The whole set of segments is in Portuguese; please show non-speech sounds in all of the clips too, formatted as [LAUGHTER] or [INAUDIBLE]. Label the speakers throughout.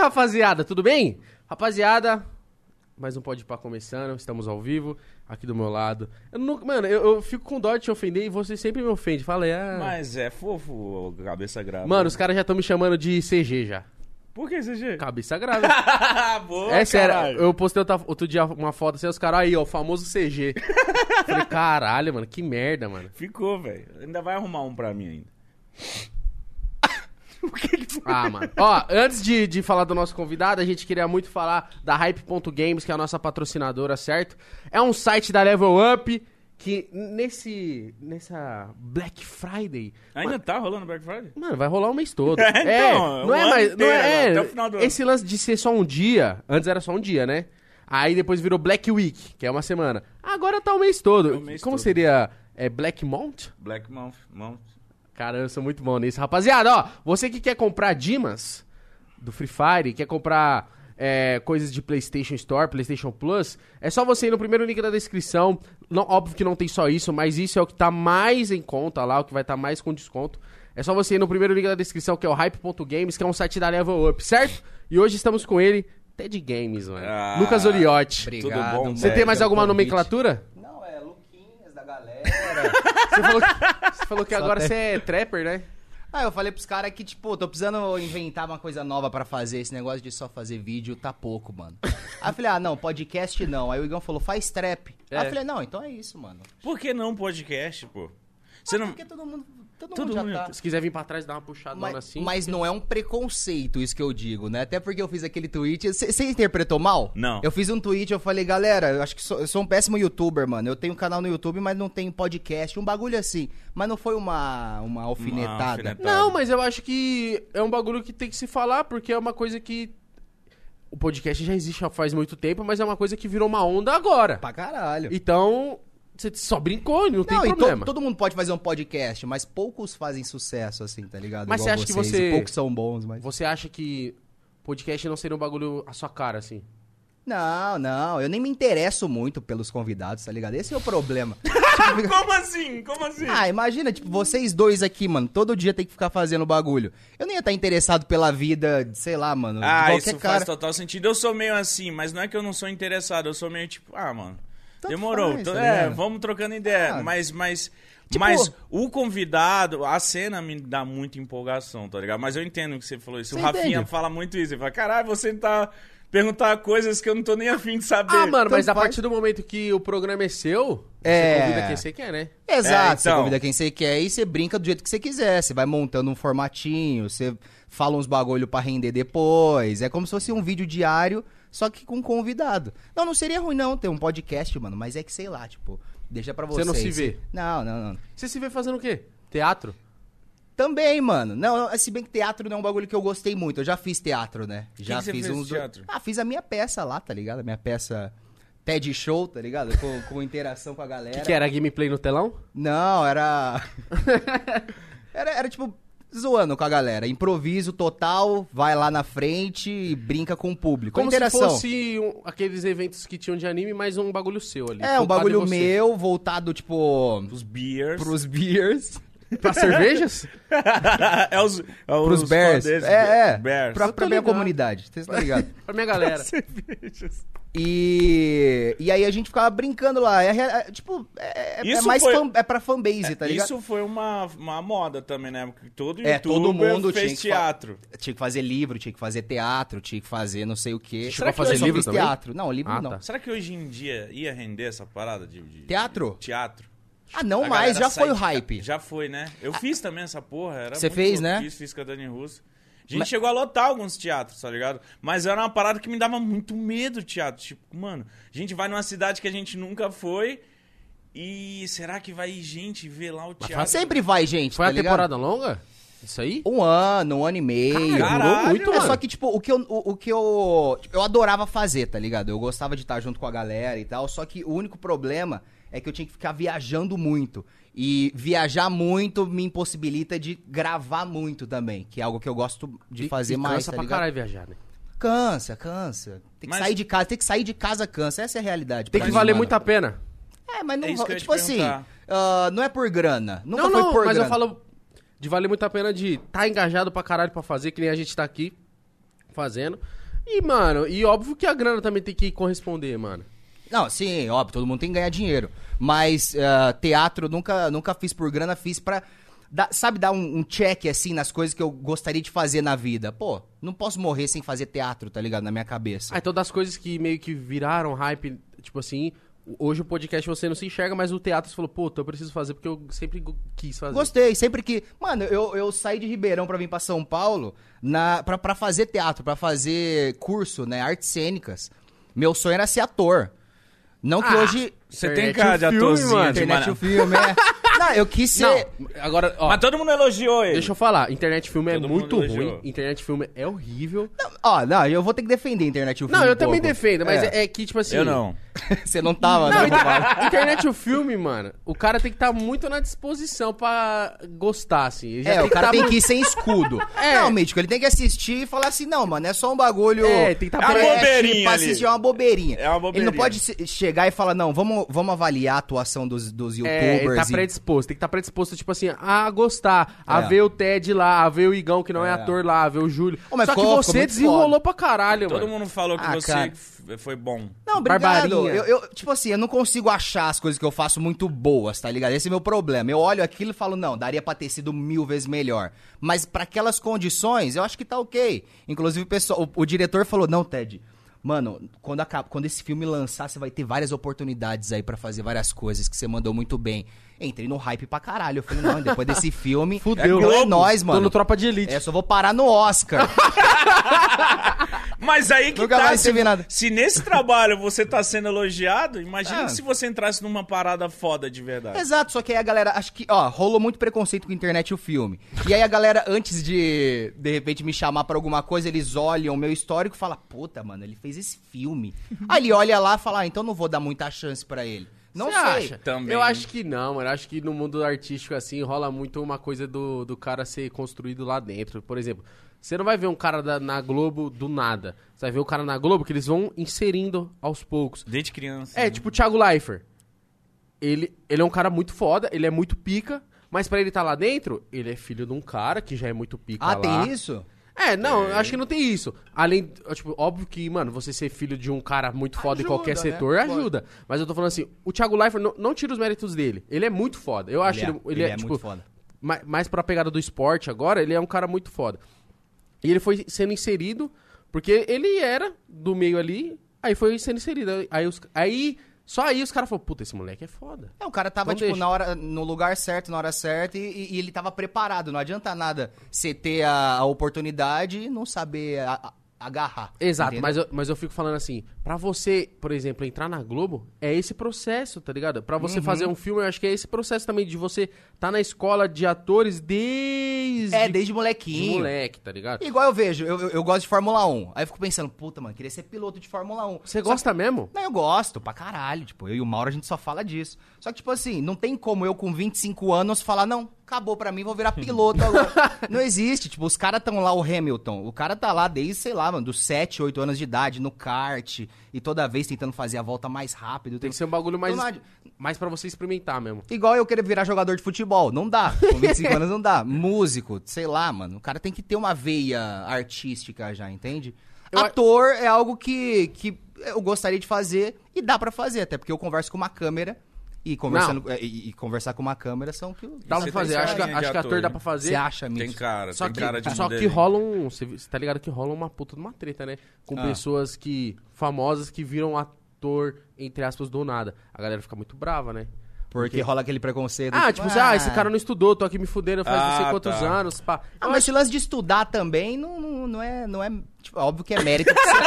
Speaker 1: rapaziada, tudo bem? Rapaziada, mais um Pode Pá começando, estamos ao vivo, aqui do meu lado. Eu nunca- mano, eu, eu fico com dó de te ofender e você sempre me ofende. Fala, ah...
Speaker 2: Mas é fofo, ô, cabeça grave.
Speaker 1: Mano, os caras já estão me chamando de CG já.
Speaker 2: Por que CG? [LAUGHS]
Speaker 1: Cabeça grave.
Speaker 2: Boa,
Speaker 1: é sério,
Speaker 2: caralho.
Speaker 1: eu postei outra- outro dia uma foto assim, os caras aí, ó, o famoso CG. [LAUGHS] Falei, caralho, mano, que merda, mano.
Speaker 2: Ficou, velho. Ainda vai arrumar um pra mim ainda.
Speaker 1: Ah, mano. Ó, antes de, de falar do nosso convidado, a gente queria muito falar da Hype.games, que é a nossa patrocinadora, certo? É um site da Level Up que nesse. nessa Black Friday.
Speaker 2: Ainda tá rolando Black Friday?
Speaker 1: Mano, vai rolar o mês todo.
Speaker 2: [LAUGHS] É, então,
Speaker 1: é,
Speaker 2: o
Speaker 1: não é
Speaker 2: ano
Speaker 1: mais. Não
Speaker 2: inteiro,
Speaker 1: é,
Speaker 2: até o final do ano.
Speaker 1: esse lance de ser só um dia, antes era só um dia, né? Aí depois virou Black Week, que é uma semana. Agora tá o mês todo.
Speaker 2: É o mês
Speaker 1: Como
Speaker 2: todo.
Speaker 1: seria é, Black Month?
Speaker 2: Black Month. Month.
Speaker 1: Cara, eu sou muito bom nisso. Rapaziada, ó, você que quer comprar Dimas do Free Fire, quer comprar é, coisas de PlayStation Store, PlayStation Plus, é só você ir no primeiro link da descrição. Não, óbvio que não tem só isso, mas isso é o que tá mais em conta lá, o que vai estar mais com desconto. É só você ir no primeiro link da descrição, que é o hype.games, que é um site da Level Up, certo? E hoje estamos com ele, Ted Games, mano.
Speaker 2: Ah,
Speaker 1: Lucas Oliotti.
Speaker 2: Tudo bom,
Speaker 3: mano,
Speaker 1: Você tem mais
Speaker 3: pelo
Speaker 1: alguma
Speaker 3: convite.
Speaker 1: nomenclatura?
Speaker 3: Não, é Luquinhas da galera.
Speaker 1: Você falou que, você falou que
Speaker 3: Só
Speaker 1: agora
Speaker 3: tem-
Speaker 1: você é trapper, né?
Speaker 3: [LAUGHS] ah, eu falei pros caras que, tipo, tô precisando inventar uma coisa nova pra fazer. Esse negócio de só fazer vídeo tá pouco, mano. Aí eu falei, ah, não, podcast não. Aí o Igão falou, faz trap. Aí
Speaker 1: É.
Speaker 3: eu falei, não, então é isso, mano. Ah,
Speaker 2: Por que não podcast, pô? Você não.
Speaker 3: Porque todo mundo, todo
Speaker 2: Todo
Speaker 3: mundo já
Speaker 2: mundo
Speaker 3: tá.
Speaker 1: Se quiser vir pra trás, dar uma puxadona
Speaker 3: Mas,
Speaker 1: assim.
Speaker 3: mas não é um preconceito isso que eu digo, né? Até porque eu fiz aquele tweet. Você interpretou mal?
Speaker 2: Não.
Speaker 3: Eu fiz um tweet, eu falei, galera, eu acho que sou, eu sou um péssimo youtuber, mano. Eu tenho um canal no YouTube, mas não tenho podcast, um bagulho assim. Mas não foi uma, uma alfinetada.
Speaker 2: alfinetada.
Speaker 1: Não, mas eu acho que é um bagulho que tem que se falar, porque é uma coisa que. O podcast já existe há faz muito tempo, mas é uma coisa que virou uma onda agora.
Speaker 3: Pra caralho.
Speaker 1: Então, você só brincou, não, tem
Speaker 3: não, e to-
Speaker 1: problema.
Speaker 3: todo mundo pode fazer um podcast, mas poucos fazem sucesso, assim, tá ligado?
Speaker 1: Mas você
Speaker 3: Igual
Speaker 1: acha que
Speaker 3: vocês,
Speaker 1: você-
Speaker 3: e poucos são bons, mas.
Speaker 1: Você acha que podcast não seria um bagulho à sua cara, assim?
Speaker 3: Não, não. Eu nem me interesso muito pelos convidados, tá ligado? Esse é
Speaker 1: [LAUGHS]
Speaker 3: o problema.
Speaker 2: Como assim? Como assim?
Speaker 3: Ah, imagina, tipo, vocês dois aqui, mano, todo dia tem que ficar fazendo bagulho. Eu nem ia estar interessado pela vida, sei lá, mano, de
Speaker 2: Ah,
Speaker 3: qualquer
Speaker 2: isso
Speaker 3: cara.
Speaker 2: faz total sentido. Eu sou meio assim, mas não é que eu não sou interessado. Eu sou meio tipo, ah, mano,
Speaker 3: Tanto
Speaker 2: demorou.
Speaker 3: faz,
Speaker 2: Tô-
Speaker 3: tá
Speaker 2: é,
Speaker 3: ligado?
Speaker 2: vamos trocando ideia.
Speaker 3: Ah,
Speaker 2: mas, mas,
Speaker 3: tipo-
Speaker 2: mas o convidado, a cena me dá muita empolgação, tá ligado? Mas eu entendo que você falou isso.
Speaker 3: Você
Speaker 2: o Rafinha
Speaker 3: entende?
Speaker 2: fala muito isso. Ele fala, caralho, você tá perguntar coisas que eu não tô nem afim de saber.
Speaker 1: Ah, mano, mas
Speaker 3: tanto
Speaker 1: a
Speaker 3: faz.
Speaker 1: partir do momento que o programa é seu,
Speaker 3: É.
Speaker 1: você convida quem você quer, né?
Speaker 3: Exato,
Speaker 2: É,
Speaker 3: você
Speaker 2: então.
Speaker 3: convida quem você quer e você brinca do jeito que você quiser. Você vai montando um formatinho, você fala uns bagulho pra render depois. É como se fosse um vídeo diário, só que com convidado. Não, não seria ruim não ter um podcast, mano, mas é que sei lá, tipo, deixa pra
Speaker 1: Você
Speaker 3: vocês.
Speaker 1: não se vê.
Speaker 3: Não, não, não.
Speaker 1: Você se vê fazendo o quê? Teatro?
Speaker 3: Também, mano. Não, não, se bem que teatro não é um bagulho que eu gostei muito. Eu já fiz teatro, né? já
Speaker 2: que você
Speaker 3: fiz
Speaker 2: fez de
Speaker 3: uns do-
Speaker 2: teatro?
Speaker 3: Ah, fiz a minha peça lá, tá ligado? A minha peça TED Show, tá ligado? Com, com interação com a
Speaker 1: O
Speaker 3: galera.
Speaker 1: que, que era? Gameplay no telão?
Speaker 3: Não, era... [LAUGHS] era. Era tipo zoando com a galera. Improviso total, vai lá na frente e brinca com o público.
Speaker 1: Como se
Speaker 3: interação.
Speaker 1: fosse um- aqueles eventos que tinham de anime, mas um bagulho seu ali.
Speaker 3: É,
Speaker 1: focado
Speaker 3: um
Speaker 1: em
Speaker 3: bagulho
Speaker 1: você.
Speaker 3: meu, voltado, tipo,
Speaker 2: Os beers.
Speaker 3: pros beers.
Speaker 1: Pra
Speaker 3: [LAUGHS]
Speaker 1: cervejas?
Speaker 2: [LAUGHS] é os, é os
Speaker 3: Pros bears.
Speaker 2: holandeses,
Speaker 3: É, é.
Speaker 2: Bears. [LAUGHS]
Speaker 3: Pra,
Speaker 1: Eu tô
Speaker 3: pra minha
Speaker 1: ligado.
Speaker 3: comunidade. Vocês estão ligados?
Speaker 1: pra minha galera.
Speaker 3: E, e aí a gente ficava brincando lá. É, é, tipo, é, é- é
Speaker 2: Isso
Speaker 3: mais
Speaker 2: foi-
Speaker 3: fan- é pra fanbase, tá ligado?
Speaker 2: Isso foi uma, uma moda também, né? Porque todo
Speaker 3: É, todo
Speaker 2: youtuber
Speaker 3: mundo
Speaker 2: fez
Speaker 3: tinha que fa-
Speaker 2: teatro.
Speaker 3: Tinha que fazer livro, tinha que fazer teatro, tinha que fazer não sei o quê.
Speaker 1: Será
Speaker 3: Eu
Speaker 1: que
Speaker 3: só
Speaker 1: fazer
Speaker 3: fiz
Speaker 1: livro também?
Speaker 3: teatro. Não, livro
Speaker 1: Ah,
Speaker 3: não.
Speaker 1: tá.
Speaker 2: Será que hoje em dia ia render essa parada de, de-
Speaker 3: Teatro?
Speaker 2: de teatro?
Speaker 3: Ah, não
Speaker 2: A
Speaker 3: mais,
Speaker 2: galera
Speaker 3: já
Speaker 2: sai
Speaker 3: foi o
Speaker 2: de
Speaker 3: hype.
Speaker 2: ca- Já foi, né? Eu fiz também essa porra. era
Speaker 3: Você
Speaker 2: muito
Speaker 3: fez,
Speaker 2: louco,
Speaker 3: né?
Speaker 2: Fiz, fiz com a Dani Russo. A gente chegou a lotar alguns teatros, tá ligado? Mas era uma parada que me dava muito medo, teatro. Tipo, mano, a gente vai numa cidade que a gente nunca foi e será que vai gente ver lá o teatro?
Speaker 3: Sempre vai, gente,
Speaker 1: Foi
Speaker 3: tá
Speaker 1: a
Speaker 3: ligado?
Speaker 1: temporada longa? Isso aí?
Speaker 3: Um ano, um ano e meio.
Speaker 2: Caralho,
Speaker 1: durou muito,
Speaker 3: é
Speaker 1: mano.
Speaker 3: só que, tipo, o que eu, o, o que eu, tipo, eu adorava fazer, tá ligado? Eu gostava de estar junto com a galera e tal, só que o único problema é que eu tinha que ficar viajando muito. E viajar muito me impossibilita de gravar muito também, que é algo que eu gosto de
Speaker 1: E-
Speaker 3: fazer
Speaker 1: e
Speaker 3: mais,
Speaker 1: Cansa
Speaker 3: tá
Speaker 1: pra
Speaker 3: ligado?
Speaker 1: caralho viajar, né?
Speaker 3: Cansa, cansa. Tem que
Speaker 2: Mas-
Speaker 3: sair de casa, tem que sair de casa cansa, essa é a realidade.
Speaker 1: Tem
Speaker 3: pra
Speaker 1: que
Speaker 3: mim,
Speaker 1: valer
Speaker 3: mano.
Speaker 1: muito a pena.
Speaker 3: É, mas não,
Speaker 2: É isso
Speaker 3: va-
Speaker 2: que eu ia te
Speaker 3: tipo assim,
Speaker 2: perguntar.
Speaker 3: ah, não é por grana, nunca
Speaker 1: não,
Speaker 3: foi
Speaker 1: não,
Speaker 3: por
Speaker 1: mas
Speaker 3: grana.
Speaker 1: eu falo de valer muito a pena de tá engajado pra caralho pra fazer, que nem a gente tá aqui fazendo. E, mano, e óbvio que a grana também tem que corresponder, mano.
Speaker 3: Não, sim, óbvio, todo mundo tem que ganhar dinheiro. Mas ah, teatro eu nunca, nunca fiz por grana, fiz pra. dar- sabe, dar um, um check assim nas coisas que eu gostaria de fazer na vida. Pô, não posso morrer sem fazer teatro, tá ligado? Na minha cabeça.
Speaker 1: Ah, então das coisas que meio que viraram hype, tipo assim, hoje o podcast você não se enxerga, mas o teatro você falou, pô, então eu preciso fazer porque eu sempre go- quis fazer.
Speaker 3: Gostei, sempre que. Mano, eu, eu saí de Ribeirão pra vir pra São Paulo na, pra, pra fazer teatro, pra fazer curso, né? Artes cênicas. Meu sonho era ser ator. Não que
Speaker 1: Ah,
Speaker 3: hoje.
Speaker 2: Você
Speaker 1: Internet
Speaker 2: tem cara de
Speaker 1: é um filme,
Speaker 2: atorzinho tipo,
Speaker 1: mano.
Speaker 2: de
Speaker 3: Internet
Speaker 2: Maná.
Speaker 3: o filme, é. [LAUGHS] Não, eu quis
Speaker 1: Não,
Speaker 3: ser.
Speaker 1: agora, ó,
Speaker 2: Mas todo mundo elogiou ele.
Speaker 1: deixa eu falar, internet filme é
Speaker 2: Todo mundo
Speaker 1: muito ruim,
Speaker 2: elogiou.
Speaker 1: internet filme é horrível.
Speaker 3: Não, ó, não, eu vou ter que defender a internet o filme.
Speaker 1: Não, eu
Speaker 3: um
Speaker 1: também
Speaker 3: pouco.
Speaker 1: defendo, mas
Speaker 3: É.
Speaker 1: é, é que, tipo assim...
Speaker 2: Eu não.
Speaker 3: [LAUGHS] Você não tava,
Speaker 1: Não,
Speaker 3: né?
Speaker 1: inter- internet o filme, mano, o cara tem que estar muito na disposição pra gostar, assim. Ele já
Speaker 3: É, o cara
Speaker 1: tá
Speaker 3: tem
Speaker 1: muito-
Speaker 3: que ir sem escudo.
Speaker 1: [LAUGHS] É.
Speaker 3: Não, Mítico, ele tem que assistir e falar assim, não, mano, é só um bagulho...
Speaker 1: É, tem que tá
Speaker 3: trash
Speaker 1: pra-
Speaker 2: É uma bobeirinha
Speaker 3: pra
Speaker 2: ali.
Speaker 3: assistir, é uma bobeirinha.
Speaker 2: É uma
Speaker 3: Ele
Speaker 2: bobeirinha.
Speaker 3: não pode se- chegar e falar, não, vamos, vamos avaliar a atuação dos, dos
Speaker 1: É, ele
Speaker 3: youtubers.
Speaker 1: tá
Speaker 3: e-
Speaker 1: predisposto. Tem que estar predisposto, tipo assim, a gostar, a
Speaker 3: É.
Speaker 1: ver o Ted lá, a ver o Igão, que não é,
Speaker 3: É.
Speaker 1: ator lá, a ver o Júlio.
Speaker 3: Ô, mas
Speaker 1: Só
Speaker 3: ficou-
Speaker 1: que
Speaker 3: ficou
Speaker 1: você
Speaker 3: muito
Speaker 1: desenrolou pra caralho,
Speaker 2: Todo
Speaker 1: mano.
Speaker 2: mundo falou que
Speaker 3: Ah,
Speaker 2: você
Speaker 3: cara.
Speaker 2: f- foi bom.
Speaker 3: Não, obrigado.
Speaker 1: Barbarinha.
Speaker 3: Eu, eu- tipo assim, eu não consigo achar as coisas que eu faço muito boas, tá ligado? Esse é meu problema. Eu olho aquilo e falo, não, daria pra ter sido mil vezes melhor. Mas pra aquelas condições, eu acho que tá ok. Inclusive, o, pessoal, o, o diretor falou, não, Ted, mano, quando, acaba, quando esse filme lançar, você vai ter várias oportunidades aí pra fazer várias coisas que você mandou muito bem. Entrei no hype pra caralho. Eu falei, não, depois desse filme,
Speaker 1: [LAUGHS] Fudeu.
Speaker 3: então é
Speaker 2: Globo.
Speaker 3: nóis,
Speaker 1: Tô no
Speaker 3: mano.
Speaker 1: Tropa de Elite.
Speaker 3: É, eu só vou parar no Oscar.
Speaker 2: Mas aí que
Speaker 3: Nunca
Speaker 2: tá.
Speaker 3: mais
Speaker 2: se,
Speaker 3: tive nada.
Speaker 2: se nesse trabalho você tá sendo elogiado, imagina
Speaker 3: Ah.
Speaker 2: se você entrasse numa parada foda de verdade.
Speaker 3: Exato, só que aí a galera, acho que, ó, rolou muito preconceito com a internet e o filme. E aí a galera, antes de, de repente, me chamar pra alguma coisa, eles olham o meu histórico e falam, puta, mano, ele fez esse
Speaker 1: [LAUGHS]
Speaker 3: filme. aí ele olha lá e fala, ah, então não vou dar muita chance pra ele. Não
Speaker 1: Você
Speaker 3: sei.
Speaker 1: acha?
Speaker 2: Também.
Speaker 1: Eu acho que não, mano. Eu acho que no mundo artístico, assim, rola muito uma coisa do, do cara ser construído lá dentro. Por exemplo, você não vai ver um cara da- na Globo do nada. Você vai ver o cara na Globo que eles vão inserindo aos poucos.
Speaker 2: Desde criança.
Speaker 1: É, tipo o Thiago Leifert. Ele, ele é um cara muito foda, ele é muito pica, mas pra ele estar lá dentro, ele é filho de um cara que já é muito pica
Speaker 3: Ah,
Speaker 1: lá.
Speaker 3: tem isso?
Speaker 1: É, não, eu acho que não tem isso. Além, tipo, óbvio que, mano, você ser filho de um cara muito foda em
Speaker 3: Ajuda,
Speaker 1: qualquer
Speaker 3: né?
Speaker 1: setor ajuda. Mas eu tô falando assim, o Thiago Leifert, não, não tira os méritos dele. Ele é muito foda. Eu acho
Speaker 3: Ele é-
Speaker 1: ele, ele
Speaker 3: ele
Speaker 1: é,
Speaker 3: é
Speaker 1: tipo,
Speaker 3: muito foda.
Speaker 1: ma- Mais pra pegada do esporte agora, ele é um cara muito foda. E ele foi sendo inserido, porque ele era do meio ali, aí foi sendo inserido. Aí, os- aí só aí os caras falaram, puta, esse moleque é foda.
Speaker 3: É, o cara tava,
Speaker 1: Então
Speaker 3: tipo,
Speaker 1: deixa.
Speaker 3: na hora, no lugar certo, na hora certa, e, e- e ele tava preparado. Não adianta nada você ter a, a oportunidade e não saber a- a- agarrar.
Speaker 1: Exato,
Speaker 3: entendeu?
Speaker 1: mas eu, mas eu fico falando assim, pra você, por exemplo, entrar na Globo, é esse processo, tá ligado? Pra você
Speaker 3: Uhum.
Speaker 1: fazer um filme, eu acho que é esse processo também de você tá na escola de atores desde,
Speaker 3: É, desde
Speaker 1: de
Speaker 3: molequinho.
Speaker 1: moleque, tá ligado?
Speaker 3: Igual eu vejo, eu, eu- eu gosto de Fórmula 1. Aí eu fico pensando, puta, mano, queria ser piloto de Fórmula 1.
Speaker 1: Você
Speaker 3: Só
Speaker 1: gosta mesmo?
Speaker 3: que- Não, eu gosto, pra caralho. Tipo, eu e o Mauro a gente só fala disso. Só que, tipo assim, não tem como eu com 25 anos falar, não, acabou pra mim, vou virar
Speaker 1: [LAUGHS]
Speaker 3: piloto agora. não existe. Tipo, os caras tão lá, o Hamilton. O cara tá lá desde, sei lá, mano, dos 7, 8 anos de idade, no kart. E toda vez tentando fazer a volta mais rápido.
Speaker 1: Tem que ser um bagulho mais,
Speaker 3: Não, não adi-
Speaker 1: mais pra você experimentar mesmo.
Speaker 3: Igual eu querer virar jogador de futebol. Não dá.
Speaker 1: [LAUGHS]
Speaker 3: Com 25 anos não dá. Músico, sei lá, mano. O cara tem que ter uma veia artística já, entende?
Speaker 1: Eu a-
Speaker 3: Ator é algo que, que eu gostaria de fazer e dá pra fazer, até porque eu converso com uma câmera e, conversando, é, e, e conversar com uma câmera são o que. eu-
Speaker 1: Dá
Speaker 2: Você
Speaker 1: pra
Speaker 2: tem
Speaker 1: fazer, acho que,
Speaker 2: carinha de
Speaker 1: acho que ator
Speaker 2: ator,
Speaker 1: dá
Speaker 2: hein?
Speaker 1: pra fazer.
Speaker 3: Você acha,
Speaker 2: Tem
Speaker 3: Mitch?
Speaker 2: cara,
Speaker 1: Só
Speaker 2: tem
Speaker 1: que,
Speaker 2: cara de
Speaker 1: só que
Speaker 2: modelinho.
Speaker 1: rola um. Você você tá ligado que rola uma puta de uma treta, né? Com
Speaker 3: Ah.
Speaker 1: pessoas que. famosas que viram ator, entre aspas, do nada. A galera fica muito brava, né?
Speaker 3: Porque rola aquele preconceito.
Speaker 1: Ah, tipo, ah, esse cara não estudou, tô aqui me fudendo faz não sei
Speaker 2: Ah,
Speaker 1: quantos
Speaker 2: tá.
Speaker 1: anos, pá.
Speaker 3: Ah, mas esse lance de estudar também não, não, não é. Não é tipo, óbvio que é mérito. pra você-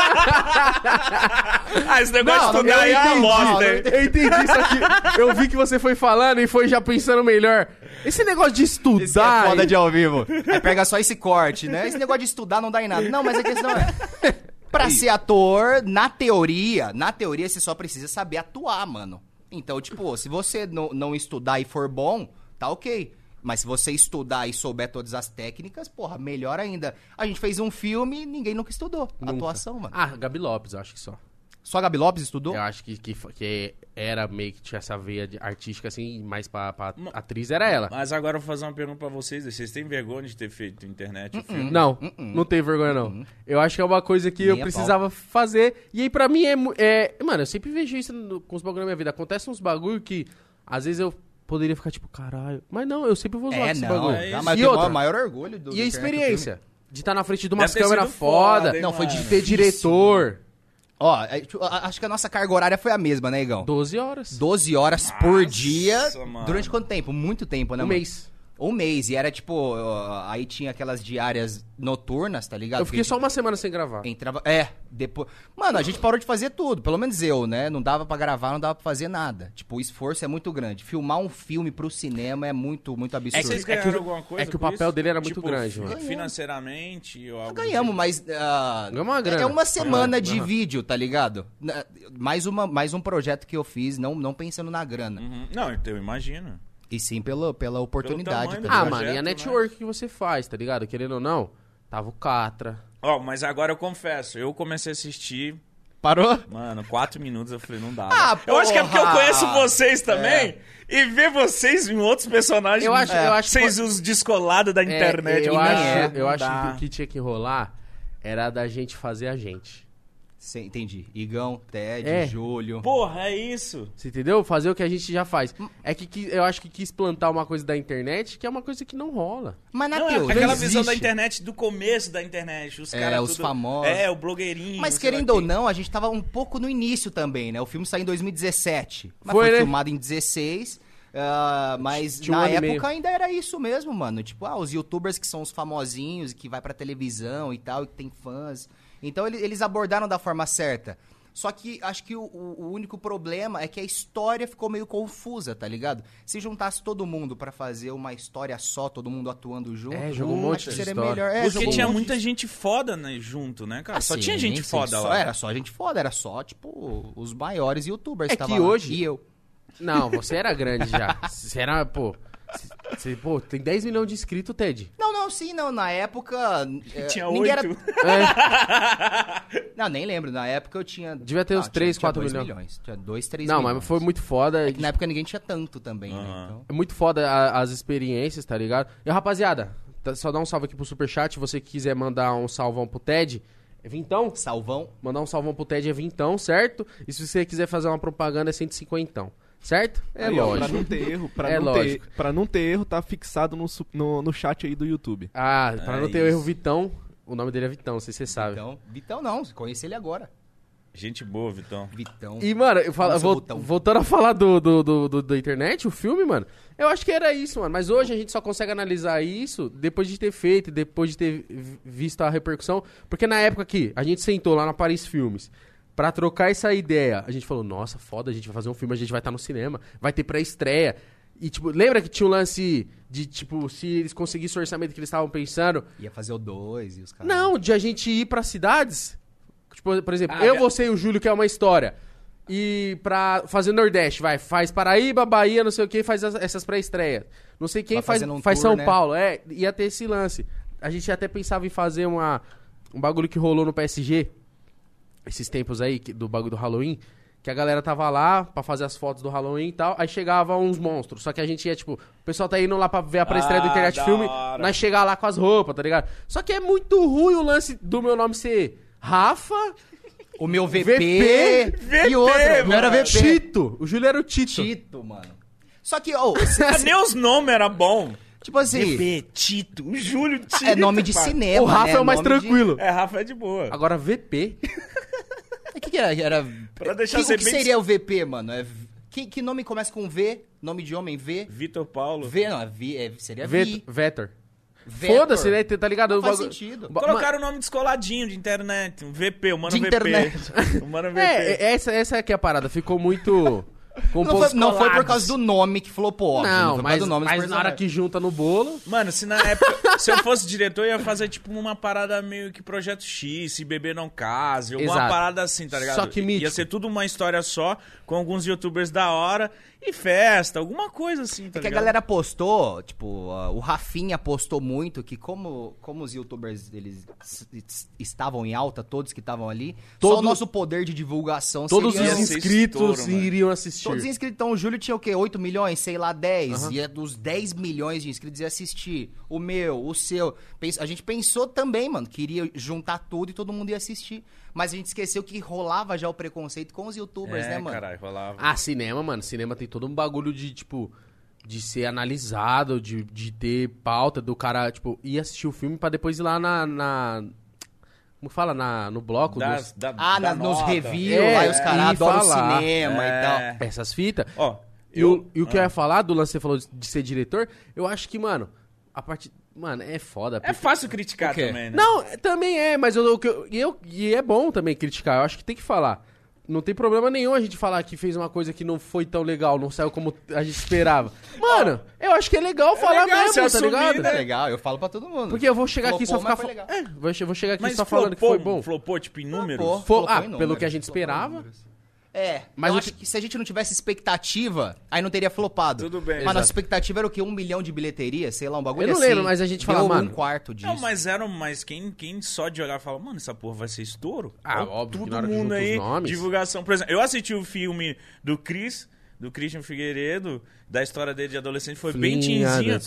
Speaker 2: Ah, esse negócio
Speaker 3: Não,
Speaker 2: de estudar
Speaker 3: eu
Speaker 2: aí é
Speaker 3: entendi,
Speaker 2: a
Speaker 3: não,
Speaker 2: lota,
Speaker 3: eu
Speaker 2: hein?
Speaker 1: Eu entendi isso aqui. Eu vi que você foi falando e foi já pensando melhor. Esse negócio de estudar.
Speaker 3: Isso é foda
Speaker 1: hein?
Speaker 3: de ao vivo. Aí pega só esse corte, né? Esse negócio de estudar não dá em nada. Não, mas a questão
Speaker 1: [LAUGHS]
Speaker 3: é. Pra ser ator, na teoria, na teoria você só precisa saber atuar, mano. Então, tipo, se você não, não estudar e for bom, tá ok. Mas se você estudar e souber todas as técnicas, porra, melhor ainda. A gente fez um filme e ninguém nunca estudou.
Speaker 1: Nunca.
Speaker 3: Atuação, mano.
Speaker 1: Ah, Gabi Lopes, eu acho que só.
Speaker 3: Só a Gabi Lopes estudou?
Speaker 1: Eu acho que, que, fo- que era meio que tinha essa veia de- artística, assim, mais pra, pra atriz era ela.
Speaker 2: Mas agora eu vou fazer uma pergunta pra vocês. Vocês têm vergonha de ter feito internet o filme?
Speaker 1: Não,
Speaker 3: Hum,
Speaker 1: não tem vergonha, não. Eu acho que é uma coisa que eu
Speaker 3: Nem a
Speaker 1: precisava fazer. E aí, pra mim, é, mu- é- Mano, eu sempre vejo isso no- com os bagulho na minha vida. Acontece uns bagulho que, às vezes, eu poderia ficar tipo, caralho. Mas não, eu sempre vou zoar
Speaker 3: É,
Speaker 1: esse
Speaker 3: não.
Speaker 1: bagulho.
Speaker 2: é
Speaker 3: dá-
Speaker 2: isso.
Speaker 3: mas
Speaker 1: E
Speaker 3: eu tenho
Speaker 1: outra?
Speaker 3: o maior orgulho do
Speaker 1: E a
Speaker 3: do Internet
Speaker 1: experiência de estar na frente de
Speaker 2: Deve
Speaker 1: umas
Speaker 2: ter sido
Speaker 1: câmeras
Speaker 2: foda,
Speaker 1: foda,
Speaker 2: hein,
Speaker 3: Não, foi
Speaker 2: mano?
Speaker 1: ter
Speaker 3: difícil.
Speaker 1: diretor.
Speaker 3: Ó, a- tipo, a- acho que a nossa carga horária foi a mesma, né, Igão?
Speaker 1: 12 horas.
Speaker 3: 12 horas por
Speaker 2: Nossa,
Speaker 3: dia.
Speaker 2: mano.
Speaker 3: Durante quanto tempo? Muito tempo, né?
Speaker 1: Um
Speaker 3: mano?
Speaker 1: mês.
Speaker 3: Um mês. E era tipo. ó, Aí tinha aquelas diárias noturnas, tá ligado?
Speaker 1: Eu fiquei
Speaker 3: Que a
Speaker 1: só uma semana sem gravar.
Speaker 3: gente Entrava. É, depois. Mano, a gente parou de fazer tudo. Pelo menos eu, né? Não dava pra gravar, não dava pra fazer nada. Tipo, o esforço é muito grande. Filmar um filme pro cinema é muito, muito
Speaker 2: É que
Speaker 3: absurdo.
Speaker 2: vocês
Speaker 1: É que o-
Speaker 2: ganharam alguma coisa
Speaker 1: é que o
Speaker 2: por
Speaker 1: papel
Speaker 2: isso?
Speaker 1: dele era muito
Speaker 2: Tipo,
Speaker 1: grande,
Speaker 2: fi-
Speaker 1: mano.
Speaker 2: Financeiramente
Speaker 1: Tá
Speaker 2: ou algo do
Speaker 3: Ganhamos, mas. ah,
Speaker 1: Ganhamos uma grana.
Speaker 3: É uma semana
Speaker 1: Aham,
Speaker 3: de
Speaker 1: aham.
Speaker 3: vídeo, tá ligado? Na- Mais, uma, mais um projeto que eu fiz, não, não pensando na grana.
Speaker 2: tipo? Uhum. Não, eu imagino.
Speaker 3: E sim pelo, pela oportunidade.
Speaker 2: tamanho
Speaker 3: tá
Speaker 2: do
Speaker 1: Ah,
Speaker 3: ligado?
Speaker 1: mano, e a
Speaker 2: projeto, né?
Speaker 1: network que você faz, tá ligado? Querendo ou não, tava o Catra.
Speaker 2: Ó, mas agora eu confesso, eu comecei a assistir,
Speaker 3: Parou?
Speaker 2: mano, quatro minutos, eu falei, não dá.
Speaker 3: Ah,
Speaker 2: velho. eu acho que é porque eu
Speaker 3: porra! É.
Speaker 2: conheço vocês também e ver vocês em outros personagens.
Speaker 1: Eu acho- eu acho que-
Speaker 2: Vocês os descolados da
Speaker 1: É,
Speaker 2: internet.
Speaker 1: eu
Speaker 2: mano.
Speaker 1: acho,
Speaker 3: é,
Speaker 1: eu
Speaker 2: não
Speaker 1: acho
Speaker 2: dá.
Speaker 1: que o que tinha que rolar era da gente fazer a gente.
Speaker 3: Sim, entendi. Igão, Ted,
Speaker 1: É.
Speaker 3: Júlio.
Speaker 2: Porra, é isso.
Speaker 1: Você entendeu? Fazer o que a gente já faz. É que, qui- eu acho que quis plantar uma coisa da internet que é uma coisa que não rola.
Speaker 3: Mas na
Speaker 2: Não, é
Speaker 3: teoria.
Speaker 2: aquela
Speaker 3: existe.
Speaker 2: visão da internet, do começo da internet, os
Speaker 3: É,
Speaker 2: caras.
Speaker 3: os famosos.
Speaker 2: É, o blogueirinho.
Speaker 3: Mas
Speaker 2: sei lá
Speaker 3: querendo ou
Speaker 2: quem.
Speaker 3: não, a gente tava um pouco no início também, né? O filme saiu em 2017. Mas
Speaker 1: Foi,
Speaker 3: foi,
Speaker 1: né?
Speaker 3: filmado em 16. ah, mas
Speaker 1: Tinha um
Speaker 3: na
Speaker 1: ano e meio.
Speaker 3: época ainda era isso mesmo, mano. Tipo, ah, os youtubers que são os famosinhos, que vai pra televisão e tal, e que tem fãs. Então ele- eles abordaram da forma certa. Só que acho que o, o- o único problema é que a história ficou meio confusa, tá ligado? Se juntasse todo mundo pra fazer uma história só, todo mundo atuando junto,
Speaker 1: É, jogou um
Speaker 3: acho
Speaker 1: monte
Speaker 3: que
Speaker 1: de
Speaker 3: seria
Speaker 1: história.
Speaker 3: melhor. É,
Speaker 2: Porque
Speaker 3: jogou um
Speaker 2: tinha
Speaker 3: monte de
Speaker 2: muita gente foda né, junto, né, cara? só
Speaker 3: Assim,
Speaker 2: tinha gente
Speaker 3: sim,
Speaker 2: foda
Speaker 3: só
Speaker 2: lá.
Speaker 3: Era só gente foda, era só, tipo, os maiores youtubers
Speaker 1: É
Speaker 3: tava
Speaker 1: que
Speaker 3: lá.
Speaker 1: hoje-
Speaker 3: E eu.
Speaker 1: Não, você era grande já. Você era, pô. Você, pô, tem 10 milhões de inscritos, Ted.
Speaker 3: Não, não, sim, não. Na época.
Speaker 2: [LAUGHS]
Speaker 3: eh,
Speaker 2: [LAUGHS] Tinha
Speaker 3: ninguém era-
Speaker 2: oito.
Speaker 3: [LAUGHS]
Speaker 1: É,
Speaker 3: Não, nem lembro. Na época eu tinha. Ah,
Speaker 1: Devia ter uns
Speaker 3: tinha-
Speaker 1: três,
Speaker 3: tinha
Speaker 1: quatro
Speaker 3: dois
Speaker 1: milhões.
Speaker 3: Tinha 2, 3
Speaker 1: não,
Speaker 3: milhões.
Speaker 1: mas foi muito foda.
Speaker 3: É que na época ninguém tinha tanto também, né?
Speaker 2: Aham.
Speaker 3: Então...
Speaker 1: É muito foda a- as experiências, tá ligado? E rapaziada, tá- só dá um salve aqui pro Superchat. Se você quiser mandar um salvão pro Ted, é vintão?
Speaker 3: Salvão.
Speaker 1: Mandar um salvão pro Ted é vintão, certo? E se você quiser fazer uma propaganda é 150, certo? É
Speaker 4: Aí, ó, Pra
Speaker 1: lógico.
Speaker 4: não ter erro, pra,
Speaker 1: É
Speaker 4: não
Speaker 1: lógico.
Speaker 4: Ter, pra não ter erro, tá fixado no, su- no, no chat aí do YouTube.
Speaker 1: Ah, pra
Speaker 2: É
Speaker 1: não ter o erro,
Speaker 2: isso.
Speaker 1: Vitão. O nome dele é Vitão, não sei se você sabe.
Speaker 3: Vitão. Vitão não, conheci ele agora.
Speaker 2: Gente boa, Vitão.
Speaker 3: Vitão.
Speaker 1: E, mano, eu falo,
Speaker 3: Nossa,
Speaker 1: vol-
Speaker 3: botão.
Speaker 1: voltando a falar do, do, do, do- da internet, o filme, mano, eu acho que era isso, mano. Mas hoje a gente só consegue analisar isso depois de ter feito, depois de ter vi- visto a repercussão. Porque na época que a gente sentou lá na Paris Filmes pra trocar essa ideia, a gente falou, nossa, foda, a gente vai fazer um filme, a gente vai estar no cinema, vai ter pré-estreia. E, tipo, lembra que tinha um lance de, tipo, se eles conseguissem o orçamento que eles estavam pensando?
Speaker 3: Ia fazer o 2 e os caras.
Speaker 1: Não, de a gente ir pra cidades. Tipo, por exemplo,
Speaker 2: Ah,
Speaker 1: eu,
Speaker 2: ga-
Speaker 1: você e o Júlio, que é uma história. E pra fazer Nordeste, vai. Faz Paraíba, Bahia, não sei o que, faz as- essas pré-estreias. Não sei quem
Speaker 3: Vai
Speaker 1: faz,
Speaker 3: fazendo um
Speaker 1: faz
Speaker 3: tour,
Speaker 1: São
Speaker 3: né?
Speaker 1: Paulo. É, ia ter esse lance. A gente até pensava em fazer uma, um bagulho que rolou no PSG. Esses tempos aí, que- do bagulho do Halloween. Que a galera tava lá pra fazer as fotos do Halloween e tal. Aí chegava uns monstros. Só que a gente ia, tipo, o pessoal tá indo lá pra ver a pré-estreia do
Speaker 2: Ah,
Speaker 1: Internet
Speaker 2: da
Speaker 1: Filme.
Speaker 2: hora.
Speaker 1: Nós chegar lá com as roupas, tá ligado? Só que é muito ruim o lance do meu nome ser Rafa,
Speaker 3: O meu VP.
Speaker 2: VP,
Speaker 3: e outro.
Speaker 2: mano.
Speaker 3: Não era VP.
Speaker 1: Tito. O Júlio era o Tito.
Speaker 3: Tito, mano. Só que, ô, se-
Speaker 2: Cadê os nomes? Era bom.
Speaker 3: tipo assim.
Speaker 2: VP, Tito, o Júlio Tito.
Speaker 3: É nome de
Speaker 2: pai.
Speaker 3: cinema.
Speaker 1: o Rafa
Speaker 3: né?
Speaker 1: é o mais
Speaker 3: Nome de-
Speaker 1: tranquilo.
Speaker 3: [LAUGHS]
Speaker 2: É, Rafa é de boa.
Speaker 1: Agora, VP.
Speaker 3: O É que, que era? era...
Speaker 2: Pra deixar
Speaker 3: que,
Speaker 2: ser
Speaker 3: o que
Speaker 2: bem-
Speaker 3: seria o VP, mano? É... v- Que, que nome começa com V? Nome de homem V?
Speaker 2: Vitor Paulo.
Speaker 3: V não, é V, é- seria
Speaker 1: Vet-
Speaker 3: V.
Speaker 1: Vetor.
Speaker 3: Vector.
Speaker 1: Foda-se, né? Tá ligado?
Speaker 3: Não
Speaker 1: O
Speaker 3: faz
Speaker 1: bagulho-
Speaker 3: sentido.
Speaker 1: Ba-
Speaker 2: Colocaram o nome descoladinho de internet. Um VP, o mano
Speaker 3: De
Speaker 2: VP.
Speaker 3: internet.
Speaker 2: [LAUGHS] O mano VP.
Speaker 1: É, é- essa, essa é que é a parada. Ficou muito.
Speaker 3: [LAUGHS] Não foi, não foi por causa do nome que flopou, óbvio,
Speaker 1: Não,
Speaker 3: foi por causa
Speaker 1: mas,
Speaker 3: do nome é. dos
Speaker 1: mas na hora
Speaker 3: personagens.
Speaker 1: que junta no bolo.
Speaker 2: Mano, se na época. se eu fosse diretor, eu ia fazer, tipo, uma parada meio que projeto X, se bebê não case, alguma
Speaker 1: Exato.
Speaker 2: parada assim, tá ligado?
Speaker 1: Só que mítico.
Speaker 2: Ia ser tudo uma história só, com alguns youtubers da hora e festa, alguma coisa assim, tá
Speaker 3: É que a
Speaker 2: ligado?
Speaker 3: galera postou, tipo, ah, o Rafinha postou muito que como, como os youtubers eles s- s- estavam em alta, todos que estavam ali, só
Speaker 1: Todo-
Speaker 3: o nosso poder de divulgação
Speaker 1: Todos
Speaker 3: seria...
Speaker 1: os
Speaker 2: Ia ser
Speaker 1: inscritos
Speaker 2: estouro, mano.
Speaker 1: iriam assistir.
Speaker 3: Todos os inscritos. Então, o Júlio tinha o quê? 8 milhões? Sei lá, 10.
Speaker 1: Aham.
Speaker 3: Ia dos 10 milhões de inscritos ia assistir. O meu, o seu. Pens- A gente pensou também, mano, que iria juntar tudo e todo mundo ia assistir. Mas a gente esqueceu que rolava já o preconceito com os youtubers,
Speaker 2: é,
Speaker 3: né, mano?
Speaker 2: caralho, rolava.
Speaker 1: Ah, cinema, mano. Cinema tem todo um bagulho de, tipo, de ser analisado, de, de ter pauta do cara, tipo, ir assistir o filme pra depois ir lá na. na- como fala? Na, no bloco
Speaker 2: Das- da-
Speaker 3: Ah,
Speaker 2: da
Speaker 3: na- nos
Speaker 2: nota.
Speaker 3: reviews
Speaker 1: É,
Speaker 3: lá, e os
Speaker 1: e
Speaker 3: caras adoram
Speaker 1: falar.
Speaker 3: cinema
Speaker 2: É.
Speaker 3: e tal.
Speaker 1: dos. Essas fitas.
Speaker 2: Ó,
Speaker 1: E o- e o que eu ia falar do lance que você falou de- de ser diretor, eu acho que, mano, a parte. Mano, é foda.
Speaker 2: É
Speaker 1: porque-
Speaker 2: fácil criticar
Speaker 3: O quê?
Speaker 2: também, né?
Speaker 1: Não, é, também é, mas eu, o que eu- e eu- e é bom também criticar, eu acho que tem que falar. Não tem problema nenhum a gente falar que fez uma coisa que não foi tão legal, não saiu como a gente
Speaker 3: [LAUGHS]
Speaker 1: esperava. Mano, eu acho que é legal falar
Speaker 2: legal
Speaker 1: mesmo,
Speaker 2: você
Speaker 1: tá
Speaker 2: assumir,
Speaker 1: ligado?
Speaker 2: né?
Speaker 3: É legal, eu falo pra todo mundo.
Speaker 1: Porque eu vou chegar aqui e só
Speaker 3: Flopou,
Speaker 1: ficar
Speaker 3: mas foi
Speaker 1: fa-
Speaker 3: legal.
Speaker 1: é, vou che- vou chegar aqui
Speaker 2: Mas
Speaker 1: só
Speaker 2: flopou,
Speaker 1: falando que foi bom.
Speaker 2: flopou, tipo, em números?
Speaker 3: Flopou.
Speaker 1: Fo- ah,
Speaker 3: Flopou em
Speaker 1: pelo
Speaker 3: números,
Speaker 1: que a gente
Speaker 3: né? flopou em
Speaker 1: esperava.
Speaker 3: números. É,
Speaker 1: Mas
Speaker 3: mas eu
Speaker 1: o
Speaker 3: acho
Speaker 1: que-
Speaker 3: que se a gente não tivesse expectativa, aí não teria flopado.
Speaker 2: Tudo bem.
Speaker 3: Mas
Speaker 2: Exato.
Speaker 3: nossa expectativa era o quê? Um milhão de bilheteria? Sei lá, um bagulho
Speaker 1: Eu não
Speaker 3: assim.
Speaker 1: lembro, mas a gente
Speaker 3: Deu
Speaker 1: fala,
Speaker 3: um
Speaker 1: mano-
Speaker 3: quarto disso.
Speaker 2: Não, mas eram, mas quem, quem só de olhar fala, mano, essa porra vai ser estouro?
Speaker 1: Ah,
Speaker 2: Ó,
Speaker 1: óbvio, que na
Speaker 2: Todo
Speaker 1: hora que
Speaker 2: mundo
Speaker 1: junta os
Speaker 2: aí,
Speaker 1: nomes.
Speaker 2: divulgação. Por exemplo, eu assisti o filme do Chris, do Christian Figueiredo, da história dele de adolescente, foi bem tinzinho.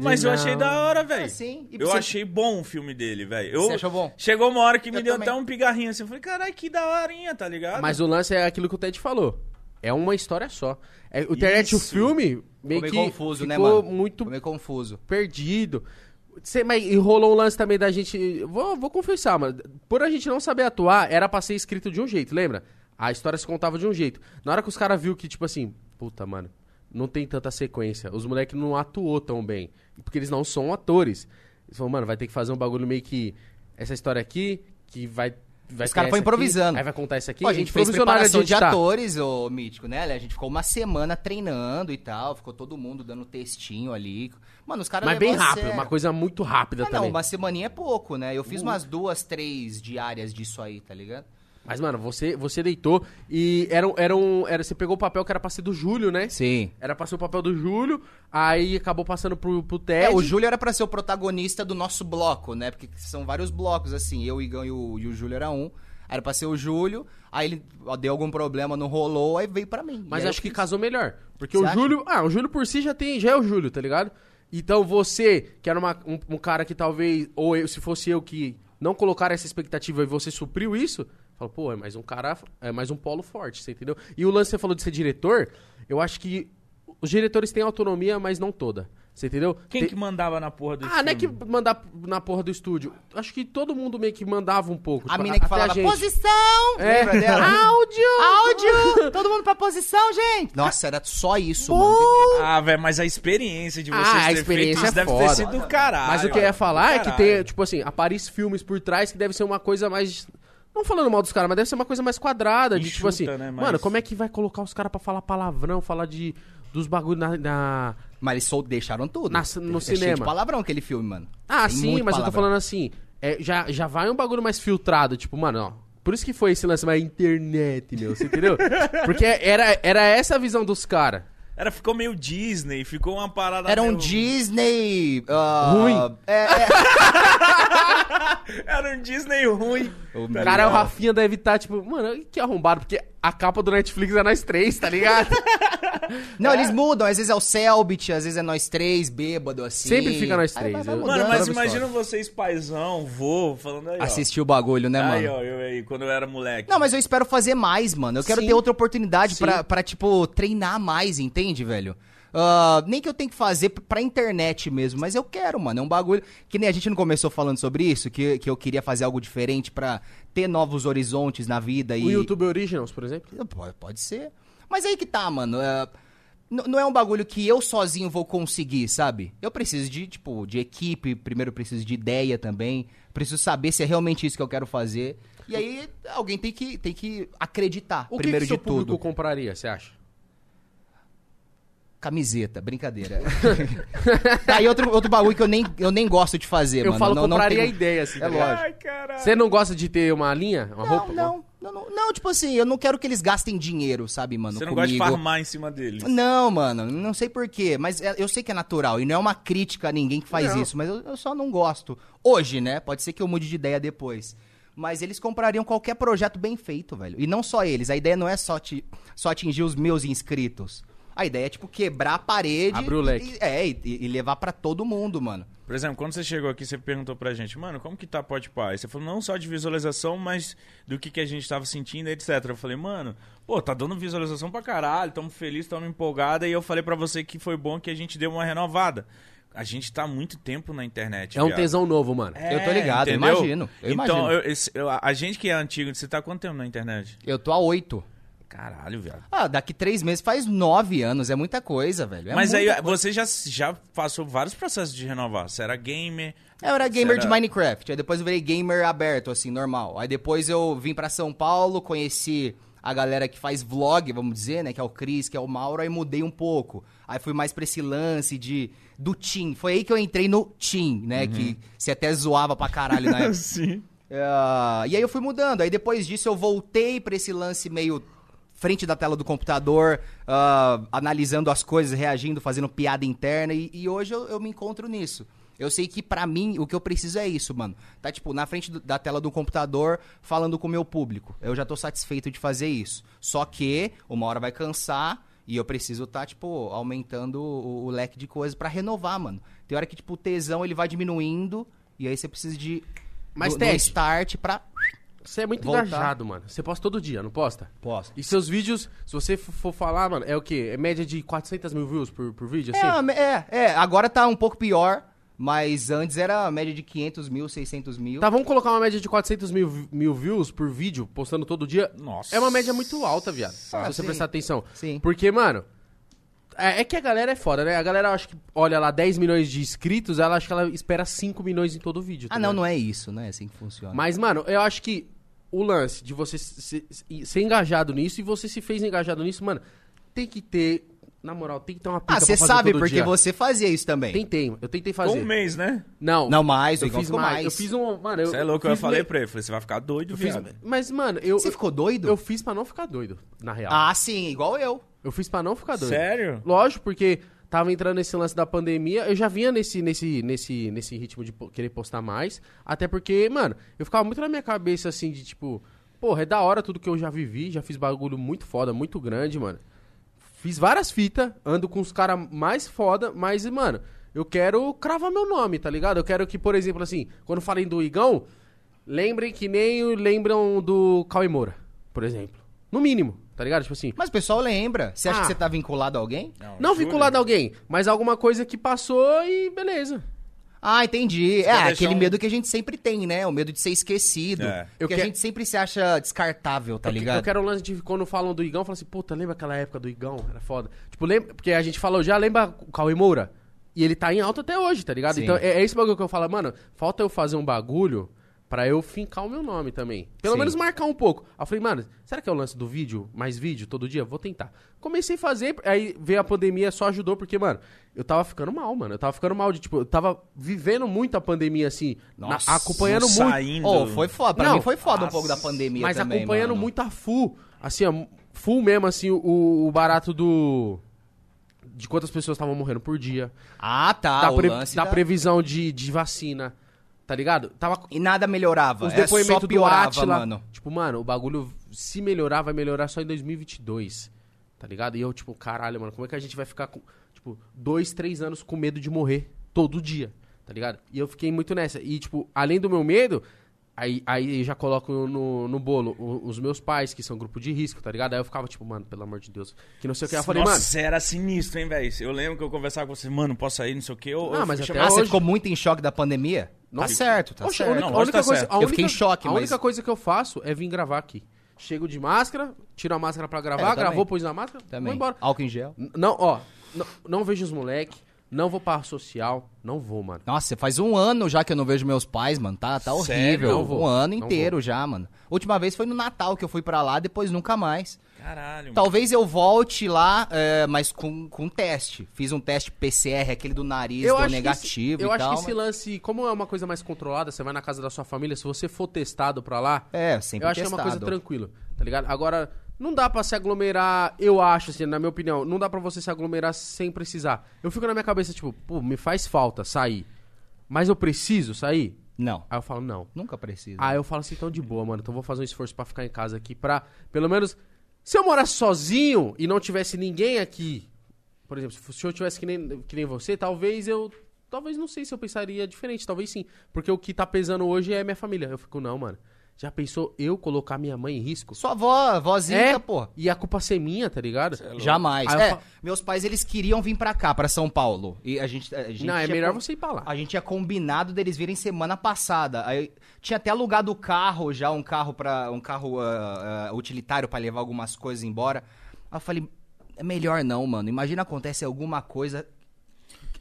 Speaker 2: Mas eu achei da hora, velho.
Speaker 3: Ah, sim. E
Speaker 2: eu
Speaker 3: você-
Speaker 2: achei bom o filme dele, velho. Eu-
Speaker 3: Você achou bom?
Speaker 2: Chegou uma hora que me
Speaker 3: Eu
Speaker 2: deu
Speaker 3: também.
Speaker 2: até um pigarrinho assim. Eu falei, caralho, que daorinha, tá ligado?
Speaker 1: Mas o lance é aquilo que o Ted falou. É uma história só. É, o internet e o
Speaker 2: Isso.
Speaker 1: filme meio
Speaker 3: Ficou meio
Speaker 1: que
Speaker 3: confuso, né,
Speaker 1: ficou
Speaker 3: mano?
Speaker 1: muito
Speaker 3: Ficou meio confuso.
Speaker 1: perdido. Cê, mas e rolou um lance também da gente. Vou, vou confessar, mano. Por a gente não saber atuar, era pra ser escrito de um jeito, lembra? A história se contava de um jeito. Na hora que os caras viu que, tipo assim, puta, mano, não tem tanta sequência. Os moleques não atuou tão bem. Porque eles não são atores. Eles falaram, mano, vai ter que fazer um bagulho meio que. Essa história aqui, que vai. vai
Speaker 3: Os caras
Speaker 1: ter
Speaker 3: foi
Speaker 1: essa aqui,
Speaker 3: improvisando.
Speaker 1: aí vai contar isso aqui.
Speaker 3: Ó, a gente fez
Speaker 1: improvisou na hora
Speaker 3: preparação de,
Speaker 1: editar.
Speaker 3: atores, ô Mítico, né? Ale? A gente ficou uma semana treinando e tal, ficou todo mundo dando textinho ali. Mano, os caras
Speaker 1: Mas bem
Speaker 3: levou a
Speaker 1: rápido,
Speaker 3: sério.
Speaker 1: uma coisa muito rápida
Speaker 3: Ah, não,
Speaker 1: também. Uh.
Speaker 3: uma semaninha é pouco, né? Eu fiz umas duas, três diárias disso aí, tá ligado?
Speaker 1: Mas, mano, você, você deitou e era, um- era um. Era, você pegou o papel que era pra ser do Júlio, né?
Speaker 3: Sim.
Speaker 1: Era pra ser o papel do Júlio, aí acabou passando pro, pro Ted.
Speaker 3: É, o Júlio era pra ser o protagonista do nosso bloco, né? Porque são vários blocos, assim. Eu, Igão e o, e o Júlio era um. Aí Era pra ser o Júlio. Aí ele ó, deu algum problema, não rolou, aí veio pra mim.
Speaker 1: Mas
Speaker 3: E aí
Speaker 1: acho
Speaker 3: eu
Speaker 1: que
Speaker 3: fiz.
Speaker 1: casou melhor. Porque
Speaker 3: é Você
Speaker 1: o
Speaker 3: acha?
Speaker 1: Júlio. Ah, o Júlio por si já tem. Já é o Júlio, tá ligado? Então você, que era uma- um, um cara que talvez. Ou eu, se fosse eu que não colocaram essa expectativa e você supriu isso, falou, pô, é mais um cara. É mais um polo forte, você entendeu? E o lance que você falou de ser diretor, eu acho que os diretores têm autonomia, mas não toda. Você entendeu?
Speaker 2: Quem
Speaker 1: Tem-
Speaker 2: que mandava na porra do
Speaker 1: Ah, não é que
Speaker 2: filme?
Speaker 1: mandar na porra do estúdio. Acho que todo mundo meio que mandava um pouco.
Speaker 3: A
Speaker 1: tipo,
Speaker 3: mina
Speaker 1: até
Speaker 3: que
Speaker 1: a
Speaker 3: falava,
Speaker 1: gente.
Speaker 3: posição!
Speaker 1: É.
Speaker 3: Lembra dela?
Speaker 1: [LAUGHS] Áudio!
Speaker 3: [LAUGHS] Áudio! Todo mundo pra posição, gente! Nossa, era só isso,
Speaker 1: Uh!
Speaker 3: mano.
Speaker 2: Ah, velho, mas a experiência de
Speaker 1: Ah,
Speaker 2: vocês
Speaker 1: a
Speaker 2: ter
Speaker 1: experiência
Speaker 2: feito isso
Speaker 1: é
Speaker 2: deve
Speaker 1: foda.
Speaker 2: ter sido do caralho.
Speaker 1: Mas o que eu ia
Speaker 2: velho.
Speaker 1: falar é
Speaker 2: Do
Speaker 1: que
Speaker 2: caralho.
Speaker 1: tem, tipo assim, a Paris Filmes por trás, que deve ser uma coisa mais. Não falando mal dos caras, mas deve ser uma coisa mais quadrada, de tipo
Speaker 2: Enxuta,
Speaker 1: assim.
Speaker 2: né, mas-
Speaker 1: Mano, como é que vai colocar os caras pra falar palavrão, falar de. dos bagulho na. na-
Speaker 3: Mas eles sol- deixaram tudo.
Speaker 1: Na- no
Speaker 3: É cheio
Speaker 1: cinema.
Speaker 3: de palavrão aquele filme, mano.
Speaker 1: Ah,
Speaker 3: Tem
Speaker 1: sim,
Speaker 3: muito
Speaker 1: mas eu tô
Speaker 3: palavrão.
Speaker 1: falando assim. é, já, já vai um bagulho mais filtrado, tipo, mano, ó. Por isso que foi esse lance, mas internet, meu, você
Speaker 2: [LAUGHS]
Speaker 1: entendeu? Porque era, era essa a visão dos caras.
Speaker 2: Era, ficou meio Disney, ficou uma parada.
Speaker 3: Era um
Speaker 2: meio...
Speaker 3: Disney... ah,
Speaker 1: Ruim.
Speaker 3: É, é.
Speaker 2: [LAUGHS] Era um Disney ruim.
Speaker 3: [LAUGHS] O
Speaker 2: Tá
Speaker 1: Cara, o
Speaker 3: melhor.
Speaker 1: Rafinha deve estar, tipo, mano, que arrombado, porque a capa do Netflix é nós três, tá ligado? [LAUGHS]
Speaker 3: Não, eles mudam. Às vezes é o Selbit, às vezes é nós três, bêbado, assim.
Speaker 1: Sempre fica nós
Speaker 3: Aí
Speaker 1: três,
Speaker 3: vai- vai
Speaker 1: eu-
Speaker 3: mudando.
Speaker 2: Mano,
Speaker 1: Adorava
Speaker 2: mas
Speaker 1: a história.
Speaker 2: imagina um- vocês, paizão, vô, falando aí. ó.
Speaker 3: Assistir o bagulho, né,
Speaker 2: aí,
Speaker 3: mano?
Speaker 2: ó, eu aí, quando eu era moleque.
Speaker 3: Não, mas eu espero fazer mais, mano. Eu quero
Speaker 1: Sim.
Speaker 3: ter outra oportunidade
Speaker 1: Sim.
Speaker 3: pra, pra, tipo, treinar mais, entende, velho? Ah, nem que eu tenha que fazer pra internet mesmo, mas eu quero, mano. É um bagulho. Que nem a gente não começou falando sobre isso, que, que eu queria fazer algo diferente pra ter novos horizontes na vida [LAUGHS] e.
Speaker 1: O YouTube Originals, por exemplo.
Speaker 3: Pode, pode ser. Mas aí que tá, mano. é, n- não é um bagulho que eu sozinho vou conseguir, sabe? Eu preciso de, tipo, de equipe, primeiro eu preciso de ideia também. Preciso saber se é realmente isso que eu quero fazer. E aí alguém tem que, tem que acreditar,
Speaker 1: O que,
Speaker 3: primeiro
Speaker 1: que seu
Speaker 3: de
Speaker 1: público
Speaker 3: tudo.
Speaker 1: compraria, você acha?
Speaker 3: Camiseta, brincadeira. [LAUGHS] tá, e outro, outro bagulho que eu nem, eu nem gosto de fazer,
Speaker 1: Eu
Speaker 3: mano.
Speaker 1: falo,
Speaker 3: não, não
Speaker 1: compraria
Speaker 3: tenho-
Speaker 1: a ideia, assim. tá
Speaker 3: É
Speaker 1: ligado?
Speaker 3: lógico.
Speaker 2: Ai, caralho.
Speaker 1: Você não gosta de ter uma linha? Uma
Speaker 3: não,
Speaker 1: roupa?
Speaker 3: Não, não, não, não, tipo assim, eu não quero que eles gastem dinheiro, sabe, mano,
Speaker 2: Você não
Speaker 3: comigo.
Speaker 2: gosta de farmar em cima dele.
Speaker 3: Não, mano, não sei porquê, mas é- eu sei que é natural e não é uma crítica a ninguém que faz
Speaker 1: Não.
Speaker 3: isso, mas eu, eu só não gosto. Hoje, né? Pode ser que eu mude de ideia depois. Mas eles comprariam qualquer projeto bem feito, velho. E não só eles. A ideia não é só, ti- só atingir os meus inscritos. A ideia é, tipo, quebrar a parede.
Speaker 1: Abrir o
Speaker 3: e-
Speaker 1: leque.
Speaker 3: é, e, e levar pra todo mundo, mano.
Speaker 2: Por exemplo, quando você chegou aqui, você perguntou pra gente, mano, como que tá pode pá? E você falou não só de visualização, mas do que, que a gente tava sentindo, etc. Eu falei, mano, pô, tá dando visualização pra caralho, tamo feliz, tamo empolgada. E eu falei pra você que foi bom que a gente deu uma renovada. A gente tá há muito tempo na internet.
Speaker 1: É um
Speaker 2: viado.
Speaker 1: tesão novo, mano.
Speaker 2: É,
Speaker 3: Eu tô ligado, eu
Speaker 2: entendeu?
Speaker 3: imagino, eu
Speaker 2: então,
Speaker 3: imagino.
Speaker 2: eu- esse- eu- a gente que é antigo, você tá há quanto tempo na internet?
Speaker 3: Eu tô a oito.
Speaker 2: Caralho, viado.
Speaker 3: Ah, daqui três meses faz nove anos. É muita coisa, velho. É
Speaker 2: Mas aí
Speaker 3: muita-
Speaker 2: você já, já passou vários processos de renovar. Você era gamer.
Speaker 3: Eu era gamer
Speaker 2: Será?
Speaker 3: de Minecraft, aí depois eu virei gamer aberto, assim, normal. Aí depois eu vim pra São Paulo, conheci a galera que faz vlog, vamos dizer, né? Que é o Cris, que é o Mauro, aí mudei um pouco. Aí fui mais pra esse lance de do Team. Foi aí que eu entrei no Team, né? Que você até zoava pra caralho na época.
Speaker 2: Sim.
Speaker 3: Ah, e aí eu fui mudando. Aí depois disso eu voltei pra esse lance meio frente da tela do computador, ah, analisando as coisas, reagindo, fazendo piada interna. E, e hoje eu, eu me encontro nisso. Eu sei que pra mim o que eu preciso é isso, mano. Tá tipo na frente do- da tela do computador, falando com o meu público. Eu já tô satisfeito de fazer isso. Só que uma hora vai cansar. E eu preciso estar, tipo, aumentando o, o leque de coisas pra renovar, mano. Tem hora que, tipo, o tesão ele vai diminuindo. E aí você precisa de.
Speaker 1: Mas
Speaker 3: do, do
Speaker 1: teste.
Speaker 3: start pra.
Speaker 1: Você é muito
Speaker 3: Voltar.
Speaker 1: engajado, mano. Você posta todo dia, não posta?
Speaker 3: Posso.
Speaker 1: E seus vídeos, se você for for falar, mano, é o quê? É média de 400 mil views por, por vídeo, assim?
Speaker 3: É, é, é, agora tá um pouco pior, mas antes era a média de 500 mil, 600 mil.
Speaker 1: Tá, vamos colocar uma média de 400 mil, vi- mil views por vídeo, postando todo dia.
Speaker 2: Nossa.
Speaker 1: É uma média muito alta, viado. se você
Speaker 3: Ah, sim.
Speaker 1: prestar atenção.
Speaker 3: Sim.
Speaker 1: Porque, mano, é, é que a galera é foda, né? A galera acha que olha lá 10 milhões de inscritos, ela acha que ela espera 5 milhões em todo vídeo. tá
Speaker 3: Ah, não, não é isso, não é assim que funciona.
Speaker 1: né? Mas, mano, eu acho que o lance de você se- se- se- ser engajado nisso e você se fez engajado nisso, mano, tem que ter. Na moral, tem que ter uma pica
Speaker 3: ah,
Speaker 1: então, pra
Speaker 3: você
Speaker 1: fazer
Speaker 3: sabe
Speaker 1: todo
Speaker 3: porque
Speaker 1: dia.
Speaker 3: você fazia isso também.
Speaker 1: Tentei, eu tentei
Speaker 2: Com
Speaker 1: fazer.
Speaker 2: um mês, né?
Speaker 1: Não,
Speaker 3: Não mais,
Speaker 1: Então, eu
Speaker 3: o Igão
Speaker 1: fiz
Speaker 3: ficou
Speaker 1: mais.
Speaker 3: mais.
Speaker 1: Eu fiz um. Mano, eu.
Speaker 2: Você é louco,
Speaker 1: eu,
Speaker 2: eu,
Speaker 1: fiz
Speaker 2: falei
Speaker 1: me-
Speaker 2: pra ele, falei, você vai ficar doido,
Speaker 1: eu fiz- tá
Speaker 2: viado.
Speaker 1: Mas, mano, eu.
Speaker 3: Você
Speaker 1: eu-
Speaker 3: ficou doido?
Speaker 1: Eu fiz pra não ficar doido, na real.
Speaker 3: Ah, sim, igual eu.
Speaker 1: Eu fiz pra não ficar doido.
Speaker 2: Sério?
Speaker 1: Lógico, porque tava entrando nesse lance da pandemia, eu já vinha nesse, nesse, nesse, nesse ritmo de po- querer postar mais. Até porque, mano, eu ficava muito na minha cabeça assim de tipo, porra, é da hora tudo que eu já vivi, já fiz bagulho muito foda, muito grande, mano. Fiz várias fitas, ando com os caras mais foda, mas, mano, eu quero cravar meu nome, tá ligado? Eu quero que, por exemplo, assim, quando falem do Igão, lembrem que nem o- lembram do Cauê Moura, por exemplo. No mínimo, tá ligado? Tipo assim,
Speaker 3: Mas o pessoal lembra. Você acha
Speaker 1: Ah.
Speaker 3: que você tá vinculado a alguém?
Speaker 1: não
Speaker 2: jura?
Speaker 1: vinculado a alguém, mas alguma coisa que passou e beleza.
Speaker 3: Ah,
Speaker 2: Você
Speaker 3: entendi. é,
Speaker 2: quer deixar
Speaker 3: aquele
Speaker 2: um-
Speaker 3: medo que a gente sempre tem, né? O medo de ser esquecido.
Speaker 2: É.
Speaker 1: Eu
Speaker 3: Porque
Speaker 1: que-
Speaker 3: a gente sempre se acha descartável, tá
Speaker 1: Eu que-
Speaker 3: ligado?
Speaker 1: Eu quero um lance de quando falam do Igão, falam assim, puta, lembra aquela época do Igão? Era foda. Tipo, lembra, porque a gente falou já, lembra o Cauê Moura? E ele tá em alta até hoje, tá ligado?
Speaker 3: Sim.
Speaker 1: Então é, é esse bagulho que eu falo, mano, falta eu fazer um bagulho pra eu fincar o meu nome também. Pelo
Speaker 3: Sim.
Speaker 1: menos marcar um pouco. Aí eu falei, mano, será que é o lance do vídeo? Mais vídeo todo dia? Vou tentar. Comecei a fazer, aí veio a pandemia, só ajudou, porque, mano, eu tava ficando mal, mano. Eu tava ficando mal de, tipo, eu tava vivendo muito a pandemia, assim, na-
Speaker 3: Nossa,
Speaker 1: acompanhando muito.
Speaker 2: Saindo.
Speaker 3: Oh, foi foda. Pra
Speaker 1: Não.
Speaker 3: mim foi foda um
Speaker 2: Nossa.
Speaker 3: pouco da pandemia
Speaker 1: Mas
Speaker 3: também,
Speaker 1: acompanhando
Speaker 3: mano.
Speaker 1: muito a full, assim, ó, full mesmo, assim, o, o barato do... De quantas pessoas estavam morrendo por dia.
Speaker 3: Ah, tá.
Speaker 1: da,
Speaker 3: o
Speaker 1: pre-
Speaker 3: lance
Speaker 1: da
Speaker 3: da-
Speaker 1: previsão de, de vacina, tá ligado? Tava
Speaker 3: E nada melhorava.
Speaker 1: os
Speaker 3: é, só
Speaker 1: depoimentos do
Speaker 3: piorava,
Speaker 1: Átila.
Speaker 3: mano.
Speaker 1: Tipo, mano, o bagulho, se melhorar, vai melhorar só em 2022, tá ligado? E eu, tipo, caralho, mano, como é que a gente vai ficar com, tipo, dois, três anos com medo de morrer todo dia, tá ligado? E eu fiquei muito nessa. E, tipo, além do meu medo, aí, aí eu já coloco no, no bolo o- os meus pais, que são grupo de risco, tá ligado? Aí eu ficava, tipo, mano, pelo amor de Deus, que não sei o que. Aí eu falei,
Speaker 2: Nossa, você era sinistro, hein, velho? Eu lembro que eu conversava com você, mano, posso sair, não sei o quê. Eu,
Speaker 1: Ah,
Speaker 2: eu
Speaker 1: mas até
Speaker 2: fui chamar-
Speaker 3: Ah,
Speaker 1: hoje-
Speaker 3: você ficou muito em choque da pandemia?
Speaker 1: Nossa.
Speaker 3: Tá certo, tá
Speaker 1: Oxe, a
Speaker 3: certo.
Speaker 1: única,
Speaker 2: Não,
Speaker 1: a
Speaker 2: hoje
Speaker 1: única
Speaker 2: tá
Speaker 1: coisa,
Speaker 2: certo.
Speaker 1: a
Speaker 3: Eu fiquei
Speaker 1: única-
Speaker 3: em choque,
Speaker 1: a
Speaker 3: mas-
Speaker 1: única coisa que eu faço é vir gravar aqui. Chego de máscara, tiro a máscara pra
Speaker 3: É,
Speaker 1: gravar,
Speaker 3: eu também.
Speaker 1: gravou, pôs na máscara, vou
Speaker 3: Também.
Speaker 1: embora.
Speaker 3: Álcool em gel.
Speaker 1: N- Não, ó, n- não vejo os moleque, Não vou pra social, não vou, mano.
Speaker 3: Nossa, faz um ano já que eu não vejo meus pais, mano. Tá, tá
Speaker 2: Sério?
Speaker 3: horrível.
Speaker 1: Não vou,
Speaker 3: Um ano
Speaker 1: não
Speaker 3: inteiro já, mano. Última vez foi no Natal que eu fui pra lá, depois nunca mais.
Speaker 2: Caralho,
Speaker 1: Tá
Speaker 2: mano.
Speaker 3: Talvez eu volte lá, é, mas com, com teste. Fiz um teste PCR, aquele do nariz, deu negativo
Speaker 1: que esse, eu
Speaker 3: e
Speaker 1: acho
Speaker 3: tal.
Speaker 1: que esse
Speaker 3: mas-
Speaker 1: lance, como é uma coisa mais controlada, você vai na casa da sua família, se você for testado pra lá,
Speaker 3: É, sempre
Speaker 1: eu acho que é uma coisa tranquila, tá ligado? Agora, não dá pra se aglomerar, eu acho, assim, na minha opinião, não dá pra você se aglomerar sem precisar. Eu fico na minha cabeça, tipo, pô, me faz falta sair, mas eu preciso sair?
Speaker 3: Não,
Speaker 1: Aí eu falo, não.
Speaker 3: nunca precisa.
Speaker 1: Aí eu falo assim, então de boa, mano, então vou fazer um esforço pra ficar em casa aqui pra, pelo menos, se eu morasse sozinho e não tivesse ninguém aqui, por exemplo, se eu tivesse que nem, que nem você, talvez eu, talvez não sei se eu pensaria diferente, talvez sim, porque o que tá pesando hoje é minha família. Eu fico, não, mano, já pensou eu colocar minha mãe em risco?
Speaker 3: Sua avó, vozinha,
Speaker 1: É,
Speaker 3: pô.
Speaker 1: E a culpa ser minha, tá ligado?
Speaker 3: Jamais.
Speaker 1: Aí eu
Speaker 3: É,
Speaker 1: falo-
Speaker 3: meus pais, eles queriam vir pra cá, pra São Paulo. E a gente... A gente
Speaker 1: Não, é
Speaker 3: tinha
Speaker 1: melhor
Speaker 3: con-
Speaker 1: você ir pra lá.
Speaker 3: A gente tinha combinado deles virem semana passada. Aí tinha até alugado o carro já, um carro para um carro ah, ah, utilitário pra levar algumas coisas embora. Aí eu falei, é melhor não, mano. Imagina acontece alguma coisa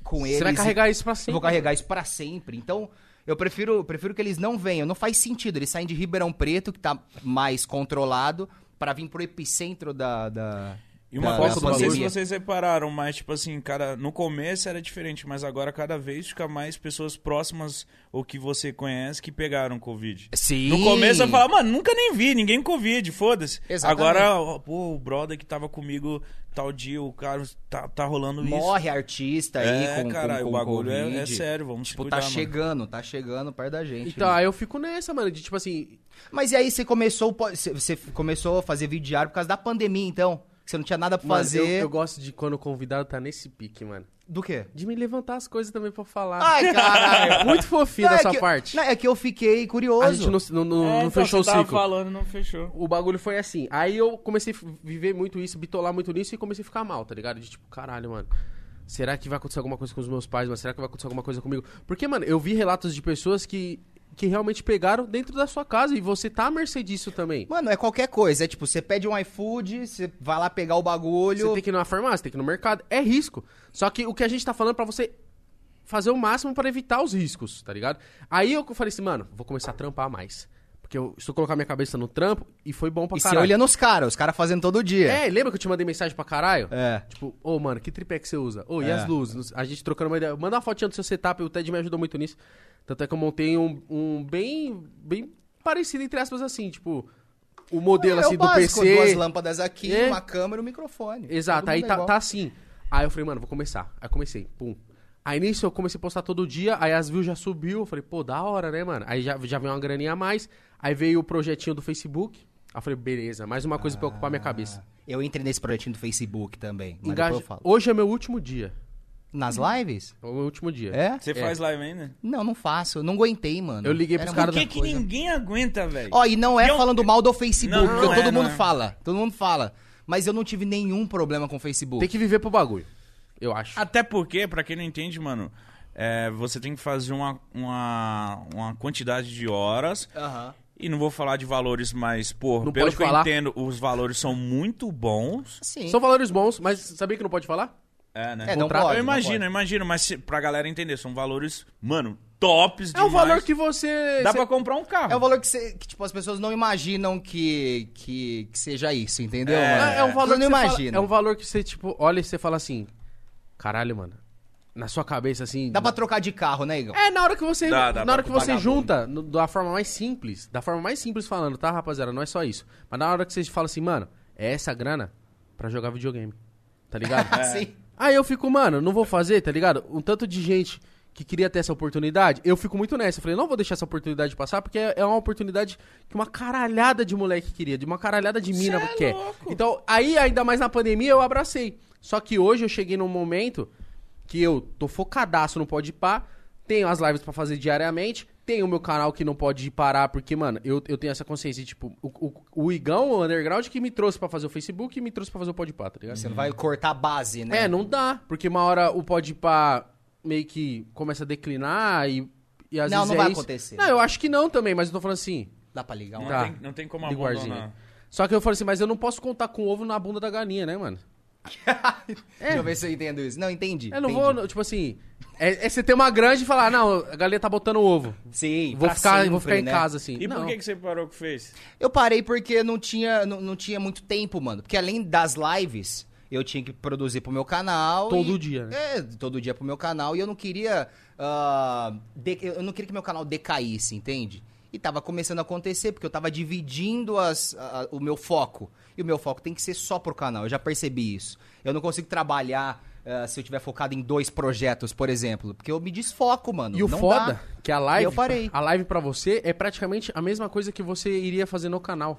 Speaker 3: com eles.
Speaker 1: Você vai
Speaker 3: e
Speaker 1: carregar isso pra
Speaker 3: eu
Speaker 1: sempre.
Speaker 3: vou carregar isso pra sempre. Então, eu prefiro, prefiro que eles não venham. Não faz sentido. Eles saem de Ribeirão Preto, que tá mais controlado, pra vir pro epicentro da. da...
Speaker 2: E uma
Speaker 3: da-
Speaker 2: coisa,
Speaker 3: da
Speaker 2: não sei se
Speaker 3: pandemia.
Speaker 2: vocês repararam, mas tipo assim, cara, no começo era diferente, mas agora cada vez fica mais pessoas próximas ou que você conhece que pegaram Covid.
Speaker 3: Sim.
Speaker 2: No começo eu falava, mano, nunca nem vi ninguém com Covid, foda-se.
Speaker 3: Exatamente.
Speaker 2: Agora, ó, pô, o brother que tava comigo tal dia, o cara tá, tá rolando isso.
Speaker 3: Morre artista aí
Speaker 2: é,
Speaker 3: com,
Speaker 2: cara,
Speaker 3: com,
Speaker 2: o
Speaker 3: com
Speaker 2: bagulho é- é,
Speaker 3: Covid.
Speaker 2: sério, vamos se
Speaker 3: Tipo,
Speaker 2: cuidar,
Speaker 3: tá
Speaker 2: mano.
Speaker 3: chegando, tá chegando perto da gente.
Speaker 1: Então,
Speaker 3: né?
Speaker 1: aí eu fico nessa, mano, de tipo assim,
Speaker 3: Mas e aí você começou, o po- você- você começou a fazer vídeo diário por causa da pandemia, então? Que Você não tinha nada pra
Speaker 1: mano,
Speaker 3: fazer.
Speaker 1: eu, eu gosto de quando o convidado tá nesse pique, mano.
Speaker 3: Do quê?
Speaker 1: De me levantar as coisas também pra falar.
Speaker 3: Ai, caralho.
Speaker 1: Muito fofinho
Speaker 3: Não, é
Speaker 1: dessa
Speaker 3: que eu-
Speaker 1: parte.
Speaker 3: não, é que eu fiquei curioso.
Speaker 1: A gente não, não- não-
Speaker 2: É,
Speaker 1: não
Speaker 2: então,
Speaker 1: fechou o
Speaker 2: você tava
Speaker 1: ciclo.
Speaker 2: falando, não fechou.
Speaker 1: O bagulho foi assim. Aí eu comecei a viver muito isso, bitolar muito nisso e comecei a ficar mal, tá ligado? De tipo, caralho, mano. Será que vai acontecer alguma coisa com os meus pais? Mas será que vai acontecer alguma coisa comigo? Porque, mano, eu vi relatos de pessoas que, que realmente pegaram dentro da sua casa e você tá à mercê disso também.
Speaker 3: Mano, é qualquer coisa. É tipo, você pede um iFood, você vai lá pegar o bagulho.
Speaker 1: Você tem que ir numa farmácia, tem que ir no mercado. É risco. Só que o que a gente tá falando é pra você fazer o máximo pra evitar os riscos, tá ligado? Aí eu falei assim, mano, vou começar a trampar mais. Porque eu, se eu colocar minha cabeça no trampo, e foi bom pra
Speaker 3: E você
Speaker 1: caralho.
Speaker 3: olhando os caras, os caras fazendo todo dia.
Speaker 1: É, lembra que eu te mandei mensagem pra caralho?
Speaker 3: É.
Speaker 1: Tipo, ô, mano, que tripé que você usa? Ô, e
Speaker 3: É.
Speaker 1: as luzes? Nos- A gente trocando uma ideia. Manda uma fotinha do seu setup, o Ted me ajudou muito nisso. Tanto é que eu montei um, um bem, bem parecido, entre aspas, assim, tipo, o modelo,
Speaker 3: É o
Speaker 1: assim, do
Speaker 3: básico,
Speaker 1: PC.
Speaker 3: Duas lâmpadas aqui,
Speaker 1: É.
Speaker 3: uma câmera e um microfone.
Speaker 1: Exato,
Speaker 3: Todo
Speaker 1: aí
Speaker 3: mundo é
Speaker 1: tá,
Speaker 3: igual.
Speaker 1: tá assim. Aí eu falei, mano, vou começar. Aí comecei, pum. Aí nisso eu comecei a postar todo dia, aí as views já subiu. Eu falei, pô, da hora, né, mano? Aí já, já veio uma graninha a mais. Aí veio o projetinho do Facebook. Aí eu falei, beleza, mais uma coisa pra ocupar minha cabeça.
Speaker 3: É. Eu entrei nesse projetinho do Facebook também, Ah, mas
Speaker 1: Engaja-
Speaker 3: depois eu falo.
Speaker 1: Hoje é meu último dia.
Speaker 3: Nas lives?
Speaker 1: É o meu último dia.
Speaker 3: É?
Speaker 2: Você faz live ainda?
Speaker 3: Não, não faço. Eu não aguentei, mano.
Speaker 1: Eu liguei pros
Speaker 3: Era
Speaker 1: caras
Speaker 2: Por
Speaker 1: da.
Speaker 2: que que ninguém aguenta, velho?
Speaker 3: Ó, e não é
Speaker 2: E eu-
Speaker 3: falando mal do Facebook,
Speaker 2: Não,
Speaker 3: porque
Speaker 2: não
Speaker 3: todo
Speaker 2: é, não
Speaker 3: mundo
Speaker 2: é.
Speaker 3: fala. Todo mundo fala. Mas eu não tive nenhum problema com o Facebook.
Speaker 1: Tem que viver pro bagulho. Eu
Speaker 3: Ah,
Speaker 1: acho.
Speaker 2: Até porque, pra quem não entende, mano, é, você tem que fazer uma, uma, uma quantidade de horas.
Speaker 3: Aham.
Speaker 2: E não vou falar de valores, mas, pô,
Speaker 1: Não
Speaker 2: pelo
Speaker 1: pode
Speaker 2: que eu
Speaker 1: falar?
Speaker 2: entendo, os valores são muito bons.
Speaker 3: Sim.
Speaker 1: São valores bons, mas sabia que não pode falar?
Speaker 2: É, né?
Speaker 3: É, não
Speaker 2: Contrato-
Speaker 3: pode,
Speaker 2: eu
Speaker 3: não
Speaker 2: imagino,
Speaker 3: pode.
Speaker 2: eu imagino, mas se, pra galera entender, são valores, mano, tops
Speaker 1: É um
Speaker 2: demais.
Speaker 1: valor que você.
Speaker 2: Dá
Speaker 1: você-
Speaker 2: pra comprar um carro.
Speaker 3: É o valor que, você- que, tipo, as pessoas não imaginam que, que, que seja isso, entendeu?
Speaker 2: É.
Speaker 3: mano?
Speaker 1: É, é um valor
Speaker 3: Elas
Speaker 1: que
Speaker 3: não
Speaker 1: você fala-
Speaker 3: imagina.
Speaker 1: é um valor que você, tipo, olha e você fala assim. Caralho, mano. Na sua cabeça, assim.
Speaker 3: Dá
Speaker 1: na-
Speaker 3: pra trocar de carro, né, Igão?
Speaker 1: É, na hora que você.
Speaker 2: Dá, dá
Speaker 1: na
Speaker 2: pra
Speaker 1: hora que
Speaker 2: comprar
Speaker 1: você
Speaker 2: vagabundo.
Speaker 1: junta, no- da forma mais simples. Da forma mais simples falando, tá, rapaziada? Não é só isso. Mas na hora que você fala assim, mano, é essa grana pra jogar videogame. Tá
Speaker 2: [LAUGHS]
Speaker 1: ligado?
Speaker 3: [LAUGHS] Sim.
Speaker 1: Aí eu fico, mano, não vou fazer, tá ligado? Um tanto de gente que queria ter essa oportunidade, eu fico muito nessa. Eu falei, não vou deixar essa oportunidade passar, porque é é uma oportunidade que uma caralhada de moleque queria, de uma caralhada de mina
Speaker 2: Cê é
Speaker 1: quer.
Speaker 2: louco.
Speaker 1: Então, aí, ainda mais na pandemia, eu abracei. Só que hoje eu cheguei num momento que eu tô focadaço no Pode Par, tenho as lives pra fazer diariamente, tenho o meu canal que não pode parar, porque, mano, eu, eu tenho essa consciência, de, tipo, o, o, o Igão, o Underground, que me trouxe pra fazer o Facebook e me trouxe pra fazer o Pode Par, tá ligado?
Speaker 3: Você não vai cortar a base, né?
Speaker 1: É, não dá, porque uma hora o Podpah meio que começa a declinar e, e às
Speaker 3: Não,
Speaker 1: vezes
Speaker 3: não
Speaker 1: é
Speaker 3: vai
Speaker 1: isso.
Speaker 3: acontecer,
Speaker 1: Não,
Speaker 3: né?
Speaker 1: eu acho que não também, mas eu tô falando assim,
Speaker 3: Dá pra ligar
Speaker 2: Não,
Speaker 3: um.
Speaker 1: Tá.
Speaker 2: tem, não tem como
Speaker 1: de guardinha.
Speaker 2: abandonar.
Speaker 1: Só que eu falo assim, mas eu não posso contar com o ovo na bunda da galinha, né, mano?
Speaker 3: Deixa eu ver se eu entendo isso. Não, entendi.
Speaker 1: É. Eu não
Speaker 3: entendi.
Speaker 1: vou, no- tipo assim. É, é você ter uma grande e falar, não, a galera tá botando ovo.
Speaker 3: Sim,
Speaker 1: Vou
Speaker 3: pra
Speaker 1: ficar,
Speaker 3: sempre,
Speaker 1: vou ficar em
Speaker 3: né?
Speaker 1: casa, assim.
Speaker 2: E
Speaker 1: não.
Speaker 2: por que, que você parou que fez?
Speaker 3: Eu parei porque não tinha, não, não tinha muito tempo, mano. Porque além das lives, eu tinha que produzir pro meu canal.
Speaker 1: Todo
Speaker 3: e-
Speaker 1: dia, né?
Speaker 3: É, todo dia pro meu canal. E eu não queria. ah, de- eu não queria que meu canal decaísse, entende? E tava começando a acontecer, porque eu tava dividindo as, a- o meu foco. E o meu foco tem que ser só pro canal, eu já percebi isso. Eu não consigo trabalhar ah, se eu tiver focado em dois projetos, por exemplo. Porque eu me desfoco, mano.
Speaker 1: E o
Speaker 3: não
Speaker 1: foda
Speaker 3: dá.
Speaker 1: que a live,
Speaker 3: Eu parei.
Speaker 1: a live para você é praticamente a mesma coisa que você iria fazer no canal.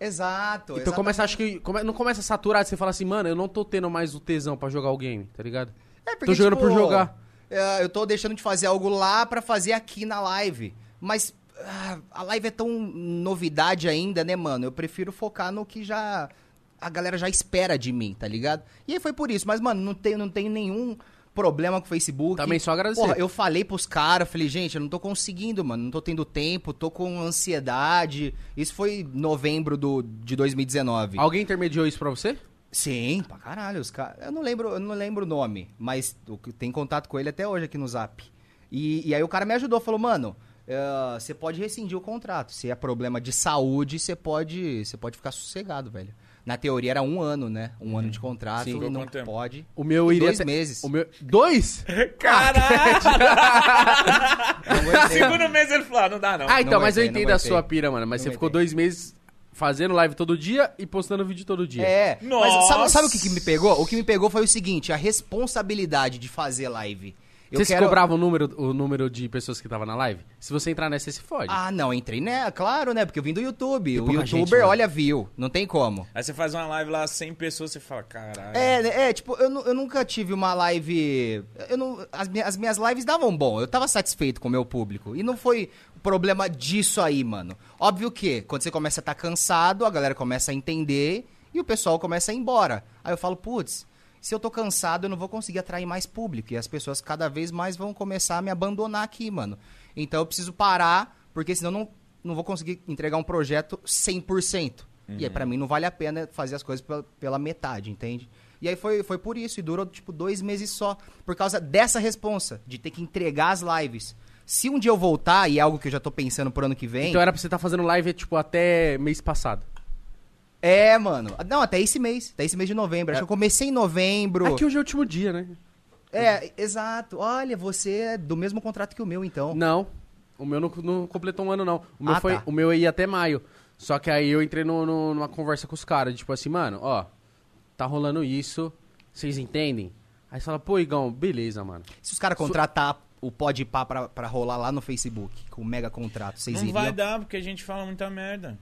Speaker 3: Exato.
Speaker 1: então
Speaker 3: exatamente.
Speaker 1: começa, acho que come- não começa a saturar, você fala assim, mano, eu não tô tendo mais o tesão pra jogar o game, tá ligado?
Speaker 3: É,
Speaker 1: Tô jogando por jogar.
Speaker 3: é, eu tô deixando de fazer algo lá pra fazer aqui na live. Mas ah, a live é tão novidade ainda, né, mano? Eu prefiro focar no que já. A galera já espera de mim, tá ligado? E aí foi por isso. Mas, mano, não tenho, não tenho nenhum problema com o Facebook.
Speaker 1: Também só agradecer.
Speaker 3: Porra, eu falei pros caras, falei, gente, eu não tô conseguindo, mano. Não tô tendo tempo, tô com ansiedade. Isso foi em novembro do, de 2019.
Speaker 1: Alguém intermediou isso pra você?
Speaker 3: Sim, pra caralho, os caras. Eu não lembro, eu não lembro o nome, mas eu tenho contato com ele até hoje aqui no Zap. E, e aí o cara me ajudou, falou, mano, eh, você pode rescindir o contrato. Se é problema de saúde, você pode, você pode ficar sossegado, velho. Na teoria era um ano, né? Um ano de contrato,
Speaker 2: Sim. Ficou
Speaker 3: não
Speaker 2: quanto tempo?
Speaker 3: pode.
Speaker 1: O meu Uhum. iria
Speaker 3: Dois
Speaker 1: até-
Speaker 3: meses.
Speaker 1: O meu dois?
Speaker 3: [LAUGHS]
Speaker 2: Caralho!
Speaker 1: [LAUGHS]
Speaker 3: Não aguentei.
Speaker 2: Segundo mês ele falou, ah, não dá não.
Speaker 1: Ah, então,
Speaker 3: Não
Speaker 1: mas eu
Speaker 3: aguentei,
Speaker 1: entendo
Speaker 3: não
Speaker 1: a
Speaker 3: aguentei.
Speaker 1: sua pira, mano, mas
Speaker 3: Não
Speaker 1: você ficou
Speaker 3: aguentei.
Speaker 1: dois meses fazendo live todo dia e postando vídeo todo dia.
Speaker 3: É, mas sabe,
Speaker 2: Nossa.
Speaker 3: sabe o que, que me pegou? O que me pegou foi o seguinte, a responsabilidade de fazer live. Eu
Speaker 1: Você se
Speaker 3: quero-
Speaker 1: cobrava o número, o número de pessoas que tava na live? Se você entrar nessa, você se fode.
Speaker 3: Ah, não, entrei, né? Claro, né? Porque eu vim do YouTube. O
Speaker 1: pouca
Speaker 3: youtuber
Speaker 1: gente, né?
Speaker 3: olha view, não tem como.
Speaker 2: Aí você faz uma live lá, 100 pessoas, você fala, caralho.
Speaker 3: É, né, é tipo, eu, nu- eu nunca tive uma live. Eu não, as, minha- as minhas lives davam bom, eu tava satisfeito com o meu público. E não foi o problema disso aí, mano. Óbvio que, quando você começa a estar cansado, a galera começa a entender e o pessoal começa a ir embora. Aí eu falo, putz, se eu tô cansado, eu não vou conseguir atrair mais público. E as pessoas cada vez mais vão começar a me abandonar aqui, mano. Então eu preciso parar, porque senão eu não, não vou conseguir entregar um projeto 100%. E aí,
Speaker 1: Uhum.
Speaker 3: pra mim, não vale a pena fazer as coisas pela, pela metade, entende? E aí foi, foi por isso, e durou, tipo, dois meses só. Por causa dessa responsa, de ter que entregar as lives. Se um dia eu voltar, e é algo que eu já tô pensando pro ano que vem...
Speaker 1: Então era pra você estar fazendo live, tipo, até mês passado.
Speaker 3: É, mano. Não, até esse mês. Até esse mês de novembro. Acho que eu comecei em novembro.
Speaker 1: É que hoje é o último dia, né?
Speaker 3: É, exato. Olha, você é do mesmo contrato que o meu, então.
Speaker 1: Não. O meu não, não completou um ano, não. O meu,
Speaker 3: Ah,
Speaker 1: foi,
Speaker 3: tá.
Speaker 1: o meu ia até maio. Só que aí eu entrei no- no- numa conversa com os caras, tipo assim, mano, ó, tá rolando isso, vocês entendem? Aí você fala, pô, Igão, beleza, mano.
Speaker 3: Se os caras contratar o pode pá pra, pra rolar lá no Facebook, com o mega contrato, vocês
Speaker 2: não
Speaker 3: iriam.
Speaker 2: vai dar, porque a gente fala muita merda,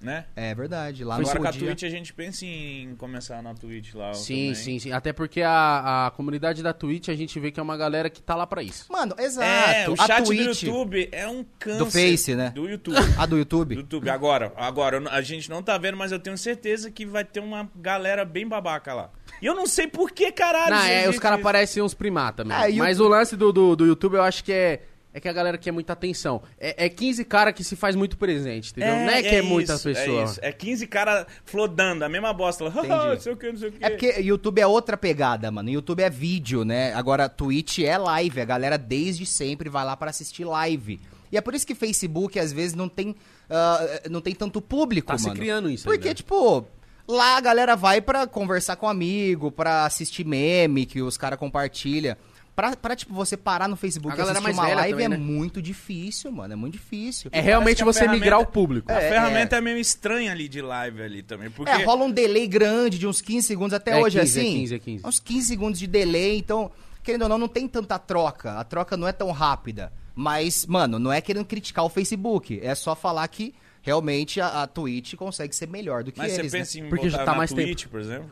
Speaker 2: né?
Speaker 3: É verdade, lá
Speaker 2: Agora
Speaker 3: no
Speaker 2: com a
Speaker 3: podia.
Speaker 2: Twitch a gente pensa em começar na Twitch lá.
Speaker 1: Sim,
Speaker 2: também.
Speaker 1: sim, sim. Até porque a, a comunidade da Twitch, a gente vê que é uma galera que tá lá pra isso.
Speaker 3: Mano, exato.
Speaker 2: É, o
Speaker 3: Ah, a
Speaker 2: chat
Speaker 3: Twitch,
Speaker 2: do YouTube é um câncer.
Speaker 3: Do Face, né?
Speaker 2: Do YouTube.
Speaker 3: A do YouTube?
Speaker 2: Do YouTube. Agora, agora, eu não- a gente não tá vendo, mas eu tenho certeza que vai ter uma galera bem babaca lá. E eu não sei por que, caralho.
Speaker 1: Não,
Speaker 2: isso
Speaker 1: é, os
Speaker 2: existe.
Speaker 1: caras parecem uns primata mesmo.
Speaker 3: É, e o-
Speaker 1: Mas o lance do, do, do YouTube eu acho que é. É que a galera quer muita atenção. É, é 15 cara que se faz muito presente, entendeu? não é que é, muitas
Speaker 2: isso, é
Speaker 1: pessoas.
Speaker 2: isso. É, 15 caras flodando, a mesma bosta. lá. [LAUGHS]
Speaker 3: Entendi.
Speaker 2: não sei o que, não sei o que.
Speaker 3: É porque YouTube é outra pegada, mano. YouTube é vídeo, né? Agora, Twitch é live. A galera desde sempre vai lá pra assistir live. E é por isso que Facebook, às vezes, não tem, ah, não tem tanto público,
Speaker 1: Tá se
Speaker 3: mano.
Speaker 1: criando isso aí,
Speaker 3: Porque,
Speaker 1: né?
Speaker 3: tipo, lá a galera vai pra conversar com amigo, pra assistir meme que os caras compartilham. Pra, pra, tipo, você parar no Facebook
Speaker 1: A
Speaker 3: e
Speaker 1: galera mais
Speaker 3: assistir uma
Speaker 1: velha
Speaker 3: live
Speaker 1: também,
Speaker 3: é
Speaker 1: né?
Speaker 3: muito difícil, mano. É muito difícil.
Speaker 1: É realmente
Speaker 2: que a
Speaker 1: você
Speaker 2: ferramenta-
Speaker 1: migrar o público.
Speaker 2: A
Speaker 3: É,
Speaker 2: ferramenta é. meio estranha ali de live ali também. Porque
Speaker 3: É, rola um delay grande de uns 15 segundos até
Speaker 1: É
Speaker 3: hoje,
Speaker 1: 15, é
Speaker 3: assim.
Speaker 1: 15, é 15.
Speaker 3: Uns 15 segundos de delay, então, querendo ou não, não tem tanta troca. A troca não é tão rápida. Mas, mano, não é querendo criticar o Facebook. É só falar que realmente a, a Twitch consegue ser melhor do que
Speaker 2: Mas
Speaker 3: eles.
Speaker 2: você
Speaker 3: né?
Speaker 2: pensa em
Speaker 1: Porque já
Speaker 2: botar
Speaker 1: tá
Speaker 2: na
Speaker 1: mais
Speaker 2: Twitch, por exemplo?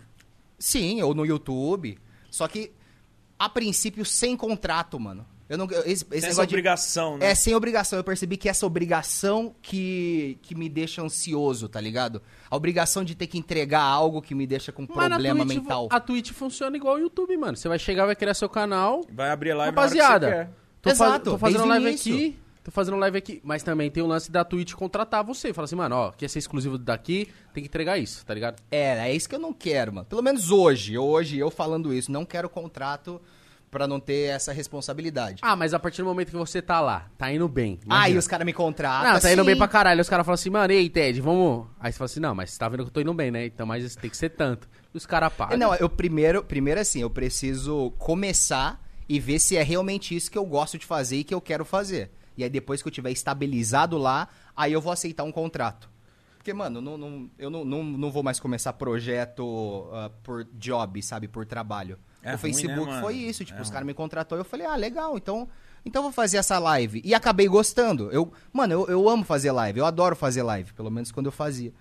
Speaker 3: Sim, ou no YouTube. Só que, a princípio, sem contrato, mano. Eu não, esse, esse
Speaker 2: Essa
Speaker 3: negócio de-
Speaker 2: obrigação, né?
Speaker 3: é, sem obrigação. Eu percebi que essa obrigação que, que me deixa ansioso, tá ligado? A obrigação de ter que entregar algo que me deixa com
Speaker 1: Mas na
Speaker 3: problema
Speaker 1: Twitch,
Speaker 3: mental.
Speaker 1: A Twitch funciona igual o YouTube, mano. Você vai chegar, vai criar seu canal.
Speaker 2: Vai abrir live na hora que você
Speaker 1: Rapaziada,
Speaker 2: quer.
Speaker 1: tô, fa-
Speaker 3: Exato,
Speaker 1: tô fazendo
Speaker 3: desde o
Speaker 1: live
Speaker 3: início.
Speaker 1: aqui. Tô fazendo live aqui. Mas também tem o lance da Twitch contratar você. Fala assim, mano, ó, quer ser exclusivo daqui, tem que entregar isso, tá ligado?
Speaker 3: É, é isso que eu não quero, mano. Pelo menos hoje, hoje eu falando isso, não quero contrato pra não ter essa responsabilidade.
Speaker 1: Ah, mas a partir do momento que você tá lá, tá indo bem.
Speaker 3: Ah, e
Speaker 1: imagina.
Speaker 3: os caras me contratam.
Speaker 1: Não, tá indo
Speaker 3: sim.
Speaker 1: bem pra caralho. Aí Os caras falam assim, mano, e aí, Ted, vamos. Aí você fala assim, não, mas você tá vendo que eu tô indo bem, né? Então, mas tem que ser tanto. E os caras pagam.
Speaker 3: Não, é eu primeiro, primeiro assim, eu preciso começar e ver se é realmente isso que eu gosto de fazer e que eu quero fazer. E aí depois que eu tiver estabilizado lá, aí eu vou aceitar um contrato. Porque, mano, não- não- eu não, não, não vou mais começar projeto ah, por job, sabe? Por trabalho.
Speaker 2: É
Speaker 3: o
Speaker 2: ruim,
Speaker 3: Facebook
Speaker 2: né, mano?
Speaker 3: foi isso, tipo,
Speaker 2: É
Speaker 3: os
Speaker 2: ruim.
Speaker 3: caras me contratou e eu falei, ah, legal, então, então eu vou fazer essa live. E acabei gostando. Eu, mano, eu, eu amo fazer live, eu adoro fazer live, pelo menos quando eu fazia.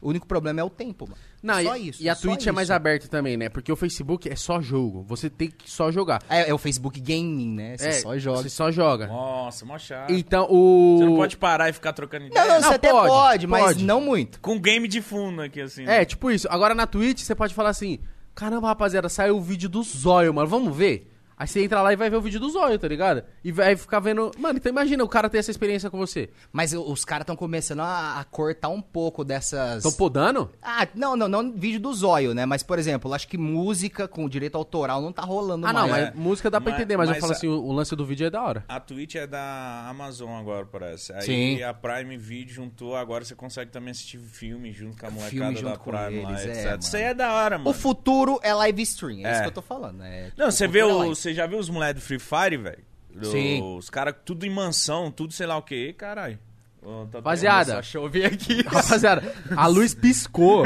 Speaker 3: O único problema é o tempo, mano.
Speaker 1: Não,
Speaker 3: só
Speaker 1: e,
Speaker 3: isso.
Speaker 1: e a
Speaker 3: só
Speaker 1: Twitch é mais
Speaker 3: isso.
Speaker 1: aberta também, né? Porque o Facebook é só jogo. Você tem que só jogar.
Speaker 3: É, é o Facebook Gaming, né? Você
Speaker 1: é,
Speaker 3: só joga.
Speaker 1: Você só joga.
Speaker 2: Nossa, mó chato.
Speaker 1: Então, o...
Speaker 2: Você não pode parar e ficar trocando
Speaker 3: Não,
Speaker 2: ideia.
Speaker 3: não, você até pode,
Speaker 1: pode,
Speaker 3: mas
Speaker 1: pode.
Speaker 3: não muito.
Speaker 2: Com game de fundo aqui, assim. né?
Speaker 1: É, tipo isso. Agora na Twitch você pode falar assim: caramba, rapaziada, saiu o vídeo do zóio, mano, vamos ver? Aí você entra lá e vai ver o vídeo do zóio, tá ligado? E vai ficar vendo. Mano, então imagina o cara ter essa experiência com você.
Speaker 3: Mas o- os caras estão começando a, a cortar um pouco dessas.
Speaker 1: Tão podando?
Speaker 3: Ah, não, não, não vídeo do zóio, né? Mas, por exemplo, acho que música com direito autoral não tá rolando
Speaker 1: ah,
Speaker 3: mais.
Speaker 1: não, mas
Speaker 2: é.
Speaker 1: música dá pra
Speaker 2: Mas-
Speaker 1: entender, mas,
Speaker 2: mas
Speaker 1: eu falo
Speaker 2: a-
Speaker 1: assim: o, o lance do vídeo é da hora.
Speaker 2: A Twitch é da Amazon agora, parece. Aí
Speaker 3: Sim.
Speaker 2: a Prime Video juntou, agora você consegue também assistir filme junto com a molecada
Speaker 3: Filme junto
Speaker 2: da
Speaker 3: com
Speaker 2: Prime lá,
Speaker 3: eles, é,
Speaker 2: etc.
Speaker 3: mano.
Speaker 2: Isso aí é da hora,
Speaker 3: O
Speaker 2: mano.
Speaker 3: futuro é live stream, é, isso
Speaker 2: É.
Speaker 3: que eu tô falando. é, tipo,
Speaker 2: Não, você vê,
Speaker 3: futuro
Speaker 2: o-
Speaker 3: é live.
Speaker 2: você já viu os moleques do Free Fire, velho? Do-
Speaker 3: Sim.
Speaker 2: Os caras tudo em mansão, tudo sei lá o quê, caralho. Ô, tá-
Speaker 1: Rapaziada.
Speaker 2: Nossa, chover aqui.
Speaker 1: [LAUGHS] Rapaziada, a luz piscou.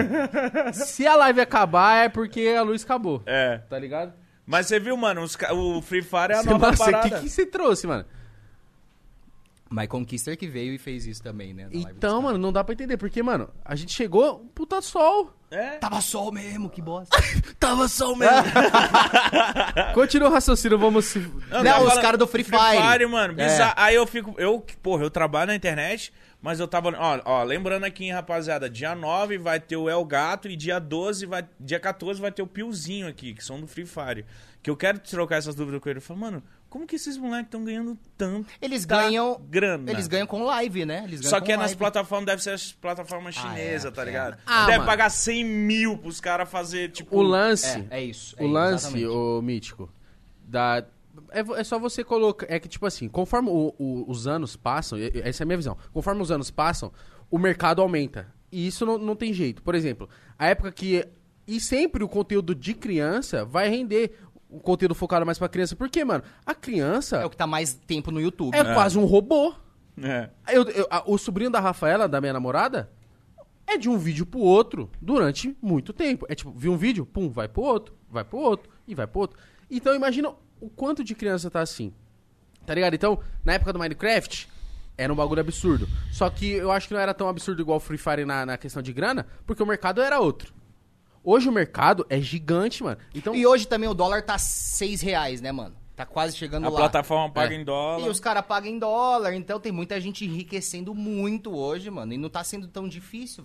Speaker 1: Se a live acabar, é porque a luz acabou.
Speaker 2: É.
Speaker 1: Tá ligado?
Speaker 2: Mas você viu, mano, os ca- o Free Fire é a
Speaker 1: Você-
Speaker 2: nova
Speaker 1: mano, você-
Speaker 2: parada.
Speaker 1: que, que você trouxe, mano?
Speaker 3: Mas Conquister que veio e fez isso também, né? na live dos
Speaker 1: Então, mano, não dá pra entender. Porque, mano, a gente chegou, um puta sol.
Speaker 2: É.
Speaker 3: caras. Tava sol mesmo, que bosta.
Speaker 1: Tava sol mesmo. [LAUGHS] Continua o raciocínio, vamos se.
Speaker 2: eu
Speaker 3: Não,
Speaker 2: tava
Speaker 3: os
Speaker 2: falando-
Speaker 3: caras do Free Fire. É.
Speaker 2: mano. bizarro. Aí eu fico. Eu, que, porra, eu trabalho na internet, mas eu tava. Ó, ó, lembrando aqui, hein, rapaziada, dia 9 vai ter o El Gato e dia 12 vai. Dia 14 vai ter o Piozinho aqui, que são do Free Fire. Que eu quero trocar essas dúvidas com ele. Eu falo, mano, como que esses moleques estão ganhando tanto?
Speaker 3: [LAUGHS]
Speaker 2: Tá
Speaker 3: Eles ganham.
Speaker 2: grana.
Speaker 3: Eles ganham com live, né? Eles ganham
Speaker 2: Só
Speaker 3: com
Speaker 2: que é nas
Speaker 3: live.
Speaker 2: plataformas, deve ser as plataformas
Speaker 3: Ah, é,
Speaker 2: chinesas, tá
Speaker 3: é.
Speaker 2: ligado?
Speaker 1: Ah,
Speaker 2: deve
Speaker 1: mano.
Speaker 2: pagar 100 mil pros caras fazer, tipo.
Speaker 1: O lance.
Speaker 3: É, é isso. é
Speaker 1: o
Speaker 3: isso,
Speaker 1: lance,
Speaker 3: exatamente.
Speaker 1: o mítico. Da. É, vo- é só você colocar. É que, tipo assim, conforme o- o- os anos passam, e- e- essa é a minha visão. Conforme os anos passam, o mercado aumenta. E isso não, não tem jeito. Por exemplo, a época que. E sempre o conteúdo de criança vai render o conteúdo focado mais pra criança. Por quê, mano? A
Speaker 3: É
Speaker 1: criança
Speaker 3: o que tá mais tempo no YouTube.
Speaker 1: é quase um robô.
Speaker 2: É.
Speaker 1: Eu- eu- a- o sobrinho da Rafaela, da minha namorada, é de um vídeo pro outro durante muito tempo. É tipo, viu um vídeo, pum, vai pro outro, vai pro outro e vai pro outro. Então imagina o quanto de criança tá assim. Tá ligado? Então, na época do Minecraft, era um bagulho absurdo. Só que eu acho que não era tão absurdo igual o Free Fire na, na questão de grana, porque o mercado era outro. Hoje o mercado é gigante, mano. Então,
Speaker 3: E hoje também o dólar tá 6 reais, né, mano? Tá quase chegando
Speaker 2: A
Speaker 3: lá.
Speaker 2: plataforma paga
Speaker 1: É.
Speaker 2: em dólar.
Speaker 3: E os caras pagam em dólar, então tem muita gente enriquecendo muito hoje, mano. E não tá sendo tão difícil,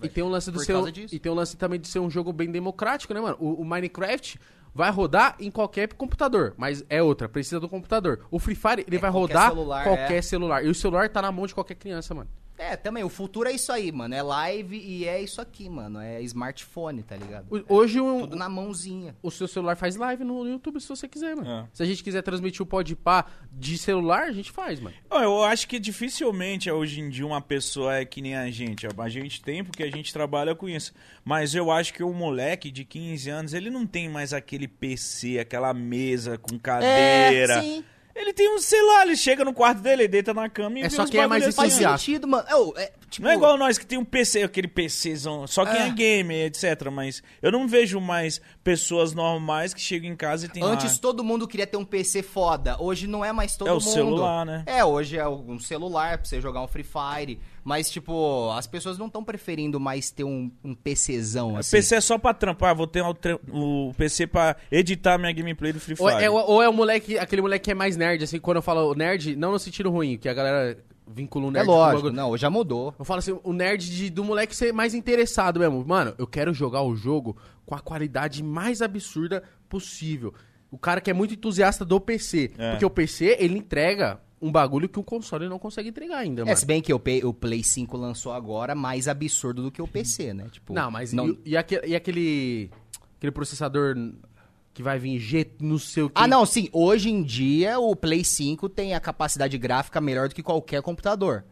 Speaker 1: E
Speaker 3: velho.
Speaker 1: tem um lance do
Speaker 3: por
Speaker 1: seu,
Speaker 3: causa disso.
Speaker 1: e tem um lance também de ser um jogo bem democrático, né, mano? O, o Minecraft vai rodar em qualquer computador, mas é outra, precisa do computador. O Free Fire, ele
Speaker 3: É
Speaker 1: vai
Speaker 3: qualquer
Speaker 1: rodar
Speaker 3: celular,
Speaker 1: qualquer
Speaker 3: é.
Speaker 1: celular. E o celular tá na mão de qualquer criança, mano.
Speaker 3: É, também, o futuro é isso aí, mano. É live e é isso aqui, mano. É smartphone, tá ligado?
Speaker 1: O- Hoje o,
Speaker 3: Tudo na mãozinha.
Speaker 1: o seu celular faz live no YouTube se você quiser, mano.
Speaker 2: É.
Speaker 1: Se a gente quiser transmitir o Podpah de celular, a gente faz, mano.
Speaker 2: Ó, Eu acho que dificilmente hoje em dia uma pessoa é que nem a gente. A gente tem porque a gente trabalha com isso. Mas eu acho que o moleque de 15 anos, ele não tem mais aquele PC, aquela mesa com cadeira.
Speaker 3: É, sim.
Speaker 2: Ele tem um, sei lá, ele chega no quarto dele, ele deita na cama e
Speaker 1: É,
Speaker 2: vê
Speaker 1: só
Speaker 2: uns
Speaker 1: que é mais
Speaker 2: bagulho assim,
Speaker 3: Faz
Speaker 1: Sim.
Speaker 3: sentido, mano. É, o- é, tipo,
Speaker 2: Não é igual nós que tem um PC, aquele PCzão, só quem é gamer, etc. Mas eu não vejo mais pessoas normais que chegam em casa e tem lá-
Speaker 3: Antes todo mundo queria ter um PC foda. Hoje não é mais todo
Speaker 2: É o
Speaker 3: mundo.
Speaker 2: celular, né?
Speaker 3: É, hoje é um celular pra você jogar um Free Fire. Mas, tipo, as pessoas não estão preferindo mais ter um, um PCzão assim.
Speaker 2: PC é só pra trampar, vou ter o, tra- o PC pra editar minha gameplay do Free Fire.
Speaker 1: Ou é, ou é o moleque, aquele moleque que é mais nerd, assim, quando eu falo nerd, não no sentido ruim, que a galera vincula o
Speaker 3: É
Speaker 1: nerd com o
Speaker 3: lógico,
Speaker 1: bagulho.
Speaker 3: não, já mudou.
Speaker 1: Eu falo assim, o nerd de- do moleque ser mais interessado mesmo. Mano, eu quero jogar o jogo com a qualidade mais absurda possível. O cara que é muito entusiasta do PC.
Speaker 2: É.
Speaker 1: Porque o PC, ele entrega um bagulho que o console não consegue entregar ainda,
Speaker 3: É,
Speaker 1: mano.
Speaker 3: se bem que o, P- o Play 5 lançou agora mais absurdo do que o PC, né? Tipo,
Speaker 1: Não, mas E, e aque- e aquele, aquele processador que vai vir G, não sei o que.
Speaker 3: Ah, não, sim. Hoje em dia, o Play 5 tem a capacidade gráfica melhor do que qualquer computador.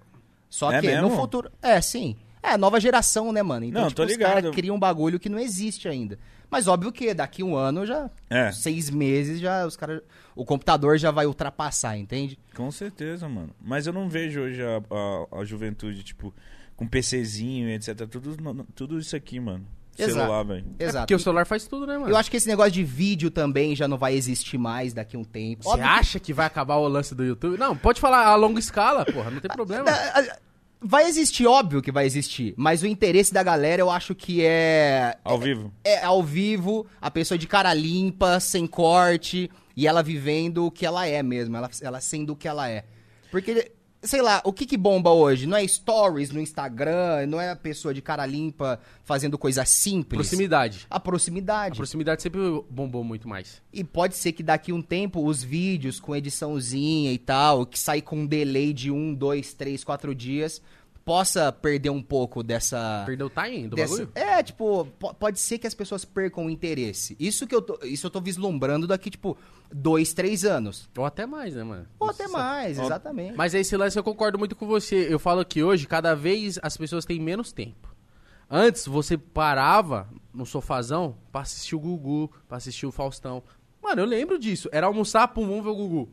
Speaker 3: Só
Speaker 2: É
Speaker 3: que no
Speaker 2: mesmo?
Speaker 3: futuro. É, sim. É, nova geração, né, mano?
Speaker 2: Não, tô
Speaker 3: os caras
Speaker 2: ligado.
Speaker 3: criam um bagulho que não existe ainda. Mas óbvio que daqui um ano já.
Speaker 2: É.
Speaker 3: Seis meses já os caras. O computador já vai ultrapassar, entende?
Speaker 1: É
Speaker 2: Com certeza, mano. Mas eu não vejo hoje a, a, a juventude, tipo, com PCzinho, etc. Tudo, no- no- tudo isso aqui, mano.
Speaker 3: Exato.
Speaker 2: Celular, velho.
Speaker 3: Exato.
Speaker 1: Porque o celular faz tudo, né, mano?
Speaker 3: Eu acho que esse negócio de vídeo também já não vai existir mais daqui a um tempo.
Speaker 1: Você
Speaker 3: Óbvio que-
Speaker 1: acha que vai acabar o lance do YouTube? Não, pode falar a longa escala, porra, não tem problema.
Speaker 3: Ah, ah, Vai existir, óbvio que vai existir. Mas o interesse da galera eu acho que é.
Speaker 2: Ao vivo.
Speaker 3: É ao vivo, a pessoa de cara limpa, sem corte, e ela vivendo o que ela é mesmo, ela, ela sendo o que ela é. Porque, sei lá, o que que bomba hoje? Não é stories no Instagram, não é a pessoa de cara limpa fazendo coisa simples.
Speaker 1: Proximidade.
Speaker 3: A
Speaker 1: A
Speaker 3: proximidade.
Speaker 1: proximidade sempre bombou muito mais.
Speaker 3: E pode ser que daqui um tempo os vídeos com ediçãozinha e tal, que sai com um delay de um, dois, três, quatro dias, possa perder um pouco dessa.
Speaker 1: Perdeu tá o time do
Speaker 3: dessa-
Speaker 1: bagulho?
Speaker 3: É, tipo, po- pode ser que as pessoas percam o interesse. Isso que eu tô, isso eu tô vislumbrando daqui, tipo, dois, três anos.
Speaker 1: Ou até mais, né, mano?
Speaker 3: Ou
Speaker 1: Não
Speaker 3: até
Speaker 1: se sabe.
Speaker 3: mais, exatamente.
Speaker 1: Mas esse lance eu concordo muito com você. Eu falo que hoje, cada vez as pessoas têm menos tempo. Antes, você parava no sofazão pra assistir o Gugu, pra assistir o Faustão. Mano, eu lembro disso. Era almoçar, pum, vamos ver o Gugu.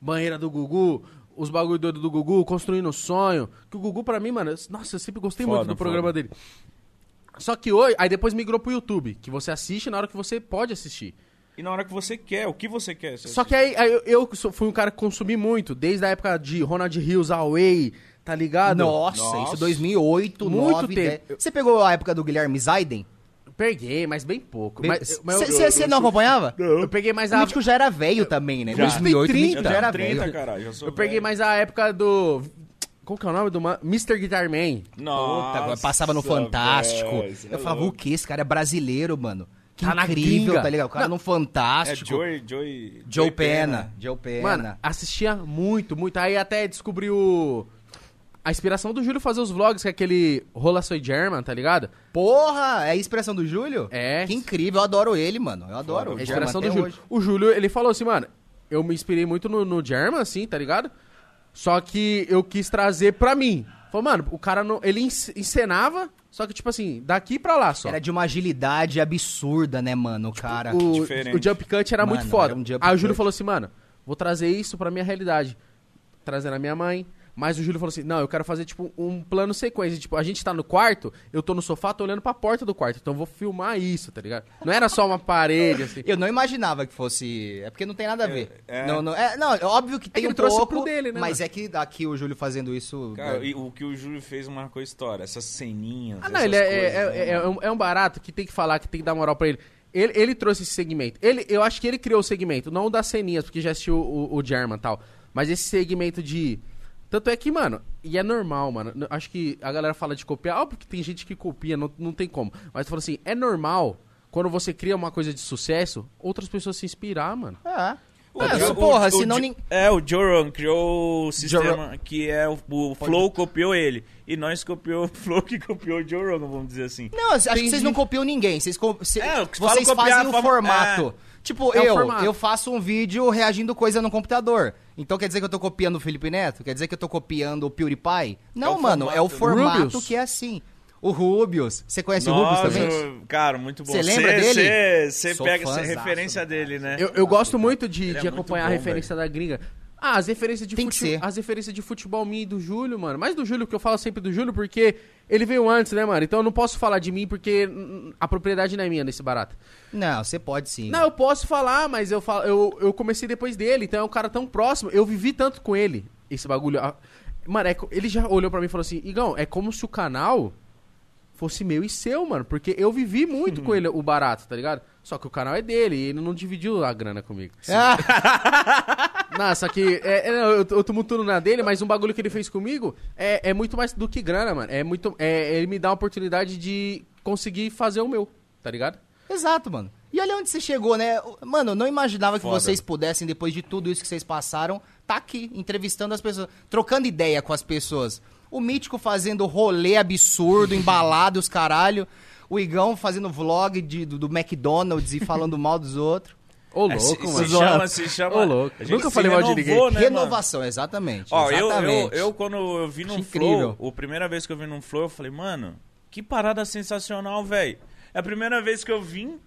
Speaker 1: Banheira do Gugu, os bagulho doido do Gugu, construindo o sonho. Que o Gugu, pra mim, mano, eu- nossa, eu sempre gostei muito
Speaker 2: Foda,
Speaker 1: do programa
Speaker 2: foda.
Speaker 1: dele. Só que hoje, aí depois migrou pro YouTube, que você assiste na hora que você pode assistir.
Speaker 2: E na hora que você quer, o que você quer? você
Speaker 1: Só que aí, aí eu- eu sou- fui um cara que consumi muito, desde a época de Ronald Hills, Away, tá ligado?
Speaker 3: Nossa,
Speaker 2: Nossa.
Speaker 3: isso 2008,
Speaker 1: Muito
Speaker 3: 9,
Speaker 1: tempo.
Speaker 3: 10. Você pegou a época do Guilherme Zaiden?
Speaker 1: Peguei, mas bem pouco. Mas, mas eu,
Speaker 3: Você não acompanhava?
Speaker 1: eu- eu peguei mais
Speaker 3: O
Speaker 1: a.
Speaker 3: Mítico já era velho também, né?
Speaker 2: Já.
Speaker 3: 2008,
Speaker 1: Eu
Speaker 2: Eu
Speaker 3: Mítico
Speaker 1: Eita,
Speaker 2: tenho
Speaker 3: já era
Speaker 2: 30,
Speaker 3: velho.
Speaker 2: caralho. Já sou
Speaker 1: Eu peguei
Speaker 2: velho.
Speaker 1: mais a época do. Qual que é o nome do. ma- Mr. Guitar Man.
Speaker 2: Nossa,
Speaker 3: Puta, passava no
Speaker 2: velho,
Speaker 3: Fantástico.
Speaker 2: cê é
Speaker 3: eu falava, o
Speaker 2: louco.
Speaker 3: que? Esse cara é brasileiro, mano. Que
Speaker 1: Tá na
Speaker 3: incrível,
Speaker 1: gringa.
Speaker 3: tá ligado? O cara no
Speaker 2: É
Speaker 3: Fantástico.
Speaker 2: Joey, Joey...
Speaker 3: Joe Pena. Joe Pena.
Speaker 1: Mano, assistia muito, muito. Aí até descobri o. A inspiração do Júlio fazer os vlogs, que é aquele Rola Soy German, tá ligado?
Speaker 3: Porra, é a expressão do Júlio?
Speaker 1: É.
Speaker 3: Que incrível, eu adoro ele, mano. Eu adoro.
Speaker 2: Foda,
Speaker 3: o
Speaker 1: É a
Speaker 3: German
Speaker 1: inspiração
Speaker 3: até
Speaker 1: do Júlio.
Speaker 3: hoje.
Speaker 1: O Júlio, ele falou assim, mano, eu me inspirei muito no, no German, assim, tá ligado? Só que eu quis trazer pra mim. Falou, mano, o cara não. Ele ens- encenava, só que, tipo assim, daqui pra lá só. Tipo,
Speaker 3: Era de uma agilidade absurda, né, mano, o cara. Tipo,
Speaker 1: o,
Speaker 2: diferente.
Speaker 1: o jump cut era
Speaker 3: Mano,
Speaker 1: muito foda.
Speaker 3: era um jump
Speaker 1: Aí o Júlio
Speaker 3: cut.
Speaker 1: falou assim, mano, vou trazer isso pra minha realidade. Trazer a minha mãe. Mas o Júlio falou assim, não, eu quero fazer, tipo, um plano sequência. Tipo, a gente tá no quarto, eu tô no sofá, tô olhando pra porta do quarto. Então eu vou filmar isso, tá ligado? Não era só uma parede, assim.
Speaker 3: Eu não imaginava que fosse. É porque não tem nada a ver.
Speaker 2: É, é.
Speaker 3: Não, não, é, não, é óbvio que tem
Speaker 1: ele
Speaker 3: um
Speaker 1: trouxe
Speaker 3: pouco,
Speaker 1: pro dele, né,
Speaker 3: mas
Speaker 1: mano?
Speaker 3: é que aqui o Júlio fazendo isso... é.
Speaker 2: Cara, e o que o Júlio fez marcou a história. Essas ceninhas,
Speaker 1: Ah, não,
Speaker 2: essas
Speaker 1: ele é,
Speaker 2: coisas,
Speaker 1: é-
Speaker 2: né,
Speaker 1: é- é
Speaker 2: mano?
Speaker 1: um, é um barato que tem que falar, que tem que dar moral pra ele. Ele, ele trouxe esse segmento. Ele, eu acho que ele criou o segmento, não o das ceninhas, porque já assistiu o, o German e tal. Mas esse segmento de. Tanto é que, mano, e é normal, mano. n- Acho que a galera fala de copiar, óbvio que tem gente que copia, não, não tem como. Mas falou assim, é normal quando você cria uma coisa de sucesso, outras pessoas se inspirar, mano.
Speaker 3: Ah.
Speaker 2: O
Speaker 3: Ah,
Speaker 2: Jo-
Speaker 3: porra,
Speaker 2: o- o
Speaker 3: senão...
Speaker 2: Jo-
Speaker 3: nin-
Speaker 2: É, o Joran criou o sistema que é o, o Flow copiou ele. E nós copiou o [LAUGHS] Flow que copiou o Joran, vamos dizer assim.
Speaker 3: Não, acho que vocês não copiam ninguém. Vocês, co- cê-
Speaker 2: É, eu falo
Speaker 3: vocês
Speaker 2: copiar
Speaker 3: fazem
Speaker 2: a
Speaker 3: o
Speaker 2: forma-
Speaker 3: formato. Tipo,
Speaker 1: É o
Speaker 3: eu,
Speaker 1: formato.
Speaker 3: eu faço um vídeo reagindo coisa no computador. Então quer dizer que eu tô copiando o Felipe Neto? Quer dizer que eu tô copiando o PewDiePie? Não,
Speaker 2: o
Speaker 3: mano, é o
Speaker 1: formato, né?
Speaker 3: formato
Speaker 1: Rubius.
Speaker 3: que é assim. O Rubius. Você conhece o Rubius também?
Speaker 2: eu- cara, muito bom.
Speaker 3: Cê lembra dele?
Speaker 2: Você
Speaker 3: Sou
Speaker 2: pega essa
Speaker 3: fãzaço,
Speaker 2: referência dele, né?
Speaker 1: Eu, eu gosto muito de,
Speaker 2: Ele é
Speaker 1: de
Speaker 2: muito
Speaker 1: acompanhar
Speaker 2: bom,
Speaker 1: a referência da gringa. Ah, as referências de
Speaker 3: Tem que
Speaker 1: futebol.
Speaker 3: ser.
Speaker 1: As referências de futebol minha e do Júlio, mano. Mais do Júlio, porque eu falo sempre do Júlio, porque ele veio antes, né, mano? Então eu não posso falar de mim porque hum, a propriedade não é minha nesse barato.
Speaker 3: Não, você pode sim.
Speaker 1: Não, eu posso falar, mas eu, falo, eu, eu comecei depois dele, então é um cara tão próximo. Eu vivi tanto com ele, esse bagulho. Ah, Mano, é co- ele já olhou pra mim e falou assim: Igão, é como se o canal fosse meu e seu, mano, porque eu vivi muito
Speaker 2: [LAUGHS]
Speaker 1: com ele o barato, tá ligado? Só que o canal é dele e ele não dividiu a grana comigo.
Speaker 3: Ah,
Speaker 1: Não, só que é, é, não, eu, tô- eu tô mutando na dele, mas um bagulho que ele fez comigo é, é muito mais do que grana, mano. É muito. É, ele me dá a oportunidade de conseguir fazer o meu, tá ligado?
Speaker 3: Exato, mano. E olha onde você chegou, né? Mano, eu não imaginava que
Speaker 2: Foda.
Speaker 3: vocês pudessem, depois de tudo isso que vocês passaram, tá aqui, entrevistando as pessoas, trocando ideia com as pessoas. O Mítico fazendo rolê absurdo, embalado, os caralho. O Igão fazendo vlog de- do, do McDonald's e falando [LAUGHS] mal dos outros.
Speaker 1: Ô,
Speaker 2: É,
Speaker 1: louco,
Speaker 2: se,
Speaker 1: mano.
Speaker 2: se chama, se chama.
Speaker 1: Ô, louco.
Speaker 2: a gente
Speaker 1: Nunca
Speaker 2: se
Speaker 1: falei mal de ninguém.
Speaker 2: renovou, né, mano?
Speaker 3: Renovação, exatamente.
Speaker 2: Ó, eu, eu,
Speaker 3: exatamente.
Speaker 2: eu, quando eu vi no
Speaker 3: Acho incrível.
Speaker 2: Flow, a primeira vez que eu vi no Flow, eu falei, mano, que parada sensacional, velho. É a primeira vez que eu vim,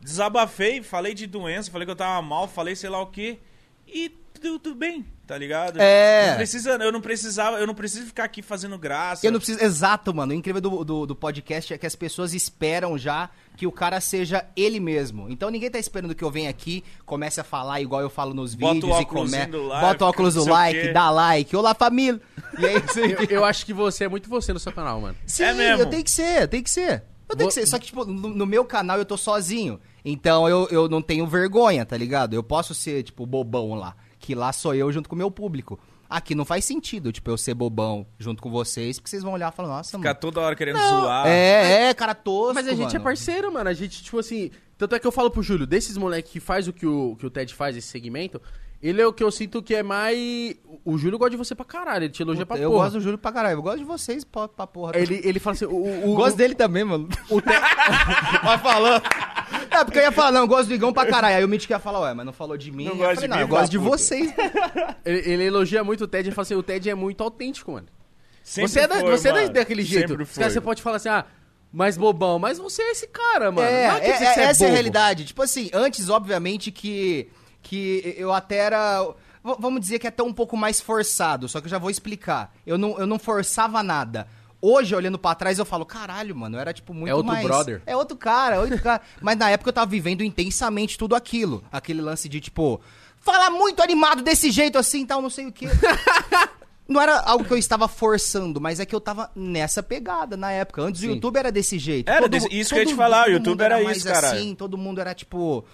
Speaker 2: desabafei, falei de doença, falei que eu tava mal, falei sei lá o quê, e deu tudo bem, tá ligado?
Speaker 3: É.
Speaker 2: Não precisa, eu não precisava, eu não preciso ficar aqui fazendo graça.
Speaker 3: Eu não preciso. Exato, mano. O incrível do, do, do podcast é que as pessoas esperam já que o cara seja ele mesmo. Então ninguém tá esperando que eu venha aqui, comece a falar igual eu falo nos
Speaker 2: Bota o
Speaker 3: vídeos e
Speaker 2: óculosinho
Speaker 3: comece.
Speaker 2: do like,
Speaker 3: Bota o óculos
Speaker 2: não
Speaker 3: do
Speaker 2: sei o
Speaker 3: like,
Speaker 2: quê.
Speaker 3: dá like. Olá, família. E é isso
Speaker 2: né?
Speaker 3: aí.
Speaker 1: Eu acho que você é muito você no seu canal, mano.
Speaker 2: [LAUGHS]
Speaker 3: Sim,
Speaker 2: É mesmo.
Speaker 3: eu tenho que ser, tem que ser. Eu tenho
Speaker 1: Vo-
Speaker 3: que ser. Só que, tipo, no, no meu canal eu tô sozinho. Então eu, eu não tenho vergonha, tá ligado? Eu posso ser, tipo, bobão lá. Que lá sou eu junto com o meu público. Aqui não faz sentido, tipo, eu ser bobão junto com vocês, porque vocês vão olhar e falar, nossa,
Speaker 2: Ficar
Speaker 3: mano.
Speaker 2: toda hora querendo zoar.
Speaker 3: É, é, cara tosco.
Speaker 1: Mas a gente é
Speaker 3: mano.
Speaker 1: parceiro, mano. A gente, tipo assim. Tanto é que eu falo pro Júlio, desses moleque que faz o que o, que o Ted faz, esse segmento, ele é o que eu sinto que é mais. O Júlio gosta de você pra caralho, ele te elogia pra
Speaker 3: Puta, Eu
Speaker 1: porra.
Speaker 3: gosto do Júlio pra caralho. Eu gosto de vocês pra, pra porra.
Speaker 1: Ele, ele fala assim. O, o,
Speaker 3: Eu gosto
Speaker 1: o-
Speaker 3: dele também, mano. [LAUGHS] Vai falando. É, porque eu ia falar, não, eu gosto do Igão pra caralho. Aí o Mítico ia falar, ué, mas não falou de mim.
Speaker 2: Não
Speaker 3: Eu
Speaker 2: gosta
Speaker 3: falei,
Speaker 2: de
Speaker 3: não,
Speaker 2: mim,
Speaker 3: eu gosto de
Speaker 2: filho da puta."
Speaker 3: vocês.
Speaker 1: ele, ele elogia muito o Ted e fala assim: o Ted é muito autêntico, mano.
Speaker 2: Sempre
Speaker 1: você é, da-
Speaker 2: foi,
Speaker 1: você é da-
Speaker 2: mano.
Speaker 1: daquele jeito.
Speaker 2: Sempre
Speaker 1: Os caras, você
Speaker 2: foi.
Speaker 1: pode falar assim, ah, mas bobão, mas você é esse cara, mano.
Speaker 3: É,
Speaker 1: Não quer
Speaker 3: é-
Speaker 1: dizer que
Speaker 3: é-
Speaker 1: você
Speaker 3: essa é a
Speaker 1: bobo.
Speaker 3: realidade. Tipo assim, antes, obviamente, que, que eu até era. v- Vamos dizer que até um pouco mais forçado, só que eu já vou explicar. Eu não, eu não forçava nada. Hoje, olhando pra trás, eu falo, caralho, mano, eu era tipo muito
Speaker 1: É outro
Speaker 3: mais-
Speaker 1: brother.
Speaker 3: É outro cara, é
Speaker 1: [LAUGHS]
Speaker 3: outro cara. Mas na época eu tava vivendo intensamente tudo aquilo. Aquele lance de, tipo, falar muito animado desse jeito assim, tal, não sei
Speaker 1: [LAUGHS]
Speaker 3: o quê. Não era algo que eu estava forçando, mas é que eu tava nessa pegada na época. Antes
Speaker 1: Sim.
Speaker 3: o YouTube era desse jeito.
Speaker 2: Era desse- isso que eu ia te falar, o YouTube
Speaker 3: mundo
Speaker 2: era
Speaker 3: mais
Speaker 2: isso, cara.
Speaker 3: Assim, todo mundo era tipo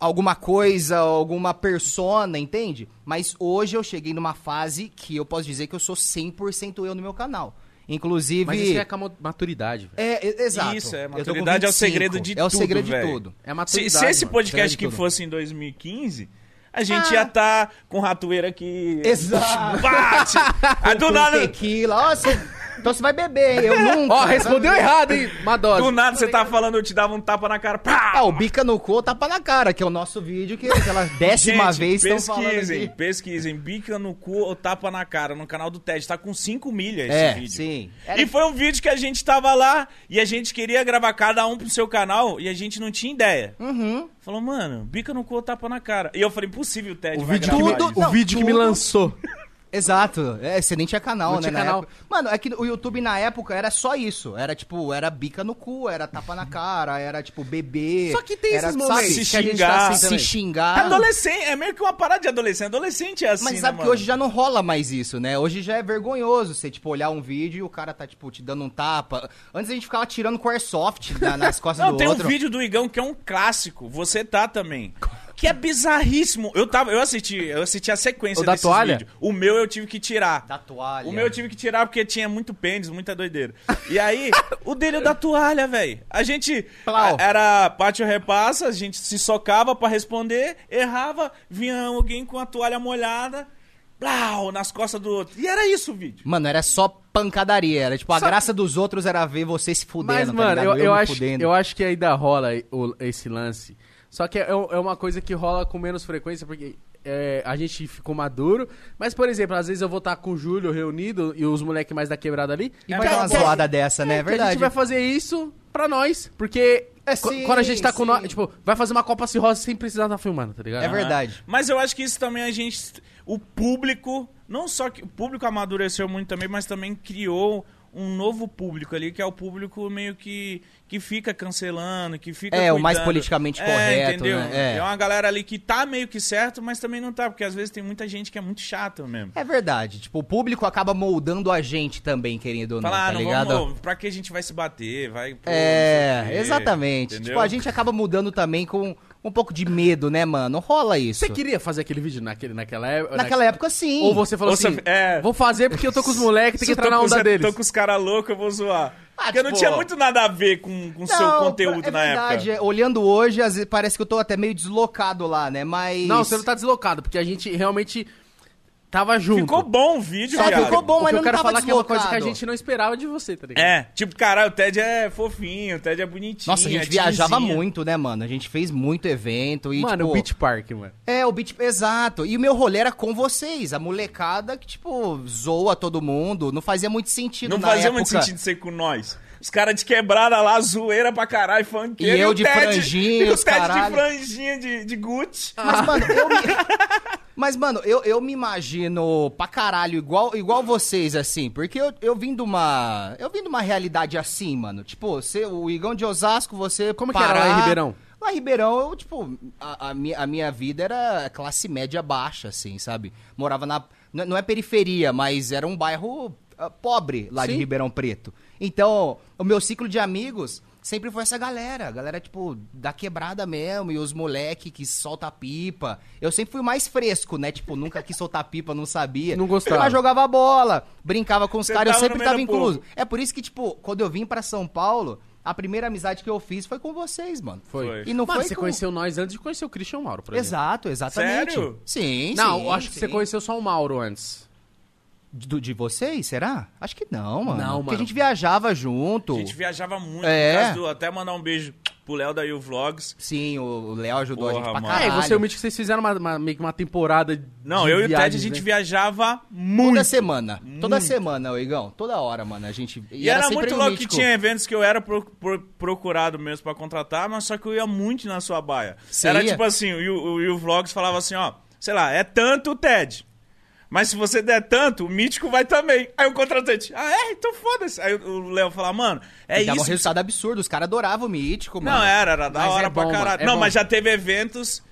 Speaker 3: alguma coisa, alguma persona, entende? Mas hoje eu cheguei numa fase que eu posso dizer que eu sou 100% eu no meu canal. Inclusive
Speaker 1: Mas isso é com a mo- maturidade, velho.
Speaker 3: é, e- exato.
Speaker 2: Isso, é,
Speaker 3: Eu tô com
Speaker 2: maturidade é o
Speaker 3: 25.
Speaker 2: segredo de
Speaker 3: É o
Speaker 2: tudo,
Speaker 3: segredo
Speaker 2: velho.
Speaker 3: de tudo.
Speaker 1: É a
Speaker 2: Se,
Speaker 1: maturidade.
Speaker 2: se esse
Speaker 1: mano.
Speaker 2: podcast
Speaker 3: Sério,
Speaker 2: que
Speaker 3: tudo.
Speaker 2: fosse em 2015, a gente
Speaker 3: Ah.
Speaker 2: ia estar com ratoeira aqui.
Speaker 3: Exato. [LAUGHS]
Speaker 2: Bate! Aí do
Speaker 3: Com
Speaker 2: nada,
Speaker 3: Tequila, ó, cê- Então você vai beber, hein? Eu
Speaker 2: [LAUGHS]
Speaker 3: nunca.
Speaker 1: Ó, respondeu errado, hein? Uma dose.
Speaker 2: do nada você tá falando, eu te dava um tapa na cara.
Speaker 3: Ah,
Speaker 2: Pá!
Speaker 3: o bica no cu ou tapa na cara, que é o nosso vídeo que pela décima
Speaker 2: [LAUGHS] Gente,
Speaker 3: Tá vez estão falando
Speaker 2: pesquisem,
Speaker 3: aqui.
Speaker 2: pesquisem. Bica no cu ou tapa na cara no canal do Ted. Tá com 5 milhas esse
Speaker 3: É,
Speaker 2: vídeo.
Speaker 3: sim.
Speaker 2: E foi um vídeo que a gente tava lá e a gente queria gravar cada um pro seu canal e a gente não tinha ideia.
Speaker 3: Uhum.
Speaker 2: Falou, mano, bica no cu ou tapa na cara. E eu falei, impossível, Ted.
Speaker 1: O
Speaker 2: vai
Speaker 1: vídeo, que
Speaker 2: gravar
Speaker 1: me,
Speaker 3: Tudo-
Speaker 2: isso.
Speaker 1: o
Speaker 3: não,
Speaker 1: vídeo que me
Speaker 3: tudo-
Speaker 1: lançou.
Speaker 3: Exato. É, você nem tinha canal,
Speaker 1: Não
Speaker 3: né?
Speaker 1: tinha
Speaker 3: na
Speaker 1: canal.
Speaker 3: época. Mano, é que o YouTube na época era só isso. Era tipo, era bica no cu, era tapa na cara, era tipo bebê.
Speaker 1: Só que tem
Speaker 3: era,
Speaker 1: esses momentos
Speaker 3: sabe,
Speaker 2: Se
Speaker 1: que a gente tá
Speaker 2: xingar.
Speaker 1: assim
Speaker 3: se
Speaker 1: também.
Speaker 3: xingar.
Speaker 2: Adolescente, é meio que uma parada de adolescente. Adolescente é assim,
Speaker 3: Ah. Mas
Speaker 2: né,
Speaker 3: sabe que
Speaker 2: mano?
Speaker 3: hoje já não rola mais isso, né? Hoje já é vergonhoso você, tipo, olhar um vídeo e o cara tá, tipo, te dando um tapa. Antes a gente ficava tirando com airsoft na-
Speaker 1: [LAUGHS]
Speaker 3: nas costas
Speaker 2: Não,
Speaker 3: do
Speaker 2: tem
Speaker 3: outro.
Speaker 2: um vídeo do Igão que é um clássico. Você tá também. Que é bizarríssimo. Eu tava, eu assisti, eu assisti a sequência
Speaker 1: O da
Speaker 2: desses
Speaker 1: toalha?
Speaker 2: vídeos. O meu eu tive que tirar.
Speaker 3: Da toalha.
Speaker 2: O meu eu tive que tirar porque tinha muito pênis, muita doideira. E aí, o dele é o da toalha, velho. A gente
Speaker 3: Plau.
Speaker 2: a- era pátio repassa, a gente se socava pra responder, errava, vinha alguém com a toalha molhada, plau, nas costas do outro. E era isso o vídeo.
Speaker 3: Mano, era só pancadaria. Era tipo, a graça dos outros era ver você se fudendo.
Speaker 1: Mas,
Speaker 3: tá
Speaker 1: mano,
Speaker 3: ligado?
Speaker 1: eu, eu
Speaker 3: me
Speaker 1: acho,
Speaker 3: fudendo.
Speaker 1: eu acho que ainda rola o- esse lance. Só que é, é uma coisa que rola com menos frequência, porque é, a gente ficou maduro. Mas, por exemplo, às vezes eu vou estar com o Júlio reunido e os moleques mais da quebrada ali. tá
Speaker 3: E
Speaker 2: É
Speaker 3: vai dar uma
Speaker 2: que- que-
Speaker 3: zoada dessa, né? É
Speaker 1: Que a
Speaker 3: verdade.
Speaker 1: gente vai fazer isso pra nós. Porque
Speaker 3: É,
Speaker 1: qu-
Speaker 3: sim,
Speaker 1: quando a gente tá com
Speaker 3: sim.
Speaker 1: nós. Tipo, vai fazer uma Copa Cirrose sem precisar estar filmando, tá ligado?
Speaker 3: É verdade.
Speaker 2: né? Mas eu acho que isso também a gente. O público. Não só que. O público amadureceu muito também, mas também criou um novo público ali, que é o público meio que. que fica cancelando, que fica.
Speaker 3: É, o mais
Speaker 2: cuidando.
Speaker 3: politicamente correto, né? É.
Speaker 2: É. uma galera ali que tá meio que certo, mas também não tá, porque às vezes tem muita gente que é muito chata mesmo.
Speaker 3: É verdade. Tipo, o público acaba moldando a gente também, querendo ou não,
Speaker 2: Falar, ah,
Speaker 3: tá
Speaker 2: não,
Speaker 3: ligado?
Speaker 2: vamos, pra que a gente vai se bater? Vai. pô, não sei o
Speaker 3: É,
Speaker 2: quê",
Speaker 3: exatamente.
Speaker 2: entendeu?
Speaker 3: Tipo, a gente acaba mudando também com um pouco de medo, né, mano? Rola isso.
Speaker 1: Você queria fazer aquele vídeo naquele, naquela época?
Speaker 3: Naquela época, sim.
Speaker 1: Ou você falou
Speaker 2: Ou você-
Speaker 1: assim,
Speaker 2: é.
Speaker 1: vou fazer porque eu tô com os moleques, tem que
Speaker 2: Se eu
Speaker 1: entrar
Speaker 2: tô
Speaker 1: na
Speaker 2: com
Speaker 1: onda
Speaker 2: os-
Speaker 1: deles.
Speaker 2: Tô com os caras loucos, eu vou zoar. Porque eu não
Speaker 3: tipo,
Speaker 2: tinha muito nada a ver com o seu
Speaker 3: Não,
Speaker 2: conteúdo
Speaker 3: é
Speaker 2: na época.
Speaker 3: verdade, é. Olhando hoje, às vezes parece que eu tô até meio deslocado lá, né? Mas.
Speaker 1: tá Não, você não tá deslocado, porque a gente realmente tava junto.
Speaker 2: Ficou bom o vídeo,
Speaker 3: Só
Speaker 2: viado.
Speaker 3: ficou bom,
Speaker 1: O que
Speaker 3: mas
Speaker 1: eu
Speaker 3: não
Speaker 1: quero
Speaker 3: tava
Speaker 1: falar que é uma coisa que a
Speaker 3: deslocado.
Speaker 1: gente não esperava de você, tá ligado?
Speaker 2: É, tipo, caralho, o Ted é fofinho, o Ted é bonitinho.
Speaker 3: Nossa, a gente
Speaker 2: é
Speaker 3: viajava
Speaker 2: tiozinho.
Speaker 3: muito, né, mano? A gente fez muito evento e,
Speaker 1: mano,
Speaker 3: tipo...
Speaker 1: o Beach Park, mano.
Speaker 3: É, o beat... Exato. E o meu rolê era com vocês. A molecada que, tipo, zoa todo mundo. Não fazia muito sentido
Speaker 2: Não
Speaker 3: na
Speaker 2: fazia
Speaker 3: época.
Speaker 2: muito sentido ser com nós. Os caras de quebrada lá, zoeira pra caralho, funkeiro.
Speaker 3: E eu
Speaker 2: o
Speaker 3: de
Speaker 2: Ted-
Speaker 3: franjinha,
Speaker 2: [LAUGHS] e o
Speaker 3: os
Speaker 2: Ted de
Speaker 3: caralho.
Speaker 2: franjinha de, de Gucci.
Speaker 3: Mas, mano, eu me... Mas, mano, eu, eu me imagino pra caralho igual, igual vocês, assim. Porque eu, eu vim de uma... Eu vim de uma realidade assim, mano. Tipo, você, o Igão de Osasco, você...
Speaker 1: Como que era lá em
Speaker 3: Pará-
Speaker 1: Ribeirão?
Speaker 3: Lá em Ribeirão, eu, tipo, a, a minha, a minha vida era classe média baixa, assim, sabe? Morava na. n- Não é periferia, mas era um bairro ah, pobre lá de
Speaker 1: Sim.
Speaker 3: Ribeirão Preto. Então, o meu ciclo de amigos sempre foi essa galera. Galera, tipo, da quebrada mesmo, e os moleque que solta pipa. Eu sempre fui mais fresco, né? Tipo, nunca quis soltar pipa, não sabia.
Speaker 1: Não gostava.
Speaker 3: Mas jogava bola, brincava com os
Speaker 2: Você
Speaker 3: caras, eu
Speaker 2: tava no
Speaker 3: sempre
Speaker 2: meio
Speaker 3: tava
Speaker 2: do
Speaker 3: incluso.
Speaker 2: povo.
Speaker 3: É por isso que, tipo, quando eu vim pra São Paulo, a primeira amizade que eu fiz foi com vocês, mano.
Speaker 1: Foi.
Speaker 3: E não
Speaker 1: mano,
Speaker 3: foi
Speaker 1: você
Speaker 3: com-
Speaker 1: conheceu nós antes de conhecer o Christian Mauro, por exemplo.
Speaker 3: Exato, exatamente.
Speaker 2: Sério?
Speaker 3: Sim,
Speaker 1: Não,
Speaker 3: sim,
Speaker 1: eu acho que você
Speaker 3: sim.
Speaker 1: conheceu só o Mauro antes.
Speaker 3: Do, de vocês, será? Acho que não, mano.
Speaker 1: Não,
Speaker 3: Porque
Speaker 1: mano.
Speaker 3: a gente viajava
Speaker 2: A
Speaker 3: junto.
Speaker 2: gente viajava muito.
Speaker 3: É.
Speaker 2: por causa do- até mandar um beijo pro Léo da You Vlogs.
Speaker 3: Sim, o o Léo ajudou
Speaker 2: Porra,
Speaker 3: a gente pra
Speaker 2: mano.
Speaker 1: É,
Speaker 3: caralho.
Speaker 1: e você e o Mitch, vocês fizeram uma, uma- meio que uma temporada
Speaker 2: Não,
Speaker 1: de
Speaker 2: eu e o Ted, a
Speaker 1: viagens,
Speaker 2: gente
Speaker 1: né?
Speaker 2: viajava muito.
Speaker 3: Toda semana. Toda semana, ô Igão. Toda hora, mano. A gente.
Speaker 2: E era,
Speaker 3: sempre
Speaker 2: muito
Speaker 3: o
Speaker 2: louco que
Speaker 3: mítico.
Speaker 2: tinha eventos que eu era pro- pro- procurado mesmo pra contratar, mas só que eu ia muito na sua baia.
Speaker 3: Você
Speaker 2: era
Speaker 3: ia?
Speaker 2: tipo assim, o, o, o Will Vlogs falava assim, ó, sei lá, é tanto o Ted. Mas se você der tanto, o Mítico vai também. Aí o contratante, ah é? Então foda-se. Aí o Léo fala, mano, é
Speaker 3: E dava um
Speaker 2: isso.
Speaker 3: resultado absurdo. Os caras adoravam o mítico, mano.
Speaker 2: Não, era, era da
Speaker 1: Mas
Speaker 2: hora
Speaker 1: é
Speaker 2: pra
Speaker 1: bom,
Speaker 2: caralho.
Speaker 1: mano, é
Speaker 2: não,
Speaker 1: bom.
Speaker 2: mas já teve eventos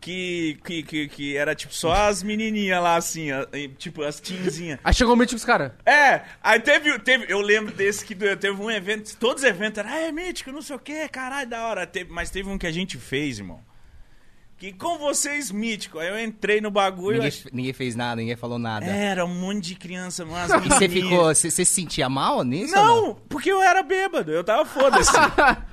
Speaker 2: que, que, que, que era tipo só as menininhas lá assim, a- e, tipo as teenzinhas.
Speaker 1: Aí chegou o Mitch com os caras.
Speaker 2: É, aí teve, teve, eu lembro desse que doeu, teve um evento, todos os eventos eram, ah, é mítico, não sei o que, caralho, da hora. Teve- mas teve um que a gente fez, irmão. Que com vocês, mítico. Aí eu entrei no bagulho.
Speaker 3: Ninguém,
Speaker 2: ach-
Speaker 3: ninguém fez nada, ninguém falou nada.
Speaker 2: Era um monte de criança, mas.
Speaker 3: [LAUGHS] E você ficou. Você você se sentia mal nisso? ou
Speaker 2: Não, porque eu era bêbado, eu tava
Speaker 3: [LAUGHS]
Speaker 2: foda-se.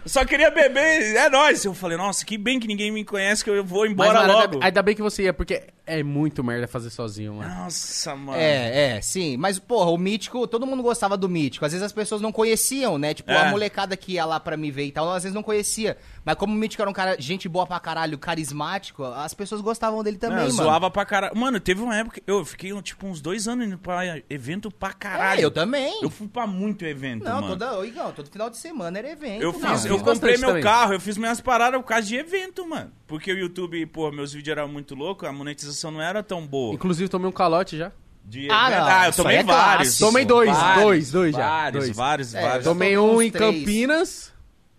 Speaker 2: Só queria beber, é nóis. Eu falei, nossa, que bem que ninguém me conhece, que eu vou
Speaker 1: Mas,
Speaker 2: embora
Speaker 1: mano,
Speaker 2: logo.
Speaker 1: Ainda, ainda bem que você ia, porque é muito merda fazer sozinho,
Speaker 2: Ah,
Speaker 1: mano.
Speaker 2: Nossa, mano.
Speaker 3: É, é, sim. Mas, porra, o Mítico, todo mundo gostava do Mítico. Às vezes as pessoas não conheciam, né? Tipo,
Speaker 2: É.
Speaker 3: a molecada que ia lá pra me ver e tal, às vezes não conhecia. Mas como o Mítico era um cara, gente boa pra caralho, carismático, as pessoas gostavam dele
Speaker 2: Não,
Speaker 3: também,
Speaker 2: eu
Speaker 3: mano.
Speaker 2: zoava pra caralho. Mano, teve uma época, que eu fiquei tipo uns dois anos indo pra evento pra caralho.
Speaker 3: É, eu também.
Speaker 2: Eu fui pra muito evento,
Speaker 3: Não,
Speaker 2: mano.
Speaker 3: toda, ô, Igão, todo final de semana era evento,
Speaker 2: Eu,
Speaker 3: mano.
Speaker 2: fiz,
Speaker 1: fiz
Speaker 2: eu comprei
Speaker 1: bastante
Speaker 2: meu
Speaker 1: também.
Speaker 2: carro, eu fiz minhas paradas por causa de evento, mano. Porque o YouTube, pô, meus vídeos eram muito loucos, a monetização não era tão boa.
Speaker 1: Inclusive, tomei um calote já.
Speaker 2: De
Speaker 3: Ah,
Speaker 2: evento.
Speaker 3: não,
Speaker 2: eu
Speaker 3: isso
Speaker 2: tomei
Speaker 3: aí é
Speaker 2: vários.
Speaker 3: clássico.
Speaker 1: Tomei dois,
Speaker 2: vários,
Speaker 1: dois, dois já,
Speaker 2: Vários,
Speaker 1: dois.
Speaker 2: vários,
Speaker 3: É,
Speaker 2: vários.
Speaker 3: eu
Speaker 1: Tomei
Speaker 3: tomei
Speaker 1: um
Speaker 3: uns
Speaker 1: em
Speaker 3: três.
Speaker 1: Campinas.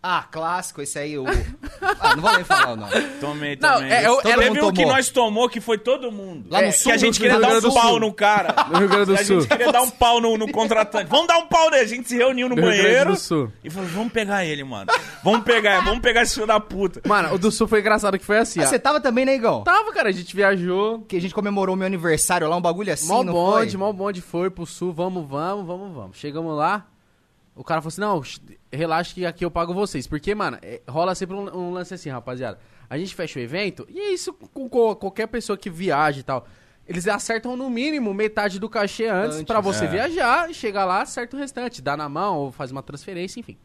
Speaker 3: Ah, clássico, esse aí, o... ah, não vou nem falar
Speaker 1: [LAUGHS]
Speaker 3: o nome.
Speaker 2: Tomei,
Speaker 1: Não,
Speaker 2: também.
Speaker 1: é, eu-
Speaker 3: Todo
Speaker 2: teve um
Speaker 3: mundo
Speaker 2: que
Speaker 3: tomou.
Speaker 2: nós tomou que foi todo mundo.
Speaker 3: Lá no
Speaker 2: É,
Speaker 3: sul
Speaker 2: que a
Speaker 3: do
Speaker 2: gente
Speaker 3: Rio
Speaker 2: queria dar
Speaker 1: Grande
Speaker 2: um
Speaker 1: do
Speaker 2: pau
Speaker 1: Sul.
Speaker 2: no cara.
Speaker 1: No Rio Grande do
Speaker 2: a gente
Speaker 1: Sul.
Speaker 2: queria dar um pau
Speaker 1: [LAUGHS]
Speaker 2: no, no contratante. Vamos dar um pau nele. A gente se reuniu no
Speaker 1: Do Rio Grande
Speaker 2: Um banheiro
Speaker 1: do Sul.
Speaker 2: e falou, vamos pegar ele, mano. Vamos pegar, vamos pegar esse filho da puta.
Speaker 1: Mano, o do Sul foi engraçado que foi assim,
Speaker 3: Ah,
Speaker 1: ó.
Speaker 3: você tava também, né, Igão?
Speaker 1: Tava, cara, a gente viajou.
Speaker 3: Que a gente comemorou meu aniversário lá, um bagulho assim,
Speaker 1: mó
Speaker 3: não
Speaker 1: bonde,
Speaker 3: foi?
Speaker 1: mó bonde foi pro Sul. Vamos, vamos, vamos, vamos. Chegamos lá. O cara falou assim, não, sh- relaxa que aqui eu pago vocês. Porque, mano, é- rola sempre um, um lance assim, rapaziada. A gente fecha o evento e é isso com co- qualquer pessoa que viaja e tal. Eles acertam no mínimo metade do cachê antes,
Speaker 3: Antes,
Speaker 1: pra você
Speaker 2: é.
Speaker 1: viajar e chegar lá, acerta o restante. Dá na mão ou faz uma transferência, enfim.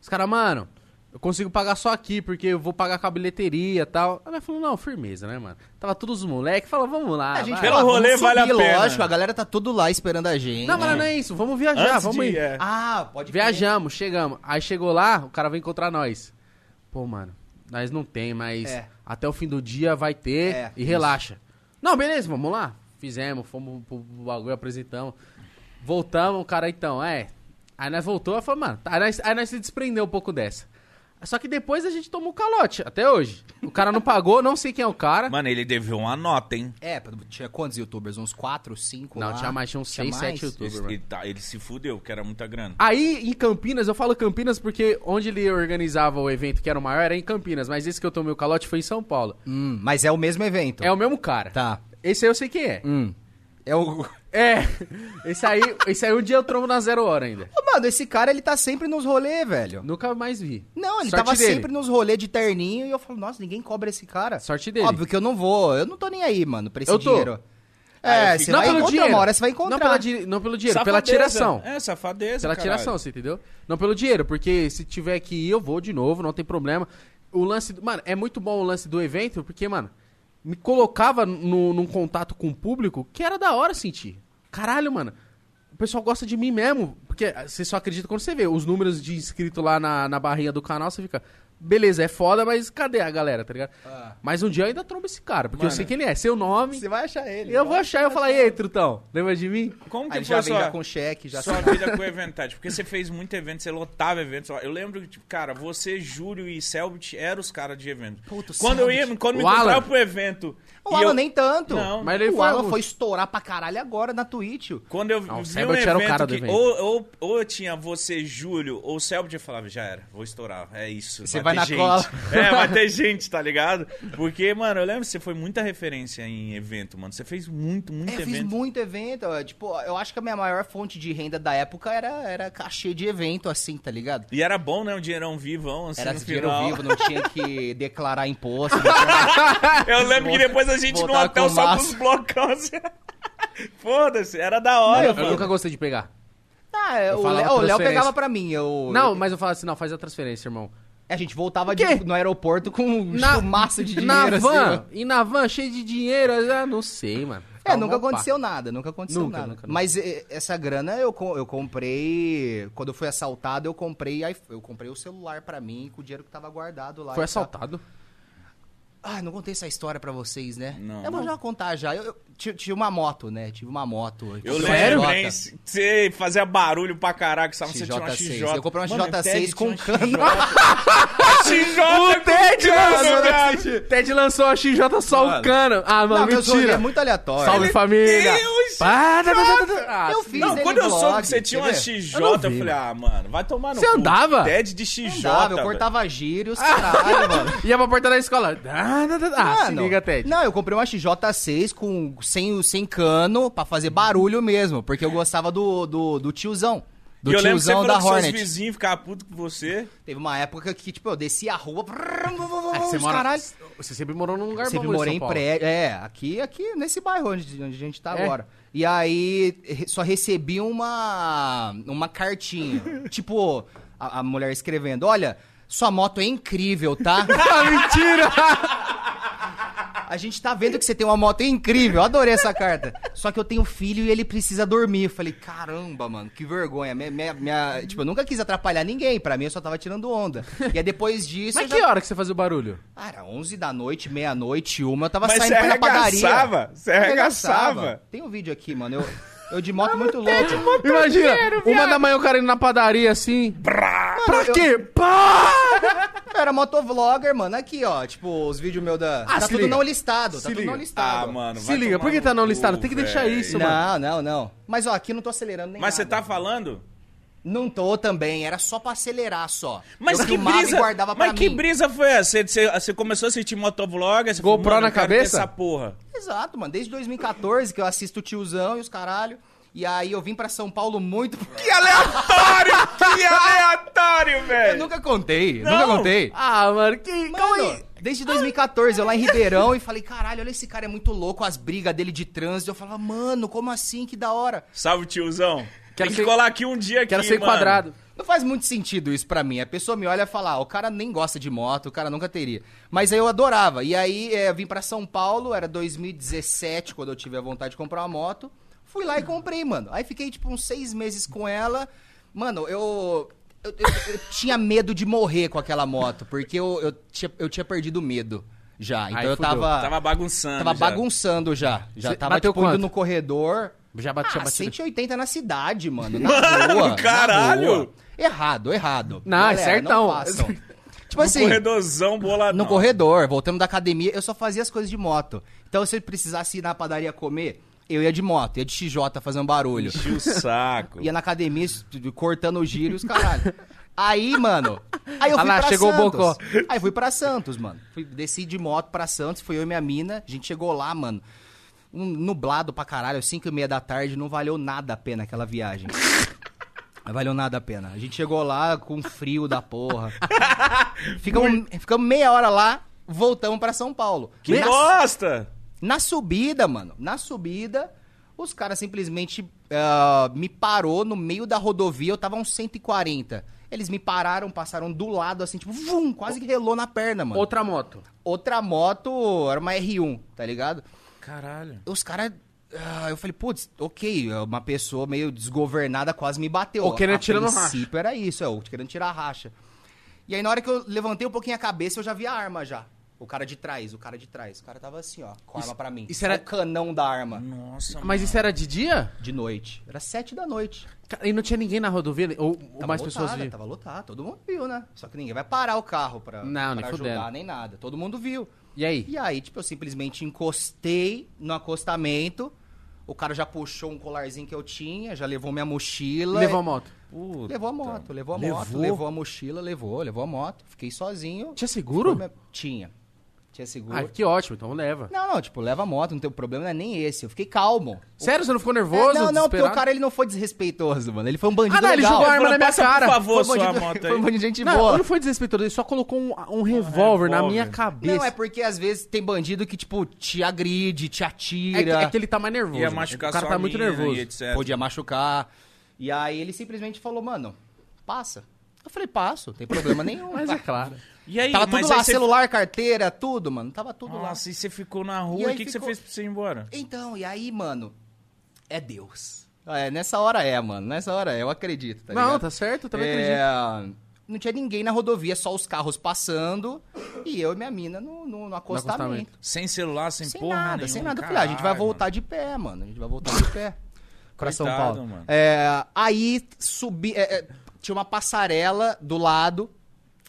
Speaker 1: Os caras, mano, eu consigo pagar só aqui, porque eu vou pagar com a bilheteria e tal. Aí nós falamos, não, firmeza, né, mano? Tava todos os moleques, fala, vamos lá.
Speaker 3: É, A gente
Speaker 1: vai.
Speaker 2: Pelo
Speaker 3: falou,
Speaker 2: rolê
Speaker 3: vamos
Speaker 2: vale a pena.
Speaker 3: Lógico, a galera tá tudo lá esperando a gente.
Speaker 1: Não, mas não é isso, vamos viajar,
Speaker 2: Antes
Speaker 1: vamos
Speaker 2: de-
Speaker 1: ir.
Speaker 2: é.
Speaker 3: Ah, pode crer.
Speaker 1: Viajamos, chegamos. Aí chegou lá, o cara veio encontrar nós. Pô, mano, nós não tem, mas
Speaker 3: É.
Speaker 1: até o fim do dia vai ter
Speaker 3: É,
Speaker 1: e relaxa. Não, beleza, vamos lá. Fizemos, fomos pro pro bagulho, apresentamos. Voltamos, o cara então, é. Aí nós voltou e falou, mano, tá, aí nós, aí nós se desprendeu um pouco dessa. Só que depois a gente tomou um calote, até hoje. O cara não pagou, não sei quem é o cara.
Speaker 2: Mano, ele deveu uma nota, hein?
Speaker 3: É, tinha quantos youtubers? Uns 4, 5?
Speaker 1: não, tinha mais, tinha uns 6, 7 youtubers.
Speaker 2: Ele,
Speaker 1: mano.
Speaker 2: ele tá- ele se fudeu, que era muita grana.
Speaker 3: Ah,
Speaker 1: Aí, em Campinas, eu falo Campinas porque onde ele organizava o evento que era o maior era em Campinas, mas esse que eu tomei o calote foi em São Paulo.
Speaker 3: Hum, mas é o mesmo evento.
Speaker 1: É o mesmo cara.
Speaker 3: Tá.
Speaker 1: Esse aí eu sei quem é.
Speaker 3: Hum. É o... [LAUGHS]
Speaker 1: É, [LAUGHS] esse aí, esse aí um dia eu trombo na zero hora ainda.
Speaker 3: Ô, Mano, esse cara, ele tá sempre nos rolê, velho.
Speaker 1: Nunca mais vi.
Speaker 3: Não, ele
Speaker 1: Sorte
Speaker 3: tava
Speaker 1: dele.
Speaker 3: sempre nos rolê de terninho e eu falo, nossa, ninguém cobra esse cara.
Speaker 1: Sorte dele.
Speaker 3: Óbvio que eu não vou, eu não tô nem aí, mano, pra esse
Speaker 1: Eu tô.
Speaker 3: dinheiro.
Speaker 2: Aí
Speaker 3: É,
Speaker 2: eu fico-
Speaker 3: você
Speaker 1: Não
Speaker 3: vai
Speaker 1: pelo
Speaker 3: encontrar,
Speaker 1: dinheiro.
Speaker 3: uma hora você vai
Speaker 1: Não
Speaker 3: encontrar.
Speaker 1: pela, di- não pelo dinheiro, pela
Speaker 2: Safadeza.
Speaker 1: tiração.
Speaker 2: É, safadeza.
Speaker 1: Pela
Speaker 2: caralho.
Speaker 1: tiração, você entendeu? Não pelo dinheiro, porque se tiver que ir, eu vou de novo, não tem problema. O lance. do- Mano, é muito bom o lance do evento, porque, mano, me colocava no, num contato com o público que era da hora sentir. Caralho, mano. O pessoal gosta de mim mesmo. Porque ah, você só acredita quando você vê os números de inscrito lá na, na barrinha do canal, você fica. Beleza, é foda, mas cadê a galera, tá ligado? Mas um dia eu ainda trombo esse cara, porque eu
Speaker 2: Mano.
Speaker 1: sei quem ele é. Seu nome.
Speaker 3: Você vai achar ele.
Speaker 1: Eu vou achar, tipo assim, eu falar, e aí, Trutão, lembra de mim?
Speaker 2: Como que
Speaker 3: Aí
Speaker 2: foi
Speaker 3: já
Speaker 2: a
Speaker 3: vem já
Speaker 2: sua,
Speaker 3: com cheque, já
Speaker 2: sua
Speaker 1: [LAUGHS]
Speaker 3: sabe.
Speaker 2: vida com o Eventide? Porque você fez muito evento, você lotava eventos. Eu lembro que, tipo, cara, você, Júlio e Selbit eram os caras de evento.
Speaker 3: Puta, o
Speaker 2: quando eu ia,
Speaker 3: Selbit.
Speaker 2: quando me
Speaker 1: O Alan.
Speaker 2: encontrava pro evento.
Speaker 3: O
Speaker 2: e
Speaker 3: Alan
Speaker 2: eu-
Speaker 3: nem tanto.
Speaker 2: Não.
Speaker 1: Mas ele
Speaker 3: o
Speaker 1: foi um-
Speaker 3: Alan
Speaker 1: algum-
Speaker 3: foi estourar pra caralho agora na Twitch.
Speaker 2: Quando eu
Speaker 1: Não, o
Speaker 2: vi um
Speaker 1: Selbit era o
Speaker 2: evento,
Speaker 1: cara do
Speaker 2: que
Speaker 1: evento.
Speaker 2: Ou, ou, ou eu tinha você, Júlio, ou Selbit, eu falava, já era, vou estourar, é isso.
Speaker 3: Você
Speaker 2: ter
Speaker 3: vai na
Speaker 2: gente.
Speaker 3: cola.
Speaker 2: [LAUGHS] É, vai ter gente, tá ligado? Porque, mano, eu lembro que você foi muita referência em evento, mano. Você fez muito, muito
Speaker 3: É, eu
Speaker 2: evento.
Speaker 3: fiz muito evento. é, Tipo, eu acho que a minha maior fonte de renda da época era, era cachê de evento, assim, tá ligado?
Speaker 2: E era bom, né? Um dinheirão vivão, assim,
Speaker 3: Era
Speaker 2: no
Speaker 3: dinheiro
Speaker 2: final.
Speaker 3: vivo, não tinha
Speaker 1: [LAUGHS]
Speaker 3: que declarar imposto. não tinha-
Speaker 2: [LAUGHS] Eu lembro que
Speaker 3: Voltar-
Speaker 2: depois a gente no
Speaker 3: voltar
Speaker 2: hotel
Speaker 3: com
Speaker 2: só
Speaker 3: massa.
Speaker 2: com os blocão, assim. [LAUGHS] Foda-se, era da hora,
Speaker 1: Eu
Speaker 2: mano.
Speaker 1: nunca gostei de pegar.
Speaker 3: Ah, é,
Speaker 1: Eu
Speaker 3: o
Speaker 1: falava
Speaker 3: Léo, o Léo
Speaker 1: transferência.
Speaker 3: pegava pra mim. Eu,
Speaker 1: Não, mas eu falo assim, não, faz a transferência, irmão.
Speaker 3: A gente voltava
Speaker 1: quê?
Speaker 3: de, no aeroporto com um massa de dinheiro.
Speaker 1: na van,
Speaker 3: assim, ó.
Speaker 1: e na van cheio de dinheiro, eu já não sei, mano.
Speaker 3: É,
Speaker 1: Ficava
Speaker 3: nunca
Speaker 1: mó pá.
Speaker 3: aconteceu nada, nunca aconteceu
Speaker 1: Nunca,
Speaker 3: nada.
Speaker 1: nunca, nunca.
Speaker 3: Mas eh, essa grana eu, co- eu comprei. Quando eu fui assaltado, eu comprei aí eu comprei o celular pra mim com o dinheiro que tava guardado lá.
Speaker 1: Foi
Speaker 3: e tal.
Speaker 1: assaltado.
Speaker 3: Ah, não contei essa história pra vocês, né?
Speaker 2: Não.
Speaker 3: É bom já contar já. Eu, eu ti- tive uma moto, né? Tive uma moto.
Speaker 2: Eu
Speaker 1: Sério?
Speaker 2: lembro, hein? Você fazia barulho pra caraca, sabe? Você tinha uma
Speaker 3: XJ6.
Speaker 2: XJ.
Speaker 3: Eu comprei uma
Speaker 2: Mano,
Speaker 3: XJ6
Speaker 2: Ted
Speaker 3: com
Speaker 2: tinha
Speaker 3: cano.
Speaker 2: XJ. [LAUGHS] XJ! com cano, cara.
Speaker 3: [LAUGHS]
Speaker 1: Ted lançou a XJ só o
Speaker 3: Mano.
Speaker 1: cano. Ah, mano,
Speaker 3: Não, meu sonho
Speaker 1: mentira.
Speaker 3: é muito aleatório.
Speaker 1: Salve, família.
Speaker 2: Deus,
Speaker 1: Pá, tá, tá, tá, tá, tá. Ah,
Speaker 3: Eu fiz
Speaker 2: Não,
Speaker 3: ele
Speaker 2: quando eu
Speaker 3: vlog,
Speaker 2: soube que você tinha
Speaker 3: quer
Speaker 2: uma
Speaker 3: ver?
Speaker 2: XJ,
Speaker 1: Eu
Speaker 2: eu,
Speaker 1: não vi,
Speaker 2: falei, ah, mano, vai tomar no
Speaker 1: Você
Speaker 2: cu.
Speaker 1: andava?
Speaker 2: Ted de XJ.
Speaker 3: Andava, eu
Speaker 2: velho. Ah.
Speaker 3: cortava gírios,
Speaker 2: [LAUGHS]
Speaker 3: caralho, mano.
Speaker 1: Ia pra porta da escola. Ah, tá, tá, tá. Ah, se
Speaker 3: Mano,
Speaker 1: liga, Ted.
Speaker 3: Não, eu comprei uma XJ6 com, sem, sem cano pra fazer barulho mesmo, porque eu gostava do, do, do tiozão. Do
Speaker 2: E eu lembro que você
Speaker 3: tiozão
Speaker 2: falou
Speaker 3: da
Speaker 2: que seus
Speaker 3: Hornet.
Speaker 2: vizinhos ficavam putos com você.
Speaker 3: Teve uma época que, tipo, eu descia a rua.
Speaker 1: Ah,
Speaker 3: os
Speaker 1: mora-
Speaker 3: caralho.
Speaker 1: Você sempre morou num lugar
Speaker 3: Sempre
Speaker 1: bom
Speaker 3: morei
Speaker 1: São
Speaker 3: em
Speaker 1: Paulo.
Speaker 3: prédio. É, aqui, aqui nesse bairro onde, onde a gente tá
Speaker 1: É.
Speaker 3: agora. E aí, re- só recebi uma, uma cartinha.
Speaker 1: [LAUGHS]
Speaker 3: tipo, a, a mulher escrevendo: Olha, sua moto é
Speaker 1: [LAUGHS]
Speaker 3: incrível, tá?
Speaker 1: Ah, mentira!
Speaker 3: A gente tá vendo que você tem uma moto incrível. Eu adorei essa carta. Só que eu tenho filho e ele precisa dormir. Eu falei, caramba, mano, que vergonha. Minha, minha- minha- Tipo, eu nunca quis atrapalhar ninguém. Pra mim, eu só tava tirando onda. E aí, depois disso...
Speaker 1: Mas
Speaker 3: eu
Speaker 1: que hora que você fazia o barulho?
Speaker 3: Ah, era 11 da noite, meia-noite, uma. Eu tava
Speaker 2: Mas
Speaker 1: é
Speaker 3: saindo
Speaker 2: você
Speaker 3: pra padaria.
Speaker 2: arregaçava? Você arregaçava?
Speaker 3: Tem um vídeo aqui, mano. Eu, eu de moto muito louco.
Speaker 1: Imagina, uma da manhã o cara indo na padaria assim. pra
Speaker 3: eu-
Speaker 1: quê? Pá!
Speaker 3: Eu era motovlogger, mano. Aqui, ó. Tipo, os vídeos meus da...
Speaker 1: Ah,
Speaker 3: tá
Speaker 1: se
Speaker 3: tudo
Speaker 1: liga.
Speaker 3: não listado.
Speaker 1: Se
Speaker 3: tá tudo
Speaker 1: liga.
Speaker 3: não
Speaker 2: Ah,
Speaker 3: listado.
Speaker 2: mano,
Speaker 1: Se
Speaker 2: vai
Speaker 1: liga,
Speaker 2: tomar
Speaker 1: por que tá
Speaker 2: no
Speaker 1: não
Speaker 2: cu,
Speaker 1: listado? Tem que deixar
Speaker 2: velho.
Speaker 1: isso, mano.
Speaker 3: Não, não, não. Mas, ó, aqui eu não tô acelerando nem
Speaker 2: Mas você
Speaker 3: nada.
Speaker 2: tá falando?
Speaker 3: Não tô também, era só pra acelerar só.
Speaker 2: Mas
Speaker 3: eu
Speaker 2: que
Speaker 3: filmava
Speaker 2: brisa,
Speaker 3: e guardava
Speaker 2: mas
Speaker 3: pra
Speaker 2: que
Speaker 3: mim.
Speaker 2: brisa foi essa? Você, você- você começou a assistir motovlog, aí você
Speaker 1: GoPro
Speaker 2: falou, "Mano,
Speaker 1: na
Speaker 2: eu quero ter
Speaker 1: cabeça?" [LAUGHS]
Speaker 2: essa porra.
Speaker 3: Exato, mano. Desde 2014 que eu assisto o tiozão e os caralho. E aí eu vim pra São Paulo muito.
Speaker 2: Que aleatório, que aleatório, velho.
Speaker 3: Eu nunca contei,
Speaker 2: Não.
Speaker 3: nunca contei.
Speaker 1: Ah, mano, que. Calma aí.
Speaker 3: Mano, desde 2014, eu lá em Ribeirão e falei, caralho, olha esse cara é muito louco, as brigas dele de trânsito. Eu falava, mano, como assim? Que da hora.
Speaker 2: Salve, tiozão.
Speaker 1: Quero
Speaker 2: Tem
Speaker 1: ser-
Speaker 2: que colar aqui um dia aqui,
Speaker 1: Quero ser
Speaker 2: mano.
Speaker 1: enquadrado.
Speaker 3: Não faz muito sentido isso pra mim. A pessoa me olha e fala, ah, o cara nem gosta de moto, o cara nunca teria. Mas aí eu adorava. E aí eh, vim pra São Paulo, era 2017, quando eu tive a vontade de comprar uma moto. Fui lá e comprei, mano. Aí fiquei, tipo, uns seis meses com ela. Mano, eu... Eu, eu- eu tinha medo de morrer com aquela moto, porque eu, eu, tinha, eu tinha perdido o medo já. Então eu
Speaker 1: fudeu.
Speaker 3: tava...
Speaker 2: Tava bagunçando
Speaker 3: Tava
Speaker 2: já.
Speaker 3: bagunçando já. Já
Speaker 1: Cê
Speaker 3: tava
Speaker 1: bateu
Speaker 3: tipo, indo
Speaker 1: quanto?
Speaker 3: no corredor.
Speaker 1: Já bati, já
Speaker 3: Ah,
Speaker 1: bati.
Speaker 3: 180 na cidade, mano. Na
Speaker 2: Mano,
Speaker 3: rua,
Speaker 2: [LAUGHS]
Speaker 3: na
Speaker 2: caralho!
Speaker 3: rua. Errado, errado.
Speaker 1: Não, é certão.
Speaker 3: Não
Speaker 2: [LAUGHS]
Speaker 3: façam. tipo
Speaker 2: No
Speaker 3: assim,
Speaker 2: corredorzão boladão.
Speaker 3: no corredor, voltando da academia, eu só fazia as coisas de moto. Então, se eu precisasse ir na padaria comer, eu ia de moto, ia de XJ fazendo
Speaker 2: [LAUGHS]
Speaker 3: um barulho.
Speaker 2: Enchi
Speaker 1: [LAUGHS]
Speaker 2: o saco.
Speaker 3: Ia na academia s- cortando os giros, caralho. Aí, mano. Aí eu
Speaker 1: Ah
Speaker 3: fui
Speaker 1: lá,
Speaker 3: pra
Speaker 1: chegou o
Speaker 3: Santos.
Speaker 1: Bocó.
Speaker 3: Aí fui pra Santos, mano. Fui, desci de moto pra Santos, foi eu e minha mina. A gente chegou lá, mano. Um nublado pra caralho, 5 e meia da tarde, não valeu nada a pena aquela viagem. Não valeu nada a pena. A gente chegou lá com frio da [LAUGHS] porra. ficamos, ficamos meia hora lá, voltamos pra São Paulo.
Speaker 2: Que
Speaker 3: Na-
Speaker 2: bosta!
Speaker 3: Na subida, mano, na subida, os caras simplesmente ah, me parou no meio da rodovia, eu tava a uns 140. Eles me pararam, passaram do lado, assim, tipo, vum, quase que relou na perna, mano.
Speaker 1: Outra moto.
Speaker 3: Outra moto era uma R1, tá ligado?
Speaker 2: Caralho.
Speaker 3: Os caras... ah, eu falei, putz, ok, é uma pessoa meio desgovernada quase me bateu.
Speaker 1: Ou querendo
Speaker 3: A
Speaker 1: tirar no
Speaker 3: princípio era isso, é, ou querendo tirar a racha. E aí na hora que eu levantei um pouquinho a cabeça, eu já vi a arma já. O cara de trás, o cara de trás. O cara tava assim, ó, com a arma pra mim.
Speaker 1: isso era-
Speaker 3: Só o canão da arma.
Speaker 2: Nossa,
Speaker 1: Mas
Speaker 2: mano.
Speaker 1: isso era de dia?
Speaker 3: De noite. Era sete da noite.
Speaker 1: Cara, E não tinha ninguém na rodovia? Ou, ou
Speaker 3: Tava
Speaker 1: mais
Speaker 3: lotada,
Speaker 1: pessoas viam?
Speaker 3: Tava lotado, todo mundo viu, né? Só que ninguém vai parar o carro pra,
Speaker 1: Não, nem
Speaker 3: pra
Speaker 1: fudendo.
Speaker 3: ajudar, nem nada. Todo mundo viu.
Speaker 1: E aí?
Speaker 3: E aí, tipo, eu simplesmente encostei no acostamento. O cara já puxou um colarzinho que eu tinha, já levou minha mochila.
Speaker 1: Levou a moto. Então,
Speaker 2: Puta.
Speaker 1: é
Speaker 3: Levou a moto, levou a moto,
Speaker 2: Levou?
Speaker 3: levou a mochila, levou, levou a moto. Fiquei sozinho.
Speaker 1: Tinha seguro?
Speaker 3: Foi minha- Tinha. Tinha seguro.
Speaker 1: Ah, que ótimo, então leva.
Speaker 3: Não, não, tipo, leva a moto, não tem problema, não é nem esse. Eu fiquei calmo.
Speaker 1: Sério, você não ficou
Speaker 3: É,
Speaker 1: nervoso?
Speaker 3: não, não, porque o
Speaker 1: desesperado?
Speaker 3: cara ele não foi desrespeitoso, mano. Ele foi um bandido
Speaker 1: Ah, não, ele
Speaker 3: legal.
Speaker 1: jogou a arma
Speaker 2: Fala,
Speaker 1: na minha
Speaker 2: passa,
Speaker 1: cara.
Speaker 2: Por favor,
Speaker 3: foi um
Speaker 2: sua
Speaker 3: bandido-
Speaker 2: moto
Speaker 3: [LAUGHS] Foi um
Speaker 2: aí.
Speaker 3: bandido de gente
Speaker 1: Não,
Speaker 3: boa.
Speaker 1: ele não foi desrespeitoso, ele só colocou um, um revólver na
Speaker 2: revólver.
Speaker 1: minha cabeça.
Speaker 3: Não, é porque às vezes tem bandido que, tipo, te agride, te
Speaker 1: É que,
Speaker 3: atira,
Speaker 1: é que ele tá mais nervoso.
Speaker 2: Ia
Speaker 1: né?
Speaker 2: machucar
Speaker 1: o cara
Speaker 2: sua
Speaker 1: tá muito
Speaker 2: mina
Speaker 1: nervoso.
Speaker 2: E etc.
Speaker 3: podia machucar. E aí ele simplesmente falou, mano, passa. Eu falei, passo, não tem problema nenhum.
Speaker 1: Mas é claro.
Speaker 2: E aí,
Speaker 3: Tava
Speaker 2: mas
Speaker 3: tudo
Speaker 2: aí
Speaker 3: lá,
Speaker 2: você-
Speaker 3: celular, carteira, tudo, mano. Tava tudo lá.
Speaker 2: Nossa, e você ficou na
Speaker 3: E
Speaker 2: rua,
Speaker 3: aí
Speaker 2: o que, que você
Speaker 3: ficou-
Speaker 2: fez pra você ir embora?
Speaker 3: Então, e aí, mano, é Deus. É, nessa hora é, mano. Nessa hora é, eu acredito, tá
Speaker 1: não,
Speaker 3: ligado?
Speaker 1: tá certo, eu também acredito.
Speaker 3: acredito. Não tinha ninguém na rodovia, só os carros passando e eu e minha mina no, no, no acostamento.
Speaker 1: acostamento.
Speaker 2: Sem celular, sem,
Speaker 3: Sem,
Speaker 2: porra
Speaker 3: nada,
Speaker 2: nenhuma,
Speaker 3: sem nada. Eu falei, ah, a gente vai
Speaker 2: caralho,
Speaker 3: voltar de pé, mano. A gente vai voltar de pé pra São
Speaker 2: Coitado,
Speaker 3: Paulo.
Speaker 2: mano.
Speaker 3: É, aí subi. é, é, tinha uma passarela do lado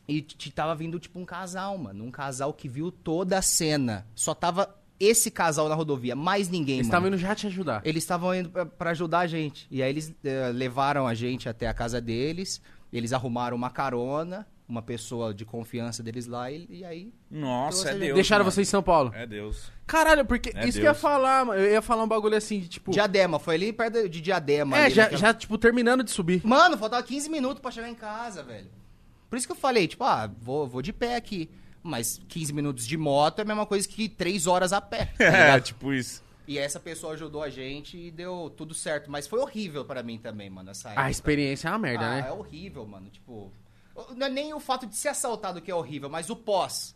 Speaker 3: e t- tava vindo, tipo, um casal, mano. Um casal que viu toda a cena. Só tava esse casal na rodovia, mais ninguém,
Speaker 1: Eles
Speaker 3: mano.
Speaker 1: estavam indo já te ajudar.
Speaker 3: Eles estavam indo pra- pra ajudar a gente. E aí eles eh, levaram a gente até a casa deles, eles arrumaram uma carona, uma pessoa de confiança deles lá, e, e aí.
Speaker 2: mano. Nossa, é
Speaker 3: Deus,
Speaker 2: Deus.
Speaker 1: Deixaram
Speaker 2: mano.
Speaker 1: você em São Paulo.
Speaker 2: É Deus.
Speaker 1: Caralho, porque
Speaker 2: É
Speaker 1: isso que eu ia
Speaker 2: Deus.
Speaker 1: falar, mano. Eu ia falar um bagulho assim, de, tipo...
Speaker 3: Diadema, foi ali perto de Diadema.
Speaker 1: é,
Speaker 3: ali
Speaker 1: já,
Speaker 3: naquela-
Speaker 1: já, tipo, terminando de subir.
Speaker 3: Mano, faltava 15 minutos pra chegar em casa, velho. Por isso que eu falei, tipo, ah, vou, vou de pé aqui. Mas 15 minutos de moto é a mesma coisa que 3 horas a
Speaker 1: [LAUGHS]
Speaker 3: pé. tá
Speaker 2: [LAUGHS] É,
Speaker 3: ligado?
Speaker 2: tipo isso.
Speaker 3: e essa pessoa ajudou a gente e deu tudo certo. Mas foi horrível pra mim também, mano, essa época.
Speaker 1: A experiência é uma merda,
Speaker 3: ah,
Speaker 1: né?
Speaker 3: é horrível, mano. Tipo, não é nem o fato de ser assaltado que é horrível, mas o pós.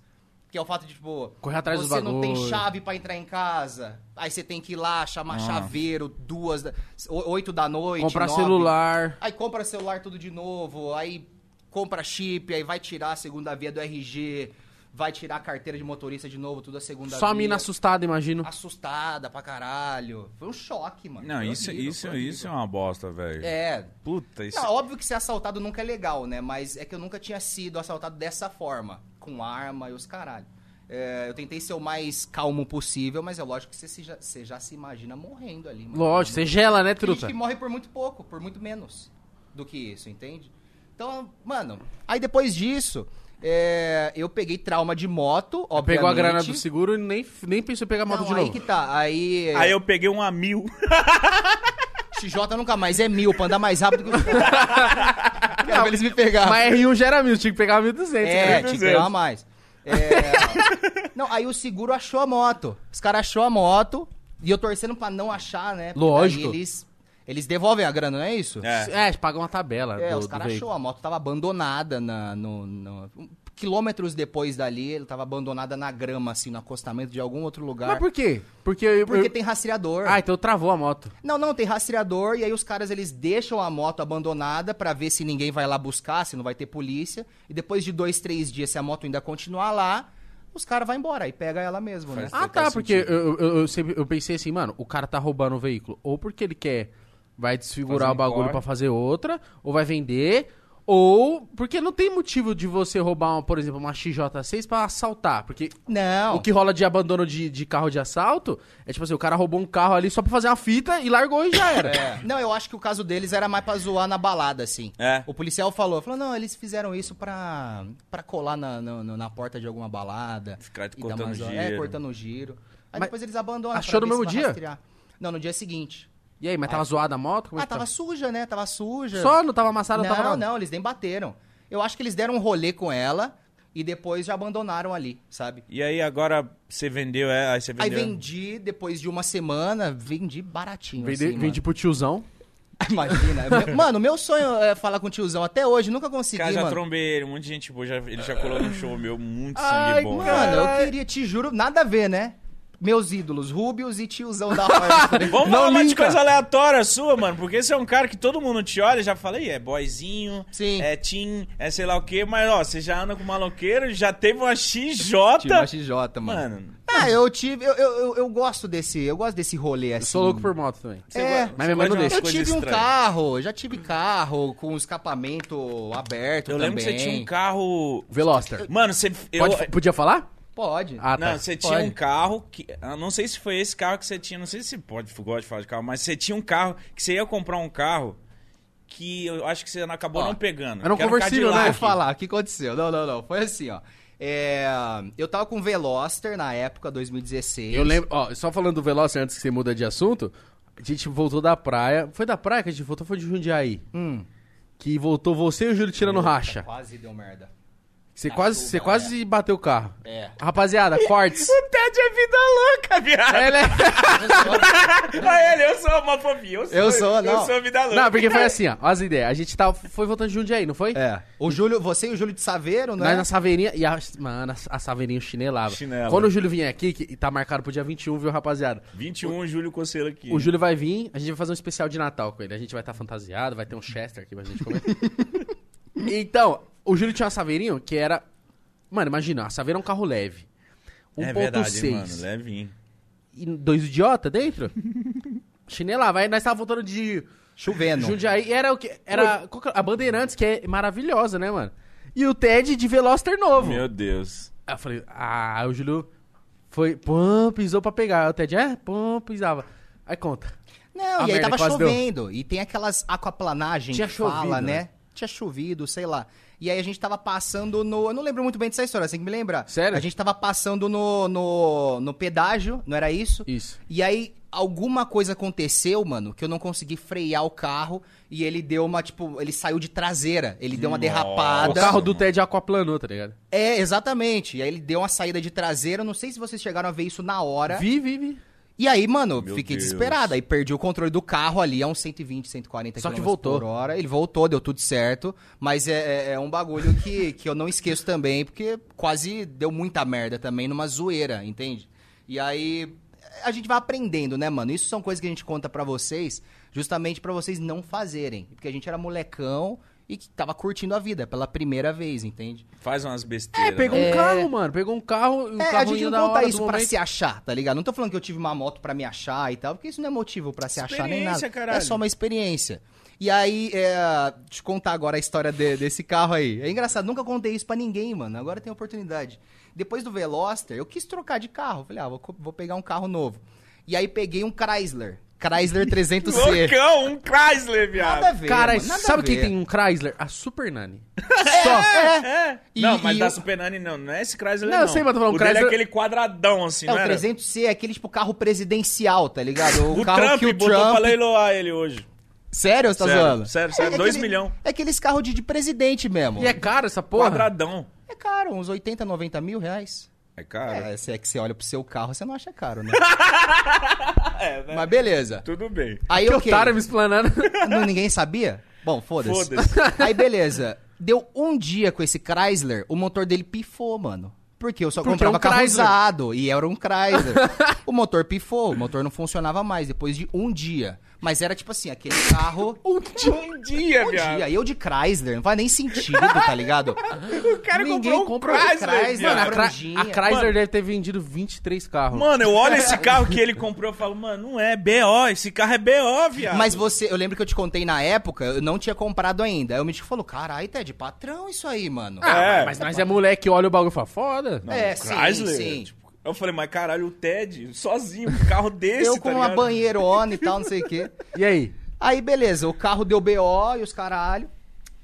Speaker 3: Que é o fato de, tipo,
Speaker 1: Correr atrás dos
Speaker 3: você não tem
Speaker 1: bagulho.
Speaker 3: chave pra entrar em casa. Aí você tem que ir lá, chamar
Speaker 2: Nossa.
Speaker 3: chaveiro, duas, da- o- oito da noite.
Speaker 1: Comprar
Speaker 3: nove.
Speaker 1: celular.
Speaker 3: Aí compra celular tudo de novo, aí compra chip, aí vai tirar a segunda via do RG, vai tirar a carteira de motorista de novo, tudo a segunda Ah,
Speaker 1: Só a
Speaker 3: via.
Speaker 1: mina assustada, imagino.
Speaker 3: assustada pra caralho. Foi um choque, mano.
Speaker 2: Não,
Speaker 3: Foi
Speaker 2: isso,
Speaker 3: horrível,
Speaker 2: isso,
Speaker 3: foi horrível.
Speaker 2: isso é uma bosta, velho.
Speaker 3: É,
Speaker 2: Puta, isso.
Speaker 3: não, óbvio que ser assaltado nunca é legal, né? Mas é que eu nunca tinha sido assaltado dessa forma, com arma e os caralho. É, eu tentei ser o mais calmo possível, mas é lógico que você, se já, você já se imagina morrendo ali. Mano.
Speaker 1: Lógico, você gela, né,
Speaker 3: Tem gente
Speaker 1: truta?
Speaker 3: que morre por muito pouco, por muito menos do que isso, entende? Então, mano, aí depois disso, é, eu peguei trauma de moto, obviamente.
Speaker 1: Pegou a grana do seguro e nem, nem pensou em pegar a moto
Speaker 3: Não,
Speaker 1: de
Speaker 3: aí
Speaker 1: novo.
Speaker 3: que tá, aí...
Speaker 2: Aí eu peguei um a mil.
Speaker 3: XJ nunca mais é mil, pra andar mais rápido que...
Speaker 1: [LAUGHS]
Speaker 3: Quero ver eles me
Speaker 1: [LAUGHS]
Speaker 3: pegarem.
Speaker 1: Mas R1 já era mil, tinha que pegar 1.200.
Speaker 3: É,
Speaker 1: né?
Speaker 3: tinha que pegar uma mais. É... [LAUGHS] não, aí o seguro achou a moto. Os caras achou a moto e eu torcendo pra não achar, né? Porque
Speaker 1: Lógico.
Speaker 3: daí Eles, eles devolvem a grana, não é isso?
Speaker 2: É.
Speaker 1: É, paga uma tabela
Speaker 3: É,
Speaker 1: do,
Speaker 3: os
Speaker 1: do
Speaker 3: caras achou,
Speaker 1: veículo.
Speaker 3: a moto tava abandonada na, no, no- um, Quilômetros depois dali, ela tava abandonada na grama, assim, no acostamento de algum outro lugar.
Speaker 1: Mas por quê? Porque... eu-
Speaker 3: Porque
Speaker 1: eu-
Speaker 3: tem rastreador.
Speaker 1: Ah, então travou a moto.
Speaker 3: Não, não, tem rastreador e aí os caras eles deixam a moto abandonada pra ver se ninguém vai lá buscar, se não vai ter polícia. E depois de dois, três dias, se a moto ainda continuar lá, os caras vão embora e pega ela mesmo, né?
Speaker 2: Faz-
Speaker 1: Ah,
Speaker 2: total
Speaker 1: tá, porque
Speaker 2: sentido.
Speaker 1: eu, eu, eu sempre- eu pensei assim, mano, o cara tá roubando o veículo. Ou porque ele quer, vai desfigurar
Speaker 2: Fazer um
Speaker 1: o bagulho
Speaker 2: corte.
Speaker 1: pra fazer outra, ou vai vender, ou porque não tem motivo de você roubar, uma, por exemplo, uma XJ6 pra assaltar. Porque
Speaker 3: Não.
Speaker 1: o que rola de abandono de, de carro de assalto é tipo assim, o cara roubou um carro ali só pra fazer uma fita e largou e já era.
Speaker 3: É. Não, eu acho que o caso deles era mais pra zoar na balada, assim.
Speaker 2: É.
Speaker 3: O policial falou, falou, não, eles fizeram isso pra, pra colar na, na, na- na porta de alguma balada.
Speaker 2: Ficar
Speaker 3: e dar
Speaker 2: tá cortando
Speaker 3: uma
Speaker 2: o
Speaker 3: zo- É,
Speaker 2: giro.
Speaker 3: cortando o giro. Aí
Speaker 1: Mas
Speaker 3: depois eles abandonam. pra
Speaker 1: achou no
Speaker 3: ver se
Speaker 1: mesmo
Speaker 3: vai
Speaker 1: dia?
Speaker 3: rastrear. Não, no dia seguinte.
Speaker 1: E aí, mas tava zoada a moto? Como é
Speaker 3: ah,
Speaker 1: que tava?
Speaker 3: tava suja, né? Tava suja.
Speaker 1: Só não tava amassada,
Speaker 3: Não,
Speaker 1: não tava nada.
Speaker 3: não, eles nem bateram. Eu acho que eles deram um rolê com ela. e depois já abandonaram ali, sabe?
Speaker 2: [LAUGHS] E aí agora você vendeu, é, aí você
Speaker 3: Aí
Speaker 2: vendeu.
Speaker 3: vendi, depois de uma semana, vendi baratinho.
Speaker 1: Vende,
Speaker 3: assim,
Speaker 1: vende
Speaker 3: mano.
Speaker 1: pro tiozão.
Speaker 3: [LAUGHS] Imagina. meu- mano, meu sonho é falar com o tiozão até hoje, nunca consegui,
Speaker 2: Cara, já
Speaker 3: mano.
Speaker 2: trombei ele, um monte de gente boa. Já, ele já colou num show meu, muito
Speaker 1: Ai,
Speaker 2: sangue bom.
Speaker 3: Mano, eu
Speaker 1: Caralho.
Speaker 3: queria, te juro, nada a ver, né? Meus ídolos, Rúbios e
Speaker 2: [LAUGHS]
Speaker 3: tiozão da hora.
Speaker 2: Vamos
Speaker 1: Não
Speaker 2: falar mais de
Speaker 1: linka.
Speaker 2: coisa aleatória sua, mano, porque esse é um cara que todo mundo te olha e já fala, "Ih, é boyzinho,
Speaker 3: Sim.
Speaker 2: é teen, é sei lá o quê, mas ó, você já anda com maloqueiro, já teve uma XJ.
Speaker 3: Tive uma XJ, mano.
Speaker 2: Mano,
Speaker 3: Ah, eu tive. Eu, eu, eu- eu gosto desse. Eu gosto desse rolê assim.
Speaker 1: Eu sou louco por moto também.
Speaker 2: você
Speaker 3: É.
Speaker 2: gosta-
Speaker 1: Mas
Speaker 2: você
Speaker 1: minha mãe
Speaker 2: gosta
Speaker 1: não
Speaker 2: de umas
Speaker 1: deixa.
Speaker 3: Eu
Speaker 2: coisas
Speaker 3: tive um
Speaker 2: estranhas.
Speaker 3: carro, já tive carro com escapamento aberto
Speaker 2: Eu
Speaker 3: também.
Speaker 2: lembro que você tinha um carro.
Speaker 1: Veloster.
Speaker 2: Mano, você. Eu...
Speaker 1: Pode- podia falar?
Speaker 3: Pode.
Speaker 1: Ah, tá.
Speaker 2: Não, você tinha
Speaker 3: Pode.
Speaker 2: um carro que. ah, Não sei se foi esse carro que você tinha. Não sei se pode, gosta de falar de carro, mas você tinha um carro que você ia comprar um carro que eu acho que você não- acabou
Speaker 3: Ó,
Speaker 2: não pegando.
Speaker 1: era um
Speaker 2: que um
Speaker 1: conversível, né?
Speaker 2: Cadillac.
Speaker 3: Vou falar, o que aconteceu? Não, não, não. Foi assim, ó. É, eu tava com um Veloster na época, 2016.
Speaker 1: Eu lembro, ó, só falando do Veloster antes que você muda de assunto, a gente voltou da praia. Foi da praia que a gente voltou, foi de Jundiaí.
Speaker 3: Hum.
Speaker 1: Que voltou você e o Júlio tirando racha.
Speaker 3: Quase deu merda.
Speaker 1: Você quase,
Speaker 3: chuva,
Speaker 1: você quase bateu o carro.
Speaker 3: É.
Speaker 1: Rapaziada, cortes. [LAUGHS]
Speaker 2: O Ted é vida louca, viado.
Speaker 1: É, né?
Speaker 2: Olha ele, eu sou homofobia. Eu sou,
Speaker 3: Eu sou,
Speaker 2: Eu
Speaker 3: não.
Speaker 2: sou vida louca.
Speaker 1: Não, porque foi assim, ó. Olha as ideias. A gente tava, foi voltando de Jundiaí, não foi?
Speaker 3: É. O Júlio, você e o Júlio de Saveiro, né?
Speaker 1: Nós na Saveirinha. E a, mano, a Saveirinha chinelava.
Speaker 2: Chinela.
Speaker 1: Quando o Júlio vinha aqui, que tá marcado pro dia 21, viu, rapaziada?
Speaker 2: 21, Júlio Coceiro aqui.
Speaker 1: O Júlio vai vir, a gente vai fazer um especial de Natal com ele. A gente vai estar fantasiado, vai ter um Chester aqui pra gente
Speaker 2: [LAUGHS]
Speaker 1: comer. então, o Júlio tinha uma Saveirinho que era. Mano, imagina, a Saveira é um carro leve.
Speaker 2: É verdade, mano.
Speaker 1: 1.6.
Speaker 2: Levinho.
Speaker 1: E dois idiota
Speaker 2: [LAUGHS]
Speaker 1: dentro? Chinelava. Aí nós tava voltando de
Speaker 3: Chovendo.
Speaker 1: Jundiaí. E era o que? Era qual que é? a Bandeirantes, que é maravilhosa, né, mano? E o Ted de Veloster novo.
Speaker 2: Meu Deus.
Speaker 1: Aí eu falei, ah, aí o Júlio foi, pum, pisou pra pegar. Aí o Ted, é, pum, pisava. Aí conta.
Speaker 3: Não,
Speaker 1: A
Speaker 3: e aí
Speaker 1: Ah, merda
Speaker 3: tava
Speaker 1: quase deu.
Speaker 3: chovendo. E tem aquelas aquaplanagens
Speaker 1: Tinha
Speaker 3: que fala,
Speaker 1: chovido,
Speaker 3: né?
Speaker 1: né?
Speaker 3: Tinha chovido, sei lá. E aí a gente tava passando no. Eu não lembro muito bem dessa história, você tem que me lembrar.
Speaker 1: Sério?
Speaker 3: A gente tava passando no, no, no pedágio, não era isso?
Speaker 1: Isso.
Speaker 3: E aí alguma coisa aconteceu, mano, que eu não consegui frear o carro e ele deu uma, tipo, ele saiu de traseira. Ele deu uma
Speaker 2: Nossa.
Speaker 1: O
Speaker 3: derrapada.
Speaker 2: Nossa,
Speaker 1: carro do
Speaker 2: mano.
Speaker 1: Ted aquaplanou, tá ligado?
Speaker 3: É, exatamente. E aí ele deu uma saída de traseira. Eu Não sei se vocês chegaram a ver isso na hora.
Speaker 1: Vi, vi, vi.
Speaker 3: E aí, mano, eu
Speaker 2: Meu
Speaker 3: fiquei
Speaker 2: Deus.
Speaker 3: desesperado. Aí perdi o controle do carro ali a uns 120, 140
Speaker 1: Só que
Speaker 3: km
Speaker 1: voltou.
Speaker 3: por hora. Ele voltou, deu tudo certo. Mas é, é- é um bagulho que, [LAUGHS] que eu não esqueço também, porque quase deu muita merda também numa zoeira, entende? E aí a gente vai aprendendo, né, mano? Isso são coisas que a gente conta pra vocês, justamente pra vocês não fazerem. Porque a gente era molecão e que tava curtindo a vida pela primeira vez, entende?
Speaker 2: Faz umas besteiras.
Speaker 1: É, pegou
Speaker 2: né?
Speaker 1: um carro, mano. Pegou um carro, um
Speaker 3: É, a gente
Speaker 1: carrinho
Speaker 3: não
Speaker 1: da
Speaker 3: conta
Speaker 1: hora
Speaker 3: isso
Speaker 1: do
Speaker 3: pra
Speaker 1: momento.
Speaker 3: se achar, tá ligado? Não tô falando que eu tive uma moto pra me achar e tal, porque isso não é motivo pra se achar nem nada.
Speaker 2: Experiência, caralho.
Speaker 3: É só uma experiência. E aí, é, te contar agora a história de- desse carro aí. É engraçado, nunca contei isso pra ninguém, mano. Agora tem oportunidade. Depois do Veloster, eu quis trocar de carro. Falei, ah, vou, co- vou pegar um carro novo. E aí peguei um Chrysler. Chrysler
Speaker 1: [LAUGHS]
Speaker 3: 300C.
Speaker 2: Loucão, um Chrysler, viado.
Speaker 3: Nada a ver,
Speaker 1: Cara,
Speaker 3: mano, nada a
Speaker 1: sabe quem
Speaker 3: ver. [LAUGHS]
Speaker 1: tem um Chrysler? A Super Nani.
Speaker 2: É.
Speaker 3: E-
Speaker 2: não, mas
Speaker 3: e
Speaker 2: da
Speaker 3: o-
Speaker 2: Super Nani não, não é esse Chrysler
Speaker 1: Não,
Speaker 2: não.
Speaker 1: eu sei, mas tô falando,
Speaker 2: o dele
Speaker 1: Chrysler-
Speaker 2: é aquele quadradão assim,
Speaker 3: É,
Speaker 2: não
Speaker 3: o
Speaker 2: era?
Speaker 3: 300C é aquele, tipo, carro presidencial, tá ligado? O,
Speaker 2: O
Speaker 3: carro
Speaker 2: Trump
Speaker 3: que o
Speaker 2: botou
Speaker 3: Trump...
Speaker 2: pra leiloar ele hoje.
Speaker 3: Sério, você tá
Speaker 2: Sério,
Speaker 3: zoando?
Speaker 2: sério, sério, dois milhão.
Speaker 3: É aqueles carros de, de presidente mesmo.
Speaker 1: E é caro essa porra?
Speaker 2: Quadradão.
Speaker 3: É caro, uns 80, 90 mil reais.
Speaker 2: É caro.
Speaker 3: É, se é que você olha pro seu carro, você não acha caro, né?
Speaker 2: [LAUGHS] É, né?
Speaker 3: Mas beleza.
Speaker 2: Tudo bem.
Speaker 3: Aí
Speaker 1: Que
Speaker 3: eu
Speaker 1: otário me explanando.
Speaker 3: não, ninguém sabia? Bom, foda-se. [LAUGHS]
Speaker 2: Foda-se.
Speaker 3: Aí beleza. Deu um dia com esse Chrysler, o motor dele pifou, mano. Porque eu só
Speaker 1: Porque
Speaker 3: comprava
Speaker 1: é um
Speaker 3: carro
Speaker 1: Chrysler.
Speaker 3: usado e era um Chrysler. [LAUGHS] o motor pifou, o motor não funcionava mais depois de um dia. Mas era tipo assim, aquele carro.
Speaker 1: um dia.
Speaker 2: Um dia,
Speaker 3: Um
Speaker 2: viado.
Speaker 3: dia, eu de Chrysler, não faz nem sentido,
Speaker 2: [LAUGHS]
Speaker 3: tá ligado?
Speaker 2: O cara
Speaker 1: Ninguém
Speaker 2: comprou um
Speaker 1: compra um
Speaker 2: Chrysler,
Speaker 3: Chrysler, é
Speaker 2: viado.
Speaker 1: Mano, a, Cra-
Speaker 3: franjinha.
Speaker 1: a Chrysler
Speaker 2: Mano.
Speaker 1: deve ter vendido 23 carros.
Speaker 2: Mano, eu olho
Speaker 3: [LAUGHS]
Speaker 2: esse carro que ele comprou e falo, mano, não é BO, esse carro é BO, viado.
Speaker 3: Mas você, eu lembro que eu te contei na época, eu não tinha comprado ainda. Aí o Mitch falou: carai, Ted, patrão isso aí, mano.
Speaker 1: Ah,
Speaker 2: É.
Speaker 1: mas nós é moleque, olha o bagulho e fala, foda.
Speaker 3: é,
Speaker 2: Chrysler. tipo, eu falei, mas caralho, o Ted, sozinho, um carro desse,
Speaker 3: [LAUGHS] eu com
Speaker 2: tá
Speaker 3: uma
Speaker 2: ligado?
Speaker 3: banheirona e tal, não sei
Speaker 2: [LAUGHS]
Speaker 3: o quê.
Speaker 1: E aí?
Speaker 3: Aí, beleza, o carro deu BO e os caralho.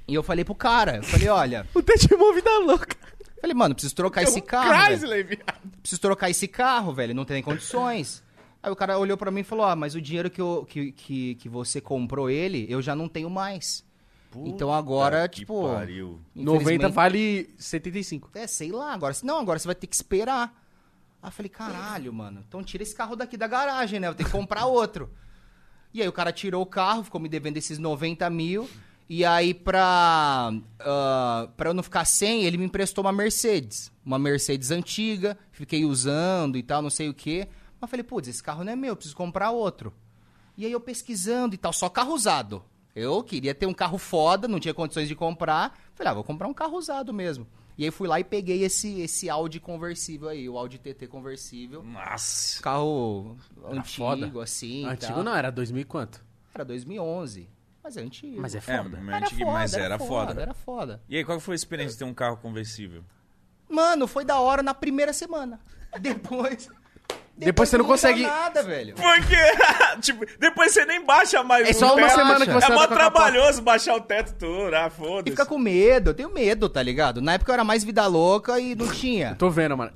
Speaker 3: E eu falei pro cara, eu falei, olha,
Speaker 1: O Ted é vida louca.
Speaker 3: eu falei, mano, preciso trocar
Speaker 2: É um
Speaker 3: esse carro. velho.
Speaker 2: Chrysler, viado.
Speaker 3: preciso trocar esse carro, velho, não tem condições. Aí o cara olhou pra mim e falou: Ah, mas o dinheiro que, eu, que, que, que você comprou ele, eu já não tenho mais. Então agora,
Speaker 2: que
Speaker 3: tipo,
Speaker 2: pariu.
Speaker 1: 90
Speaker 3: infelizmente-
Speaker 1: vale 75.
Speaker 3: É, sei lá, agora. Não, agora você vai ter que esperar. Aí eu falei, caralho, mano. Então tira esse carro daqui da garagem, né? Eu tenho que comprar outro. E aí o cara tirou o carro, ficou me devendo esses 90 mil. E aí, pra, ah, pra eu não ficar sem, ele me emprestou uma Mercedes. Uma Mercedes antiga, fiquei usando e tal, não sei o quê. Mas eu falei, putz, esse carro não é meu, eu preciso comprar outro. E aí eu pesquisando e tal, só carro usado. Eu queria ter um carro foda, não tinha condições de comprar. Falei, ah, vou comprar um carro usado mesmo. E aí fui lá e peguei esse, esse Audi conversível aí, o Audi TT conversível.
Speaker 2: Nossa.
Speaker 3: Carro
Speaker 1: Era
Speaker 3: antigo,
Speaker 1: foda.
Speaker 3: assim. e
Speaker 1: Antigo
Speaker 3: tal.
Speaker 1: não, era 2000 e quanto?
Speaker 3: Era 2011. Mas é antigo.
Speaker 1: Mas é
Speaker 2: É,
Speaker 1: foda.
Speaker 2: mas antigo, mas era foda.
Speaker 3: Era foda.
Speaker 2: E aí, qual foi a experiência de ter um carro conversível?
Speaker 3: Mano, foi da hora na
Speaker 2: [LAUGHS]
Speaker 3: primeira semana. Depois.
Speaker 1: Depois você não
Speaker 3: dá
Speaker 1: consegue-
Speaker 3: nada, velho.
Speaker 2: Porque, [LAUGHS] tipo, depois você nem baixa mais
Speaker 1: É
Speaker 2: o
Speaker 1: só uma
Speaker 2: teto.
Speaker 1: semana que você
Speaker 2: É
Speaker 1: anda
Speaker 2: mó
Speaker 1: com a capa-
Speaker 2: trabalhoso baixar o teto todo, ah,
Speaker 3: E
Speaker 2: foda-se.
Speaker 3: fica com medo, eu tenho medo, tá ligado? Na época eu era mais vida louca e não tinha.
Speaker 1: Tô vendo, mano.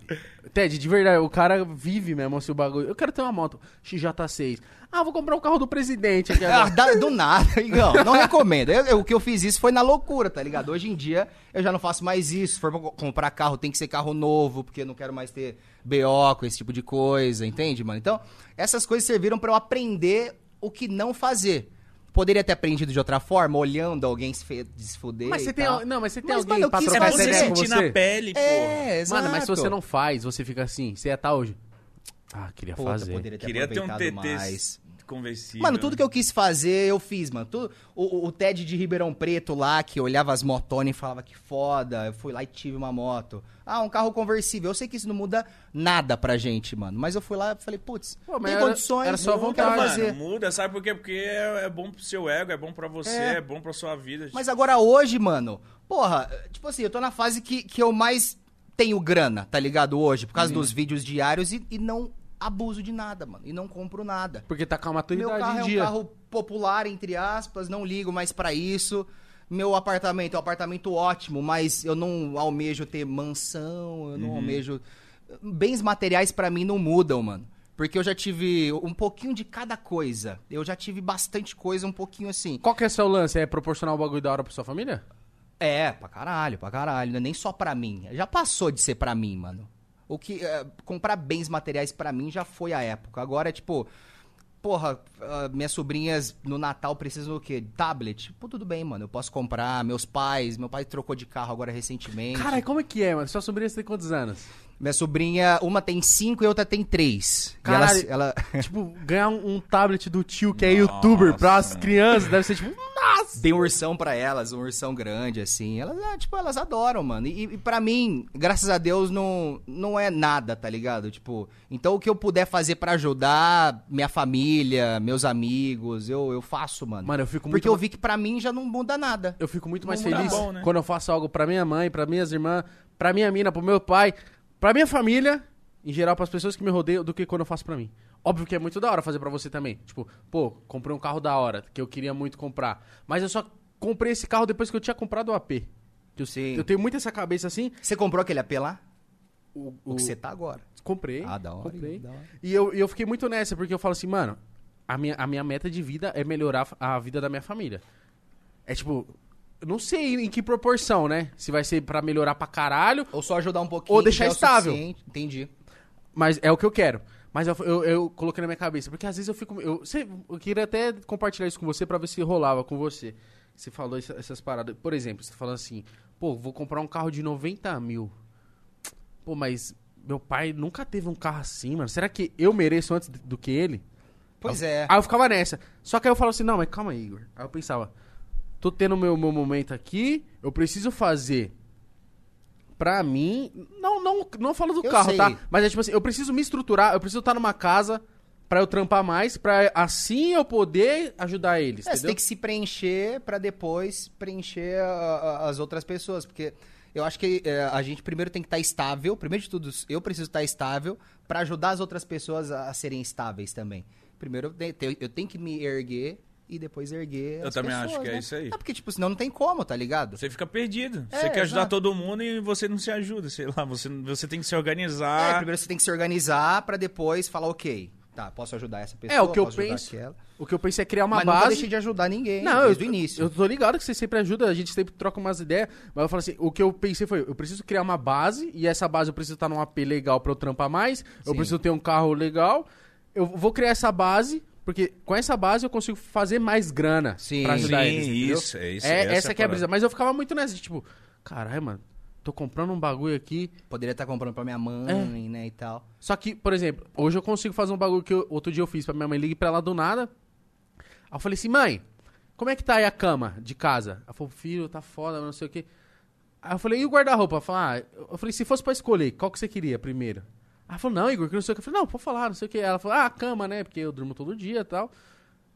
Speaker 1: Ted, de verdade, o cara vive mesmo assim, o bagulho. Eu quero ter uma moto XJ6. Ah, vou comprar o carro do presidente aqui
Speaker 3: Ah, [LAUGHS]
Speaker 1: agora.
Speaker 3: da- do nada, Igão. Não recomendo. Eu- eu- o que eu fiz isso foi na loucura, tá ligado? Hoje em dia eu já não faço mais isso. Se for pra co- comprar carro, tem que ser carro novo, porque eu não quero mais ter BO com esse tipo de coisa, entende, mano? Então, essas coisas serviram pra eu aprender o que não fazer. Poderia ter aprendido de outra forma, olhando alguém se, fe- se fuder.
Speaker 1: Mas você
Speaker 3: e
Speaker 1: tem,
Speaker 3: tal.
Speaker 1: al- não, mas você tem
Speaker 3: Mas,
Speaker 1: alguém
Speaker 3: mano, eu
Speaker 1: pra
Speaker 3: quis
Speaker 2: É
Speaker 1: trocar
Speaker 2: bom
Speaker 1: essa
Speaker 3: fazer
Speaker 2: você
Speaker 1: ideia com
Speaker 2: sentir na
Speaker 1: você?
Speaker 2: pele, pô.
Speaker 3: É, exato.
Speaker 1: Mano, mas se você não faz, você fica assim, você ia estar hoje. Ah, queria
Speaker 3: Puta,
Speaker 1: fazer.
Speaker 3: poderia ter
Speaker 2: Queria ter um
Speaker 3: aproveitado
Speaker 2: TT
Speaker 3: mais.
Speaker 2: conversível.
Speaker 1: né?
Speaker 3: Mano, tudo que eu quis fazer, eu fiz, mano. Tudo, o, o- o Ted de Ribeirão Preto lá, que olhava as motones e falava que foda. Eu fui lá e tive uma moto. Ah, um carro conversível. Eu sei que isso não muda nada pra gente, mano. Mas eu fui lá e falei, putz,
Speaker 1: Pô, mas
Speaker 3: tem
Speaker 1: era-
Speaker 3: condições.
Speaker 1: era só
Speaker 3: eu não quero
Speaker 1: vontade. né?
Speaker 2: Mano,
Speaker 3: fazer.
Speaker 2: muda, sabe por quê? Porque é, é bom pro seu ego, é bom pra você, é, bom pra sua vida.
Speaker 3: Mas agora hoje, mano, porra, tipo assim, eu tô na fase que, que eu mais tenho grana, tá ligado? Hoje, por
Speaker 1: Uhum.
Speaker 3: causa dos vídeos diários e, e não abuso de nada, mano. E não compro nada.
Speaker 1: Porque tá com a
Speaker 3: Meu
Speaker 1: maturidade
Speaker 3: carro
Speaker 1: em
Speaker 3: é um
Speaker 1: dia.
Speaker 3: carro popular, entre aspas, não ligo mais pra isso. Meu apartamento é um apartamento ótimo, mas eu não almejo ter mansão, eu
Speaker 1: Uhum.
Speaker 3: não almejo. Bens materiais pra mim não mudam, mano. Porque eu já tive um pouquinho de cada coisa. Eu já tive bastante coisa, um pouquinho assim.
Speaker 1: Qual que é o seu lance? É proporcionar o bagulho da hora pra sua família?
Speaker 3: É, pra caralho, pra caralho. Não é nem só pra mim. Já passou de ser pra mim, mano. O que. é, comprar bens materiais pra mim já foi a época. Agora é tipo. Porra, ah, minhas sobrinhas no Natal precisam do quê? Tablet? Pô, tudo bem, mano. Eu posso comprar. Meus pais. Meu pai trocou de carro agora recentemente.
Speaker 1: Cara, como é que é, mano? Sua sobrinha você tem quantos anos?
Speaker 3: Minha sobrinha, uma tem cinco e outra tem três. E
Speaker 1: Caralho.
Speaker 3: ela, ela-
Speaker 1: tipo, ganhar um, um tablet do tio que é youtuber pras crianças deve ser tipo. Nossa!
Speaker 3: Dei um ursão pra elas, um ursão grande, assim. Elas, ah, tipo, elas adoram, mano. E, e pra mim, graças a Deus, não, não é nada, tá ligado? Tipo, então o que eu puder fazer pra ajudar minha família, meus amigos, eu, eu faço, mano.
Speaker 1: Mano, eu fico muito.
Speaker 3: Porque eu vi que pra mim já não muda nada.
Speaker 1: Eu fico muito mais
Speaker 2: Não dá
Speaker 1: feliz
Speaker 2: bom, né?
Speaker 1: quando eu faço algo pra minha mãe, pra minhas irmãs, pra minha mina, pro meu pai, pra minha família, em geral, pras pessoas que me rodeiam, do que quando eu faço pra mim. Óbvio que é muito da hora fazer pra você também. Tipo, pô, comprei um carro da hora, que eu queria muito comprar. Mas eu só comprei esse carro depois que eu tinha comprado o AP. Que eu,
Speaker 3: Sim.
Speaker 1: eu tenho muito essa cabeça assim.
Speaker 3: Você comprou aquele AP lá?
Speaker 1: O,
Speaker 3: O
Speaker 1: o-
Speaker 3: que você tá agora.
Speaker 1: Comprei.
Speaker 3: Ah, da hora,
Speaker 1: Comprei.
Speaker 3: da hora.
Speaker 1: E eu, e eu fiquei muito nessa, porque eu falo assim, mano, a minha, a minha meta de vida é melhorar a vida da minha família. É tipo, eu não sei em que proporção, né? Se vai ser pra melhorar pra caralho,
Speaker 3: Ou só ajudar um pouquinho.
Speaker 1: Ou deixar
Speaker 3: já é o
Speaker 1: estável.
Speaker 3: suficiente. Entendi.
Speaker 1: mas é o que eu quero. Mas eu, eu, eu coloquei na minha cabeça, porque às vezes eu fico. Eu, cê- eu queria até compartilhar isso com você pra ver se rolava com você. Você falou essa- essas paradas. Por exemplo, você tá falando assim, pô, vou comprar um carro de 90 mil. Pô, mas meu pai nunca teve um carro assim, mano. Será que eu mereço antes do que ele?
Speaker 3: Pois é.
Speaker 1: Aí eu ficava nessa. Só que aí eu falava assim, não, mas calma aí, Igor. Aí eu pensava, tô tendo meu, meu momento aqui, eu preciso fazer pra mim. Não, não, não falo do
Speaker 3: Eu
Speaker 1: carro,
Speaker 3: sei.
Speaker 1: tá? Mas é tipo assim, eu preciso me estruturar, eu preciso estar numa casa pra eu trampar mais, pra assim eu poder ajudar eles.
Speaker 3: É, você
Speaker 1: entendeu?
Speaker 3: tem que se preencher pra depois preencher a- a- as outras pessoas, porque eu acho que é, a gente primeiro tem que estar estável, primeiro de tudo, eu preciso estar estável pra ajudar as outras pessoas a, a serem estáveis também. Primeiro eu te- eu, eu tenho que me erguer e depois erguer
Speaker 2: Eu
Speaker 3: as
Speaker 2: também
Speaker 3: pessoas,
Speaker 2: acho que é
Speaker 3: né?
Speaker 2: isso aí.
Speaker 3: É porque tipo, senão não tem como, tá ligado?
Speaker 2: Você fica perdido.
Speaker 3: É,
Speaker 2: você quer ajudar
Speaker 3: exato.
Speaker 2: todo mundo e você não se ajuda, sei lá. Você, você tem que se
Speaker 3: É,
Speaker 2: organizar.
Speaker 3: primeiro você tem que se organizar pra depois falar, OK, tá, posso ajudar essa pessoa,
Speaker 1: É, o que eu
Speaker 3: posso ajudar
Speaker 1: penso,
Speaker 3: aquela.
Speaker 1: o que eu penso é criar uma
Speaker 3: mas
Speaker 1: base.
Speaker 3: nunca deixei de ajudar ninguém
Speaker 1: Não,
Speaker 3: desde
Speaker 1: eu,
Speaker 3: o início.
Speaker 1: Eu tô ligado que você sempre ajuda, a gente sempre troca umas ideias. Mas eu falo assim, o que eu pensei foi, eu preciso criar uma base, e essa base eu preciso estar num AP legal pra eu trampar mais, eu
Speaker 3: Sim.
Speaker 1: preciso ter um carro legal. Eu vou criar essa base, porque com essa base eu consigo fazer mais grana
Speaker 3: Sim.
Speaker 1: pra ajudar
Speaker 2: Sim,
Speaker 1: eles. entendeu?
Speaker 2: isso, é isso,
Speaker 1: É,
Speaker 2: essa
Speaker 1: essa,
Speaker 2: é a
Speaker 1: que é a
Speaker 2: parada.
Speaker 1: brisa. Mas eu ficava muito nessa, de, tipo, caralho, mano, tô comprando um bagulho aqui.
Speaker 3: Poderia estar comprando pra minha mãe,
Speaker 1: É.
Speaker 3: né, e tal.
Speaker 1: Só que, por exemplo, hoje eu consigo fazer um bagulho que eu- outro dia eu fiz pra minha mãe, liguei pra ela do nada. Aí eu falei assim, mãe, como é que tá aí a cama de casa? Ela falou, filho, tá foda, não sei o quê. Aí eu falei, e o guarda-roupa? Ela falou, ah, eu falei, se fosse pra escolher, qual que você queria primeiro? Ela falou, não, Igor, que não sei o que. Eu falei, não, pode falar, não sei o que. Ela falou, ah, a cama, né? Porque eu durmo todo dia e tal.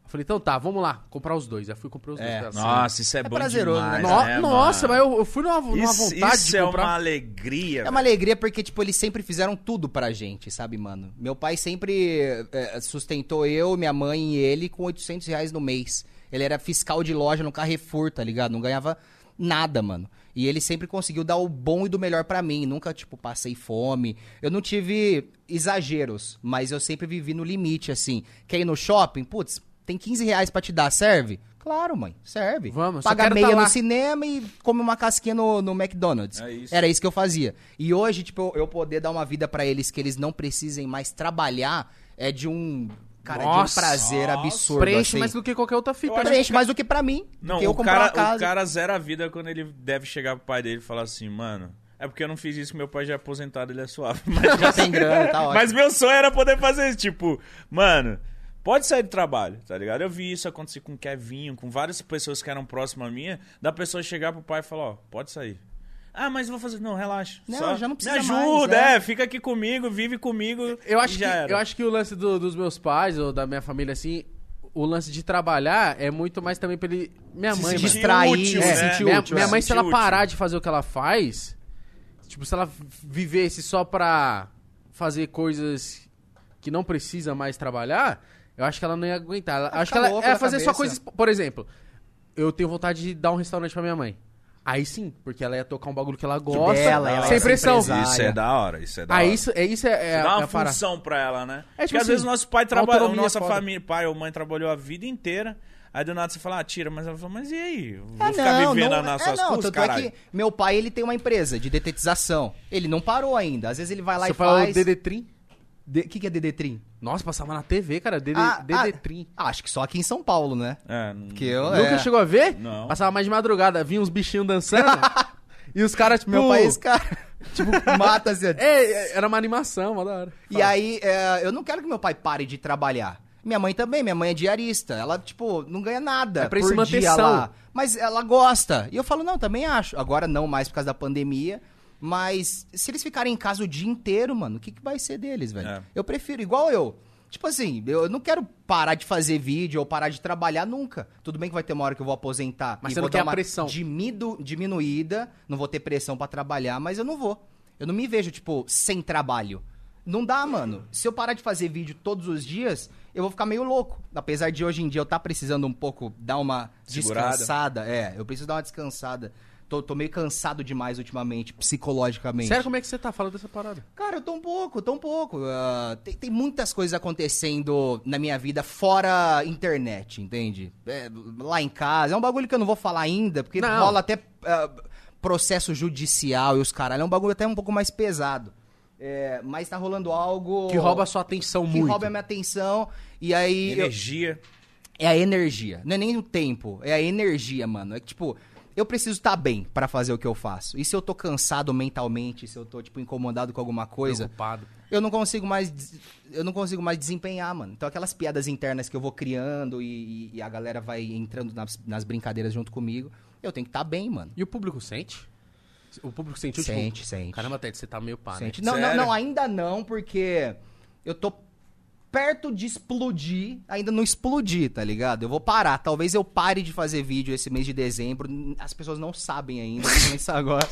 Speaker 1: Eu falei, então tá, vamos lá, comprar os dois. Aí fui comprar os
Speaker 3: É,
Speaker 1: dois. Ela, assim.
Speaker 2: Nossa, isso é, bom
Speaker 3: prazeroso, né?
Speaker 2: demais,
Speaker 1: No-
Speaker 2: né,
Speaker 1: nossa, mas
Speaker 2: mano?
Speaker 1: eu, eu fui numa, numa
Speaker 2: Isso,
Speaker 1: vontade
Speaker 2: isso
Speaker 1: de
Speaker 2: é
Speaker 1: comprar.
Speaker 2: uma alegria,
Speaker 3: É
Speaker 2: velho.
Speaker 3: uma alegria porque, tipo, eles sempre fizeram tudo pra gente, sabe, mano? Meu pai sempre eh, sustentou eu, minha mãe e ele com 800 reais no mês. Ele era fiscal de loja no Carrefour, tá ligado? Não ganhava nada, mano. E ele sempre conseguiu dar o bom e do melhor pra mim. Nunca, tipo, passei fome. Eu não tive exageros, mas eu sempre vivi no limite, assim. Quer ir no shopping? Putz, tem 15 reais pra te dar, serve? Claro, mãe, serve.
Speaker 1: Vamos, só
Speaker 3: Paga
Speaker 1: quero
Speaker 3: meia
Speaker 1: tá lá.
Speaker 3: no cinema e come uma casquinha no, no McDonald's.
Speaker 2: É isso.
Speaker 3: Era isso que eu fazia. E hoje, tipo, eu, eu poder dar uma vida pra eles que eles não precisem mais trabalhar é de um. Cara,
Speaker 1: Nossa.
Speaker 3: de um prazer absurdo.
Speaker 1: Preenche
Speaker 3: assim.
Speaker 1: mais do que qualquer outra fita,
Speaker 2: Eu
Speaker 1: né?
Speaker 3: Preenche mais do que pra mim.
Speaker 2: Não,
Speaker 3: que eu
Speaker 2: o,
Speaker 3: comprar
Speaker 2: cara,
Speaker 3: uma casa.
Speaker 2: o cara zera a vida quando ele deve chegar pro pai dele e falar assim, mano. É porque eu não fiz isso, meu pai já é aposentado, ele é suave. [LAUGHS] Mas,
Speaker 3: [LAUGHS] Já tem grana, tá ótimo.
Speaker 2: mas meu sonho era poder fazer isso. Tipo, mano, pode sair do trabalho, tá ligado? Eu vi isso acontecer com o Kevinho, com várias pessoas que eram próximas a minha, da pessoa chegar pro pai e falar, ó, pode sair. Ah, mas eu vou fazer. Não, relaxa.
Speaker 3: Não,
Speaker 2: só
Speaker 3: já não precisa
Speaker 2: Me
Speaker 3: mais,
Speaker 2: ajuda,
Speaker 3: é.
Speaker 2: é. fica aqui comigo, vive comigo.
Speaker 1: Eu acho,
Speaker 2: e
Speaker 1: que,
Speaker 2: já era.
Speaker 1: eu acho que o lance do- dos meus pais ou da minha família, assim, o lance de trabalhar é muito mais também pra ele. Minha
Speaker 2: Se
Speaker 1: mãe,
Speaker 2: sentir
Speaker 1: mano.
Speaker 3: distrair,
Speaker 2: útil,
Speaker 3: se
Speaker 1: É,
Speaker 2: né?
Speaker 3: sentir
Speaker 1: minha,
Speaker 3: útil,
Speaker 1: minha
Speaker 3: é.
Speaker 1: mãe, se ela
Speaker 2: Sentir útil.
Speaker 1: parar de fazer o que ela faz, tipo, se ela vivesse só pra fazer coisas que não precisa mais trabalhar, eu acho que ela não ia aguentar. Ela-
Speaker 3: Vai
Speaker 1: acho que
Speaker 3: ficar
Speaker 1: ela
Speaker 3: louca
Speaker 1: ia
Speaker 3: da
Speaker 1: fazer só
Speaker 3: cabeça.
Speaker 1: coisas. Por exemplo, eu tenho vontade de dar um restaurante pra minha mãe. Aí sim, porque ela ia tocar um bagulho que ela gosta,
Speaker 3: dela, ela ia
Speaker 1: sem
Speaker 3: ser
Speaker 1: pressão.
Speaker 3: empresária.
Speaker 2: Isso é da hora, isso é da hora.
Speaker 1: Aí isso, é, isso é, é,
Speaker 2: dá
Speaker 1: é
Speaker 2: uma
Speaker 1: a parada.
Speaker 2: função pra ela, né?
Speaker 1: É, tipo
Speaker 2: Porque às
Speaker 1: assim,
Speaker 2: vezes nosso pai trabalhou,
Speaker 1: autonomia
Speaker 2: nossa
Speaker 1: é foda.
Speaker 2: família, pai ou mãe trabalhou a vida inteira. Aí do nada você fala, ah, tira, mas ela fala, mas e aí? Eu Vou
Speaker 3: Ah,
Speaker 2: ficar
Speaker 3: não,
Speaker 2: vivendo
Speaker 3: não,
Speaker 2: nas
Speaker 3: é,
Speaker 2: suas
Speaker 3: não,
Speaker 2: custas,
Speaker 3: tanto é
Speaker 2: caralho.
Speaker 3: que meu pai, ele tem uma empresa de detetização. Ele não parou ainda. Às vezes ele vai lá
Speaker 1: Você
Speaker 3: e faz...
Speaker 1: falou
Speaker 3: O
Speaker 1: DD30?
Speaker 3: que, que é DDTrim?
Speaker 1: Nossa, passava na TV, cara. DD,
Speaker 3: Ah,
Speaker 1: DD30.
Speaker 3: ah, acho que só aqui em São Paulo, né?
Speaker 2: É, não-
Speaker 3: Porque eu,
Speaker 1: Nunca
Speaker 3: é.
Speaker 1: chegou a ver?
Speaker 2: Não.
Speaker 1: Passava mais de madrugada, vinha uns bichinhos
Speaker 3: [LAUGHS]
Speaker 1: dançando. e os caras, tipo.
Speaker 3: Meu
Speaker 1: [LAUGHS]
Speaker 3: pai, esse cara, [LAUGHS] tipo, mata assim, ó.
Speaker 1: É, é, era uma animação, mó da hora.
Speaker 3: E aí, é, eu não quero que meu pai pare de trabalhar. Minha mãe também, minha mãe é diarista. Ela, tipo, não ganha
Speaker 1: É
Speaker 3: nada.
Speaker 1: pra
Speaker 3: por
Speaker 1: isso manter
Speaker 3: dia
Speaker 1: são.
Speaker 3: lá. Mas ela gosta. E eu falo, não, também acho. Agora não mais por causa da pandemia. Mas se eles ficarem em casa o dia inteiro, mano, o que, que vai ser deles, velho?
Speaker 2: É.
Speaker 3: Eu prefiro, igual eu. Tipo assim, eu não quero parar de fazer vídeo ou parar de trabalhar nunca. Tudo bem que vai ter uma hora que eu vou aposentar.
Speaker 1: Mas
Speaker 3: e
Speaker 1: você
Speaker 3: vou
Speaker 1: não quer
Speaker 3: dar
Speaker 1: a
Speaker 3: uma
Speaker 1: pressão.
Speaker 3: dimidu- diminuída, não vou ter pressão pra trabalhar, mas eu não vou. Eu não me vejo, tipo, sem trabalho. Não dá, mano. Se eu parar de fazer vídeo todos os dias, eu vou ficar meio louco. Apesar de hoje em dia eu tá precisando um pouco dar uma
Speaker 2: Segurada.
Speaker 3: descansada. É, eu preciso dar uma descansada. Tô, tô meio cansado demais ultimamente, psicologicamente.
Speaker 1: Sério, como é que você tá falando dessa parada?
Speaker 3: Cara, eu tô um pouco, tô um pouco. Ah, tem, tem muitas coisas acontecendo na minha vida fora internet, entende? É, lá em casa. É um bagulho que eu não vou falar ainda, porque
Speaker 1: Não.
Speaker 3: rola até ah, processo judicial e os caralho. É um bagulho até um pouco mais pesado. É, mas tá rolando algo.
Speaker 1: Que rouba a sua atenção
Speaker 3: que
Speaker 1: muito.
Speaker 3: rouba a minha atenção. E aí. eu-
Speaker 2: Energia.
Speaker 3: é a energia. Não é nem o tempo, é a energia, mano. É que, tipo, eu preciso estar bem pra fazer o que eu faço. E se eu tô cansado mentalmente, se eu tô, tipo, incomodado com alguma coisa,
Speaker 1: Preocupado.
Speaker 3: eu não consigo mais. des- Eu não consigo mais desempenhar, mano. Então aquelas piadas internas que eu vou criando e, e- e a galera vai entrando nas, nas brincadeiras junto comigo, eu tenho que estar bem, mano.
Speaker 1: E o público sente? O público sentiu, tipo,
Speaker 3: Sente, sente.
Speaker 1: Caramba, Ted, você tá meio pá,
Speaker 3: Sente.
Speaker 1: né?
Speaker 3: Não, não,
Speaker 2: Sério?
Speaker 3: não, ainda não, porque eu tô perto de explodir, ainda não explodi, tá ligado? Eu vou parar. Talvez eu pare de fazer vídeo esse mês de dezembro. As pessoas não sabem ainda, [LAUGHS] vou começar agora.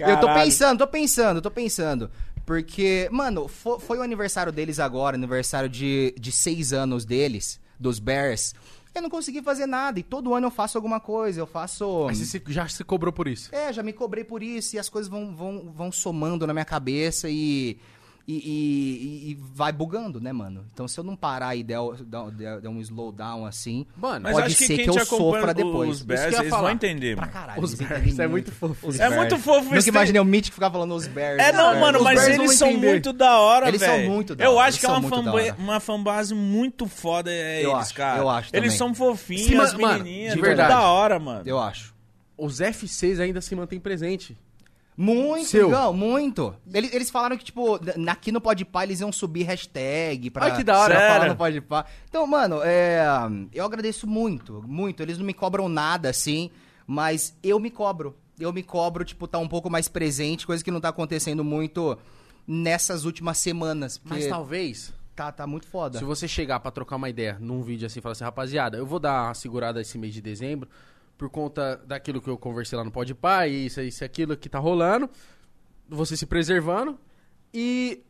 Speaker 3: Eu tô
Speaker 2: Caralho.
Speaker 3: pensando, tô pensando, tô pensando. Porque, mano, fo- foi o aniversário deles agora, aniversário de, de seis anos deles, dos Bears. Eu não consegui fazer nada. E todo ano eu faço alguma coisa, eu faço.
Speaker 1: Mas você se- já se cobrou por isso.
Speaker 3: É, já me cobrei por isso e as coisas vão, vão, vão somando na minha cabeça e E, e- e- e vai bugando, né, mano? Então se eu não parar e der, o- der, der- der um slowdown assim,
Speaker 1: Mano,
Speaker 2: Mas
Speaker 3: Pode
Speaker 2: acho que
Speaker 3: ser
Speaker 2: quem
Speaker 3: que
Speaker 2: te
Speaker 3: eu
Speaker 2: acompanha
Speaker 3: sofra
Speaker 2: com
Speaker 3: depois.
Speaker 2: os
Speaker 3: Isso
Speaker 1: que eu
Speaker 2: Bears,
Speaker 1: ia
Speaker 2: eles
Speaker 1: falar.
Speaker 2: vão entender,
Speaker 3: pra
Speaker 2: mano.
Speaker 3: caralho.
Speaker 1: os
Speaker 3: eles entendem
Speaker 1: Bears é
Speaker 3: muito.
Speaker 1: muito fofo.
Speaker 3: Os
Speaker 2: É
Speaker 3: Bears.
Speaker 2: muito fofo
Speaker 3: Nunca
Speaker 2: isso,
Speaker 3: imaginei o Mitch que ficava falando os Bears.
Speaker 2: É, não,
Speaker 3: cara.
Speaker 2: mano,
Speaker 1: Os
Speaker 2: mas
Speaker 1: Bears vão
Speaker 2: eles são
Speaker 1: entender.
Speaker 2: muito da hora, velho.
Speaker 3: Eles são muito da
Speaker 2: Eu
Speaker 3: hora,
Speaker 2: acho que é
Speaker 3: eles
Speaker 2: uma,
Speaker 3: são muito da
Speaker 2: fanba-
Speaker 3: hora.
Speaker 2: uma fanbase muito foda, é
Speaker 3: Eu
Speaker 2: eles,
Speaker 3: acho,
Speaker 2: cara.
Speaker 3: eu acho
Speaker 2: Eles
Speaker 3: também.
Speaker 2: são fofinhos,
Speaker 1: Sim,
Speaker 2: as
Speaker 1: mano, mano,
Speaker 2: menininhas,
Speaker 1: de
Speaker 2: tudo
Speaker 1: verdade.
Speaker 2: da hora, mano.
Speaker 3: Eu acho.
Speaker 1: Os F6 ainda se mantêm presente.
Speaker 3: Muito,
Speaker 1: Seu.
Speaker 3: Igão, muito. Eles, eles falaram que, tipo, na- aqui no Podpah eles iam subir hashtag pra,
Speaker 1: Ai, que da hora.
Speaker 3: pra falar
Speaker 2: Sério?
Speaker 3: no Podpah. Então, mano, é, eu agradeço muito, muito. Eles não me cobram nada, assim, mas eu me cobro. Eu me cobro, tipo, tá um pouco mais presente, coisa que não tá acontecendo muito nessas últimas semanas. Porque
Speaker 1: Mas talvez,
Speaker 3: tá, tá muito foda.
Speaker 1: se você chegar pra trocar uma ideia num vídeo assim e falar assim, rapaziada, eu vou dar uma segurada esse mês de dezembro por conta daquilo que eu conversei lá no Podpah, e isso, isso, e aquilo que tá rolando, você se preservando e...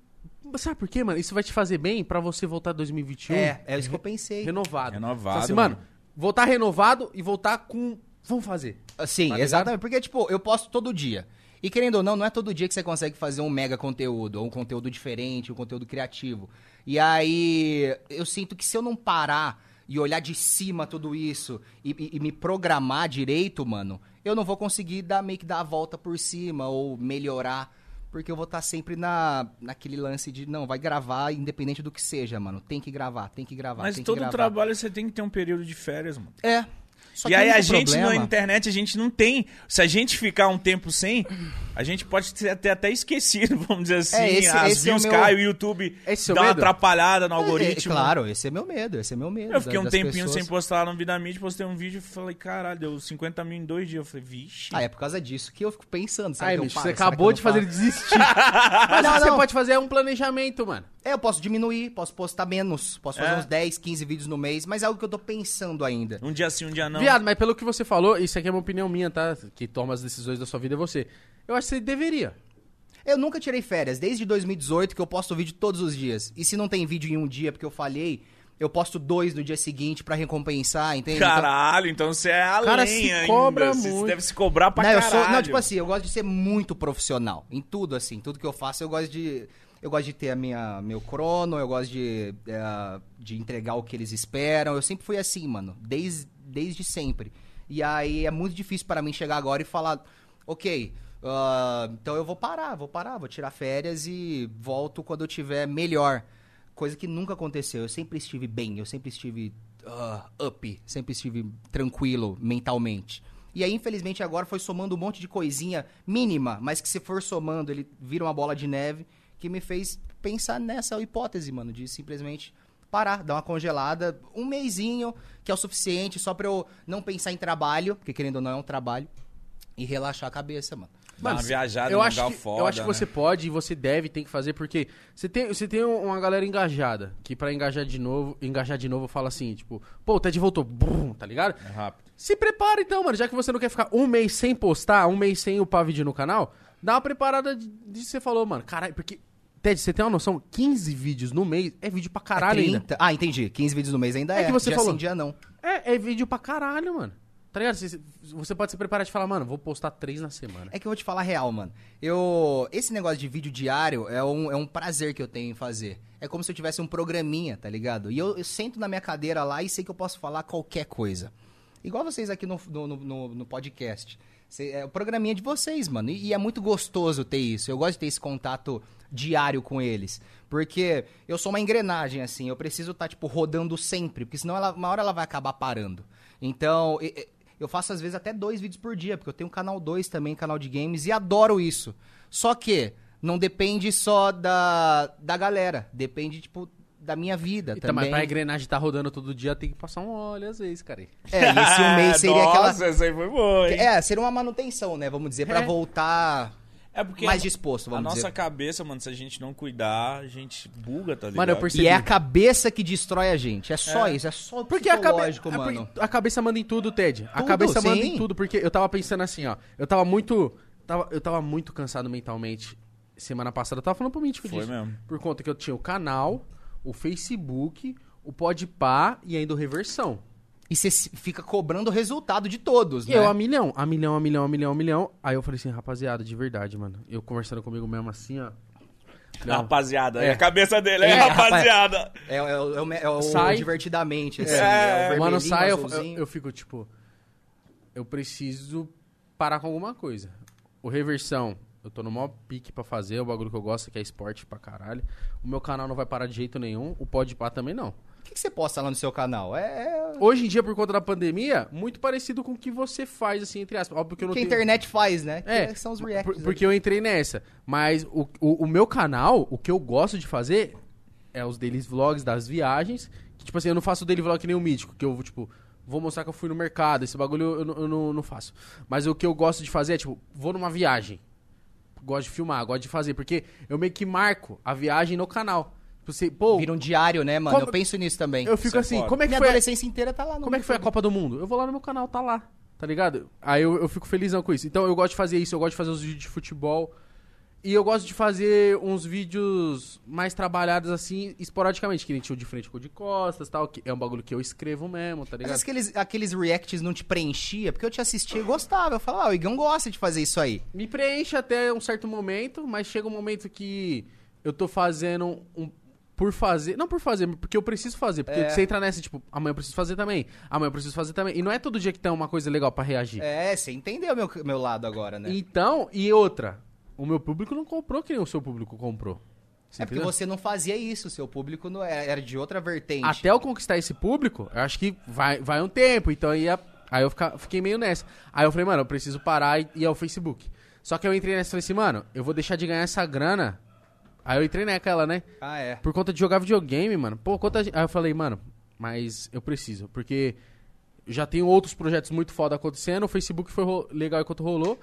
Speaker 1: Sabe por quê, mano? Isso vai te fazer bem pra você voltar 2021
Speaker 3: É, é isso que eu pensei.
Speaker 1: renovado.
Speaker 2: Renovado,
Speaker 1: Fala assim, mano,
Speaker 2: mano.
Speaker 1: voltar renovado e voltar com... Vamos fazer.
Speaker 3: Sim, Assim,
Speaker 2: Tá
Speaker 3: exatamente. Porque, tipo, eu posto todo dia. E querendo ou não, não é todo dia que você consegue fazer um mega conteúdo, ou um conteúdo diferente, um conteúdo criativo. E aí, eu sinto que se eu não parar e olhar de cima tudo isso e, e- e me programar direito, mano, eu não vou conseguir dar, meio que dar a volta por cima ou melhorar. Porque eu vou estar sempre na, naquele lance de, não, vai gravar, independente do que seja, mano. Tem que gravar, tem que gravar.
Speaker 2: Mas
Speaker 3: Ah, tem que
Speaker 2: todo
Speaker 3: gravar.
Speaker 2: trabalho você tem que ter um período de férias, mano.
Speaker 3: É. Só
Speaker 2: e
Speaker 3: que
Speaker 2: aí
Speaker 3: o
Speaker 2: a
Speaker 3: único
Speaker 2: gente na
Speaker 3: problema-
Speaker 2: internet, a gente não tem. Se a gente ficar um tempo sem, a gente pode ter até, até esquecido, [LAUGHS] vamos dizer assim.
Speaker 3: É, esse-
Speaker 2: As
Speaker 3: esse é o
Speaker 2: views
Speaker 3: meu-
Speaker 2: caem, o YouTube
Speaker 1: Esse é o
Speaker 2: dá uma
Speaker 1: medo?
Speaker 2: atrapalhada no
Speaker 3: É,
Speaker 2: algoritmo.
Speaker 3: É, claro, esse é meu medo, esse é meu medo.
Speaker 2: Eu fiquei um
Speaker 3: das
Speaker 2: tempinho
Speaker 3: pessoas.
Speaker 2: sem postar lá no Vidamid, postei um vídeo e falei, caralho, deu 50 mil em dois dias. Eu falei, vixe.
Speaker 3: Ah, é por causa disso que eu fico pensando, será
Speaker 1: Aí,
Speaker 3: que eu
Speaker 1: bicho,
Speaker 3: paro?
Speaker 1: você
Speaker 3: Será que eu
Speaker 1: acabou
Speaker 3: não
Speaker 1: de fazer ele
Speaker 3: paro? [LAUGHS]
Speaker 1: desistir. Mas o
Speaker 3: Não,
Speaker 1: que você
Speaker 3: não.
Speaker 1: pode fazer é um planejamento, mano.
Speaker 3: É, eu posso diminuir, posso postar menos, posso fazer
Speaker 2: É.
Speaker 3: uns 10, 15 vídeos no mês, mas é algo que eu tô pensando ainda.
Speaker 2: Um dia sim, um dia não.
Speaker 1: Viado, mas pelo que você falou, isso aqui é uma opinião minha, tá? Que toma as decisões da sua vida é você. Eu acho que você deveria.
Speaker 3: Eu nunca tirei férias, desde 2018 que eu posto vídeo todos os dias. E se não tem vídeo em um dia porque eu falhei, eu posto dois no dia seguinte pra recompensar, entende? Então-
Speaker 2: Caralho, então você é além
Speaker 1: Cara, se
Speaker 2: ainda.
Speaker 1: cobra
Speaker 2: você
Speaker 1: muito.
Speaker 2: deve se cobrar pra
Speaker 3: não, eu
Speaker 2: caralho.
Speaker 3: sou, não, tipo assim, eu gosto de ser muito profissional em tudo assim, tudo que eu faço, eu gosto de eu gosto de ter a minha meu crono, eu gosto de eh, de entregar o que eles esperam. Eu sempre fui assim, mano, desde desde sempre. E aí é muito difícil para mim chegar agora e falar, OK, ah, então eu vou parar, vou parar, vou tirar férias e volto quando eu tiver melhor. Coisa que nunca aconteceu. Eu sempre estive bem, eu sempre estive ah, up, sempre estive tranquilo mentalmente. E aí, infelizmente, agora foi somando um monte de coisinha mínima, mas que se for somando, ele vira uma bola de neve, que me fez pensar nessa hipótese, mano, de simplesmente parar, dar uma congelada, um mêsinho, que é o suficiente só pra eu não pensar em trabalho, porque querendo ou não é um trabalho, e relaxar a cabeça, mano. É
Speaker 2: Dá uma
Speaker 1: Mano,
Speaker 2: viajada
Speaker 1: eu
Speaker 2: num
Speaker 1: acho
Speaker 2: lugar
Speaker 1: que,
Speaker 2: foda,
Speaker 1: Eu acho que
Speaker 2: né?
Speaker 1: você pode e você deve, tem que fazer, porque você tem, você tem um, uma galera engajada, que pra engajar de novo, engajar de novo fala assim, tipo, pô, o Ted voltou, brum, tá ligado?
Speaker 2: É rápido.
Speaker 1: Se prepara então, mano, já que você não quer ficar um mês sem postar, um mês sem upar vídeo no canal, dá uma preparada de- disso que você falou, mano. Caralho, porque, Ted, você tem uma noção? 15 vídeos no mês é vídeo pra caralho
Speaker 3: É
Speaker 1: ainda.
Speaker 3: 30? Ah, entendi. 15 vídeos no mês ainda
Speaker 1: É
Speaker 3: é.
Speaker 1: que você
Speaker 3: dia
Speaker 1: falou.
Speaker 3: sim, dia não.
Speaker 1: É, é vídeo pra caralho, mano. Tá ligado? Você, você pode se preparar de falar, mano, vou postar três na semana.
Speaker 3: É que eu vou te falar a real, mano. Eu. Esse negócio de vídeo diário é um, é um prazer que eu tenho em fazer. É como se eu tivesse um programinha, tá ligado? E eu, eu sento na minha cadeira lá e sei que eu posso falar qualquer coisa. Igual vocês aqui no, no, no- no- no podcast. Cê- é o programinha de vocês, mano. E, e é muito gostoso ter isso. Eu gosto de ter esse contato diário com eles. Porque eu sou uma engrenagem, assim. Eu preciso estar, tipo, rodando sempre. Porque senão ela- uma hora ela vai acabar parando. Então, e- e- eu faço às vezes até dois vídeos por dia, porque eu tenho um canal 2 também, canal de games, e adoro isso. Só que não depende só da, da galera, depende, tipo, da minha vida
Speaker 1: Então, mas
Speaker 3: também.
Speaker 1: pra engrenagem tá rodando todo dia, tem que passar um óleo às vezes, cara.
Speaker 3: É, e esse
Speaker 1: [LAUGHS]
Speaker 2: [LAUGHS]
Speaker 3: um mês seria
Speaker 2: Nossa,
Speaker 3: aquela.
Speaker 2: essa aí foi boa, hein?
Speaker 3: É, seria uma manutenção, né? Vamos dizer, pra
Speaker 1: É.
Speaker 3: voltar
Speaker 2: É porque
Speaker 3: mais
Speaker 2: a-
Speaker 3: disposto,
Speaker 2: a
Speaker 3: vamos
Speaker 2: nossa
Speaker 3: dizer.
Speaker 2: cabeça, mano, se a gente não cuidar, a gente buga, tá ligado?
Speaker 1: Mano, eu percebi.
Speaker 3: E é a cabeça que destrói a gente. É só isso, é só o
Speaker 1: Porque a, cabe...
Speaker 3: psicológico,
Speaker 1: é porque
Speaker 3: mano.
Speaker 1: a cabeça manda em tudo, Ted. a
Speaker 3: Tudo,
Speaker 1: cabeça manda
Speaker 3: sim.
Speaker 1: em tudo, porque eu tava pensando assim, ó. Eu tava muito. tava- eu tava muito cansado mentalmente semana passada. Eu tava falando pro Mítico
Speaker 2: Foi
Speaker 1: disso.
Speaker 2: mesmo.
Speaker 1: Por conta que eu tinha o canal, o Facebook, o Podpah e ainda o Reversão.
Speaker 3: E você se- fica cobrando o resultado de todos,
Speaker 1: E
Speaker 3: né?
Speaker 1: eu a milhão, a milhão, a milhão, a milhão, a milhão. Aí eu falei assim, rapaziada, de verdade, mano. Eu conversando comigo mesmo assim, ó.
Speaker 2: Rapaziada.
Speaker 1: É.
Speaker 2: É. a cabeça dele, é,
Speaker 3: É,
Speaker 2: rapaziada.
Speaker 3: É, é, é, o- é o- é o
Speaker 1: Sai.
Speaker 3: divertidamente, assim.
Speaker 2: É,
Speaker 3: o
Speaker 1: O mano
Speaker 3: vermelhinho,
Speaker 1: sai, eu,
Speaker 3: azulzinho.
Speaker 1: eu, eu fico tipo. Eu preciso parar com alguma coisa. O Reversão, eu tô no maior pique pra fazer, é o bagulho que eu gosto, que é esporte pra caralho. O meu canal não vai parar de jeito nenhum, o Pode Pá também não.
Speaker 3: O que, que você posta lá no seu canal? É, é
Speaker 1: Hoje em dia, por conta da pandemia, muito parecido com o que você faz, assim, entre aspas. Óbvio que eu
Speaker 3: o
Speaker 1: não
Speaker 3: que a
Speaker 1: tenho-
Speaker 3: internet faz, né? Que
Speaker 1: É,
Speaker 3: são os reacts.
Speaker 1: por- porque eu entrei nessa. Mas o, o, o meu canal, o que eu gosto de fazer é os deles vlogs das viagens. Que, tipo assim, eu não faço daily vlog que nem o mítico, que eu, tipo, vou mostrar que eu fui no mercado. Esse bagulho eu, não- eu não, não faço. Mas o que eu gosto de fazer é, tipo, vou numa viagem. Gosto de filmar, gosto de fazer. Porque eu meio que marco a viagem no canal. Tipo assim, pô,
Speaker 3: Vira um diário, né, mano?
Speaker 1: Como-
Speaker 3: Eu penso nisso também.
Speaker 1: eu fico
Speaker 2: é
Speaker 1: assim,
Speaker 2: foda.
Speaker 1: como é que
Speaker 3: Minha
Speaker 1: foi? a-
Speaker 3: adolescência inteira tá lá no
Speaker 1: como é que foi a Copa do Mundo? Eu vou lá no meu canal, tá lá, tá ligado? Aí eu, eu fico felizão com isso. Então eu gosto de fazer isso, eu gosto de fazer os vídeos de futebol. E eu gosto de fazer uns vídeos mais trabalhados assim, esporadicamente, que nem tinha o de frente com o de costas tal, que é um bagulho que eu escrevo mesmo, tá
Speaker 3: Mas
Speaker 1: ligado?
Speaker 3: aqueles, aqueles reacts não te preenchia? Porque eu te assistia e gostava. Eu falava, ah, o Igão gosta de fazer isso aí.
Speaker 1: Me preenche até um certo momento, mas chega um momento que eu tô fazendo um. Por fazer. Não por fazer, porque eu preciso fazer. Porque
Speaker 3: É.
Speaker 1: você entra nessa, tipo, amanhã eu preciso fazer também. Amanhã eu preciso fazer também. E não é todo dia que tem uma coisa legal pra reagir.
Speaker 3: É, você entendeu meu, meu lado agora, né?
Speaker 1: Então, e outra, o meu público não comprou que nem o seu público comprou. Você
Speaker 3: é porque
Speaker 1: entendeu?
Speaker 3: você não fazia isso, seu público não era, era de outra vertente.
Speaker 1: Até eu conquistar esse público, eu acho que vai, vai um tempo. Então aí, a- aí eu fica- fiquei meio nessa. Aí eu falei, mano, eu preciso parar e ir ao Facebook. Só que eu entrei nessa e falei assim, mano, eu vou deixar de ganhar essa grana. Aí eu entrei naquela, né?
Speaker 3: Ah, é.
Speaker 1: Por conta de jogar videogame, mano. Pô, quanta gente... Aí eu falei, mano, mas eu preciso, porque já tenho outros projetos muito foda acontecendo. O Facebook foi ro- legal enquanto rolou.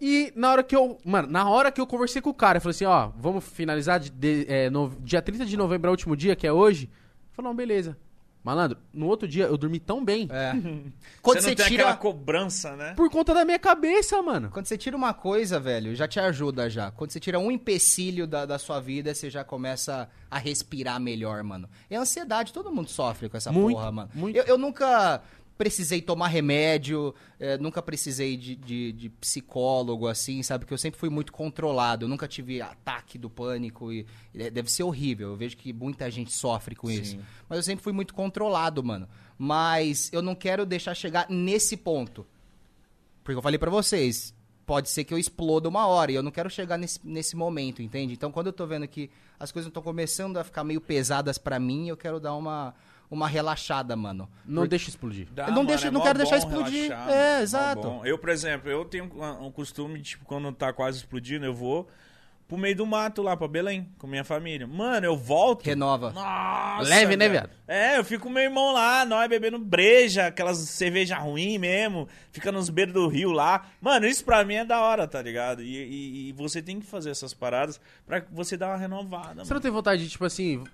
Speaker 1: E na hora que eu. Mano, na hora que eu conversei com o cara, eu falei assim: ó, vamos finalizar de, de- é, no- dia 30 de novembro, é o último dia, que é hoje. Eu falei, não, beleza. Malandro, no outro dia eu dormi tão bem.
Speaker 3: É. Quando
Speaker 2: você
Speaker 3: você,
Speaker 2: não tem
Speaker 3: tira.
Speaker 2: aquela cobrança, né?
Speaker 1: Por conta da minha cabeça, mano.
Speaker 3: Quando você tira uma coisa, velho, já te ajuda já. Quando você tira um empecilho da, da sua vida, você já começa a respirar melhor, mano. É ansiedade, todo mundo sofre com essa
Speaker 1: Muito,
Speaker 3: porra, mano.
Speaker 1: muito.
Speaker 3: Eu, eu nunca precisei tomar remédio, eh, nunca precisei de, de- de psicólogo, assim, sabe? Porque eu sempre fui muito controlado, eu nunca tive ataque do pânico e e deve ser horrível. Eu vejo que muita gente sofre com isso. Mas eu sempre fui muito controlado, mano. Mas eu não quero deixar chegar nesse ponto. Porque eu falei pra vocês, pode ser que eu exploda uma hora e eu não quero chegar nesse, nesse momento, entende? Então, quando eu tô vendo que as coisas estão começando a ficar meio pesadas pra mim, eu quero dar uma, uma relaxada, mano.
Speaker 1: Não deixa explodir.
Speaker 2: Dá, né?
Speaker 3: Eu não deixo- não
Speaker 2: mó
Speaker 3: quero deixar
Speaker 2: bom
Speaker 3: explodir.
Speaker 2: relaxar,
Speaker 3: É,
Speaker 2: mano, mó
Speaker 3: exato.
Speaker 2: bom. Eu, por exemplo, eu tenho um um costume de, tipo, quando tá quase explodindo, eu vou pro meio do mato lá pra Belém, com minha família. Mano, eu volto.
Speaker 3: Renova.
Speaker 2: Nossa,
Speaker 1: Leve, né,
Speaker 2: velho?
Speaker 1: viado?
Speaker 2: É, eu fico com meu irmão lá, nós bebendo breja, aquelas cerveja ruim mesmo, fica nos beiros do rio lá. Mano, isso pra mim é da hora, tá ligado? E, e- e você tem que fazer essas paradas pra você dar uma renovada,
Speaker 1: Você
Speaker 2: mano.
Speaker 1: não tem vontade de, tipo assim.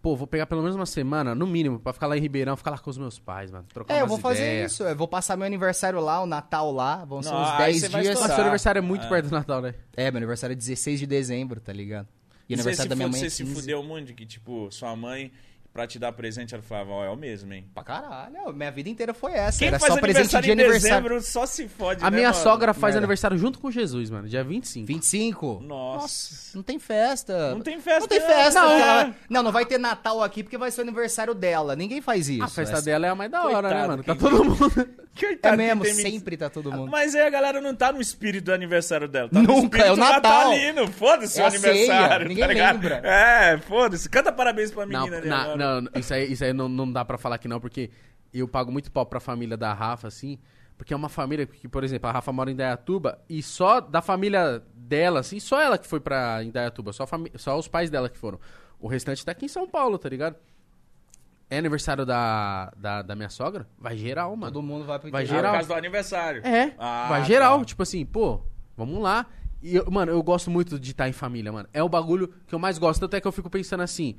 Speaker 1: Pô, vou pegar pelo menos uma semana, no mínimo, pra ficar lá em Ribeirão, ficar lá com os meus pais, mano. Trocar
Speaker 3: É, eu
Speaker 1: umas
Speaker 3: vou fazer
Speaker 1: ideias.
Speaker 3: isso. Eu vou passar meu aniversário lá, o Natal lá. Vão ser
Speaker 2: Não,
Speaker 3: uns
Speaker 2: aí
Speaker 3: 10
Speaker 2: você vai
Speaker 3: dias.
Speaker 1: Mas
Speaker 2: estourar.
Speaker 1: seu aniversário é muito
Speaker 2: É.
Speaker 1: perto do Natal, né?
Speaker 3: É, meu aniversário é 16 de dezembro, tá ligado?
Speaker 2: você
Speaker 3: E aniversário da minha mãe é
Speaker 2: Você se
Speaker 3: 15.
Speaker 2: fudeu muito de que, tipo, sua mãe, pra te dar presente, ela falava, ó, é o mesmo, hein?
Speaker 3: Pra caralho, minha vida inteira foi essa.
Speaker 2: Quem
Speaker 3: Era
Speaker 2: faz
Speaker 3: só presente
Speaker 2: aniversário
Speaker 3: de
Speaker 2: em
Speaker 3: aniversário.
Speaker 2: dezembro só se fode,
Speaker 1: A
Speaker 2: né,
Speaker 1: minha
Speaker 2: mano?
Speaker 1: sogra faz
Speaker 3: Merda.
Speaker 1: aniversário junto com Jesus, mano, dia 25.
Speaker 3: 25?
Speaker 2: Nossa.
Speaker 3: Não tem festa.
Speaker 2: Não tem festa.
Speaker 3: Não tem festa.
Speaker 2: Não,
Speaker 3: Não,
Speaker 2: é.
Speaker 3: não, não vai ter Natal aqui porque vai ser o aniversário dela. Ninguém faz isso.
Speaker 1: A festa
Speaker 3: é,
Speaker 1: dela é a mais da hora,
Speaker 2: Coitado,
Speaker 1: né, mano? Tá
Speaker 2: quem
Speaker 1: todo mundo.
Speaker 3: É
Speaker 2: Coitado,
Speaker 3: mesmo,
Speaker 2: tem vinte-
Speaker 3: sempre tá todo mundo.
Speaker 2: Mas aí a galera não tá no espírito do aniversário dela. Tá no
Speaker 3: Nunca,
Speaker 2: espírito
Speaker 3: é o Natal.
Speaker 2: natalino. Foda-se
Speaker 3: É
Speaker 2: o
Speaker 3: a ceia,
Speaker 2: aniversário.
Speaker 3: ninguém
Speaker 2: tá ligado?
Speaker 3: lembra.
Speaker 2: É, foda-se. Canta parabéns pra
Speaker 1: Não,
Speaker 2: menina ali
Speaker 1: na-
Speaker 2: agora. É
Speaker 1: não, isso aí, isso aí não, não dá pra falar que não, porque eu pago muito pau pra família da Rafa, assim. Porque é uma família que, por exemplo, a Rafa mora em Indaiatuba e só da família dela, assim, só ela que foi pra Indaiatuba, só, a fami- só os pais dela que foram. O restante tá aqui em São Paulo, tá ligado? É aniversário da, da, da minha sogra? Vai geral, mano.
Speaker 3: Todo mundo vai pro
Speaker 1: Vai
Speaker 2: Ah, por
Speaker 1: geral.
Speaker 2: causa do aniversário.
Speaker 1: É,
Speaker 2: Ah,
Speaker 1: vai geral.
Speaker 2: tá.
Speaker 1: Tipo assim, pô, vamos lá. E, eu- mano, eu gosto muito de estar em família, mano. É o bagulho que eu mais gosto. Tanto é que eu fico pensando assim,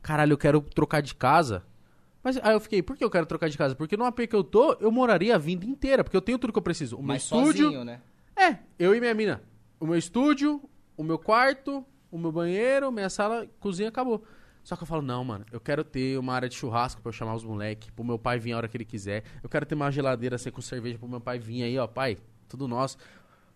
Speaker 1: caralho, eu quero trocar de casa. Mas aí eu fiquei, por que eu quero trocar de casa? Porque no AP que eu tô, eu moraria a vida inteira. Porque eu tenho tudo que eu preciso. O meu
Speaker 3: Mas
Speaker 1: estúdio...
Speaker 3: sozinho, né?
Speaker 1: É, eu e minha mina. O meu estúdio, o meu quarto, o meu banheiro, minha sala, cozinha, acabou. Só que eu falo, não, mano, eu quero ter uma área de churrasco pra eu chamar os moleques, pro meu pai vir a hora que ele quiser. Eu quero ter uma geladeira assim, com cerveja pro meu pai vir aí, ó, pai, tudo nosso.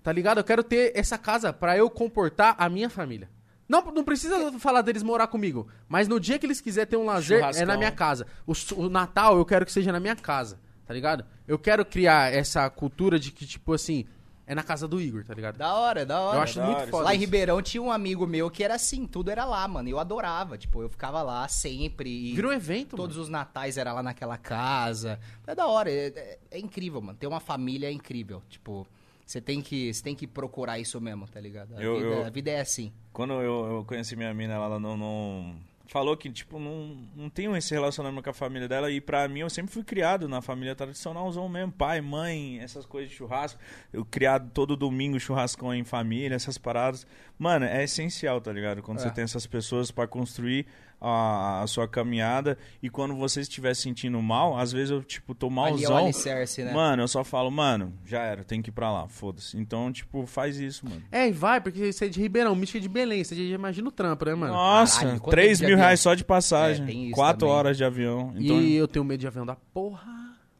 Speaker 1: Tá ligado? Eu quero ter essa casa pra eu comportar a minha família. Não, não precisa falar deles morar comigo. Mas no dia que eles quiserem ter um lazer, é
Speaker 2: Churrascão.
Speaker 1: na minha casa. O, su- o Natal eu quero que seja na minha casa, tá ligado? Eu quero criar essa cultura de que, tipo assim, é na casa do Igor, tá ligado?
Speaker 3: Da hora, da hora.
Speaker 1: eu acho
Speaker 2: da
Speaker 1: muito
Speaker 2: hora,
Speaker 1: foda.
Speaker 3: Lá em
Speaker 1: isso.
Speaker 3: Ribeirão tinha um amigo meu que era assim, tudo era lá, mano. e Eu adorava, tipo, eu ficava lá sempre. E
Speaker 1: Vira um evento,
Speaker 3: todos
Speaker 1: mano.
Speaker 3: os natais era lá naquela casa. É da hora, é, é- é incrível, mano. Ter uma família é incrível. Tipo, você tem que, você tem que procurar isso mesmo, tá ligado? A,
Speaker 2: Eu-
Speaker 3: vida,
Speaker 2: eu-
Speaker 3: a vida é assim.
Speaker 2: Quando eu, eu conheci minha mina, ela não, não- Falou que, tipo, não, não tem esse relacionamento com a família dela. E pra mim, eu sempre fui criado na família tradicionalzão mesmo. Pai, mãe, essas coisas de churrasco. Eu criado todo domingo churrascão em família, essas paradas. Mano, é essencial, tá ligado? Quando
Speaker 3: É.
Speaker 2: você tem essas pessoas pra construir a, a sua caminhada. E quando você estiver sentindo mal, às vezes eu, tipo, tô
Speaker 3: Ali é o
Speaker 2: malzão.
Speaker 3: alicerce, né?
Speaker 2: Mano, eu só falo, mano, já era, tem que ir pra lá, foda-se. Então, tipo, faz isso, mano.
Speaker 1: É, e vai, porque você é de Ribeirão, mística de Belém, você já imagina o trampo, né, mano?
Speaker 2: Nossa,
Speaker 3: Caralho, quanto
Speaker 2: 3
Speaker 3: tempo de
Speaker 2: mil
Speaker 3: avião?
Speaker 2: reais só de passagem.
Speaker 3: É, tem isso
Speaker 2: 4 Quatro
Speaker 3: também.
Speaker 2: horas de avião. Então,
Speaker 1: E eu tenho medo de avião da porra.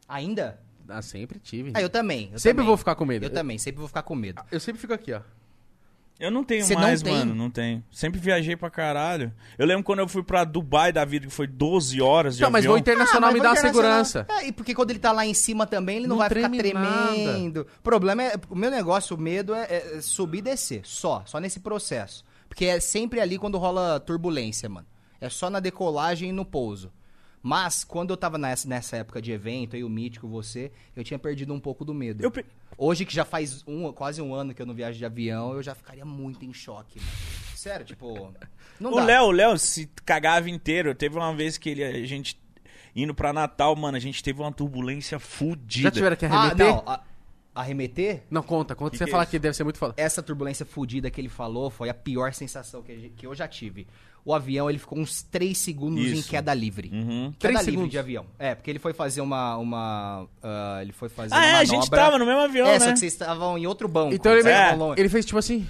Speaker 3: Ainda?
Speaker 1: Ah, sempre tive.
Speaker 3: Ah, eu também. eu
Speaker 1: sempre
Speaker 3: também.
Speaker 1: vou ficar com medo. Ah,
Speaker 3: Eu também, sempre vou ficar com medo.
Speaker 1: Eu sempre fico aqui, ó.
Speaker 2: eu não tenho
Speaker 3: Você não
Speaker 2: mais,
Speaker 3: tem?
Speaker 2: mano. Não tenho. Sempre viajei pra caralho. Eu lembro quando eu fui pra Dubai da vida, que foi 12 horas de
Speaker 1: Não, mas
Speaker 2: avião.
Speaker 1: vou internacional
Speaker 3: Ah, mas
Speaker 1: me
Speaker 3: vai
Speaker 1: dá
Speaker 3: internacional.
Speaker 1: segurança.
Speaker 3: É, e porque quando ele tá lá em cima também, ele
Speaker 1: Não
Speaker 3: não, vai ficar
Speaker 1: treme nada.
Speaker 3: tremendo. O problema é. O meu negócio, o medo é, é subir e descer. Só. Só nesse processo. Porque é sempre ali quando rola turbulência, mano. É só na decolagem e no pouso. Mas, quando eu tava nessa, nessa época de evento, aí o mítico, você, eu tinha perdido um pouco do medo.
Speaker 2: Eu pe-
Speaker 3: Hoje, que já faz um- quase um ano que eu não viajo de avião, eu já ficaria muito em choque, mano. Sério, tipo. Não
Speaker 2: o
Speaker 3: dá.
Speaker 2: Léo, o Léo se cagava inteiro. Teve uma vez que ele, a gente indo pra Natal, mano, a gente teve uma turbulência fodida.
Speaker 1: Já tiveram que
Speaker 3: ah,
Speaker 1: arremeter?
Speaker 3: não.
Speaker 1: não.
Speaker 3: a- arremeter?
Speaker 1: conta, conta.
Speaker 2: Que
Speaker 1: você
Speaker 2: que é
Speaker 1: falar
Speaker 2: isso?
Speaker 1: que deve ser muito foda.
Speaker 3: essa turbulência fodida que ele falou foi a pior sensação que, a gente- que eu já tive. O avião, ele ficou uns 3 segundos em
Speaker 2: Isso.
Speaker 3: queda livre.
Speaker 2: Uhum.
Speaker 3: Queda
Speaker 1: Três
Speaker 3: livre
Speaker 1: segundos.
Speaker 3: de avião. É, porque ele foi fazer uma... uma ah, ele foi fazer
Speaker 2: Ah,
Speaker 3: uma
Speaker 2: é, a gente
Speaker 3: manobra-
Speaker 2: tava no mesmo avião,
Speaker 3: É, só
Speaker 2: né?
Speaker 3: que vocês estavam em outro banco.
Speaker 1: Então ele,
Speaker 3: vocês
Speaker 2: É.
Speaker 3: estavam longe.
Speaker 1: ele fez tipo assim.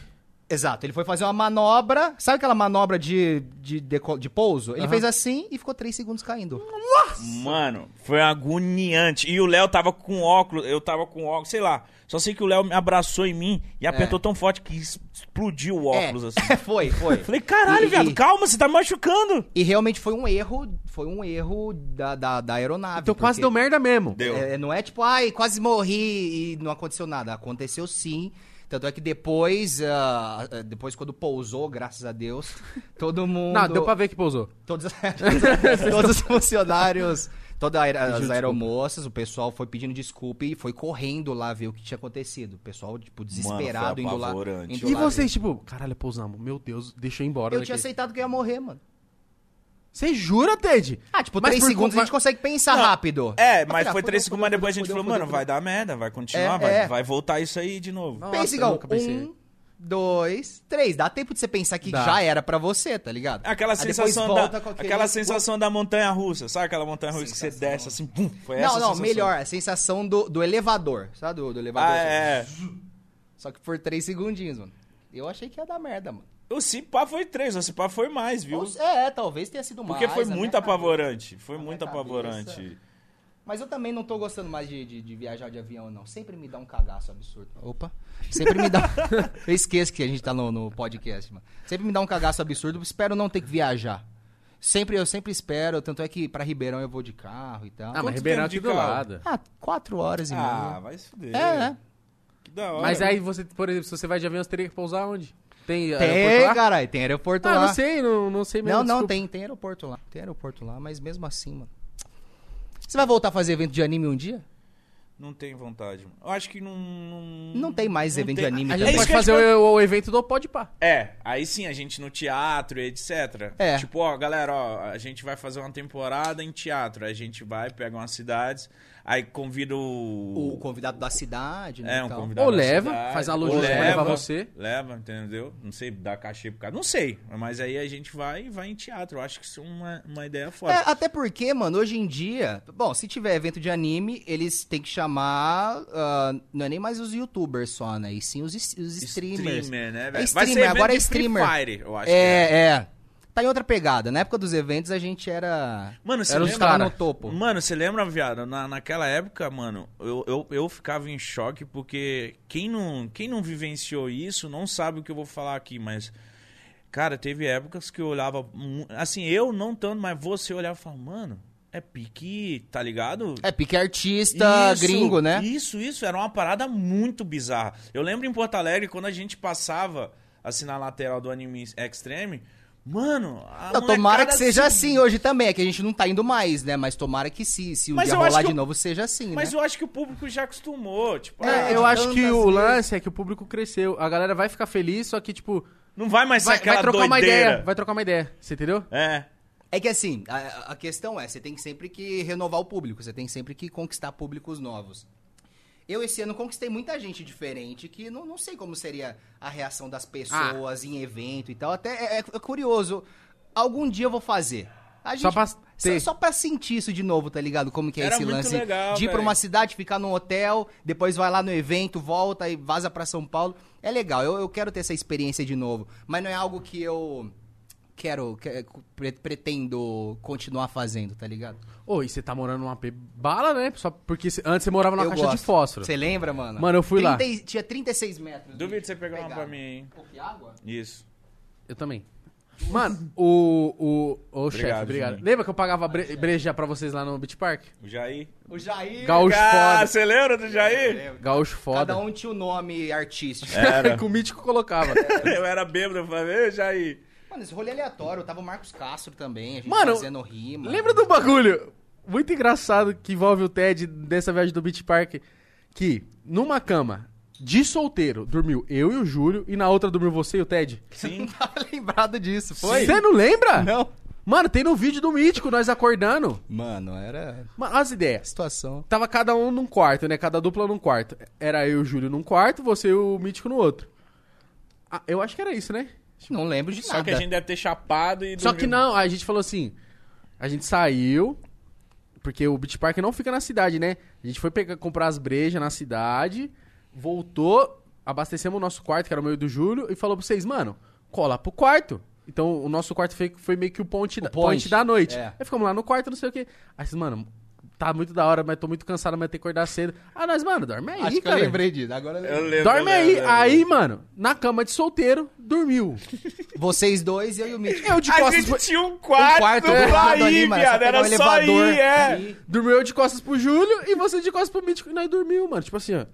Speaker 3: Exato, ele foi fazer uma manobra... Sabe aquela manobra de, de, deco- de pouso? Ele
Speaker 1: Aham.
Speaker 3: fez assim e ficou 3 segundos caindo.
Speaker 2: Mano, foi agoniante. E o Léo tava com óculos, eu tava com óculos, sei lá. Só sei que o Léo me abraçou em mim e apertou tão forte que es- explodiu o óculos,
Speaker 3: é.
Speaker 2: assim.
Speaker 3: [LAUGHS] foi, foi.
Speaker 2: Falei, caralho,
Speaker 3: E-
Speaker 2: viado,
Speaker 3: e-
Speaker 2: calma, você tá me machucando.
Speaker 3: E realmente foi um erro, foi um erro da, da, da aeronave.
Speaker 1: Então quase
Speaker 3: porque-
Speaker 1: deu merda mesmo.
Speaker 3: É, não é tipo, ai, quase morri e não aconteceu nada. Aconteceu sim. Tanto é que depois, ah, ah, depois quando pousou, graças
Speaker 1: [LAUGHS]
Speaker 3: a Deus, todo mundo.
Speaker 1: Não, deu pra ver que pousou. [LAUGHS]
Speaker 3: Todos, todos os funcionários, todas as aeromoças, o pessoal foi pedindo desculpa e foi correndo lá ver o que tinha acontecido. O pessoal, tipo, desesperado indo lá.
Speaker 2: apavorante.
Speaker 3: Indo
Speaker 1: E
Speaker 3: lá
Speaker 1: vocês, tipo, caralho, pousamos. Meu Deus, deixa eu ir embora.
Speaker 3: ver. Eu
Speaker 1: daqui.
Speaker 3: tinha aceitado que eu ia morrer, mano.
Speaker 1: Você jura, Ted?
Speaker 3: Ah, tipo,
Speaker 1: Mas
Speaker 3: três
Speaker 1: por
Speaker 3: segundos
Speaker 1: culpa-
Speaker 3: a gente consegue pensar
Speaker 2: Não,
Speaker 3: rápido.
Speaker 2: É,
Speaker 3: falei,
Speaker 2: mas
Speaker 3: ah,
Speaker 2: foi
Speaker 3: fudeu,
Speaker 2: três segundos, mas
Speaker 3: fudeu,
Speaker 2: depois a gente
Speaker 3: fudeu,
Speaker 2: falou,
Speaker 3: fudeu,
Speaker 2: mano, vai dar merda, vai continuar,
Speaker 3: É,
Speaker 2: vai,
Speaker 3: é.
Speaker 2: vai voltar isso aí de novo.
Speaker 1: Nossa,
Speaker 3: Pensa
Speaker 1: eu
Speaker 3: igual.
Speaker 1: nunca pensei.
Speaker 3: Um, dois, três. Dá tempo de você pensar que
Speaker 1: Dá.
Speaker 3: já era pra você, tá ligado?
Speaker 2: Aquela
Speaker 3: Aí depois
Speaker 2: sensação,
Speaker 3: volta
Speaker 2: da,
Speaker 3: com aquele- tipo.
Speaker 2: aquela sensação da montanha russa, sabe aquela montanha russa que você desce assim, pum, foi essa
Speaker 3: Não,
Speaker 2: a
Speaker 3: não,
Speaker 2: sensação.
Speaker 3: melhor. A sensação do, do elevador, sabe? Do, do elevador. assim.
Speaker 2: Ah, é.
Speaker 3: Só que por três segundinhos, mano. Eu achei que ia dar merda, mano.
Speaker 2: O Cipá foi três, o Cipá foi mais, viu?
Speaker 3: Ou- É, é, talvez tenha sido mais. né?
Speaker 2: Porque foi
Speaker 3: na minha
Speaker 2: muito
Speaker 3: cabeça.
Speaker 2: apavorante. Foi
Speaker 3: Na
Speaker 2: muito
Speaker 3: minha
Speaker 2: apavorante.
Speaker 3: cabeça. Mas eu também não tô gostando mais de, de- de viajar de avião, não. Sempre me dá um cagaço absurdo. Opa. Sempre me dá. um [LAUGHS] eu esqueço que a gente tá no, no podcast, mano. Sempre me dá um cagaço absurdo. Espero não ter que viajar. Sempre, eu sempre espero. Tanto é que pra Ribeirão eu vou de carro e tal.
Speaker 1: Ah,
Speaker 2: Quanto
Speaker 1: mas Ribeirão
Speaker 2: tempo
Speaker 1: aqui
Speaker 2: de
Speaker 1: do
Speaker 2: carro?
Speaker 1: lado.
Speaker 3: Ah, quatro horas e
Speaker 2: Ah,
Speaker 3: meia.
Speaker 2: vai se fuder.
Speaker 3: É, né?
Speaker 2: Que da hora.
Speaker 1: Mas aí você, por exemplo, se você vai de avião, você teria que pousar onde? Tem é, aeroporto
Speaker 3: Tem,
Speaker 1: lá?
Speaker 3: caralho. Tem aeroporto
Speaker 1: Ah,
Speaker 3: lá.
Speaker 1: não sei, não, não sei mesmo.
Speaker 3: Não, não,
Speaker 1: desculpa.
Speaker 3: tem, tem aeroporto lá. Tem aeroporto lá, mas mesmo assim, mano. Você vai voltar a fazer evento de anime um dia?
Speaker 2: Não tem vontade, mano. Eu acho que não. Não,
Speaker 3: Não tem mais evento de anime
Speaker 1: É A
Speaker 3: também.
Speaker 1: gente
Speaker 2: isso
Speaker 1: pode
Speaker 2: que eu ia te
Speaker 1: fazer o, o evento do Podpah.
Speaker 2: tipo- É, aí sim, a gente no teatro e etc.
Speaker 3: É.
Speaker 2: Tipo, ó, galera, ó, a gente vai fazer uma temporada em teatro. Aí a gente vai, pega umas cidades, aí convida o.
Speaker 3: O convidado da cidade, né?
Speaker 2: É, um
Speaker 3: e tal.
Speaker 2: convidado.
Speaker 1: Ou
Speaker 2: da
Speaker 1: leva,
Speaker 2: cidade,
Speaker 1: faz a
Speaker 2: ou
Speaker 1: logística pra levar você.
Speaker 2: Leva, entendeu? Não sei, dá cachê pro cara. Não sei. Mas aí a gente vai e vai em teatro. Eu acho que isso é uma, uma ideia
Speaker 3: É,
Speaker 2: foda.
Speaker 3: até porque, mano, hoje em dia, bom, se tiver evento de anime, eles têm que chamar, ah, não é nem mais os youtubers só, né? E sim os, es- os streamers.
Speaker 2: Streamer, né,
Speaker 3: É
Speaker 2: velho?
Speaker 3: streamer,
Speaker 2: evento
Speaker 3: agora é
Speaker 2: de Free
Speaker 3: streamer.
Speaker 2: Fire, eu acho que é.
Speaker 3: É, é. Tá em outra pegada. Na época dos eventos a gente era.
Speaker 2: Mano, você
Speaker 1: Era os
Speaker 2: lembra?
Speaker 3: Tava
Speaker 1: cara.
Speaker 3: no topo.
Speaker 2: Mano, você lembra, viado? Na, naquela época, mano, eu, eu, eu ficava em choque porque quem não, quem não vivenciou isso não sabe o que eu vou falar aqui, mas Cara, teve épocas que eu olhava. mu- Assim, eu não tanto, mas você olhava e falava, mano, é pique, tá ligado?
Speaker 3: É, pique artista
Speaker 2: Isso,
Speaker 3: gringo, né?
Speaker 2: Isso, isso. Era uma parada muito bizarra. Eu lembro em Porto Alegre, quando a gente passava, assim, na lateral do Anime Extreme, mano, a
Speaker 3: Não, Então, tomara
Speaker 2: molecada
Speaker 3: que seja
Speaker 2: se-
Speaker 3: assim hoje também, é que a gente não tá indo mais, né? Mas tomara que se, se um
Speaker 2: Mas
Speaker 3: dia
Speaker 2: eu acho
Speaker 3: rolar
Speaker 2: que
Speaker 3: de
Speaker 2: eu-
Speaker 3: novo, seja assim,
Speaker 2: Mas
Speaker 3: né?
Speaker 2: eu acho que o público já acostumou. Tipo,
Speaker 3: É,
Speaker 2: ah,
Speaker 1: eu
Speaker 3: de
Speaker 1: acho que
Speaker 3: tantas
Speaker 1: o
Speaker 3: vezes.
Speaker 1: lance é que o público cresceu. A galera vai ficar feliz, só que, tipo,
Speaker 2: não vai mais ser
Speaker 1: vai,
Speaker 2: aquela
Speaker 1: vai trocar uma
Speaker 2: doideira.
Speaker 1: ideia. Vai trocar uma ideia. Você entendeu?
Speaker 2: É.
Speaker 3: É que assim, a, a questão é, você tem que sempre que renovar o público, você tem sempre que conquistar públicos novos. Eu esse ano conquistei muita gente diferente, que não, não sei como seria a reação das
Speaker 1: Ah.
Speaker 3: pessoas em evento e tal. Até é, é curioso. Algum dia eu vou fazer. A
Speaker 1: Só pra ter.
Speaker 3: Só, só pra sentir isso de novo, tá ligado? Como que é
Speaker 2: Era
Speaker 3: esse
Speaker 2: muito
Speaker 3: lance
Speaker 2: legal,
Speaker 3: de ir pra
Speaker 2: velho.
Speaker 3: uma cidade, ficar num hotel, depois vai lá no evento, volta e vaza pra São Paulo. É legal, eu, eu quero ter essa experiência de novo. Mas não é algo que eu quero, que- pre- pretendo continuar fazendo, tá ligado?
Speaker 1: Ô, e você tá morando num AP bala, né? Só porque cê- antes você morava numa
Speaker 3: eu
Speaker 1: caixa de
Speaker 3: gosto.
Speaker 1: fósforo.
Speaker 3: Você lembra, mano?
Speaker 1: Mano, eu fui lá.
Speaker 3: 30 e- Tinha 36 metros.
Speaker 2: Duvido você pegar uma pra mim, hein?
Speaker 3: Um pouco de água?
Speaker 2: Isso.
Speaker 1: Eu também. Mano, o. O, o chefe, obrigado.
Speaker 2: Juninho.
Speaker 1: Lembra que eu pagava bre breja pra vocês lá no Beach Park?
Speaker 2: O Jair.
Speaker 3: O Jair...
Speaker 1: Gaúcho
Speaker 2: Ah,
Speaker 1: foda.
Speaker 2: você lembra do Jair? [LAUGHS]
Speaker 3: Lembra?
Speaker 1: Gaúcho foda. É.
Speaker 3: Cada [LAUGHS] um É, tinha o nome artístico.
Speaker 1: Com o mítico colocava.
Speaker 2: Eu era bêbado, eu falei, "Ei, Jair.
Speaker 3: Mano, esse rolê aleatório, tava o Marcos Castro também, a gente
Speaker 1: Mano,
Speaker 3: fazendo rima.
Speaker 1: Lembra do bagulho muito engraçado que envolve o Ted dessa viagem do Beach Park? Que numa cama de solteiro dormiu eu e o Júlio e na outra dormiu você e o Ted. [LAUGHS]
Speaker 2: Sim.
Speaker 3: [LAUGHS] tava lembrado disso,
Speaker 1: Você não lembra?
Speaker 3: Não.
Speaker 1: Mano, tem no vídeo do Mítico nós acordando.
Speaker 3: Mano, era
Speaker 1: Mano, as ideias.
Speaker 3: situação.
Speaker 1: Tava cada um num quarto, né? Cada dupla num quarto. Era eu e o Júlio num quarto, você e o Mítico no outro. Ah, eu acho que era isso, né?
Speaker 3: Não lembro de
Speaker 2: Só que a gente deve ter chapado e.
Speaker 1: Só que
Speaker 2: dormido.
Speaker 1: não, a gente falou assim, a gente saiu, porque o Beach Park não fica na cidade, né? A gente foi pegar, comprar as brejas na cidade, voltou, abastecemos o nosso quarto, que era o meu e do Júlio, e falou pra vocês, mano, cola pro quarto. Então o nosso quarto foi, foi meio que o ponte, da,
Speaker 3: ponte,
Speaker 1: ponte da noite.
Speaker 3: é.
Speaker 1: Aí ficamos lá no quarto, não sei o quê. Aí vocês, mano, tá muito da hora, mas tô muito cansado, mas tem que acordar cedo. Ah, nós, mano, dorme aí,
Speaker 3: Acho que eu
Speaker 1: cara.
Speaker 3: lembrei disso. Agora eu
Speaker 2: Eu
Speaker 3: lembro.
Speaker 2: lembro,
Speaker 1: Dorme
Speaker 2: eu
Speaker 1: aí.
Speaker 2: lembro, eu lembro.
Speaker 1: Aí, mano, na cama de solteiro, dormiu.
Speaker 3: Vocês dois e eu e o Mitch.
Speaker 1: Eu de
Speaker 2: A
Speaker 1: costas.
Speaker 2: gente
Speaker 1: pro-
Speaker 2: tinha um quarto,
Speaker 3: quarto
Speaker 2: pra
Speaker 3: ocupado ali,
Speaker 2: ir,
Speaker 3: mano,
Speaker 2: viado.
Speaker 3: só pegar
Speaker 2: Era
Speaker 3: o
Speaker 2: só
Speaker 3: elevador
Speaker 2: ir, é.
Speaker 1: Dormiu eu de costas pro Júlio e você de costas pro Mítico e nós dormiu, mano. Tipo assim, ó.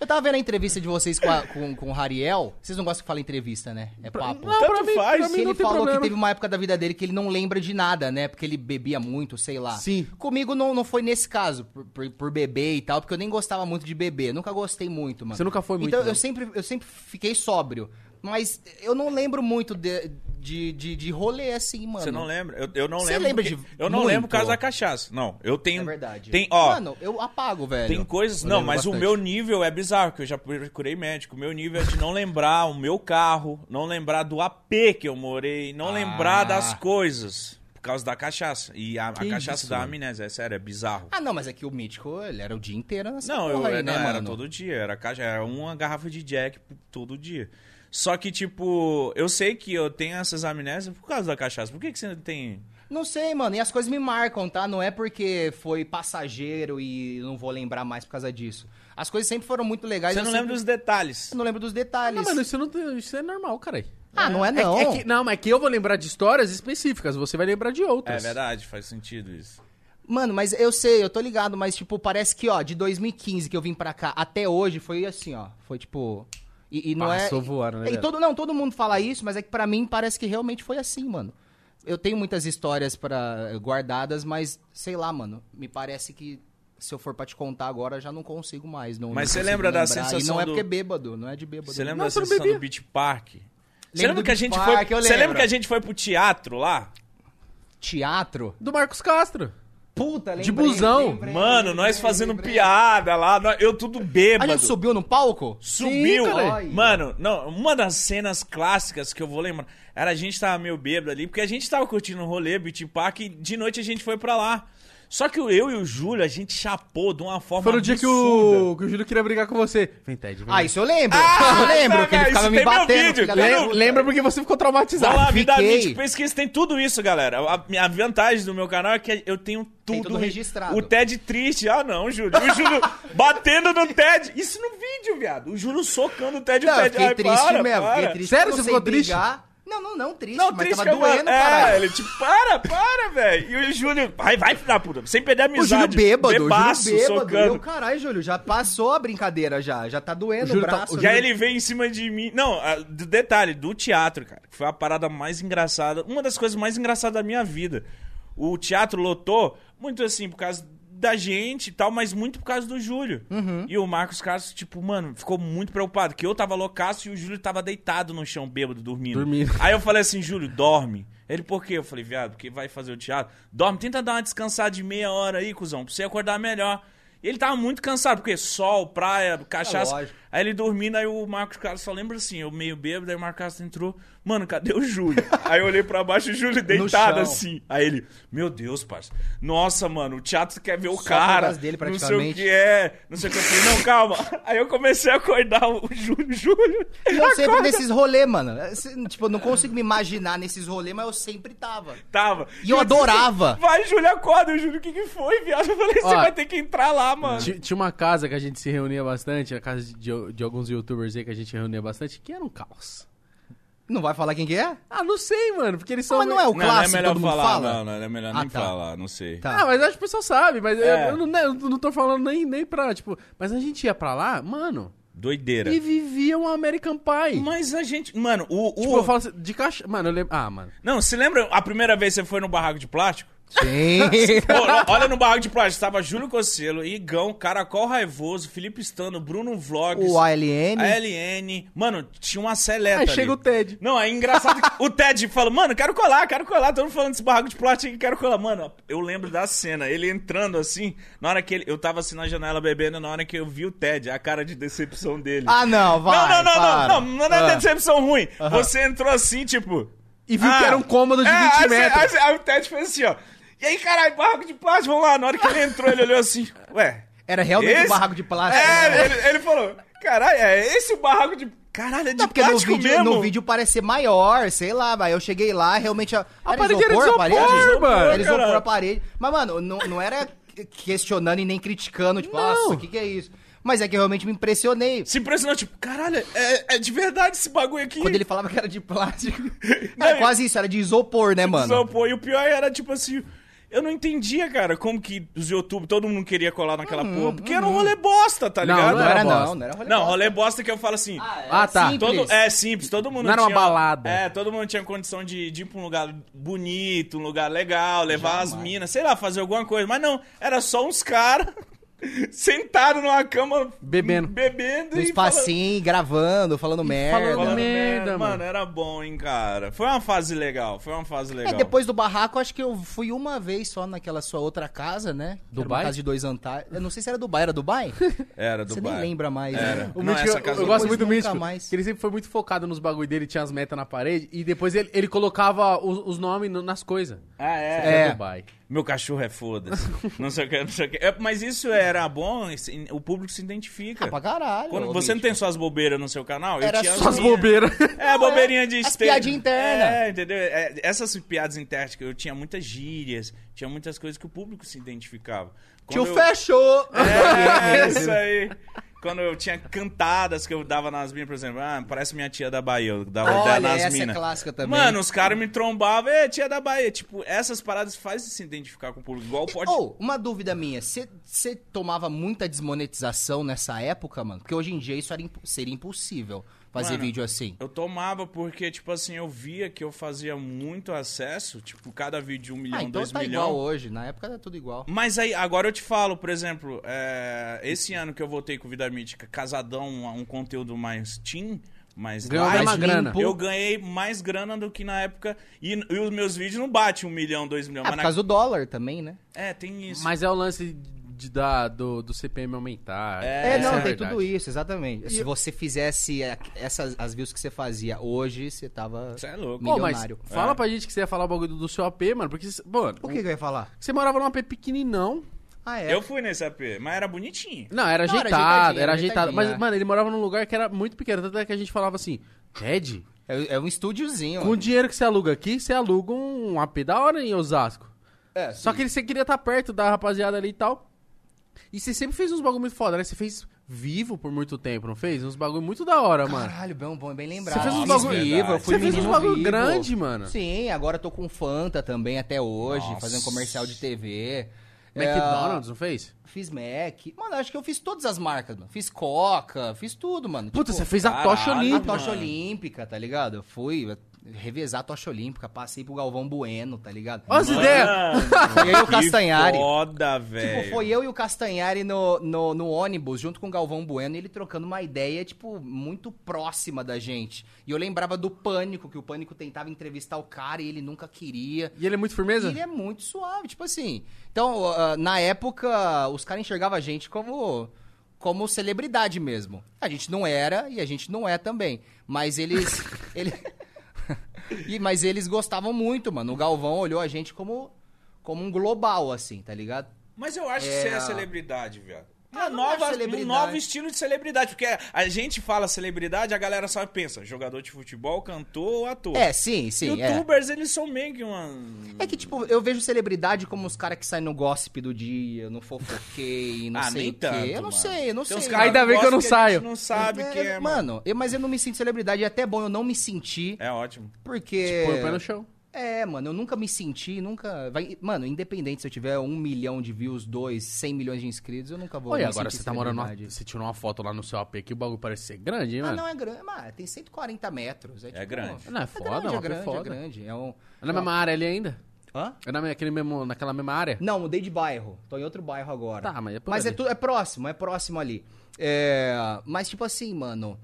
Speaker 3: Eu tava vendo a entrevista de vocês com, a- com, com o Hariel. Vocês não gostam que fala entrevista, né? É papo.
Speaker 1: Não,
Speaker 2: Tanto
Speaker 1: pra mim,
Speaker 2: faz,
Speaker 1: pra
Speaker 3: Que
Speaker 1: mim
Speaker 3: ele
Speaker 1: não tem
Speaker 3: falou
Speaker 1: problema.
Speaker 3: que teve uma época da vida dele que ele não lembra de nada, né? Porque ele bebia muito, sei lá.
Speaker 1: Sim.
Speaker 3: Comigo não, não foi nesse caso, por, por, por beber e tal, porque eu nem gostava muito de beber. Nunca gostei muito, mano.
Speaker 1: Você nunca foi muito,
Speaker 3: Então
Speaker 1: né?
Speaker 3: eu sempre, eu sempre fiquei sóbrio. Mas eu não lembro muito de, de, de, de rolê assim, mano.
Speaker 2: Você não lembra? Eu, eu não
Speaker 3: Você
Speaker 2: lembro.
Speaker 3: lembra
Speaker 2: porque-
Speaker 3: de
Speaker 2: Eu não
Speaker 3: muito?
Speaker 2: lembro por causa da cachaça. Não, eu tenho.
Speaker 3: É verdade.
Speaker 2: Tem, ó,
Speaker 3: Mano, eu apago, velho.
Speaker 2: tem coisas.
Speaker 3: Eu
Speaker 2: Não,
Speaker 3: lembro
Speaker 2: mas o
Speaker 3: bastante.
Speaker 2: meu nível é bizarro, que eu já procurei médico. O meu nível é de não lembrar o meu carro, não lembrar do AP que eu morei, não
Speaker 3: Ah.
Speaker 2: lembrar das coisas. Por causa da cachaça. E a, a
Speaker 1: Que
Speaker 2: cachaça
Speaker 1: isso,
Speaker 2: da
Speaker 1: mano.
Speaker 2: amnésia, é sério, é bizarro.
Speaker 3: Ah, não, mas é que o Mítico, ele era o dia inteiro nessa
Speaker 2: Não, eu é,
Speaker 3: porra aí,
Speaker 2: não,
Speaker 3: né,
Speaker 2: era
Speaker 3: mano?
Speaker 2: todo dia, era caixa, era uma garrafa de Jack p- todo dia. Só que, tipo, eu sei que eu tenho essas amnésias por causa da cachaça. Por que, que você não tem.
Speaker 3: Não sei, mano. E as coisas me marcam, tá? Não é porque foi passageiro e não vou lembrar mais por causa disso. As coisas sempre foram muito legais.
Speaker 2: Você
Speaker 3: eu
Speaker 2: não
Speaker 3: sempre-
Speaker 2: lembra Ah, dos detalhes.
Speaker 3: Eu não lembro dos detalhes.
Speaker 1: Não, mano, isso, não tem- isso é normal, caralho.
Speaker 3: Ah, não é não.
Speaker 1: É, que- não, mas é que eu vou lembrar de histórias específicas, você vai lembrar de
Speaker 2: É
Speaker 1: outras.
Speaker 2: verdade, faz sentido isso.
Speaker 3: Mano, mas eu sei, eu tô ligado, mas tipo, parece que, ó, de 2015 que eu vim pra cá até hoje foi assim, ó. Foi tipo. E, e não
Speaker 1: Passou
Speaker 3: é.
Speaker 1: voando, né,
Speaker 3: E
Speaker 1: velho?
Speaker 3: todo, não, todo mundo fala isso, mas é que pra mim parece que realmente foi assim, mano. Eu tenho muitas histórias para guardadas, mas sei lá, mano. Me parece que se eu for pra te contar agora, já não consigo mais. Não,
Speaker 2: Mas
Speaker 3: não
Speaker 2: você
Speaker 3: consigo
Speaker 2: lembra da
Speaker 3: lembrar. E
Speaker 2: sensação
Speaker 3: não é
Speaker 2: do-
Speaker 3: porque é bêbado, não é de bêbado.
Speaker 2: Você lembra
Speaker 1: Não,
Speaker 2: da
Speaker 1: você não
Speaker 2: sensação
Speaker 1: bebia.
Speaker 2: do Beach Park? Você
Speaker 3: Lembro
Speaker 2: lembra
Speaker 3: do
Speaker 2: que a
Speaker 3: Beach
Speaker 2: gente
Speaker 3: Park,
Speaker 2: foi.
Speaker 3: eu
Speaker 2: Você lembra
Speaker 3: lembro.
Speaker 2: que a gente foi pro teatro lá?
Speaker 3: Teatro?
Speaker 1: Do Marcos Castro.
Speaker 3: Puta,
Speaker 1: De busão.
Speaker 2: Mano, nós fazendo piada lá, nó- eu tudo
Speaker 3: A
Speaker 2: bêbado.
Speaker 3: gente subiu no palco?
Speaker 2: Subiu.
Speaker 1: Sim, cara.
Speaker 2: Ai. Mano, não, uma das cenas clássicas que eu vou lembrar era a gente tava meio bêbado ali, porque a gente tava curtindo o rolê, Beach Park, e de noite a gente foi pra lá. Só que eu e o Júlio, a gente chapou de uma forma
Speaker 1: Foi no dia que
Speaker 2: absurda.
Speaker 1: o, que o Júlio queria brigar com você. Vem, Ted, vem.
Speaker 3: Ah, isso eu lembro. eu
Speaker 2: tá,
Speaker 3: lembro que ele
Speaker 2: velho,
Speaker 3: ficava
Speaker 2: isso
Speaker 3: me
Speaker 2: tem meu
Speaker 3: batendo.
Speaker 2: vídeo,
Speaker 3: filha da
Speaker 1: Lem-
Speaker 2: eu-
Speaker 3: puta.
Speaker 1: lembra porque você ficou traumatizado.
Speaker 2: Vai lá, vida
Speaker 3: fiquei.
Speaker 2: mítica. Pesquisa, tem tudo isso, galera. A, a minha vantagem do meu canal é que eu tenho tudo,
Speaker 3: Tem tudo registrado.
Speaker 2: O Ted triste. Ah, não, Júlio. O
Speaker 3: [LAUGHS]
Speaker 2: Júlio batendo no Ted. Isso no vídeo, viado. O Júlio socando o Ted.
Speaker 3: Não,
Speaker 2: o
Speaker 3: eu
Speaker 2: Ted.
Speaker 3: fiquei
Speaker 2: Ai,
Speaker 3: triste
Speaker 2: para,
Speaker 3: mesmo.
Speaker 2: tá para.
Speaker 3: Fiquei triste.
Speaker 1: Sério,
Speaker 3: Eu
Speaker 1: você
Speaker 3: sei
Speaker 1: ficou triste?
Speaker 3: brigar. Não, não, não, triste.
Speaker 2: Não,
Speaker 3: mas
Speaker 2: triste
Speaker 3: tava
Speaker 2: que eu-
Speaker 3: doendo,
Speaker 2: é,
Speaker 3: caralho.
Speaker 2: ele tipo, para, para, velho. E o Júlio, vai, vai, filho da puta, sem perder a
Speaker 3: O Júlio
Speaker 2: amizade.
Speaker 3: bêbado,
Speaker 2: bebaço,
Speaker 3: o Júlio bêbado.
Speaker 2: socando.
Speaker 3: Eu, caralho, Júlio, já passou a brincadeira já. Já tá doendo
Speaker 1: O
Speaker 3: o,
Speaker 1: Júlio tá-
Speaker 3: braço.
Speaker 1: o
Speaker 2: E aí
Speaker 3: né?
Speaker 2: ele veio em cima de mim. Não, a- do detalhe, do teatro, cara. Foi a parada mais engraçada. Uma das coisas mais engraçadas da minha vida. O teatro lotou muito assim, por causa da gente e tal, mas muito por causa do Júlio.
Speaker 3: Uhum.
Speaker 2: E o Marcos Carlos, tipo, mano, ficou muito preocupado. Que eu tava loucaço e o Júlio tava deitado no chão, bêbado, dormindo.
Speaker 1: Dormindo.
Speaker 2: Aí eu falei assim, Júlio, dorme. Ele, por quê? Eu falei, viado, porque vai fazer o teatro. Dorme, tenta dar uma descansada de meia hora aí, cuzão, pra você acordar melhor. E ele tava muito cansado, porque sol, praia, cachaça.
Speaker 3: lógico.
Speaker 2: É Aí ele dormindo, aí o Marcos Carlos só lembra assim, eu meio bêbado, aí o Marcos Carlos entrou, mano, cadê o
Speaker 3: [LAUGHS]
Speaker 2: Júlio? aí eu olhei pra baixo e o Júlio deitado
Speaker 3: chão.
Speaker 2: assim. Aí ele, meu Deus, parceiro, nossa, mano, o teatro quer ver o
Speaker 3: Só por
Speaker 2: cara,
Speaker 3: causa dele,
Speaker 2: não sei o
Speaker 3: praticamente.
Speaker 2: que é, não sei o que. Eu falei, não, calma. [LAUGHS] Aí eu comecei a acordar o Júlio, [LAUGHS] Júlio.
Speaker 3: E eu sempre nesses rolês, mano. Esse- Tipo, eu não consigo me imaginar nesses rolês, mas eu sempre tava.
Speaker 2: Tava.
Speaker 3: E eu adorava.
Speaker 2: [LAUGHS] Vai, Júlio, acorda. Eu juro, o que, que foi, viado? Eu falei, você
Speaker 1: Ó,
Speaker 2: vai ter que entrar lá, mano.
Speaker 1: Ti- Tinha uma casa que a gente se reunia bastante, a casa de- de, de alguns youtubers aí que a gente reunia bastante, que era um caos.
Speaker 3: Não vai falar quem que é?
Speaker 1: Ah, não sei, mano, porque eles são.
Speaker 3: mas não é o
Speaker 2: Não, não é
Speaker 3: clássico que
Speaker 2: melhor
Speaker 3: todo mundo
Speaker 2: falar,
Speaker 3: fala?
Speaker 2: não, não, é melhor
Speaker 3: Ah,
Speaker 2: nem
Speaker 3: tá.
Speaker 2: falar, não sei.
Speaker 3: Tá.
Speaker 1: Ah, mas acho que o pessoal sabe, mas eu-
Speaker 2: É.
Speaker 1: eu, não, né, eu não tô falando nem, nem pra, tipo. Mas a gente ia pra lá, mano,
Speaker 2: Doideira.
Speaker 1: e vivia um American Pie.
Speaker 2: Mas a gente. Mano, o. o-
Speaker 1: Tipo, eu falo assim, de caixa. Mano, eu lembro. Ah, mano.
Speaker 2: Não, se lembra a primeira vez que você foi no barraco de plástico?
Speaker 3: Sim.
Speaker 2: Pô, no- olha no barraco de plástico, tava Júlio Cocelo, Igão, Caracol Raivoso, Felipe Stano, Bruno Vlogs.
Speaker 3: o ALN.
Speaker 2: A LN. Mano, tinha uma seleta.
Speaker 1: Aí
Speaker 2: ali.
Speaker 1: chega o Ted.
Speaker 2: Não, é engraçado. que o Ted fala, mano, quero colar, quero colar. Todo mundo falando desse barraco de plástico aqui, quero colar. Mano, eu lembro da cena. Ele entrando assim, na hora que ele. Eu tava assim na janela bebendo, na hora que eu vi o Ted, a cara de decepção dele.
Speaker 3: Ah, não, vai.
Speaker 2: não, não, não,
Speaker 3: para.
Speaker 2: não, não, não é
Speaker 3: Ah.
Speaker 2: decepção ruim. Você entrou assim, tipo.
Speaker 1: E viu que era um cômodo de
Speaker 2: é,
Speaker 1: 20
Speaker 2: aí você-
Speaker 1: metros.
Speaker 2: Aí, você- aí o Ted fez assim, ó. E aí, caralho, barraco de plástico, vamos lá. Na hora que ele entrou, ele olhou assim, ué.
Speaker 3: Era realmente
Speaker 2: Esse-
Speaker 3: um barraco de plástico. né?
Speaker 2: É, ele, ele falou, caralho, é esse o barraco de. Caralho, é de
Speaker 3: Não, porque no
Speaker 2: plástico
Speaker 3: vídeo,
Speaker 2: mesmo.
Speaker 3: no vídeo parecia maior, sei lá, mas eu cheguei lá, realmente... A,
Speaker 1: A parede era isopor, mano.
Speaker 3: Eles vão
Speaker 2: Caralho.
Speaker 3: a parede. Mas, mano, não, não era questionando e nem criticando, tipo,
Speaker 1: Não.
Speaker 3: nossa, o que que é isso? Mas é que eu realmente me impressionei.
Speaker 2: Se impressionou, tipo, caralho, é, é de verdade esse bagulho aqui.
Speaker 3: Quando ele falava que era de plástico.
Speaker 2: Não,
Speaker 3: Era
Speaker 2: e-
Speaker 3: quase isso, era de isopor, né, mano?
Speaker 2: Isopor. E o pior era, tipo assim, eu não entendia, cara, como que os YouTube, todo mundo queria colar naquela porra. Porque era um rolê bosta, tá
Speaker 1: Não,
Speaker 2: ligado?
Speaker 3: Não era
Speaker 1: bosta.
Speaker 3: não, não era rolê.
Speaker 2: Não, rolê bosta que eu falo assim.
Speaker 1: Ah, tá.
Speaker 2: [LAUGHS]
Speaker 3: simples.
Speaker 2: Todo, é simples, todo mundo
Speaker 1: Não era uma
Speaker 2: tinha-
Speaker 1: balada.
Speaker 2: É, todo mundo tinha condição de, de ir pra um lugar bonito, um lugar legal, levar as minas, sei lá, fazer alguma coisa. Mas não, era só uns caras [LAUGHS] sentados numa cama
Speaker 1: Bebendo.
Speaker 2: bebendo
Speaker 3: No
Speaker 2: e falando-
Speaker 3: espacinho, gravando, falando merda. É,
Speaker 1: falando
Speaker 2: Falando
Speaker 1: né? merda,
Speaker 2: merda,
Speaker 1: mano.
Speaker 2: mano, era bom, hein, cara. Foi uma fase legal, foi uma fase
Speaker 3: É,
Speaker 2: legal.
Speaker 3: depois do barraco, acho que eu fui uma vez só naquela sua outra casa, né? Que Era
Speaker 1: Dubai?
Speaker 3: uma casa de dois andares. Eu não sei se era Dubai, era Dubai?
Speaker 2: Era do
Speaker 3: Você nem lembra mais,
Speaker 2: Era.
Speaker 3: né?
Speaker 1: O
Speaker 2: Não,
Speaker 1: Mítico,
Speaker 2: essa
Speaker 1: eu-
Speaker 2: casa
Speaker 1: eu
Speaker 2: não.
Speaker 1: gosto muito do
Speaker 3: Depois nunca
Speaker 1: Mítico,
Speaker 3: mais.
Speaker 1: que ele sempre foi muito focado nos bagulho dele, tinha as metas na parede, e depois ele, ele colocava os, os nomes no- nas coisas.
Speaker 2: Ah, é.
Speaker 3: É.
Speaker 1: Dubai.
Speaker 2: Meu cachorro é foda. não sei o que, não sei o que. É, mas isso era bom, esse- o público se identifica.
Speaker 3: Ah, pra caralho.
Speaker 2: Quando
Speaker 3: ô,
Speaker 2: você não
Speaker 3: bicho.
Speaker 2: tem suas bobeiras no seu canal,
Speaker 3: Era
Speaker 2: eu tinha
Speaker 1: Só as
Speaker 2: minhas.
Speaker 1: bobeiras. [LAUGHS]
Speaker 2: É,
Speaker 3: Não, é,
Speaker 2: bobeirinha de
Speaker 3: as
Speaker 2: esteira.
Speaker 3: piadinha interna.
Speaker 2: É, entendeu? É, essas piadas internas, que eu tinha muitas gírias, tinha muitas coisas que o público se identificava.
Speaker 3: Tio
Speaker 2: Quando eu-
Speaker 3: fechou!
Speaker 2: É, isso aí. Quando eu tinha cantadas que eu dava nas minas, por exemplo, ah, parece minha tia da Bahia, eu dava ideia
Speaker 3: Olha,
Speaker 2: nas
Speaker 3: essa é
Speaker 2: minas.
Speaker 3: clássica também.
Speaker 2: Mano, os caras me trombavam, é, tia da Bahia. Tipo, essas paradas fazem se identificar com o público. Igual pode.
Speaker 3: Ou, uma dúvida minha, você tomava muita desmonetização nessa época, mano? Porque hoje em dia isso era imp- seria impossível fazer
Speaker 2: Mano,
Speaker 3: vídeo assim.
Speaker 2: Eu tomava porque, tipo assim, eu via que eu fazia muito acesso, tipo, cada vídeo de um milhão,
Speaker 3: Ah, então
Speaker 2: dois
Speaker 3: tá
Speaker 2: milhão.
Speaker 3: igual hoje. Na época era tudo igual.
Speaker 2: Mas aí, agora eu te falo, por exemplo, é, esse ano que eu voltei com Vida Mítica, casadão, um, um conteúdo mais teen, mais
Speaker 1: Ganhou
Speaker 2: light,
Speaker 1: mais uma grana.
Speaker 2: Eu ganhei mais grana do que na época. E, e os meus vídeos não batem um milhão, dois milhões.
Speaker 3: É,
Speaker 2: mas
Speaker 3: por
Speaker 2: na-
Speaker 3: causa do dólar também, né?
Speaker 2: É, tem isso.
Speaker 1: Mas é o lance de, da, do, do CPM aumentar.
Speaker 2: É,
Speaker 3: É,
Speaker 1: essa
Speaker 3: não,
Speaker 1: a
Speaker 3: tem
Speaker 1: verdade.
Speaker 3: tudo isso, exatamente. Se você fizesse é, essas as views que você fazia hoje, você tava
Speaker 2: Você é louco.
Speaker 1: Pô, mas
Speaker 3: milionário.
Speaker 1: fala pra gente que você ia falar o bagulho do seu AP, mano, porque, cê- mano,
Speaker 3: O que, que eu ia falar?
Speaker 1: você morava num AP pequeninão.
Speaker 3: Ah, é.
Speaker 2: é Eu fui nesse AP, mas era bonitinho.
Speaker 1: Não, era
Speaker 3: Não, era
Speaker 1: ajeitado,
Speaker 3: ajeitadinho,
Speaker 1: era ajeitado.
Speaker 3: era ajeitadinho,
Speaker 1: Mas,
Speaker 3: é.
Speaker 1: mano, ele morava num lugar que era muito pequeno, tanto é que a gente falava assim, Ted,
Speaker 3: É, é um estúdiozinho.
Speaker 1: com o dinheiro que você aluga aqui, você aluga um AP da hora em Osasco.
Speaker 3: É,
Speaker 1: tá Só que ele- você queria estar perto da rapaziada ali e tal. E você sempre fez uns bagulho muito foda, né? Você fez vivo por muito tempo, não fez? Uns bagulho muito da hora, mano.
Speaker 3: Caralho, bem, bom, bem lembrado.
Speaker 1: Você fez uns
Speaker 3: Fiz
Speaker 1: bagulho-
Speaker 3: vivo, eu fui
Speaker 1: Você fez uns
Speaker 3: menino
Speaker 1: bagulho
Speaker 3: vivo.
Speaker 1: grande, mano.
Speaker 3: Sim, agora eu tô com Fanta também até hoje,
Speaker 2: Nossa.
Speaker 3: fazendo comercial de TV.
Speaker 1: É. McDonald's, não fez?
Speaker 3: É, fiz Mac. Mano, acho que eu fiz todas as marcas, mano. Fiz Coca, fiz tudo, mano.
Speaker 1: Puta,
Speaker 3: Tipo,
Speaker 1: você é fez a
Speaker 2: caralho,
Speaker 1: tocha
Speaker 3: a
Speaker 1: olímpica.
Speaker 3: tocha
Speaker 2: mano.
Speaker 3: olímpica, tá ligado? Eu fui revezar a tocha olímpica, passei pro Galvão Bueno, tá ligado?
Speaker 1: Olha as ideias.
Speaker 3: E aí o
Speaker 2: que
Speaker 3: Castanhari.
Speaker 2: Foda,
Speaker 3: Tipo,
Speaker 2: velho.
Speaker 3: foi eu e o Castanhari no, no, no ônibus, junto com o Galvão Bueno, e ele trocando uma ideia, tipo, muito próxima da gente. E eu lembrava do Pânico, que o Pânico tentava entrevistar o cara e ele nunca queria.
Speaker 1: E ele é muito
Speaker 3: E
Speaker 1: firmeza?
Speaker 3: ele é muito suave, tipo assim. Então, ah, na época, os caras enxergavam a gente como como celebridade mesmo. A gente não era e a gente não é também. Mas
Speaker 2: [LAUGHS]
Speaker 3: eles. ele... [LAUGHS] E- mas eles gostavam muito, mano. O Galvão olhou a gente como, como um global, assim, tá ligado?
Speaker 2: Mas eu acho que
Speaker 3: É.
Speaker 2: você é celebridade, viado.
Speaker 3: Ah,
Speaker 2: Uma
Speaker 3: não
Speaker 2: nova,
Speaker 3: é celebridade.
Speaker 2: Um novo estilo de celebridade. Porque a gente fala celebridade, a galera só pensa jogador de futebol, cantor ou ator.
Speaker 3: É, sim, sim. é.
Speaker 2: Youtubers, eles são meio que uma.
Speaker 3: É que, tipo, eu vejo celebridade como os caras que saem no gossip do dia, no
Speaker 2: [LAUGHS]
Speaker 3: fofoquei, não
Speaker 2: ah,
Speaker 3: sei
Speaker 2: nem
Speaker 3: o quê.
Speaker 2: tanto.
Speaker 3: eu não
Speaker 2: mano.
Speaker 3: sei, eu não
Speaker 2: Tem uns
Speaker 3: sei.
Speaker 2: caras
Speaker 1: Ainda bem que eu não
Speaker 2: gostam a gente
Speaker 1: saio.
Speaker 2: não sabe
Speaker 3: É,
Speaker 2: que é, mano.
Speaker 3: mano, eu, mas eu não me sinto celebridade. É até bom eu não me sentir,
Speaker 2: É ótimo.
Speaker 3: porque...
Speaker 1: Põe o pé no chão.
Speaker 3: É, mano, eu nunca me senti, nunca... vai- Mano, independente se eu tiver um milhão de views, dois, cem milhões de inscritos, eu nunca vou
Speaker 1: Olha,
Speaker 3: me
Speaker 1: agora
Speaker 3: sentir
Speaker 1: você tá morando. numa-
Speaker 3: celebridade.
Speaker 1: Você tirou uma foto lá no seu AP que o bagulho parece ser grande, hein,
Speaker 3: Ah,
Speaker 1: mano?
Speaker 3: não, é grande. Mas tem 140 metros. É, tipo,
Speaker 2: grande.
Speaker 1: Não, é né? foda, é
Speaker 3: grande,
Speaker 1: uma
Speaker 3: é grande,
Speaker 1: foda.
Speaker 3: é grande. É um...
Speaker 1: É na mesma área ali ainda?
Speaker 3: Hã?
Speaker 1: É na, naquele mesmo, naquela mesma área?
Speaker 3: Não, mudei de bairro. Tô em outro bairro agora.
Speaker 1: Tá, mas é por
Speaker 3: Mas é,
Speaker 1: ali.
Speaker 3: tu, é próximo, é próximo ali. É, mas, tipo assim, mano,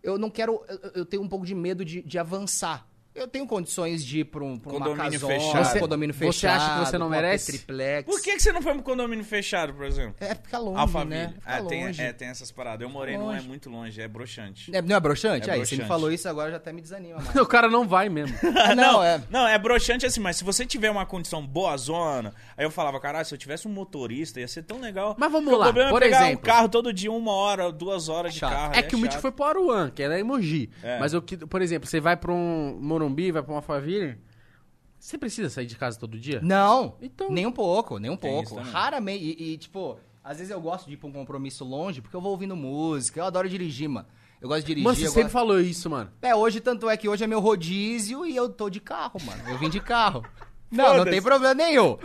Speaker 3: eu não quero. eu- Eu tenho um pouco de medo de, de avançar. Eu tenho condições de ir pra, um, pra uma
Speaker 2: Condomínio
Speaker 3: casona, um
Speaker 2: fechado.
Speaker 1: Você-
Speaker 3: condomínio
Speaker 1: você
Speaker 3: fechado.
Speaker 1: acha que você não
Speaker 3: pra uma
Speaker 1: merece?
Speaker 3: Triplex.
Speaker 2: Por que, que você não foi pro condomínio fechado, por exemplo?
Speaker 3: É, fica longe,
Speaker 2: Alphaville.
Speaker 3: né? Fica
Speaker 2: É, tem,
Speaker 3: longe.
Speaker 2: é, tem essas paradas. Eu morei, não é
Speaker 3: Longe.
Speaker 2: muito longe, é broxante.
Speaker 3: É, não é broxante?
Speaker 2: É
Speaker 3: Aí, você me
Speaker 2: broxante.
Speaker 3: falou isso agora, já até me desanima
Speaker 1: [LAUGHS]
Speaker 3: mais.
Speaker 1: O cara não vai
Speaker 3: [LAUGHS]
Speaker 1: mesmo.
Speaker 3: Ah, não, é...
Speaker 2: Não, é broxante assim, mas se você tiver uma condição boa zona, aí eu falava, caralho, se eu tivesse um motorista, ia ser tão legal.
Speaker 1: Mas vamos
Speaker 2: Porque
Speaker 1: lá,
Speaker 2: o problema
Speaker 1: por
Speaker 2: é pegar
Speaker 1: exemplo.
Speaker 2: um carro todo dia, uma hora, duas horas de
Speaker 3: Ah, Chato.
Speaker 2: carro.
Speaker 1: É
Speaker 2: aí
Speaker 1: que o Mitch
Speaker 2: chato.
Speaker 1: foi pro Aruan, que era emoji.
Speaker 2: É.
Speaker 1: Mas, eu, que- por exemplo, você vai pra um Morumbi, vai pra uma favela, você precisa sair de casa todo dia?
Speaker 3: Não,
Speaker 1: Então-
Speaker 3: nem um pouco, nem um
Speaker 2: Tem
Speaker 3: pouco.
Speaker 2: isso também.
Speaker 3: Raramente, e, e, tipo, às vezes eu gosto de ir pra um compromisso longe porque eu vou ouvindo música, eu adoro dirigir, mano. Eu gosto de dirigir,
Speaker 1: Mano, você
Speaker 3: eu
Speaker 1: sempre
Speaker 3: gosto-
Speaker 1: falou isso, mano.
Speaker 3: É, hoje, tanto é que hoje é meu rodízio e eu tô de carro, mano. Eu vim de [LAUGHS] carro. Não, não tem problema nenhum.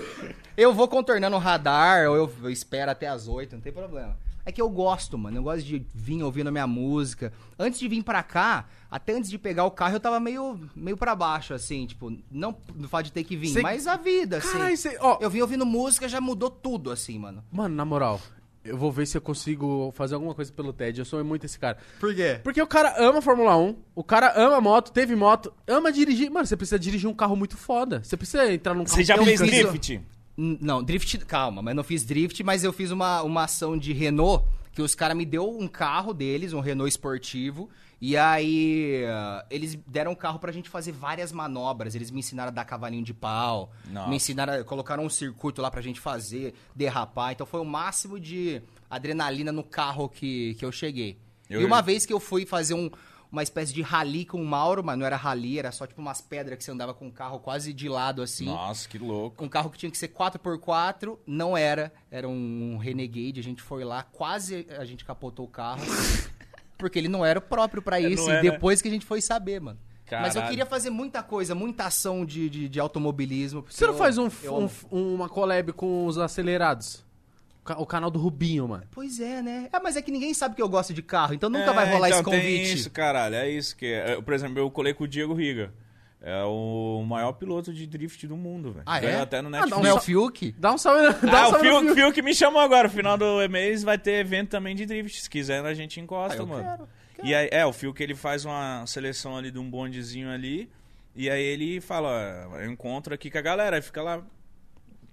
Speaker 3: Eu vou contornando o radar, ou eu eu espero até as oito, não tem problema. É que eu gosto, mano. Eu gosto de vir ouvindo a minha música. Antes de vir pra cá, até antes de pegar o carro, eu tava meio, meio pra baixo, assim, tipo, não do fato de ter que vir,
Speaker 1: Cê-
Speaker 3: mas a vida, assim.
Speaker 1: Caralho, você... Ó,
Speaker 3: Eu vim ouvindo música, já mudou tudo, assim, mano.
Speaker 1: mano, na moral, eu vou ver se eu consigo fazer alguma coisa pelo TED. Eu sou muito esse cara.
Speaker 3: Por quê?
Speaker 1: Porque o cara ama Fórmula 1, o cara ama moto, teve moto, ama dirigir. Mano, você precisa dirigir um carro muito foda. Você precisa entrar
Speaker 3: um
Speaker 1: num carro...
Speaker 2: Você já
Speaker 1: tão
Speaker 2: fez
Speaker 1: grande.
Speaker 2: drift?
Speaker 3: Não, drift, calma, mas não fiz drift, mas eu fiz uma, uma ação de Renault, que os caras me deu um carro deles, um Renault esportivo, e aí ah, eles deram o carro pra gente fazer várias manobras, eles me ensinaram a dar cavalinho de pau,
Speaker 2: Nossa.
Speaker 3: me ensinaram, a- colocaram um circuito lá pra gente fazer, derrapar, então foi o máximo de adrenalina no carro que, que eu cheguei.
Speaker 2: Eu-
Speaker 3: E uma vez que eu fui fazer um- uma espécie de rally com o Mauro, mas não era rally, era só tipo umas pedras que você andava com o carro quase de lado assim
Speaker 2: Nossa, que louco.
Speaker 3: um carro que tinha que ser 4x4, não era. Era um Renegade, a gente foi lá, quase a gente capotou o carro.
Speaker 2: [LAUGHS]
Speaker 3: porque ele não era o próprio pra
Speaker 2: É, não
Speaker 3: isso,
Speaker 2: era.
Speaker 3: e depois que a gente foi saber, mano. Mas eu
Speaker 2: Caralho.
Speaker 3: queria fazer muita coisa, muita ação de, de, de automobilismo. porque
Speaker 1: Você não
Speaker 3: eu-
Speaker 1: faz um,
Speaker 3: eu
Speaker 1: um-
Speaker 3: amo.
Speaker 1: uma collab com os acelerados? O ca- O canal do Rubinho, mano.
Speaker 3: Pois é, né? É, mas é que ninguém sabe que eu gosto de carro, então nunca vai
Speaker 2: É,
Speaker 3: rolar
Speaker 2: então
Speaker 3: esse
Speaker 2: tem
Speaker 3: convite.
Speaker 2: isso, caralho. É isso que é. Eu, Por exemplo, eu colei com o Diego Riga. É o maior piloto de drift do mundo, velho.
Speaker 3: Ah, é?
Speaker 2: Ganhou até no
Speaker 1: Ah,
Speaker 2: Netflix.
Speaker 3: Não é o Fiuk?
Speaker 1: Dá um salve, dá
Speaker 3: [LAUGHS]
Speaker 2: Ah,
Speaker 1: um
Speaker 2: o
Speaker 1: salve no [LAUGHS]
Speaker 2: Fio, Fio que me chamou agora. Final do mês vai ter evento também de drift. Se quiser, a gente encosta,
Speaker 3: Ah, eu
Speaker 2: mano.
Speaker 3: quero, quero.
Speaker 2: E aí, é, o Fio que ele faz uma seleção ali de um bondezinho ali. E aí ele fala, ó, eu encontro aqui com a galera. Aí fica lá
Speaker 3: Ah,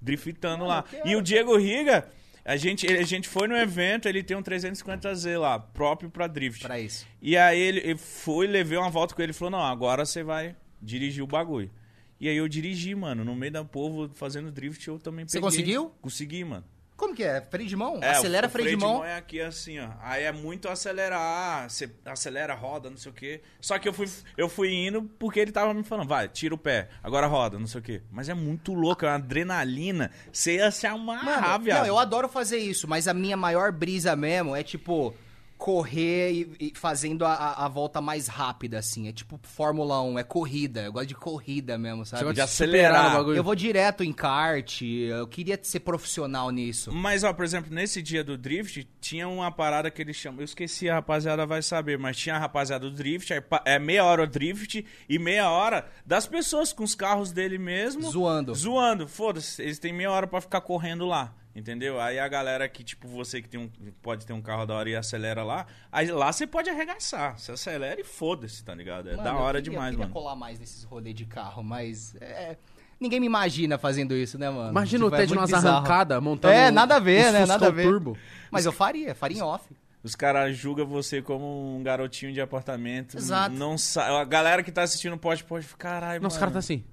Speaker 2: driftando lá. E o Diego Riga, a gente, ele- a gente foi no evento, ele tem um 350Z lá, próprio pra drift.
Speaker 3: Pra isso.
Speaker 2: E aí ele ele foi, levei uma volta com ele e falou: Não, agora você vai dirigir o bagulho. E aí eu dirigi, mano, no meio da povo fazendo drift, eu também
Speaker 3: Você
Speaker 2: peguei.
Speaker 3: conseguiu?
Speaker 2: Consegui, mano.
Speaker 3: Como que é? Freio de mão?
Speaker 2: É,
Speaker 3: Acelera,
Speaker 2: o
Speaker 3: freio, de mão.
Speaker 2: é aqui assim, ó. Aí é muito acelerar, ah, você acelera, roda, não sei o quê. Só que eu fui, eu fui indo porque ele tava me falando, vai, tira o pé, agora roda, não sei o quê. Mas é muito louco, é uma adrenalina. Você ia se amarrar,
Speaker 3: Mano,
Speaker 2: Ah, viado.
Speaker 3: não, eu adoro fazer isso, mas a minha maior brisa mesmo é tipo correr e, e fazendo a, a- a volta mais rápida, assim. É tipo Fórmula 1, é corrida. Eu gosto de corrida mesmo,
Speaker 1: Você gosta
Speaker 3: sabe?
Speaker 2: de
Speaker 1: superar
Speaker 2: acelerar.
Speaker 1: o bagulho.
Speaker 3: Eu vou direto em kart, eu queria ser profissional nisso.
Speaker 2: Mas, ó, por exemplo, nesse dia do drift, tinha uma parada que eles chamam. Eu esqueci, a rapaziada vai saber, mas tinha a rapaziada do drift, aí pa- é meia hora o drift e meia hora das pessoas com os carros dele mesmo.
Speaker 3: Zoando.
Speaker 2: Zoando. Foda-se, eles têm meia hora pra ficar correndo lá. Entendeu? Aí a galera que, tipo, você que tem um, pode ter um carro da hora e acelera lá, aí lá você pode arregaçar. Você acelera e foda-se, tá ligado? É
Speaker 3: Mano,
Speaker 2: da
Speaker 3: eu
Speaker 2: hora
Speaker 3: queria-
Speaker 2: demais,
Speaker 3: eu
Speaker 2: mano.
Speaker 3: queria colar mais nesses rolês de carro, mas é, ninguém me imagina fazendo isso, né, mano?
Speaker 1: Imagina
Speaker 3: Tipo,
Speaker 1: o
Speaker 3: é
Speaker 1: Ted
Speaker 3: muito
Speaker 1: nas
Speaker 3: bizarro.
Speaker 1: arrancadas, montando
Speaker 3: É,
Speaker 1: um-
Speaker 3: nada a ver,
Speaker 1: um
Speaker 3: né? Nada a
Speaker 1: Fuscão
Speaker 3: ver.
Speaker 1: Turbo.
Speaker 3: Mas eu faria, faria em off.
Speaker 2: Os caras julgam você como um garotinho de apartamento.
Speaker 3: Exato.
Speaker 2: Não sa... A galera que tá assistindo pode, pode. Caralho,
Speaker 1: Não,
Speaker 2: mano.
Speaker 1: os caras tá assim.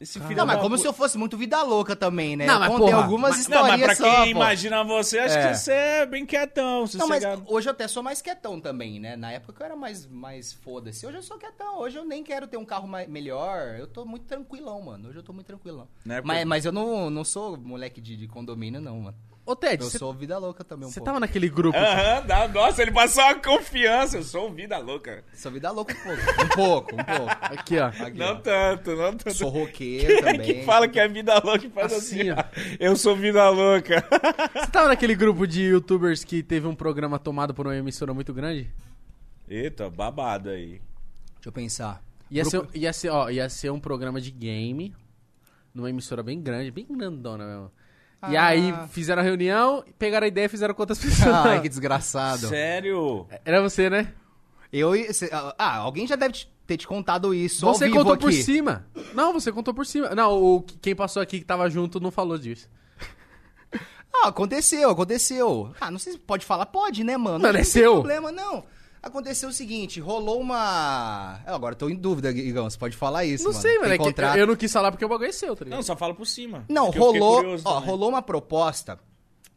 Speaker 2: Esse filho
Speaker 3: Não,
Speaker 2: da
Speaker 3: mas como
Speaker 2: pu-
Speaker 3: se eu fosse muito vida louca também, né?
Speaker 1: Não,
Speaker 3: eu
Speaker 1: mas
Speaker 3: contei
Speaker 1: porra,
Speaker 3: algumas
Speaker 2: Mas- Não,
Speaker 3: histórias
Speaker 2: mas pra quem
Speaker 3: só, pô.
Speaker 2: imagina você, acho
Speaker 3: É.
Speaker 2: que você é bem quietão,
Speaker 3: Não, mas
Speaker 2: sossegado.
Speaker 3: hoje eu até sou mais quietão também, né? Na época eu era mais, mais foda-se. Hoje eu sou quietão. Hoje eu nem quero ter um carro mai- melhor. Eu tô muito tranquilão, mano. Hoje eu tô muito tranquilão.
Speaker 2: Na época-
Speaker 3: Mas, mas eu não, não sou moleque de, de condomínio, não, mano.
Speaker 1: Ô, Ted,
Speaker 2: É
Speaker 3: Eu
Speaker 1: você
Speaker 3: sou vida louca também um
Speaker 1: você
Speaker 3: pouco.
Speaker 1: tava naquele grupo.
Speaker 2: Aham, dá- nossa, ele passou uma confiança. Eu sou um vida louca.
Speaker 3: Sou vida louca um pouco. Um pouco, um
Speaker 2: [LAUGHS]
Speaker 3: pouco.
Speaker 1: Aqui, ó.
Speaker 3: Aqui,
Speaker 2: Não
Speaker 3: ó.
Speaker 2: tanto, não tanto. [LAUGHS]
Speaker 3: Sou roqueiro também.
Speaker 2: que fala que é vida louca e faz assim.
Speaker 1: Assim, ó.
Speaker 2: ó. Eu sou vida louca. [LAUGHS]
Speaker 1: Você tava naquele grupo de youtubers que teve um programa tomado por uma emissora muito grande?
Speaker 2: Eita, babado aí.
Speaker 3: Deixa eu pensar.
Speaker 1: Ia ser, ia, ser, ó, ia ser um programa de game numa emissora bem grande, bem grandona mesmo. E
Speaker 3: Ah.
Speaker 1: aí fizeram a reunião, pegaram a ideia e fizeram com outras [LAUGHS] pessoas.
Speaker 3: Ai, Ah, que
Speaker 2: [LAUGHS]
Speaker 3: desgraçado.
Speaker 2: Sério?
Speaker 3: É.
Speaker 1: Era você, né?
Speaker 3: Eu e- cê- ah, alguém já deve te- ter te contado isso. ao
Speaker 1: você
Speaker 3: vivo
Speaker 1: contou por
Speaker 3: aqui.
Speaker 1: cima. Não, você contou por cima. Não, o, quem passou aqui que tava junto não falou disso.
Speaker 3: Ah, aconteceu, aconteceu. Ah, não sei se pode falar, pode, né, mano?
Speaker 1: Mano, é
Speaker 3: não tem
Speaker 1: seu.
Speaker 3: problema, não. Aconteceu o seguinte, rolou uma. Ah, Agora eu tô em dúvida, Igão, você pode falar isso.
Speaker 1: não
Speaker 3: mano.
Speaker 1: sei,
Speaker 3: Tem
Speaker 1: mano. é que
Speaker 3: contrato.
Speaker 1: eu não quis falar porque o bagulho é seu, tá
Speaker 2: Não,
Speaker 1: ligado?
Speaker 2: só fala por cima.
Speaker 3: Não,
Speaker 2: Porque eu fiquei
Speaker 3: rolou,
Speaker 2: curioso
Speaker 3: ó,
Speaker 2: também.
Speaker 3: rolou uma proposta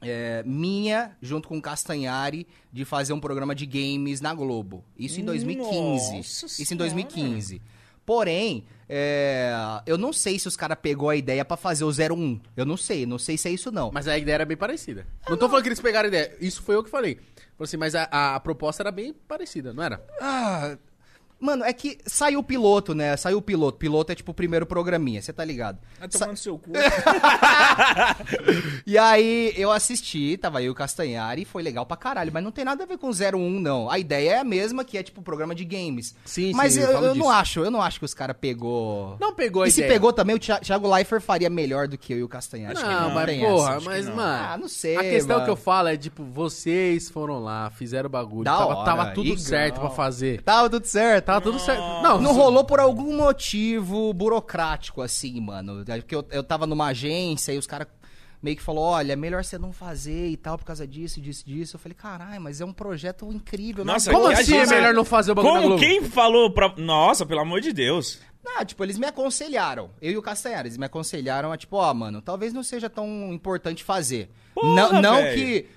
Speaker 3: é, minha, junto com o Castanhari, de fazer um programa de games na Globo. Isso em 2015.
Speaker 2: Nossa
Speaker 3: Isso em
Speaker 2: Senhora.
Speaker 3: 2015. Porém, é, eu não sei se os caras pegou a ideia pra fazer o 01. Eu não sei, não sei se é isso não.
Speaker 1: Mas a ideia era bem parecida. Não tô falando que eles pegaram a ideia. Isso foi eu que falei. Falei assim, mas a, a proposta era bem parecida, não era?
Speaker 3: Ah, mano, é que saiu o piloto, né? Saiu o piloto. Piloto é tipo o primeiro programinha, você tá ligado?
Speaker 2: Tá
Speaker 3: Sa-
Speaker 2: tomando seu
Speaker 3: [LAUGHS]
Speaker 2: cu.
Speaker 3: E aí eu assisti, tava aí o Castanhari, foi legal pra caralho, mas não tem nada a ver com 01, não. A ideia é a mesma, que é tipo programa de games.
Speaker 1: Sim,
Speaker 3: mas
Speaker 1: sim, eu
Speaker 3: eu,
Speaker 1: falo
Speaker 3: eu não
Speaker 1: disso.
Speaker 3: acho, eu não acho que os caras pegou...
Speaker 1: Não pegou a
Speaker 3: e
Speaker 1: ideia.
Speaker 3: se pegou também, o Thi- Thiago Leifert faria melhor do que eu e o Castanhari.
Speaker 1: Não,
Speaker 3: acho que
Speaker 1: mas
Speaker 3: tem
Speaker 1: porra,
Speaker 3: essa.
Speaker 2: acho que
Speaker 1: mas
Speaker 2: não.
Speaker 1: mano.
Speaker 3: Ah, não sei,
Speaker 1: A questão
Speaker 3: mano.
Speaker 1: que eu falo é tipo, vocês foram lá, fizeram o bagulho,
Speaker 3: Da
Speaker 1: tava,
Speaker 3: hora,
Speaker 1: tava tudo
Speaker 3: Igão.
Speaker 1: certo pra fazer. É,
Speaker 3: Tava tudo certo,
Speaker 1: Tava tudo certo. Não,
Speaker 3: Não
Speaker 1: se-
Speaker 3: rolou por algum motivo burocrático, assim, mano. É Porque eu, eu tava numa agência e os caras meio que falou, olha, é melhor você não fazer e tal, por causa disso, disso, disso. Eu falei, caralho, mas é um projeto incrível. não
Speaker 2: Nossa,
Speaker 3: aguento
Speaker 1: Como
Speaker 2: que
Speaker 1: assim é
Speaker 2: agência?
Speaker 1: melhor não fazer o bagulho na
Speaker 2: Como
Speaker 1: Globo?
Speaker 2: quem falou pra. Nossa, pelo amor de Deus.
Speaker 3: Ah, tipo, eles me aconselharam. Eu e o Castanhari, eles me aconselharam a, tipo, ó, mano, talvez não seja tão importante fazer.
Speaker 2: Porra,
Speaker 3: não não
Speaker 2: velho.
Speaker 3: que.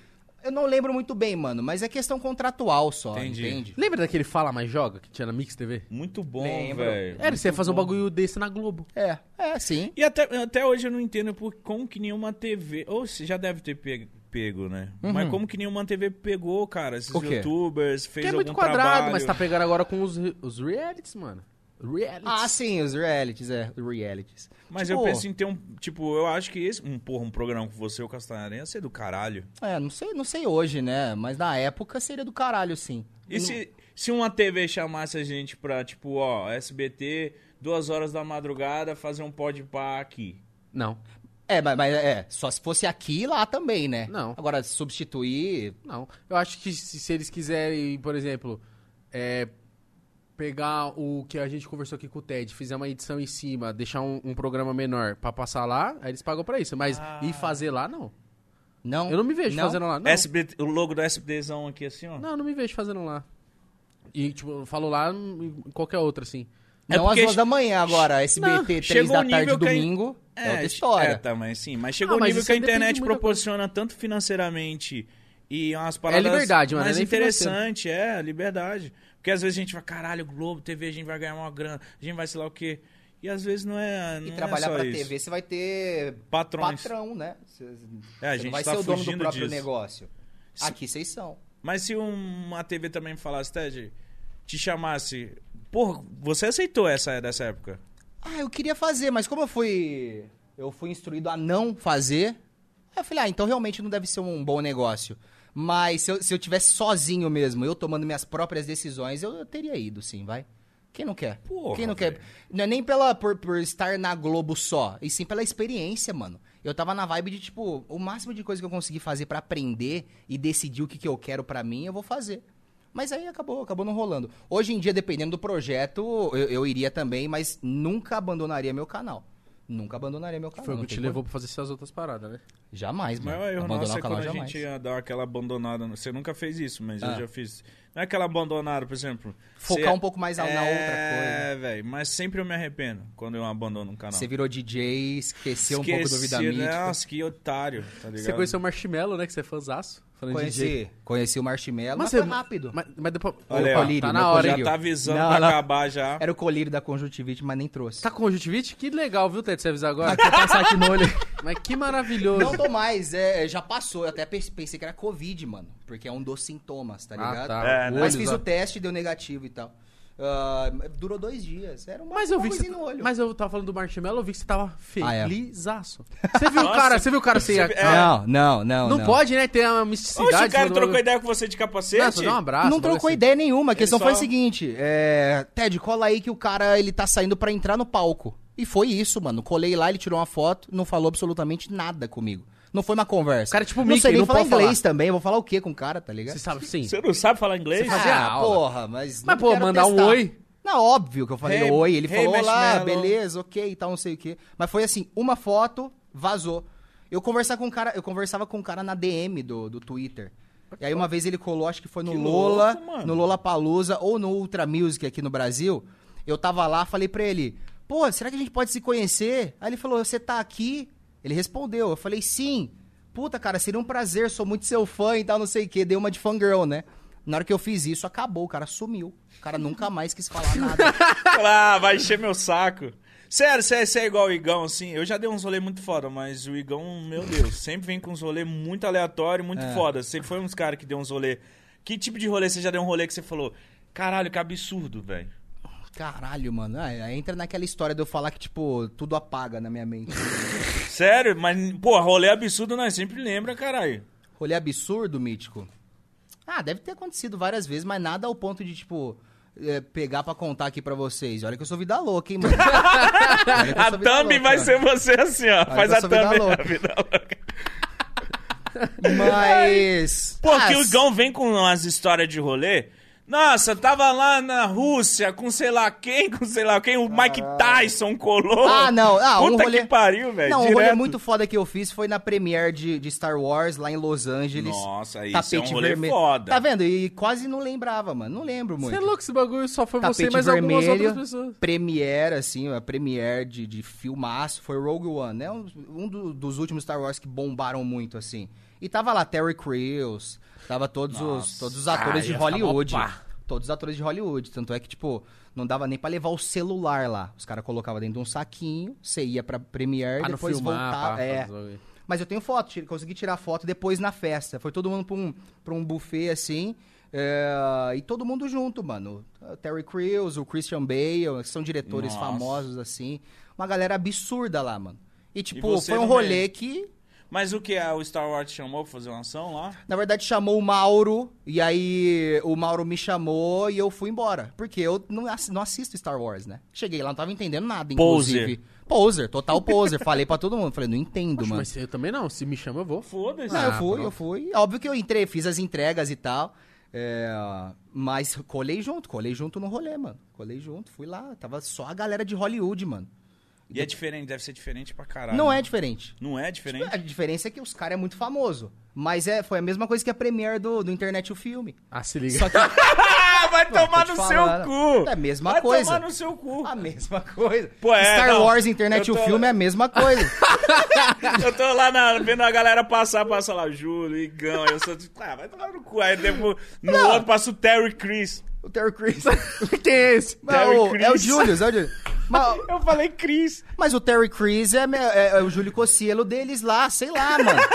Speaker 3: Eu não lembro muito bem, mano, mas é questão contratual só,
Speaker 2: Entendi.
Speaker 3: entende?
Speaker 1: Lembra daquele Fala Mais Joga que tinha na Mix TV?
Speaker 2: Muito bom,
Speaker 3: Lembro.
Speaker 2: velho.
Speaker 1: Era, você ia fazer um bagulho desse na Globo.
Speaker 3: É, é, sim.
Speaker 2: É, E até, até hoje eu não entendo por, como que nenhuma TV. Ou você já deve ter pego, pego, né?
Speaker 1: Uhum.
Speaker 2: Mas como que nenhuma TV pegou, cara? Esses
Speaker 3: O quê?
Speaker 2: youtubers, fez
Speaker 1: Porque é muito
Speaker 2: algum
Speaker 1: quadrado,
Speaker 2: trabalho.
Speaker 1: mas tá pegando agora com os, re- os realities, mano. Realities.
Speaker 3: Ah, sim, os realities, é, realities.
Speaker 2: Mas
Speaker 3: Tipo,
Speaker 2: eu penso em ter um. Tipo, eu acho que esse. Um, porra, um programa com você, o Castanharenha, ia ser do caralho.
Speaker 3: É, não sei, não sei hoje, né? Mas na época seria do caralho, sim.
Speaker 2: E se, se uma TV chamasse a gente pra, tipo, ó, SBT, duas horas da madrugada, fazer um pod pá aqui?
Speaker 1: Não,
Speaker 3: É, mas, mas é, só se fosse aqui e lá também, né?
Speaker 1: Não.
Speaker 3: Agora, substituir.
Speaker 1: não. Eu acho que se, se eles quiserem, por exemplo, é, pegar o que a gente conversou aqui com o Ted, fizer uma edição em cima, deixar um, um programa menor pra passar lá, aí eles pagam pra isso. Mas
Speaker 2: Ah.
Speaker 1: ir fazer lá, não.
Speaker 3: Não.
Speaker 1: Eu não me vejo fazendo lá, não.
Speaker 2: SBT, o logo do SBTzão aqui assim, ó.
Speaker 1: Não, eu não me vejo fazendo lá. E, tipo, eu falo lá em qualquer outra, assim.
Speaker 2: É
Speaker 3: Não às
Speaker 2: porque
Speaker 3: duas da manhã agora, SBT,
Speaker 1: Não,
Speaker 3: três
Speaker 2: chegou
Speaker 3: da
Speaker 2: um
Speaker 3: tarde,
Speaker 2: nível que a-
Speaker 3: domingo. É outra história.
Speaker 2: É, tá, mas sim. Mas chegou
Speaker 1: Ah,
Speaker 2: um
Speaker 1: mas
Speaker 2: nível
Speaker 1: isso
Speaker 2: que a
Speaker 1: aí depende de
Speaker 2: internet
Speaker 1: muita
Speaker 2: proporciona tanto financeiramente e
Speaker 3: É
Speaker 2: umas paradas
Speaker 1: liberdade, mano,
Speaker 2: mais
Speaker 1: é nem
Speaker 2: interessante, é, liberdade. Porque às vezes a gente vai, caralho, Globo, TV, a gente vai ganhar uma grana, a gente vai sei lá o quê. E às vezes não é.
Speaker 3: E
Speaker 2: não é
Speaker 3: trabalhar
Speaker 2: só
Speaker 3: pra
Speaker 2: isso.
Speaker 3: TV, você vai ter
Speaker 2: Patrões.
Speaker 3: patrão, né? Você,
Speaker 2: É, a
Speaker 3: você
Speaker 2: gente
Speaker 3: não vai
Speaker 2: tá
Speaker 3: ser o dono do
Speaker 2: fugindo
Speaker 3: próprio
Speaker 2: disso.
Speaker 3: negócio.
Speaker 2: Se-
Speaker 3: Aqui vocês são.
Speaker 2: Mas se um, uma TV também me falasse, Ted, te chamasse. Porra, você aceitou essa dessa época?
Speaker 3: Ah, eu queria fazer, mas como eu fui. Eu fui instruído a não fazer. aí Eu falei, ah, então realmente não deve ser um bom negócio. Mas se eu, se eu tivesse sozinho mesmo, eu tomando minhas próprias decisões, eu, eu teria ido, sim, vai. Quem não quer?
Speaker 2: Porra,
Speaker 3: Quem não
Speaker 2: velho.
Speaker 3: quer? Não é nem pela, por, por estar na Globo só, e sim pela experiência, mano. Eu tava na vibe de, tipo, o máximo de coisa que eu consegui fazer pra aprender e decidir o que, que eu quero pra mim, eu vou fazer. Mas aí acabou, acabou não rolando. Hoje em dia, dependendo do projeto, eu, eu iria também, mas nunca abandonaria meu canal. Nunca abandonaria meu canal.
Speaker 1: Foi o
Speaker 3: Tá não
Speaker 1: que te
Speaker 3: tem
Speaker 1: levou pra fazer essas outras paradas, né?
Speaker 3: como. Jamais,
Speaker 2: Mas
Speaker 3: mano.
Speaker 2: o erro
Speaker 3: Abandonar
Speaker 2: nosso
Speaker 3: o
Speaker 2: é
Speaker 3: canal
Speaker 2: quando a
Speaker 3: jamais.
Speaker 2: gente ia dar aquela abandonada. no- Você nunca fez isso, mas
Speaker 3: Ah.
Speaker 2: eu já fiz. Não é aquela abandonada, por exemplo.
Speaker 3: Focar um pouco mais na, na outra coisa.
Speaker 2: É, velho. Mas sempre eu me arrependo quando eu abandono um canal.
Speaker 3: Você virou DJ, esqueceu um pouco do Vida
Speaker 2: Esqueci, né?
Speaker 3: Mítica.
Speaker 2: Nossa, que otário, tá ligado?
Speaker 1: Você conheceu o Marshmallow, né? Que você é fãzaço. Falando de DJ.
Speaker 3: Conheci, conheci o Marshmallow, mas,
Speaker 1: você-
Speaker 3: foi rápido.
Speaker 1: Mas, mas depois.
Speaker 2: Olha
Speaker 1: Opa,
Speaker 2: aí, ó.
Speaker 1: tá
Speaker 3: Colírio,
Speaker 1: na
Speaker 3: meu
Speaker 1: hora, hein?
Speaker 2: Já tá avisando
Speaker 3: um Não,
Speaker 2: pra
Speaker 3: ela-
Speaker 2: acabar já.
Speaker 3: Era o colírio da conjuntivite, mas nem trouxe.
Speaker 1: Tá com conjuntivite? Que legal, viu, Ted? Você avisar agora?
Speaker 3: Vou passar aqui no olho.
Speaker 1: [LAUGHS] mas que maravilhoso.
Speaker 3: Não tô mais, é, já passou. Eu até pe- pensei que era Covid, mano. Porque é um dos sintomas, tá
Speaker 1: Ah,
Speaker 3: ligado?
Speaker 1: tá.
Speaker 2: É, né?
Speaker 3: Mas fiz
Speaker 1: Olhos,
Speaker 3: o teste, deu negativo e tal. Ah, durou dois dias. Era uma
Speaker 1: Mas eu vi que
Speaker 3: coisinha
Speaker 1: você, tá-
Speaker 3: no olho.
Speaker 1: Mas eu tava falando do Marshmallow, eu vi que você tava
Speaker 3: Ah, é. [LAUGHS]
Speaker 1: felizaço. Você viu o
Speaker 2: Nossa,
Speaker 1: cara, você viu o cara sem a...
Speaker 2: você- é.
Speaker 3: Não, não, não.
Speaker 1: Não pode, né? Ter uma misticidade.
Speaker 2: Oxe, o cara
Speaker 1: mano.
Speaker 2: trocou ideia com você de capacete?
Speaker 1: Não, só dá um abraço.
Speaker 3: não
Speaker 1: um
Speaker 3: trocou
Speaker 1: bagulho
Speaker 3: ideia nenhuma. A questão
Speaker 2: só-
Speaker 3: foi a seguinte: é, Ted, cola aí que o cara ele tá saindo pra entrar no palco. E foi isso, mano. Colei lá, ele tirou uma foto, não falou absolutamente nada comigo. Não foi uma conversa.
Speaker 1: O cara é tipo
Speaker 3: não
Speaker 1: Mickey,
Speaker 3: sei nem
Speaker 1: não
Speaker 3: falar
Speaker 1: pode falar.
Speaker 3: inglês também. Vou falar o quê com o cara, tá
Speaker 1: assim.
Speaker 3: ligado?
Speaker 1: Você sabe, sim.
Speaker 2: Você não sabe falar inglês?
Speaker 1: Você faz- fazia Ah, aula.
Speaker 3: porra,
Speaker 1: Mas,
Speaker 3: mas. não
Speaker 1: pô,
Speaker 3: quero
Speaker 1: mandar um
Speaker 3: testar.
Speaker 1: oi.
Speaker 3: Não, óbvio que eu falei
Speaker 2: Hey,
Speaker 3: oi. Ele
Speaker 2: hey,
Speaker 3: falou, olá,
Speaker 2: marshmallow."
Speaker 3: beleza, ok e tal, não sei o quê. Mas foi assim, uma foto, vazou. Eu conversar com um cara, eu conversava com um cara na DM do, do Twitter. E aí uma vez ele colou, acho que foi no
Speaker 2: Que
Speaker 3: Lola,
Speaker 2: louco, mano.
Speaker 3: no Lola Palusa ou no Ultra Music aqui no Brasil. Eu tava lá, falei pra ele, pô, será que a gente pode se conhecer? Aí ele falou, você tá aqui? Ele respondeu, eu falei, sim. Puta, cara, seria um prazer, sou muito seu fã e tal, não sei o quê. Dei uma de fangirl, né? Na hora que eu fiz isso, acabou, o cara sumiu. O cara nunca mais quis falar nada.
Speaker 2: Ah, vai encher meu saco. Sério, você você é igual o Igão, assim. Eu já dei uns rolê muito foda, mas o Igão, meu Deus, sempre vem com uns rolê muito aleatório, muito
Speaker 3: É.
Speaker 2: foda. Você foi uns caras que deu uns rolê. Que tipo de rolê você já deu um rolê que você falou? Caralho, que absurdo, velho.
Speaker 3: Caralho, mano. Ah, aí entra naquela história de eu falar que, tipo, tudo apaga na minha mente.
Speaker 2: Sério, mas, pô, rolê é absurdo nós sempre lembra, caralho.
Speaker 3: Rolê absurdo, mítico. Ah, deve ter acontecido várias vezes, mas nada ao ponto de, tipo, é, pegar pra contar aqui pra vocês. Olha que eu sou vida louca, hein,
Speaker 2: [LAUGHS]
Speaker 3: mano. Olha que eu
Speaker 2: A
Speaker 3: sou vida é
Speaker 2: thumb
Speaker 3: louca.
Speaker 2: vai ser você assim, ó.
Speaker 3: Olha
Speaker 2: Faz
Speaker 3: que eu
Speaker 2: a
Speaker 3: sou vida é
Speaker 2: thumb.
Speaker 3: louca.
Speaker 2: [LAUGHS] A vida é louca.
Speaker 3: Mas.
Speaker 2: Pô,
Speaker 3: Ah,
Speaker 2: que o Igão vem com umas histórias de rolê. Nossa, tava lá na Rússia com sei lá quem, [LAUGHS] com sei lá quem, o Mike Tyson colou.
Speaker 3: Ah, não. Ah,
Speaker 2: Puta
Speaker 3: um rolê...
Speaker 2: que pariu, velho.
Speaker 3: Não, um
Speaker 2: direto.
Speaker 3: rolê muito foda que eu fiz foi na premiere de, de Star Wars, lá em Los Angeles.
Speaker 2: Nossa, isso
Speaker 3: tapete
Speaker 2: é um rolê
Speaker 3: vermelho.
Speaker 2: foda.
Speaker 3: Tá vendo? E quase não lembrava, mano. Não lembro muito.
Speaker 1: Você é louco, esse bagulho só foi você e
Speaker 3: Tapete
Speaker 1: mais algumas
Speaker 3: vermelho.
Speaker 1: outras pessoas.
Speaker 3: Premiere, assim, a premiere de, de filmaço foi Rogue One, né? Um, um do- dos últimos Star Wars que bombaram muito, assim. E tava lá Terry Crews, tava todos, os,
Speaker 2: Nossa.
Speaker 3: todos os atores
Speaker 1: Ah,
Speaker 3: de
Speaker 1: ia ficar
Speaker 3: Hollywood.
Speaker 1: mó pá.
Speaker 3: Todos os atores de Hollywood. Tanto é que, tipo, não dava nem pra levar o celular lá. Os caras colocavam dentro de um saquinho, você ia pra premiere,
Speaker 1: Pra não
Speaker 3: depois
Speaker 1: filmar,
Speaker 3: voltava.
Speaker 1: pá,
Speaker 3: é.
Speaker 1: fazer os bagulho.
Speaker 3: Mas eu tenho foto, tira- consegui tirar foto depois na festa. Foi todo mundo pra um, pra um buffet assim. é, e todo mundo junto, mano. O Terry Crews, o Christian Bale, que são diretores
Speaker 2: Nossa.
Speaker 3: famosos assim. Uma galera absurda lá, mano. E tipo,
Speaker 2: você
Speaker 3: foi um
Speaker 2: no
Speaker 3: rolê
Speaker 2: meio.
Speaker 3: que,
Speaker 2: Mas o que a- o Star Wars te chamou pra fazer uma ação lá?
Speaker 3: na verdade, chamou o Mauro. E aí o Mauro me chamou e eu fui embora. Porque eu não, ass- não assisto Star Wars, né? Cheguei lá, não tava entendendo nada,
Speaker 2: Poser.
Speaker 3: inclusive. Poser, total poser. [LAUGHS] Falei pra todo mundo. Falei, não entendo,
Speaker 1: Poxa,
Speaker 3: mano.
Speaker 1: mas eu também não. Se me chama, eu vou.
Speaker 2: Foda-se.
Speaker 3: Não, eu
Speaker 1: Ah,
Speaker 3: fui,
Speaker 1: pronto.
Speaker 3: eu fui. Óbvio que eu entrei, fiz as entregas e tal. é, mas colei junto, colei junto no rolê, mano. Colei junto, fui lá. Tava só a galera de Hollywood, mano.
Speaker 2: E é diferente, deve ser diferente pra caralho.
Speaker 3: Não é diferente.
Speaker 2: Não é diferente?
Speaker 3: A diferença é que os caras é muito famoso. Mas é, foi a mesma coisa que a premiere do, do Internet o Filme.
Speaker 2: [LAUGHS]
Speaker 1: Ah, se liga.
Speaker 3: Só que,
Speaker 2: Ah, vai tomar
Speaker 3: tô
Speaker 2: no
Speaker 3: te
Speaker 2: seu
Speaker 3: falando.
Speaker 2: cu.
Speaker 3: É a mesma
Speaker 2: vai
Speaker 3: coisa. Ah.
Speaker 2: tomar no seu cu.
Speaker 3: A mesma coisa.
Speaker 2: Pô, é,
Speaker 3: Star
Speaker 2: não.
Speaker 3: Wars, internet e
Speaker 2: Eu
Speaker 3: o
Speaker 2: tô-
Speaker 3: filme é a
Speaker 2: [LAUGHS]
Speaker 3: mesma coisa.
Speaker 2: Eu tô lá na- vendo a galera passar, passa lá, Júlio, Igão, eu sou tipo, ah, vai tomar no cu. Aí depois, no outro passa o Terry Chris.
Speaker 3: o Terry [LAUGHS] Crews.
Speaker 1: Quem é esse?
Speaker 3: Mas o- É o
Speaker 2: Crews.
Speaker 3: Julius, é
Speaker 2: [LAUGHS]
Speaker 3: o Julius. Mas,
Speaker 2: Eu falei Chris.
Speaker 3: mas o Terry Crews é, me- é- é o Júlio Cossielo deles lá, sei
Speaker 2: [LAUGHS]
Speaker 3: lá, mano.
Speaker 1: [LAUGHS]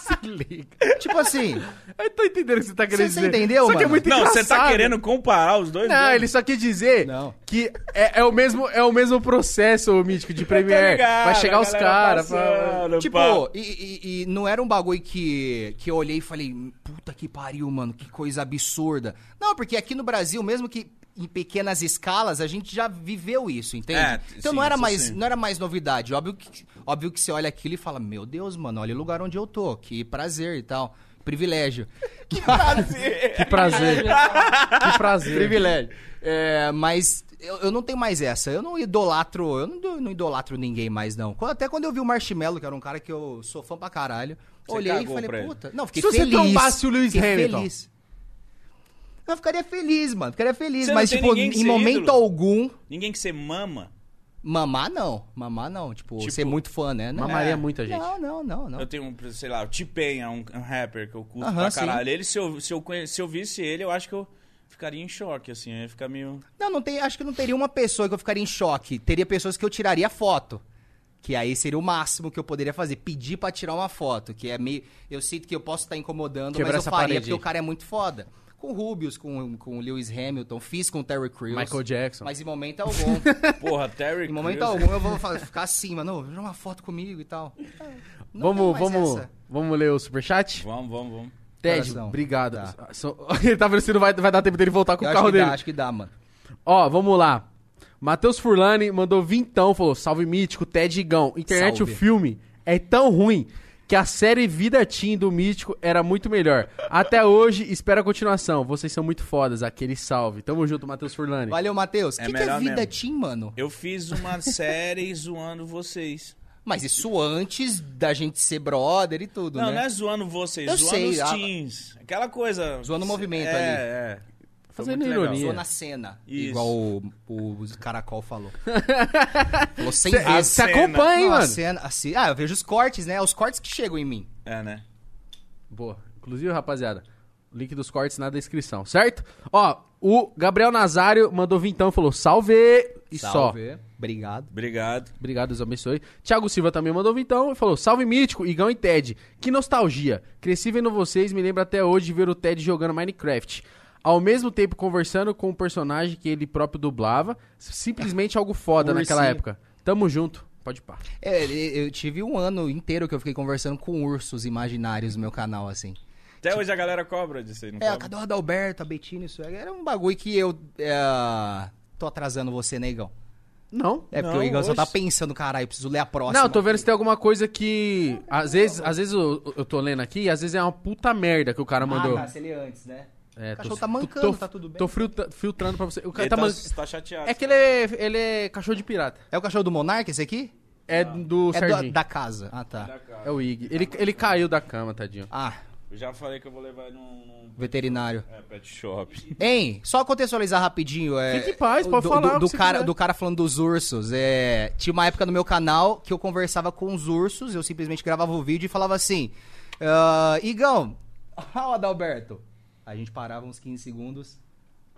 Speaker 1: Se liga.
Speaker 3: tipo assim,
Speaker 1: Eu tô entendendo o que você tá querendo
Speaker 3: Você- você
Speaker 1: dizer.
Speaker 3: entendeu,
Speaker 1: Só que é
Speaker 3: mano?
Speaker 1: muito
Speaker 2: Não, você tá
Speaker 1: engraçado.
Speaker 2: querendo comparar os dois?
Speaker 1: Não,
Speaker 2: nomes?
Speaker 1: ele só quis dizer
Speaker 3: Não.
Speaker 1: que é, é o mesmo, é o mesmo processo, ô mítico, de
Speaker 2: [LAUGHS] Eu tô
Speaker 1: Premiere.
Speaker 2: ligado,
Speaker 1: Vai chegar
Speaker 2: a
Speaker 1: os
Speaker 2: galera tá
Speaker 1: caras. pra-
Speaker 2: passando,
Speaker 3: tipo,
Speaker 2: pá.
Speaker 3: e, e- e não era um bagulho que, que eu olhei e falei, puta que pariu, mano, que coisa absurda. Não, porque aqui no Brasil, mesmo que em pequenas escalas, a gente já viveu isso, entende?
Speaker 2: É,
Speaker 3: então
Speaker 2: sim,
Speaker 3: não, era
Speaker 2: isso
Speaker 3: mais,
Speaker 2: sim.
Speaker 3: não era mais novidade. Óbvio que, óbvio que você olha aquilo e fala, meu Deus, mano, olha o lugar onde eu tô, que prazer e tal,
Speaker 2: [LAUGHS]
Speaker 3: privilégio. [LAUGHS] Que
Speaker 1: Que prazer. que prazer.
Speaker 3: [LAUGHS] Privilégio. É, mas eu, eu não tenho mais essa. Eu não idolatro, eu não, do- não idolatro ninguém mais, não. Quando- Até quando eu vi o Marshmello, que era um cara que eu sou fã pra caralho,
Speaker 2: Você
Speaker 3: olhei e
Speaker 2: cagou pra
Speaker 3: falei,
Speaker 2: ele.
Speaker 3: puta. Não, fiquei
Speaker 1: Se você
Speaker 3: feliz.
Speaker 1: trombasse o Lewis
Speaker 3: fiquei
Speaker 1: Hamilton?
Speaker 3: Feliz. Eu ficaria feliz, mano. Ficaria feliz.
Speaker 2: Você não
Speaker 3: mas,
Speaker 2: tem
Speaker 3: tipo,
Speaker 2: ninguém que
Speaker 3: em
Speaker 2: ser
Speaker 3: momento
Speaker 2: ídolo?
Speaker 3: algum,
Speaker 2: Ninguém que você mama.
Speaker 3: mamar não. Mamar não. Tipo,
Speaker 2: Tipo,
Speaker 3: ser muito fã, né? Não.
Speaker 1: Mamaria muita gente.
Speaker 3: Não, não, não, não.
Speaker 2: Eu tenho, um, sei lá, o T-Pain é um, um rapper que eu curto
Speaker 3: Aham,
Speaker 2: pra
Speaker 3: sim.
Speaker 2: caralho. Ele, se eu, se, eu conhe- se eu visse ele, eu acho que eu ficaria em choque, assim. Eu ia ficar meio...
Speaker 3: Não, não tem, acho que não teria uma pessoa que eu ficaria em choque. Teria pessoas que eu tiraria foto. Que aí seria o máximo que eu poderia fazer, pedir pra tirar uma foto, que é meio eu sinto que eu posso estar incomodando,
Speaker 1: Quebrar
Speaker 3: mas
Speaker 1: essa
Speaker 3: eu faria
Speaker 1: parede.
Speaker 3: porque o cara é muito foda. Com o Rubius, com com o Lewis Hamilton, fiz com o Terry Crews.
Speaker 1: Michael Jackson.
Speaker 3: Mas em momento algum,
Speaker 2: Porra, Terry
Speaker 3: [LAUGHS] em momento
Speaker 2: Crews.
Speaker 3: algum eu vou fa- ficar assim, mano, tira uma foto comigo e tal. Não
Speaker 1: Vamos,
Speaker 3: tem mais
Speaker 1: vamos,
Speaker 3: essa.
Speaker 1: vamos ler o superchat?
Speaker 2: Vamos, vamos, vamos.
Speaker 1: Ted,
Speaker 3: Coração.
Speaker 1: obrigado.
Speaker 3: Tá.
Speaker 1: So- [LAUGHS] Ele tá vendo se não vai, vai dar tempo dele voltar com
Speaker 3: Eu
Speaker 1: o
Speaker 3: acho
Speaker 1: carro
Speaker 3: que
Speaker 1: dele.
Speaker 3: dá, acho que dá, mano.
Speaker 1: Ó, vamos lá. Matheus Furlani mandou vintão, falou: Salve Mítico, Ted Igão. Internet
Speaker 3: Salve.
Speaker 1: o filme é tão ruim que a série Vida Teen do Mítico era muito melhor. Até hoje, espero a continuação. Vocês são muito fodas, aquele salve. Tamo junto, Matheus Furlani.
Speaker 3: Valeu, Matheus. O
Speaker 2: É
Speaker 3: que, que é
Speaker 2: melhor
Speaker 3: vida
Speaker 2: mesmo.
Speaker 3: team, mano?
Speaker 2: Eu fiz uma série [LAUGHS] zoando vocês.
Speaker 3: Mas isso antes da gente ser brother e tudo,
Speaker 2: Não,
Speaker 3: né?
Speaker 2: não é zoando vocês,
Speaker 3: Eu
Speaker 2: zoando
Speaker 3: sei,
Speaker 2: os
Speaker 3: a-
Speaker 2: teens. Aquela coisa.
Speaker 3: Zoando o movimento
Speaker 2: é,
Speaker 3: ali.
Speaker 2: É, é.
Speaker 1: Fazendo
Speaker 2: muito legal.
Speaker 1: ironia.
Speaker 3: Passou na cena.
Speaker 2: Isso.
Speaker 3: Igual o, o
Speaker 1: [LAUGHS]
Speaker 3: Caracol falou. falou 100
Speaker 1: Você
Speaker 3: vezes.
Speaker 1: se acompanha, hein,
Speaker 3: Não, a
Speaker 1: mano?
Speaker 3: cena, a ce- Ah, eu vejo os cortes, né? Os cortes que chegam em mim.
Speaker 2: É, né?
Speaker 1: Boa. Inclusive, rapaziada, o link dos cortes na descrição, certo? Ó, o Gabriel Nazário mandou vintão, falou: Salve! E só.
Speaker 3: Obrigado.
Speaker 2: Obrigado.
Speaker 1: Obrigado, Deus abençoe. Thiago Silva também mandou então e falou: Salve Mítico, Igão e Ted. Que nostalgia. Cresci vendo vocês, me lembro até hoje de ver o Ted jogando Minecraft. Ao mesmo tempo conversando com um personagem que ele próprio dublava. Simplesmente algo foda
Speaker 3: Um
Speaker 1: naquela
Speaker 3: ursinho.
Speaker 1: época. Tamo junto. Pode pá.
Speaker 3: É, eu eu tive um ano inteiro que eu fiquei conversando com ursos imaginários no meu canal, assim.
Speaker 2: Até hoje a galera cobra disso aí, não
Speaker 3: É,
Speaker 2: cobra?
Speaker 3: cadê o Adalberto, a Betina, isso aí? Era um bagulho que eu... é, Tô atrasando você, né, Igão?
Speaker 1: Não.
Speaker 3: É porque
Speaker 2: Não,
Speaker 3: o Igão só
Speaker 2: hoje-
Speaker 3: tá pensando, caralho, preciso ler a próxima.
Speaker 1: não, eu tô vendo se tem alguma coisa que. Às vezes, às vezes eu, eu tô lendo aqui e às vezes é uma puta merda que o cara mandou.
Speaker 3: Ah, tá, se ele antes, né?
Speaker 1: É,
Speaker 3: O cachorro tá mancando, tá tudo bem.
Speaker 1: Tô filtra- filtrando pra você. O cara
Speaker 2: Ele
Speaker 1: tá
Speaker 2: tá,
Speaker 1: man...
Speaker 2: tá chateado.
Speaker 1: É que ele é, ele é cachorro de pirata.
Speaker 3: É o cachorro do Monarca, esse aqui?
Speaker 1: É do
Speaker 3: é do-
Speaker 1: Serginho.
Speaker 3: da casa. Ah, tá.
Speaker 1: É o Ig. Ele, ele caiu da cama, tadinho.
Speaker 3: Ah,
Speaker 2: Eu já falei que eu vou levar ele num, num
Speaker 3: veterinário.
Speaker 2: é,
Speaker 1: [LAUGHS]
Speaker 2: pet shop.
Speaker 3: Hein, só contextualizar rapidinho. É,
Speaker 1: Fique em paz, pode
Speaker 3: do,
Speaker 1: falar o
Speaker 3: Do,
Speaker 1: que
Speaker 3: do
Speaker 1: você
Speaker 3: cara,
Speaker 1: quiser.
Speaker 3: do cara falando dos ursos. É, tinha uma época no meu canal que eu conversava com os ursos, eu simplesmente gravava o vídeo e falava assim: "Ah, Igão, [LAUGHS] olha o Adalberto. A gente parava uns 15 segundos.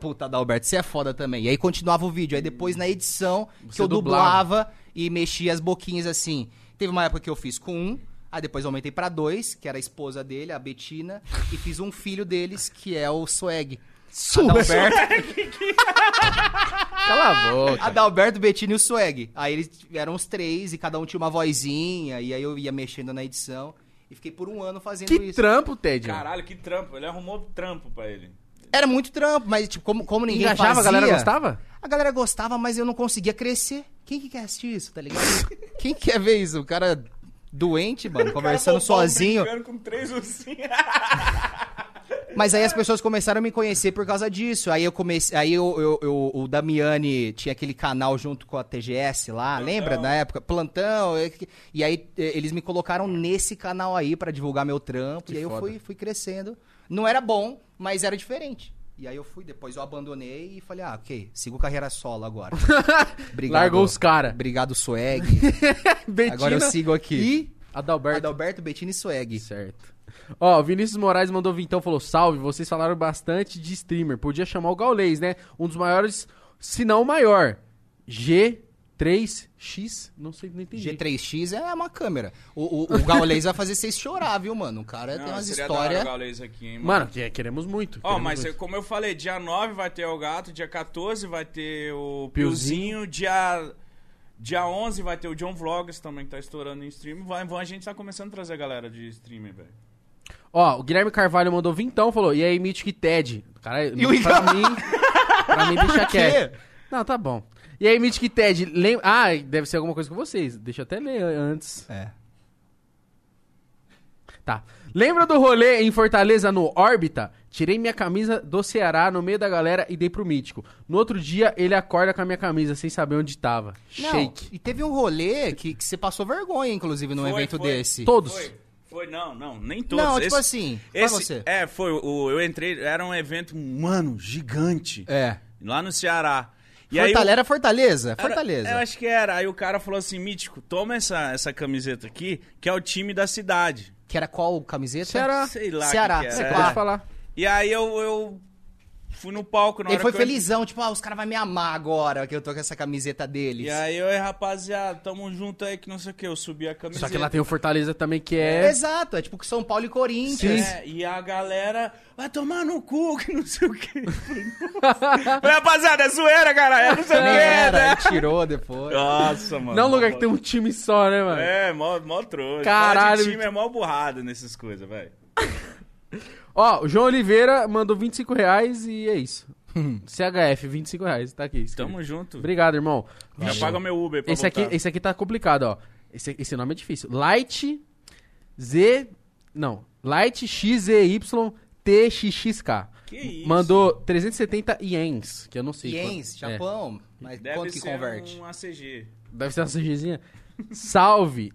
Speaker 3: Puta, Adalberto, você é foda também. E aí continuava o vídeo. Aí depois na edição, que
Speaker 1: Você
Speaker 3: eu
Speaker 1: dublava.
Speaker 3: dublava, e mexia as boquinhas assim. Teve uma época que eu fiz com um. Aí depois aumentei pra dois, que era a esposa dele, a Betina, e fiz um filho deles, que é o Swag. Adalberto,
Speaker 1: Cala a boca.
Speaker 3: Adalberto, Betina e o Swag. Aí eles eram os três e cada um tinha uma vozinha, e aí eu ia mexendo na edição. E fiquei por um ano fazendo
Speaker 1: Que
Speaker 3: isso.
Speaker 1: trampo, Ted.
Speaker 2: Caralho, que trampo. Ele arrumou trampo pra ele.
Speaker 3: Era muito trampo, mas tipo, como, como ninguém
Speaker 1: Engajava, a
Speaker 3: fazia...
Speaker 1: galera gostava?
Speaker 3: A galera gostava, mas eu não conseguia crescer. Quem que quer assistir isso, tá ligado? [LAUGHS] Quem que quer ver isso? O cara doente, mano, conversando
Speaker 2: [LAUGHS] O cara um bobão
Speaker 3: sozinho.
Speaker 2: brincando com três
Speaker 1: [LAUGHS]
Speaker 2: ursinhos.
Speaker 3: Mas aí as pessoas começaram a me conhecer por causa disso. Aí eu comecei. Aí eu, eu- eu- o Damiani tinha aquele canal junto com a TGS lá, lembra? Na época? Plantão. é que- E aí eh, eles me colocaram nesse canal aí pra divulgar meu trampo.
Speaker 1: Que
Speaker 3: e aí
Speaker 1: foda.
Speaker 3: eu fui, fui crescendo. Não era bom, mas era diferente. E aí eu fui, depois eu abandonei e falei, ah, ok, sigo carreira solo
Speaker 1: [LAUGHS]
Speaker 3: agora. Obrigado.
Speaker 1: Largou os cara.
Speaker 3: Obrigado, Swag.
Speaker 1: Betina
Speaker 3: agora eu sigo aqui.
Speaker 1: e Adalberto.
Speaker 3: Adalberto Bettini e Swag.
Speaker 1: Certo. Ó, o Vinícius Moraes mandou vir então, falou: Salve, vocês falaram bastante de streamer. Podia chamar o Gaulês, né? Um dos maiores, se não o maior. G3X? Não sei, não entendi.
Speaker 3: G3X é uma câmera. O,
Speaker 2: [LAUGHS]
Speaker 3: o, o Gaulês vai fazer vocês chorar, viu, mano? O cara tem umas
Speaker 2: seria da hora
Speaker 3: histórias.
Speaker 2: jogar o laser aqui, hein, mano.
Speaker 1: Mano, que- queremos muito.
Speaker 2: Ó,
Speaker 1: queremos
Speaker 2: mas é
Speaker 1: muito.
Speaker 2: como eu falei, dia 9 vai ter o gato, dia 14 vai ter o
Speaker 1: Piozinho.
Speaker 2: Piozinho, dia, dia 11 vai ter o John Vlogs também, que tá estourando em stream. Vai, vai- a gente tá começando a trazer a galera de streamer, velho.
Speaker 1: Ó, o Guilherme Carvalho mandou vintão, falou, e aí, Mythic e Ted? Caralho,
Speaker 3: E o
Speaker 1: pra mim, pra
Speaker 3: [LAUGHS]
Speaker 1: mim deixa
Speaker 3: quê?
Speaker 1: quieto. Não, tá bom. E aí, Mythic e Ted, lem... Ah, deve ser alguma coisa com vocês. Deixa eu até ler antes.
Speaker 3: É.
Speaker 1: Tá. Lembra do rolê em Fortaleza no Órbita? Tirei minha camisa do Ceará no meio da galera e dei pro Mítico. No outro dia, ele acorda com a minha camisa, sem saber onde tava.
Speaker 3: Não,
Speaker 1: Shake.
Speaker 3: E teve um rolê que, que você passou vergonha, inclusive, num
Speaker 2: Foi,
Speaker 3: evento
Speaker 2: foi.
Speaker 3: desse.
Speaker 1: Todos.
Speaker 2: Foi, foi, não, não, nem todos.
Speaker 3: Não, tipo
Speaker 2: Esse-
Speaker 3: assim, pra
Speaker 2: Esse,
Speaker 3: você.
Speaker 2: É, foi. O, eu entrei, era um evento, mano, gigante.
Speaker 3: É.
Speaker 2: Lá no Ceará. E aí,
Speaker 3: Fortaleza, era Fortaleza?
Speaker 2: Era-
Speaker 3: Fortaleza.
Speaker 2: eu acho que era. Aí o cara falou assim: Mítico, toma essa, essa camiseta aqui, que é o time da cidade.
Speaker 3: Que era qual camiseta?
Speaker 1: Ceará.
Speaker 2: Sei lá.
Speaker 3: Ceará,
Speaker 2: Que que
Speaker 3: você
Speaker 1: Você
Speaker 2: era.
Speaker 1: pode
Speaker 3: Ah.
Speaker 1: falar.
Speaker 2: E aí eu, eu fui no palco na
Speaker 3: Ele
Speaker 2: hora
Speaker 3: foi
Speaker 2: que eu-
Speaker 3: felizão, tipo, ah, os caras vão me amar agora que eu tô com essa camiseta deles.
Speaker 2: E aí eu, "Ei, rapaziada, tamo junto aí que não sei o que. Eu subi a camiseta.
Speaker 1: Só que lá tem o Fortaleza também, que [LAUGHS] é...
Speaker 3: Exato, é tipo que São Paulo e Corinthians.
Speaker 2: É, e a galera vai tomar no cu, que não sei o [LAUGHS] que. rapaziada, é zoeira, cara. É não sei o
Speaker 3: Não
Speaker 2: que.
Speaker 3: era,
Speaker 2: Né?
Speaker 3: ele tirou depois.
Speaker 2: Nossa, mano.
Speaker 1: Não é um lugar que tem um time só, né, mano?
Speaker 2: É, mó, mó trouxa.
Speaker 1: Caralho,
Speaker 2: Falar de time
Speaker 1: Mítico.
Speaker 2: é mó burrado nessas coisas, velho.
Speaker 1: Ó, o João Oliveira mandou 25 reais e é isso. [LAUGHS] CHF, 25 reais, tá aqui. escrito.
Speaker 2: Tamo junto.
Speaker 1: Obrigado, irmão.
Speaker 2: Já paga meu Uber pra
Speaker 1: Esse aqui,
Speaker 2: voltar.
Speaker 1: esse aqui tá complicado, ó. Esse, esse nome é difícil. Light Z. Não. Light XZYTXXK.
Speaker 2: Que isso?
Speaker 1: Mandou 370 ienes, que eu não sei.
Speaker 3: Iens,
Speaker 1: quanto-
Speaker 3: Japão, mas
Speaker 2: Deve
Speaker 3: quanto que
Speaker 2: ser
Speaker 3: converte?
Speaker 1: [LAUGHS]
Speaker 2: um ACG.
Speaker 1: É, deve ser uma CGzinha. Salve!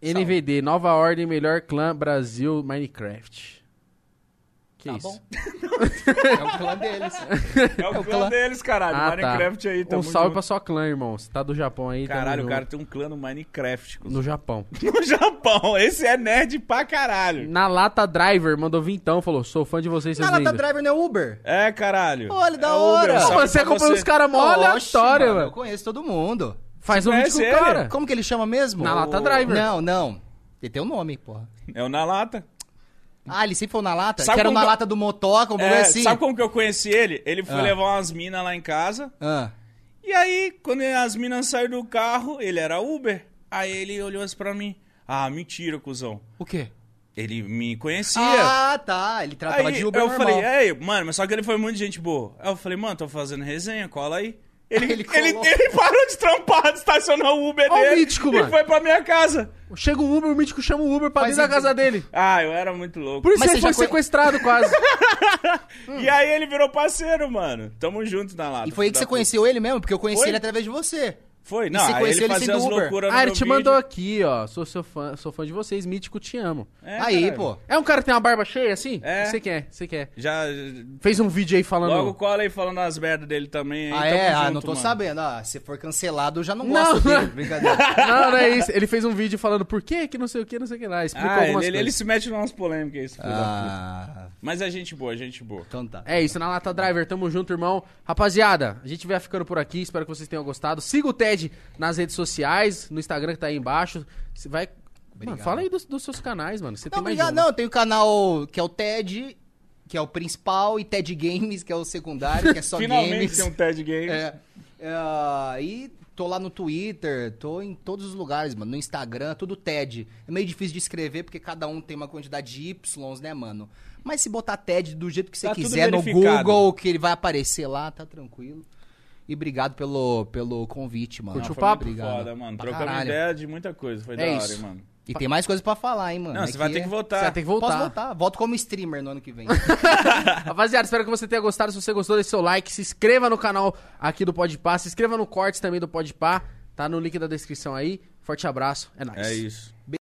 Speaker 1: NVD, Nova Ordem, Melhor Clã, Brasil, Minecraft. Que
Speaker 3: Tá
Speaker 1: isso? [LAUGHS]
Speaker 3: bom. é o clã deles.
Speaker 2: É o clã
Speaker 3: clã.
Speaker 2: deles, caralho.
Speaker 1: Ah, tá.
Speaker 2: Minecraft aí, tamo
Speaker 1: um salve
Speaker 2: junto.
Speaker 1: pra sua clã, irmão. Você tá do Japão aí. tamo
Speaker 2: Caralho, o
Speaker 1: junto.
Speaker 2: cara tá tem um clã no Minecraft. cuzão.
Speaker 1: No Japão.
Speaker 2: [LAUGHS] No Japão. Esse é nerd pra caralho.
Speaker 1: Na Lata Driver mandou vintão, falou: sou fã de vocês, seus
Speaker 3: Ela tá
Speaker 1: lindos.
Speaker 3: driver, não é Uber?
Speaker 2: É, caralho.
Speaker 3: Olha, da
Speaker 2: É Uber,
Speaker 3: hora.
Speaker 2: um salve
Speaker 1: Pô, você
Speaker 2: pra
Speaker 1: acompanha os caras mó
Speaker 3: Oxe,
Speaker 1: aleatório, mano.
Speaker 3: Eu conheço todo mundo.
Speaker 1: Faz um vídeo
Speaker 2: conhece
Speaker 1: com o
Speaker 2: ele?
Speaker 1: cara.
Speaker 3: Como que ele chama mesmo?
Speaker 1: Na lata driver.
Speaker 3: Não, não. Ele tem um nome, porra.
Speaker 2: É o Na Lata.
Speaker 3: Ah, ele sempre foi o na lata?
Speaker 2: Sabe
Speaker 3: que era o
Speaker 2: como
Speaker 3: na
Speaker 2: que-
Speaker 3: lata do motoca, um bagulho
Speaker 2: É,
Speaker 3: assim.
Speaker 2: Sabe como que eu conheci ele? Ele foi
Speaker 3: Ah.
Speaker 2: levar umas minas lá em casa.
Speaker 3: Ah.
Speaker 2: E aí, quando as minas saíram do carro, ele era Uber. Aí ele olhou assim pra mim. Ah, mentira, cuzão.
Speaker 3: O quê?
Speaker 2: Ele me conhecia.
Speaker 3: Ah, tá. Ele tratava
Speaker 2: Aí
Speaker 3: de Uber
Speaker 2: eu
Speaker 3: normal.
Speaker 2: falei, é, ei, mano, mas só que ele foi muito gente boa. Aí eu falei, mano, tô fazendo resenha, cola aí. Ele,
Speaker 3: Ele
Speaker 2: ele,
Speaker 3: colou.
Speaker 2: ele [LAUGHS] parou de trampar, estacionou o Uber
Speaker 1: Ó o
Speaker 2: dele
Speaker 1: mítico,
Speaker 2: e
Speaker 1: mano.
Speaker 2: foi pra minha casa.
Speaker 1: Chega um Uber, o Mítico chama o Uber pra
Speaker 3: Faz
Speaker 1: dentro da
Speaker 3: isso.
Speaker 1: casa dele.
Speaker 2: Ah, eu era muito louco.
Speaker 1: Por isso
Speaker 3: Mas
Speaker 1: ele
Speaker 3: você
Speaker 1: foi
Speaker 3: já conhe-
Speaker 1: sequestrado
Speaker 2: [LAUGHS]
Speaker 1: quase.
Speaker 2: E aí ele virou parceiro, mano. Tamo junto na lata.
Speaker 3: E foi aí que você
Speaker 2: Da-
Speaker 3: conheceu ele mesmo? Porque eu conheci
Speaker 2: Foi?
Speaker 3: ele através de você.
Speaker 2: Foi,
Speaker 3: E
Speaker 2: não,
Speaker 3: você
Speaker 2: aí
Speaker 3: conheceu
Speaker 2: ele
Speaker 3: ele
Speaker 2: fazia
Speaker 3: sendo
Speaker 2: as
Speaker 3: Uber.
Speaker 2: loucuras no
Speaker 1: ah, ele
Speaker 2: meu
Speaker 1: te
Speaker 2: vídeo.
Speaker 1: mandou aqui, ó. Sou seu fã, sou fã de vocês, Mítico, te amo.
Speaker 2: É,
Speaker 3: aí,
Speaker 2: caralho.
Speaker 3: pô.
Speaker 1: É um cara que tem uma barba cheia assim?
Speaker 2: É.
Speaker 1: Você quer, você quer.
Speaker 2: Já,
Speaker 1: Fez um vídeo aí falando.
Speaker 2: logo cola aí falando as merdas dele também. aí,
Speaker 3: Ah,
Speaker 2: tamo
Speaker 3: é? ah,
Speaker 2: junto,
Speaker 3: não tô
Speaker 2: mano.
Speaker 3: sabendo. Ah, se for cancelado, eu já não
Speaker 1: Não.
Speaker 3: gosto dele.
Speaker 2: [LAUGHS]
Speaker 3: Brincadeira.
Speaker 1: [LAUGHS] Não, não é isso. Ele fez um vídeo falando por que que não sei o que, não sei o que lá. Explicou
Speaker 2: Ah,
Speaker 1: algumas
Speaker 2: ele, ele- ele
Speaker 1: coisas.
Speaker 2: se mete em umas polêmicas, esse filho da puta.
Speaker 3: ah,
Speaker 2: Mas é gente boa, é gente boa.
Speaker 3: então tá.
Speaker 1: É isso, na Lata Driver, tamo junto, irmão. Rapaziada, a gente vai ficando por aqui, espero que vocês tenham gostado. Siga o Ted nas redes sociais, no Instagram que tá aí embaixo. Você vai. Mano, fala aí dos, dos seus canais, mano. Você
Speaker 3: Não,
Speaker 1: tem mais
Speaker 3: obrigado.
Speaker 1: um, né?
Speaker 3: Não, tem o canal que é o TED, que é o principal, e TED Games, que é o secundário, que é
Speaker 2: [LAUGHS]
Speaker 3: só
Speaker 2: Finalmente
Speaker 3: games.
Speaker 2: tem um TED Game.
Speaker 3: É. Ah, e tô lá no Twitter, tô em todos os lugares, mano. No Instagram, tudo TED. É meio difícil de escrever porque cada um tem uma quantidade de Ys, né, mano? Mas se botar TED do jeito que você
Speaker 2: Tá tudo
Speaker 3: quiser no
Speaker 2: verificado.
Speaker 3: Google, que ele vai aparecer lá, tá tranquilo. E obrigado pelo, pelo convite, mano.
Speaker 1: Curte
Speaker 2: Não,
Speaker 1: o
Speaker 2: foi
Speaker 1: papo?
Speaker 2: muito
Speaker 3: Obrigado.
Speaker 2: Foda, mano.
Speaker 3: Pra
Speaker 2: Trocamos
Speaker 3: caralho.
Speaker 2: ideia de muita coisa. Foi
Speaker 1: É
Speaker 2: da hora,
Speaker 1: isso.
Speaker 2: hein, mano.
Speaker 3: E tem mais coisa pra falar, hein, mano.
Speaker 2: Não,
Speaker 3: É
Speaker 2: você vai ter que voltar.
Speaker 1: Você vai ter que
Speaker 3: Posso
Speaker 1: voltar.
Speaker 3: voltar? Volto como streamer no ano que vem.
Speaker 1: [LAUGHS] Rapaziada, espero que você tenha gostado. Se você gostou, deixe seu like, se inscreva no canal aqui do Podpah, se inscreva no Cortes também do Podpah. Tá no link da descrição aí. Forte abraço, é nóis.
Speaker 2: É isso.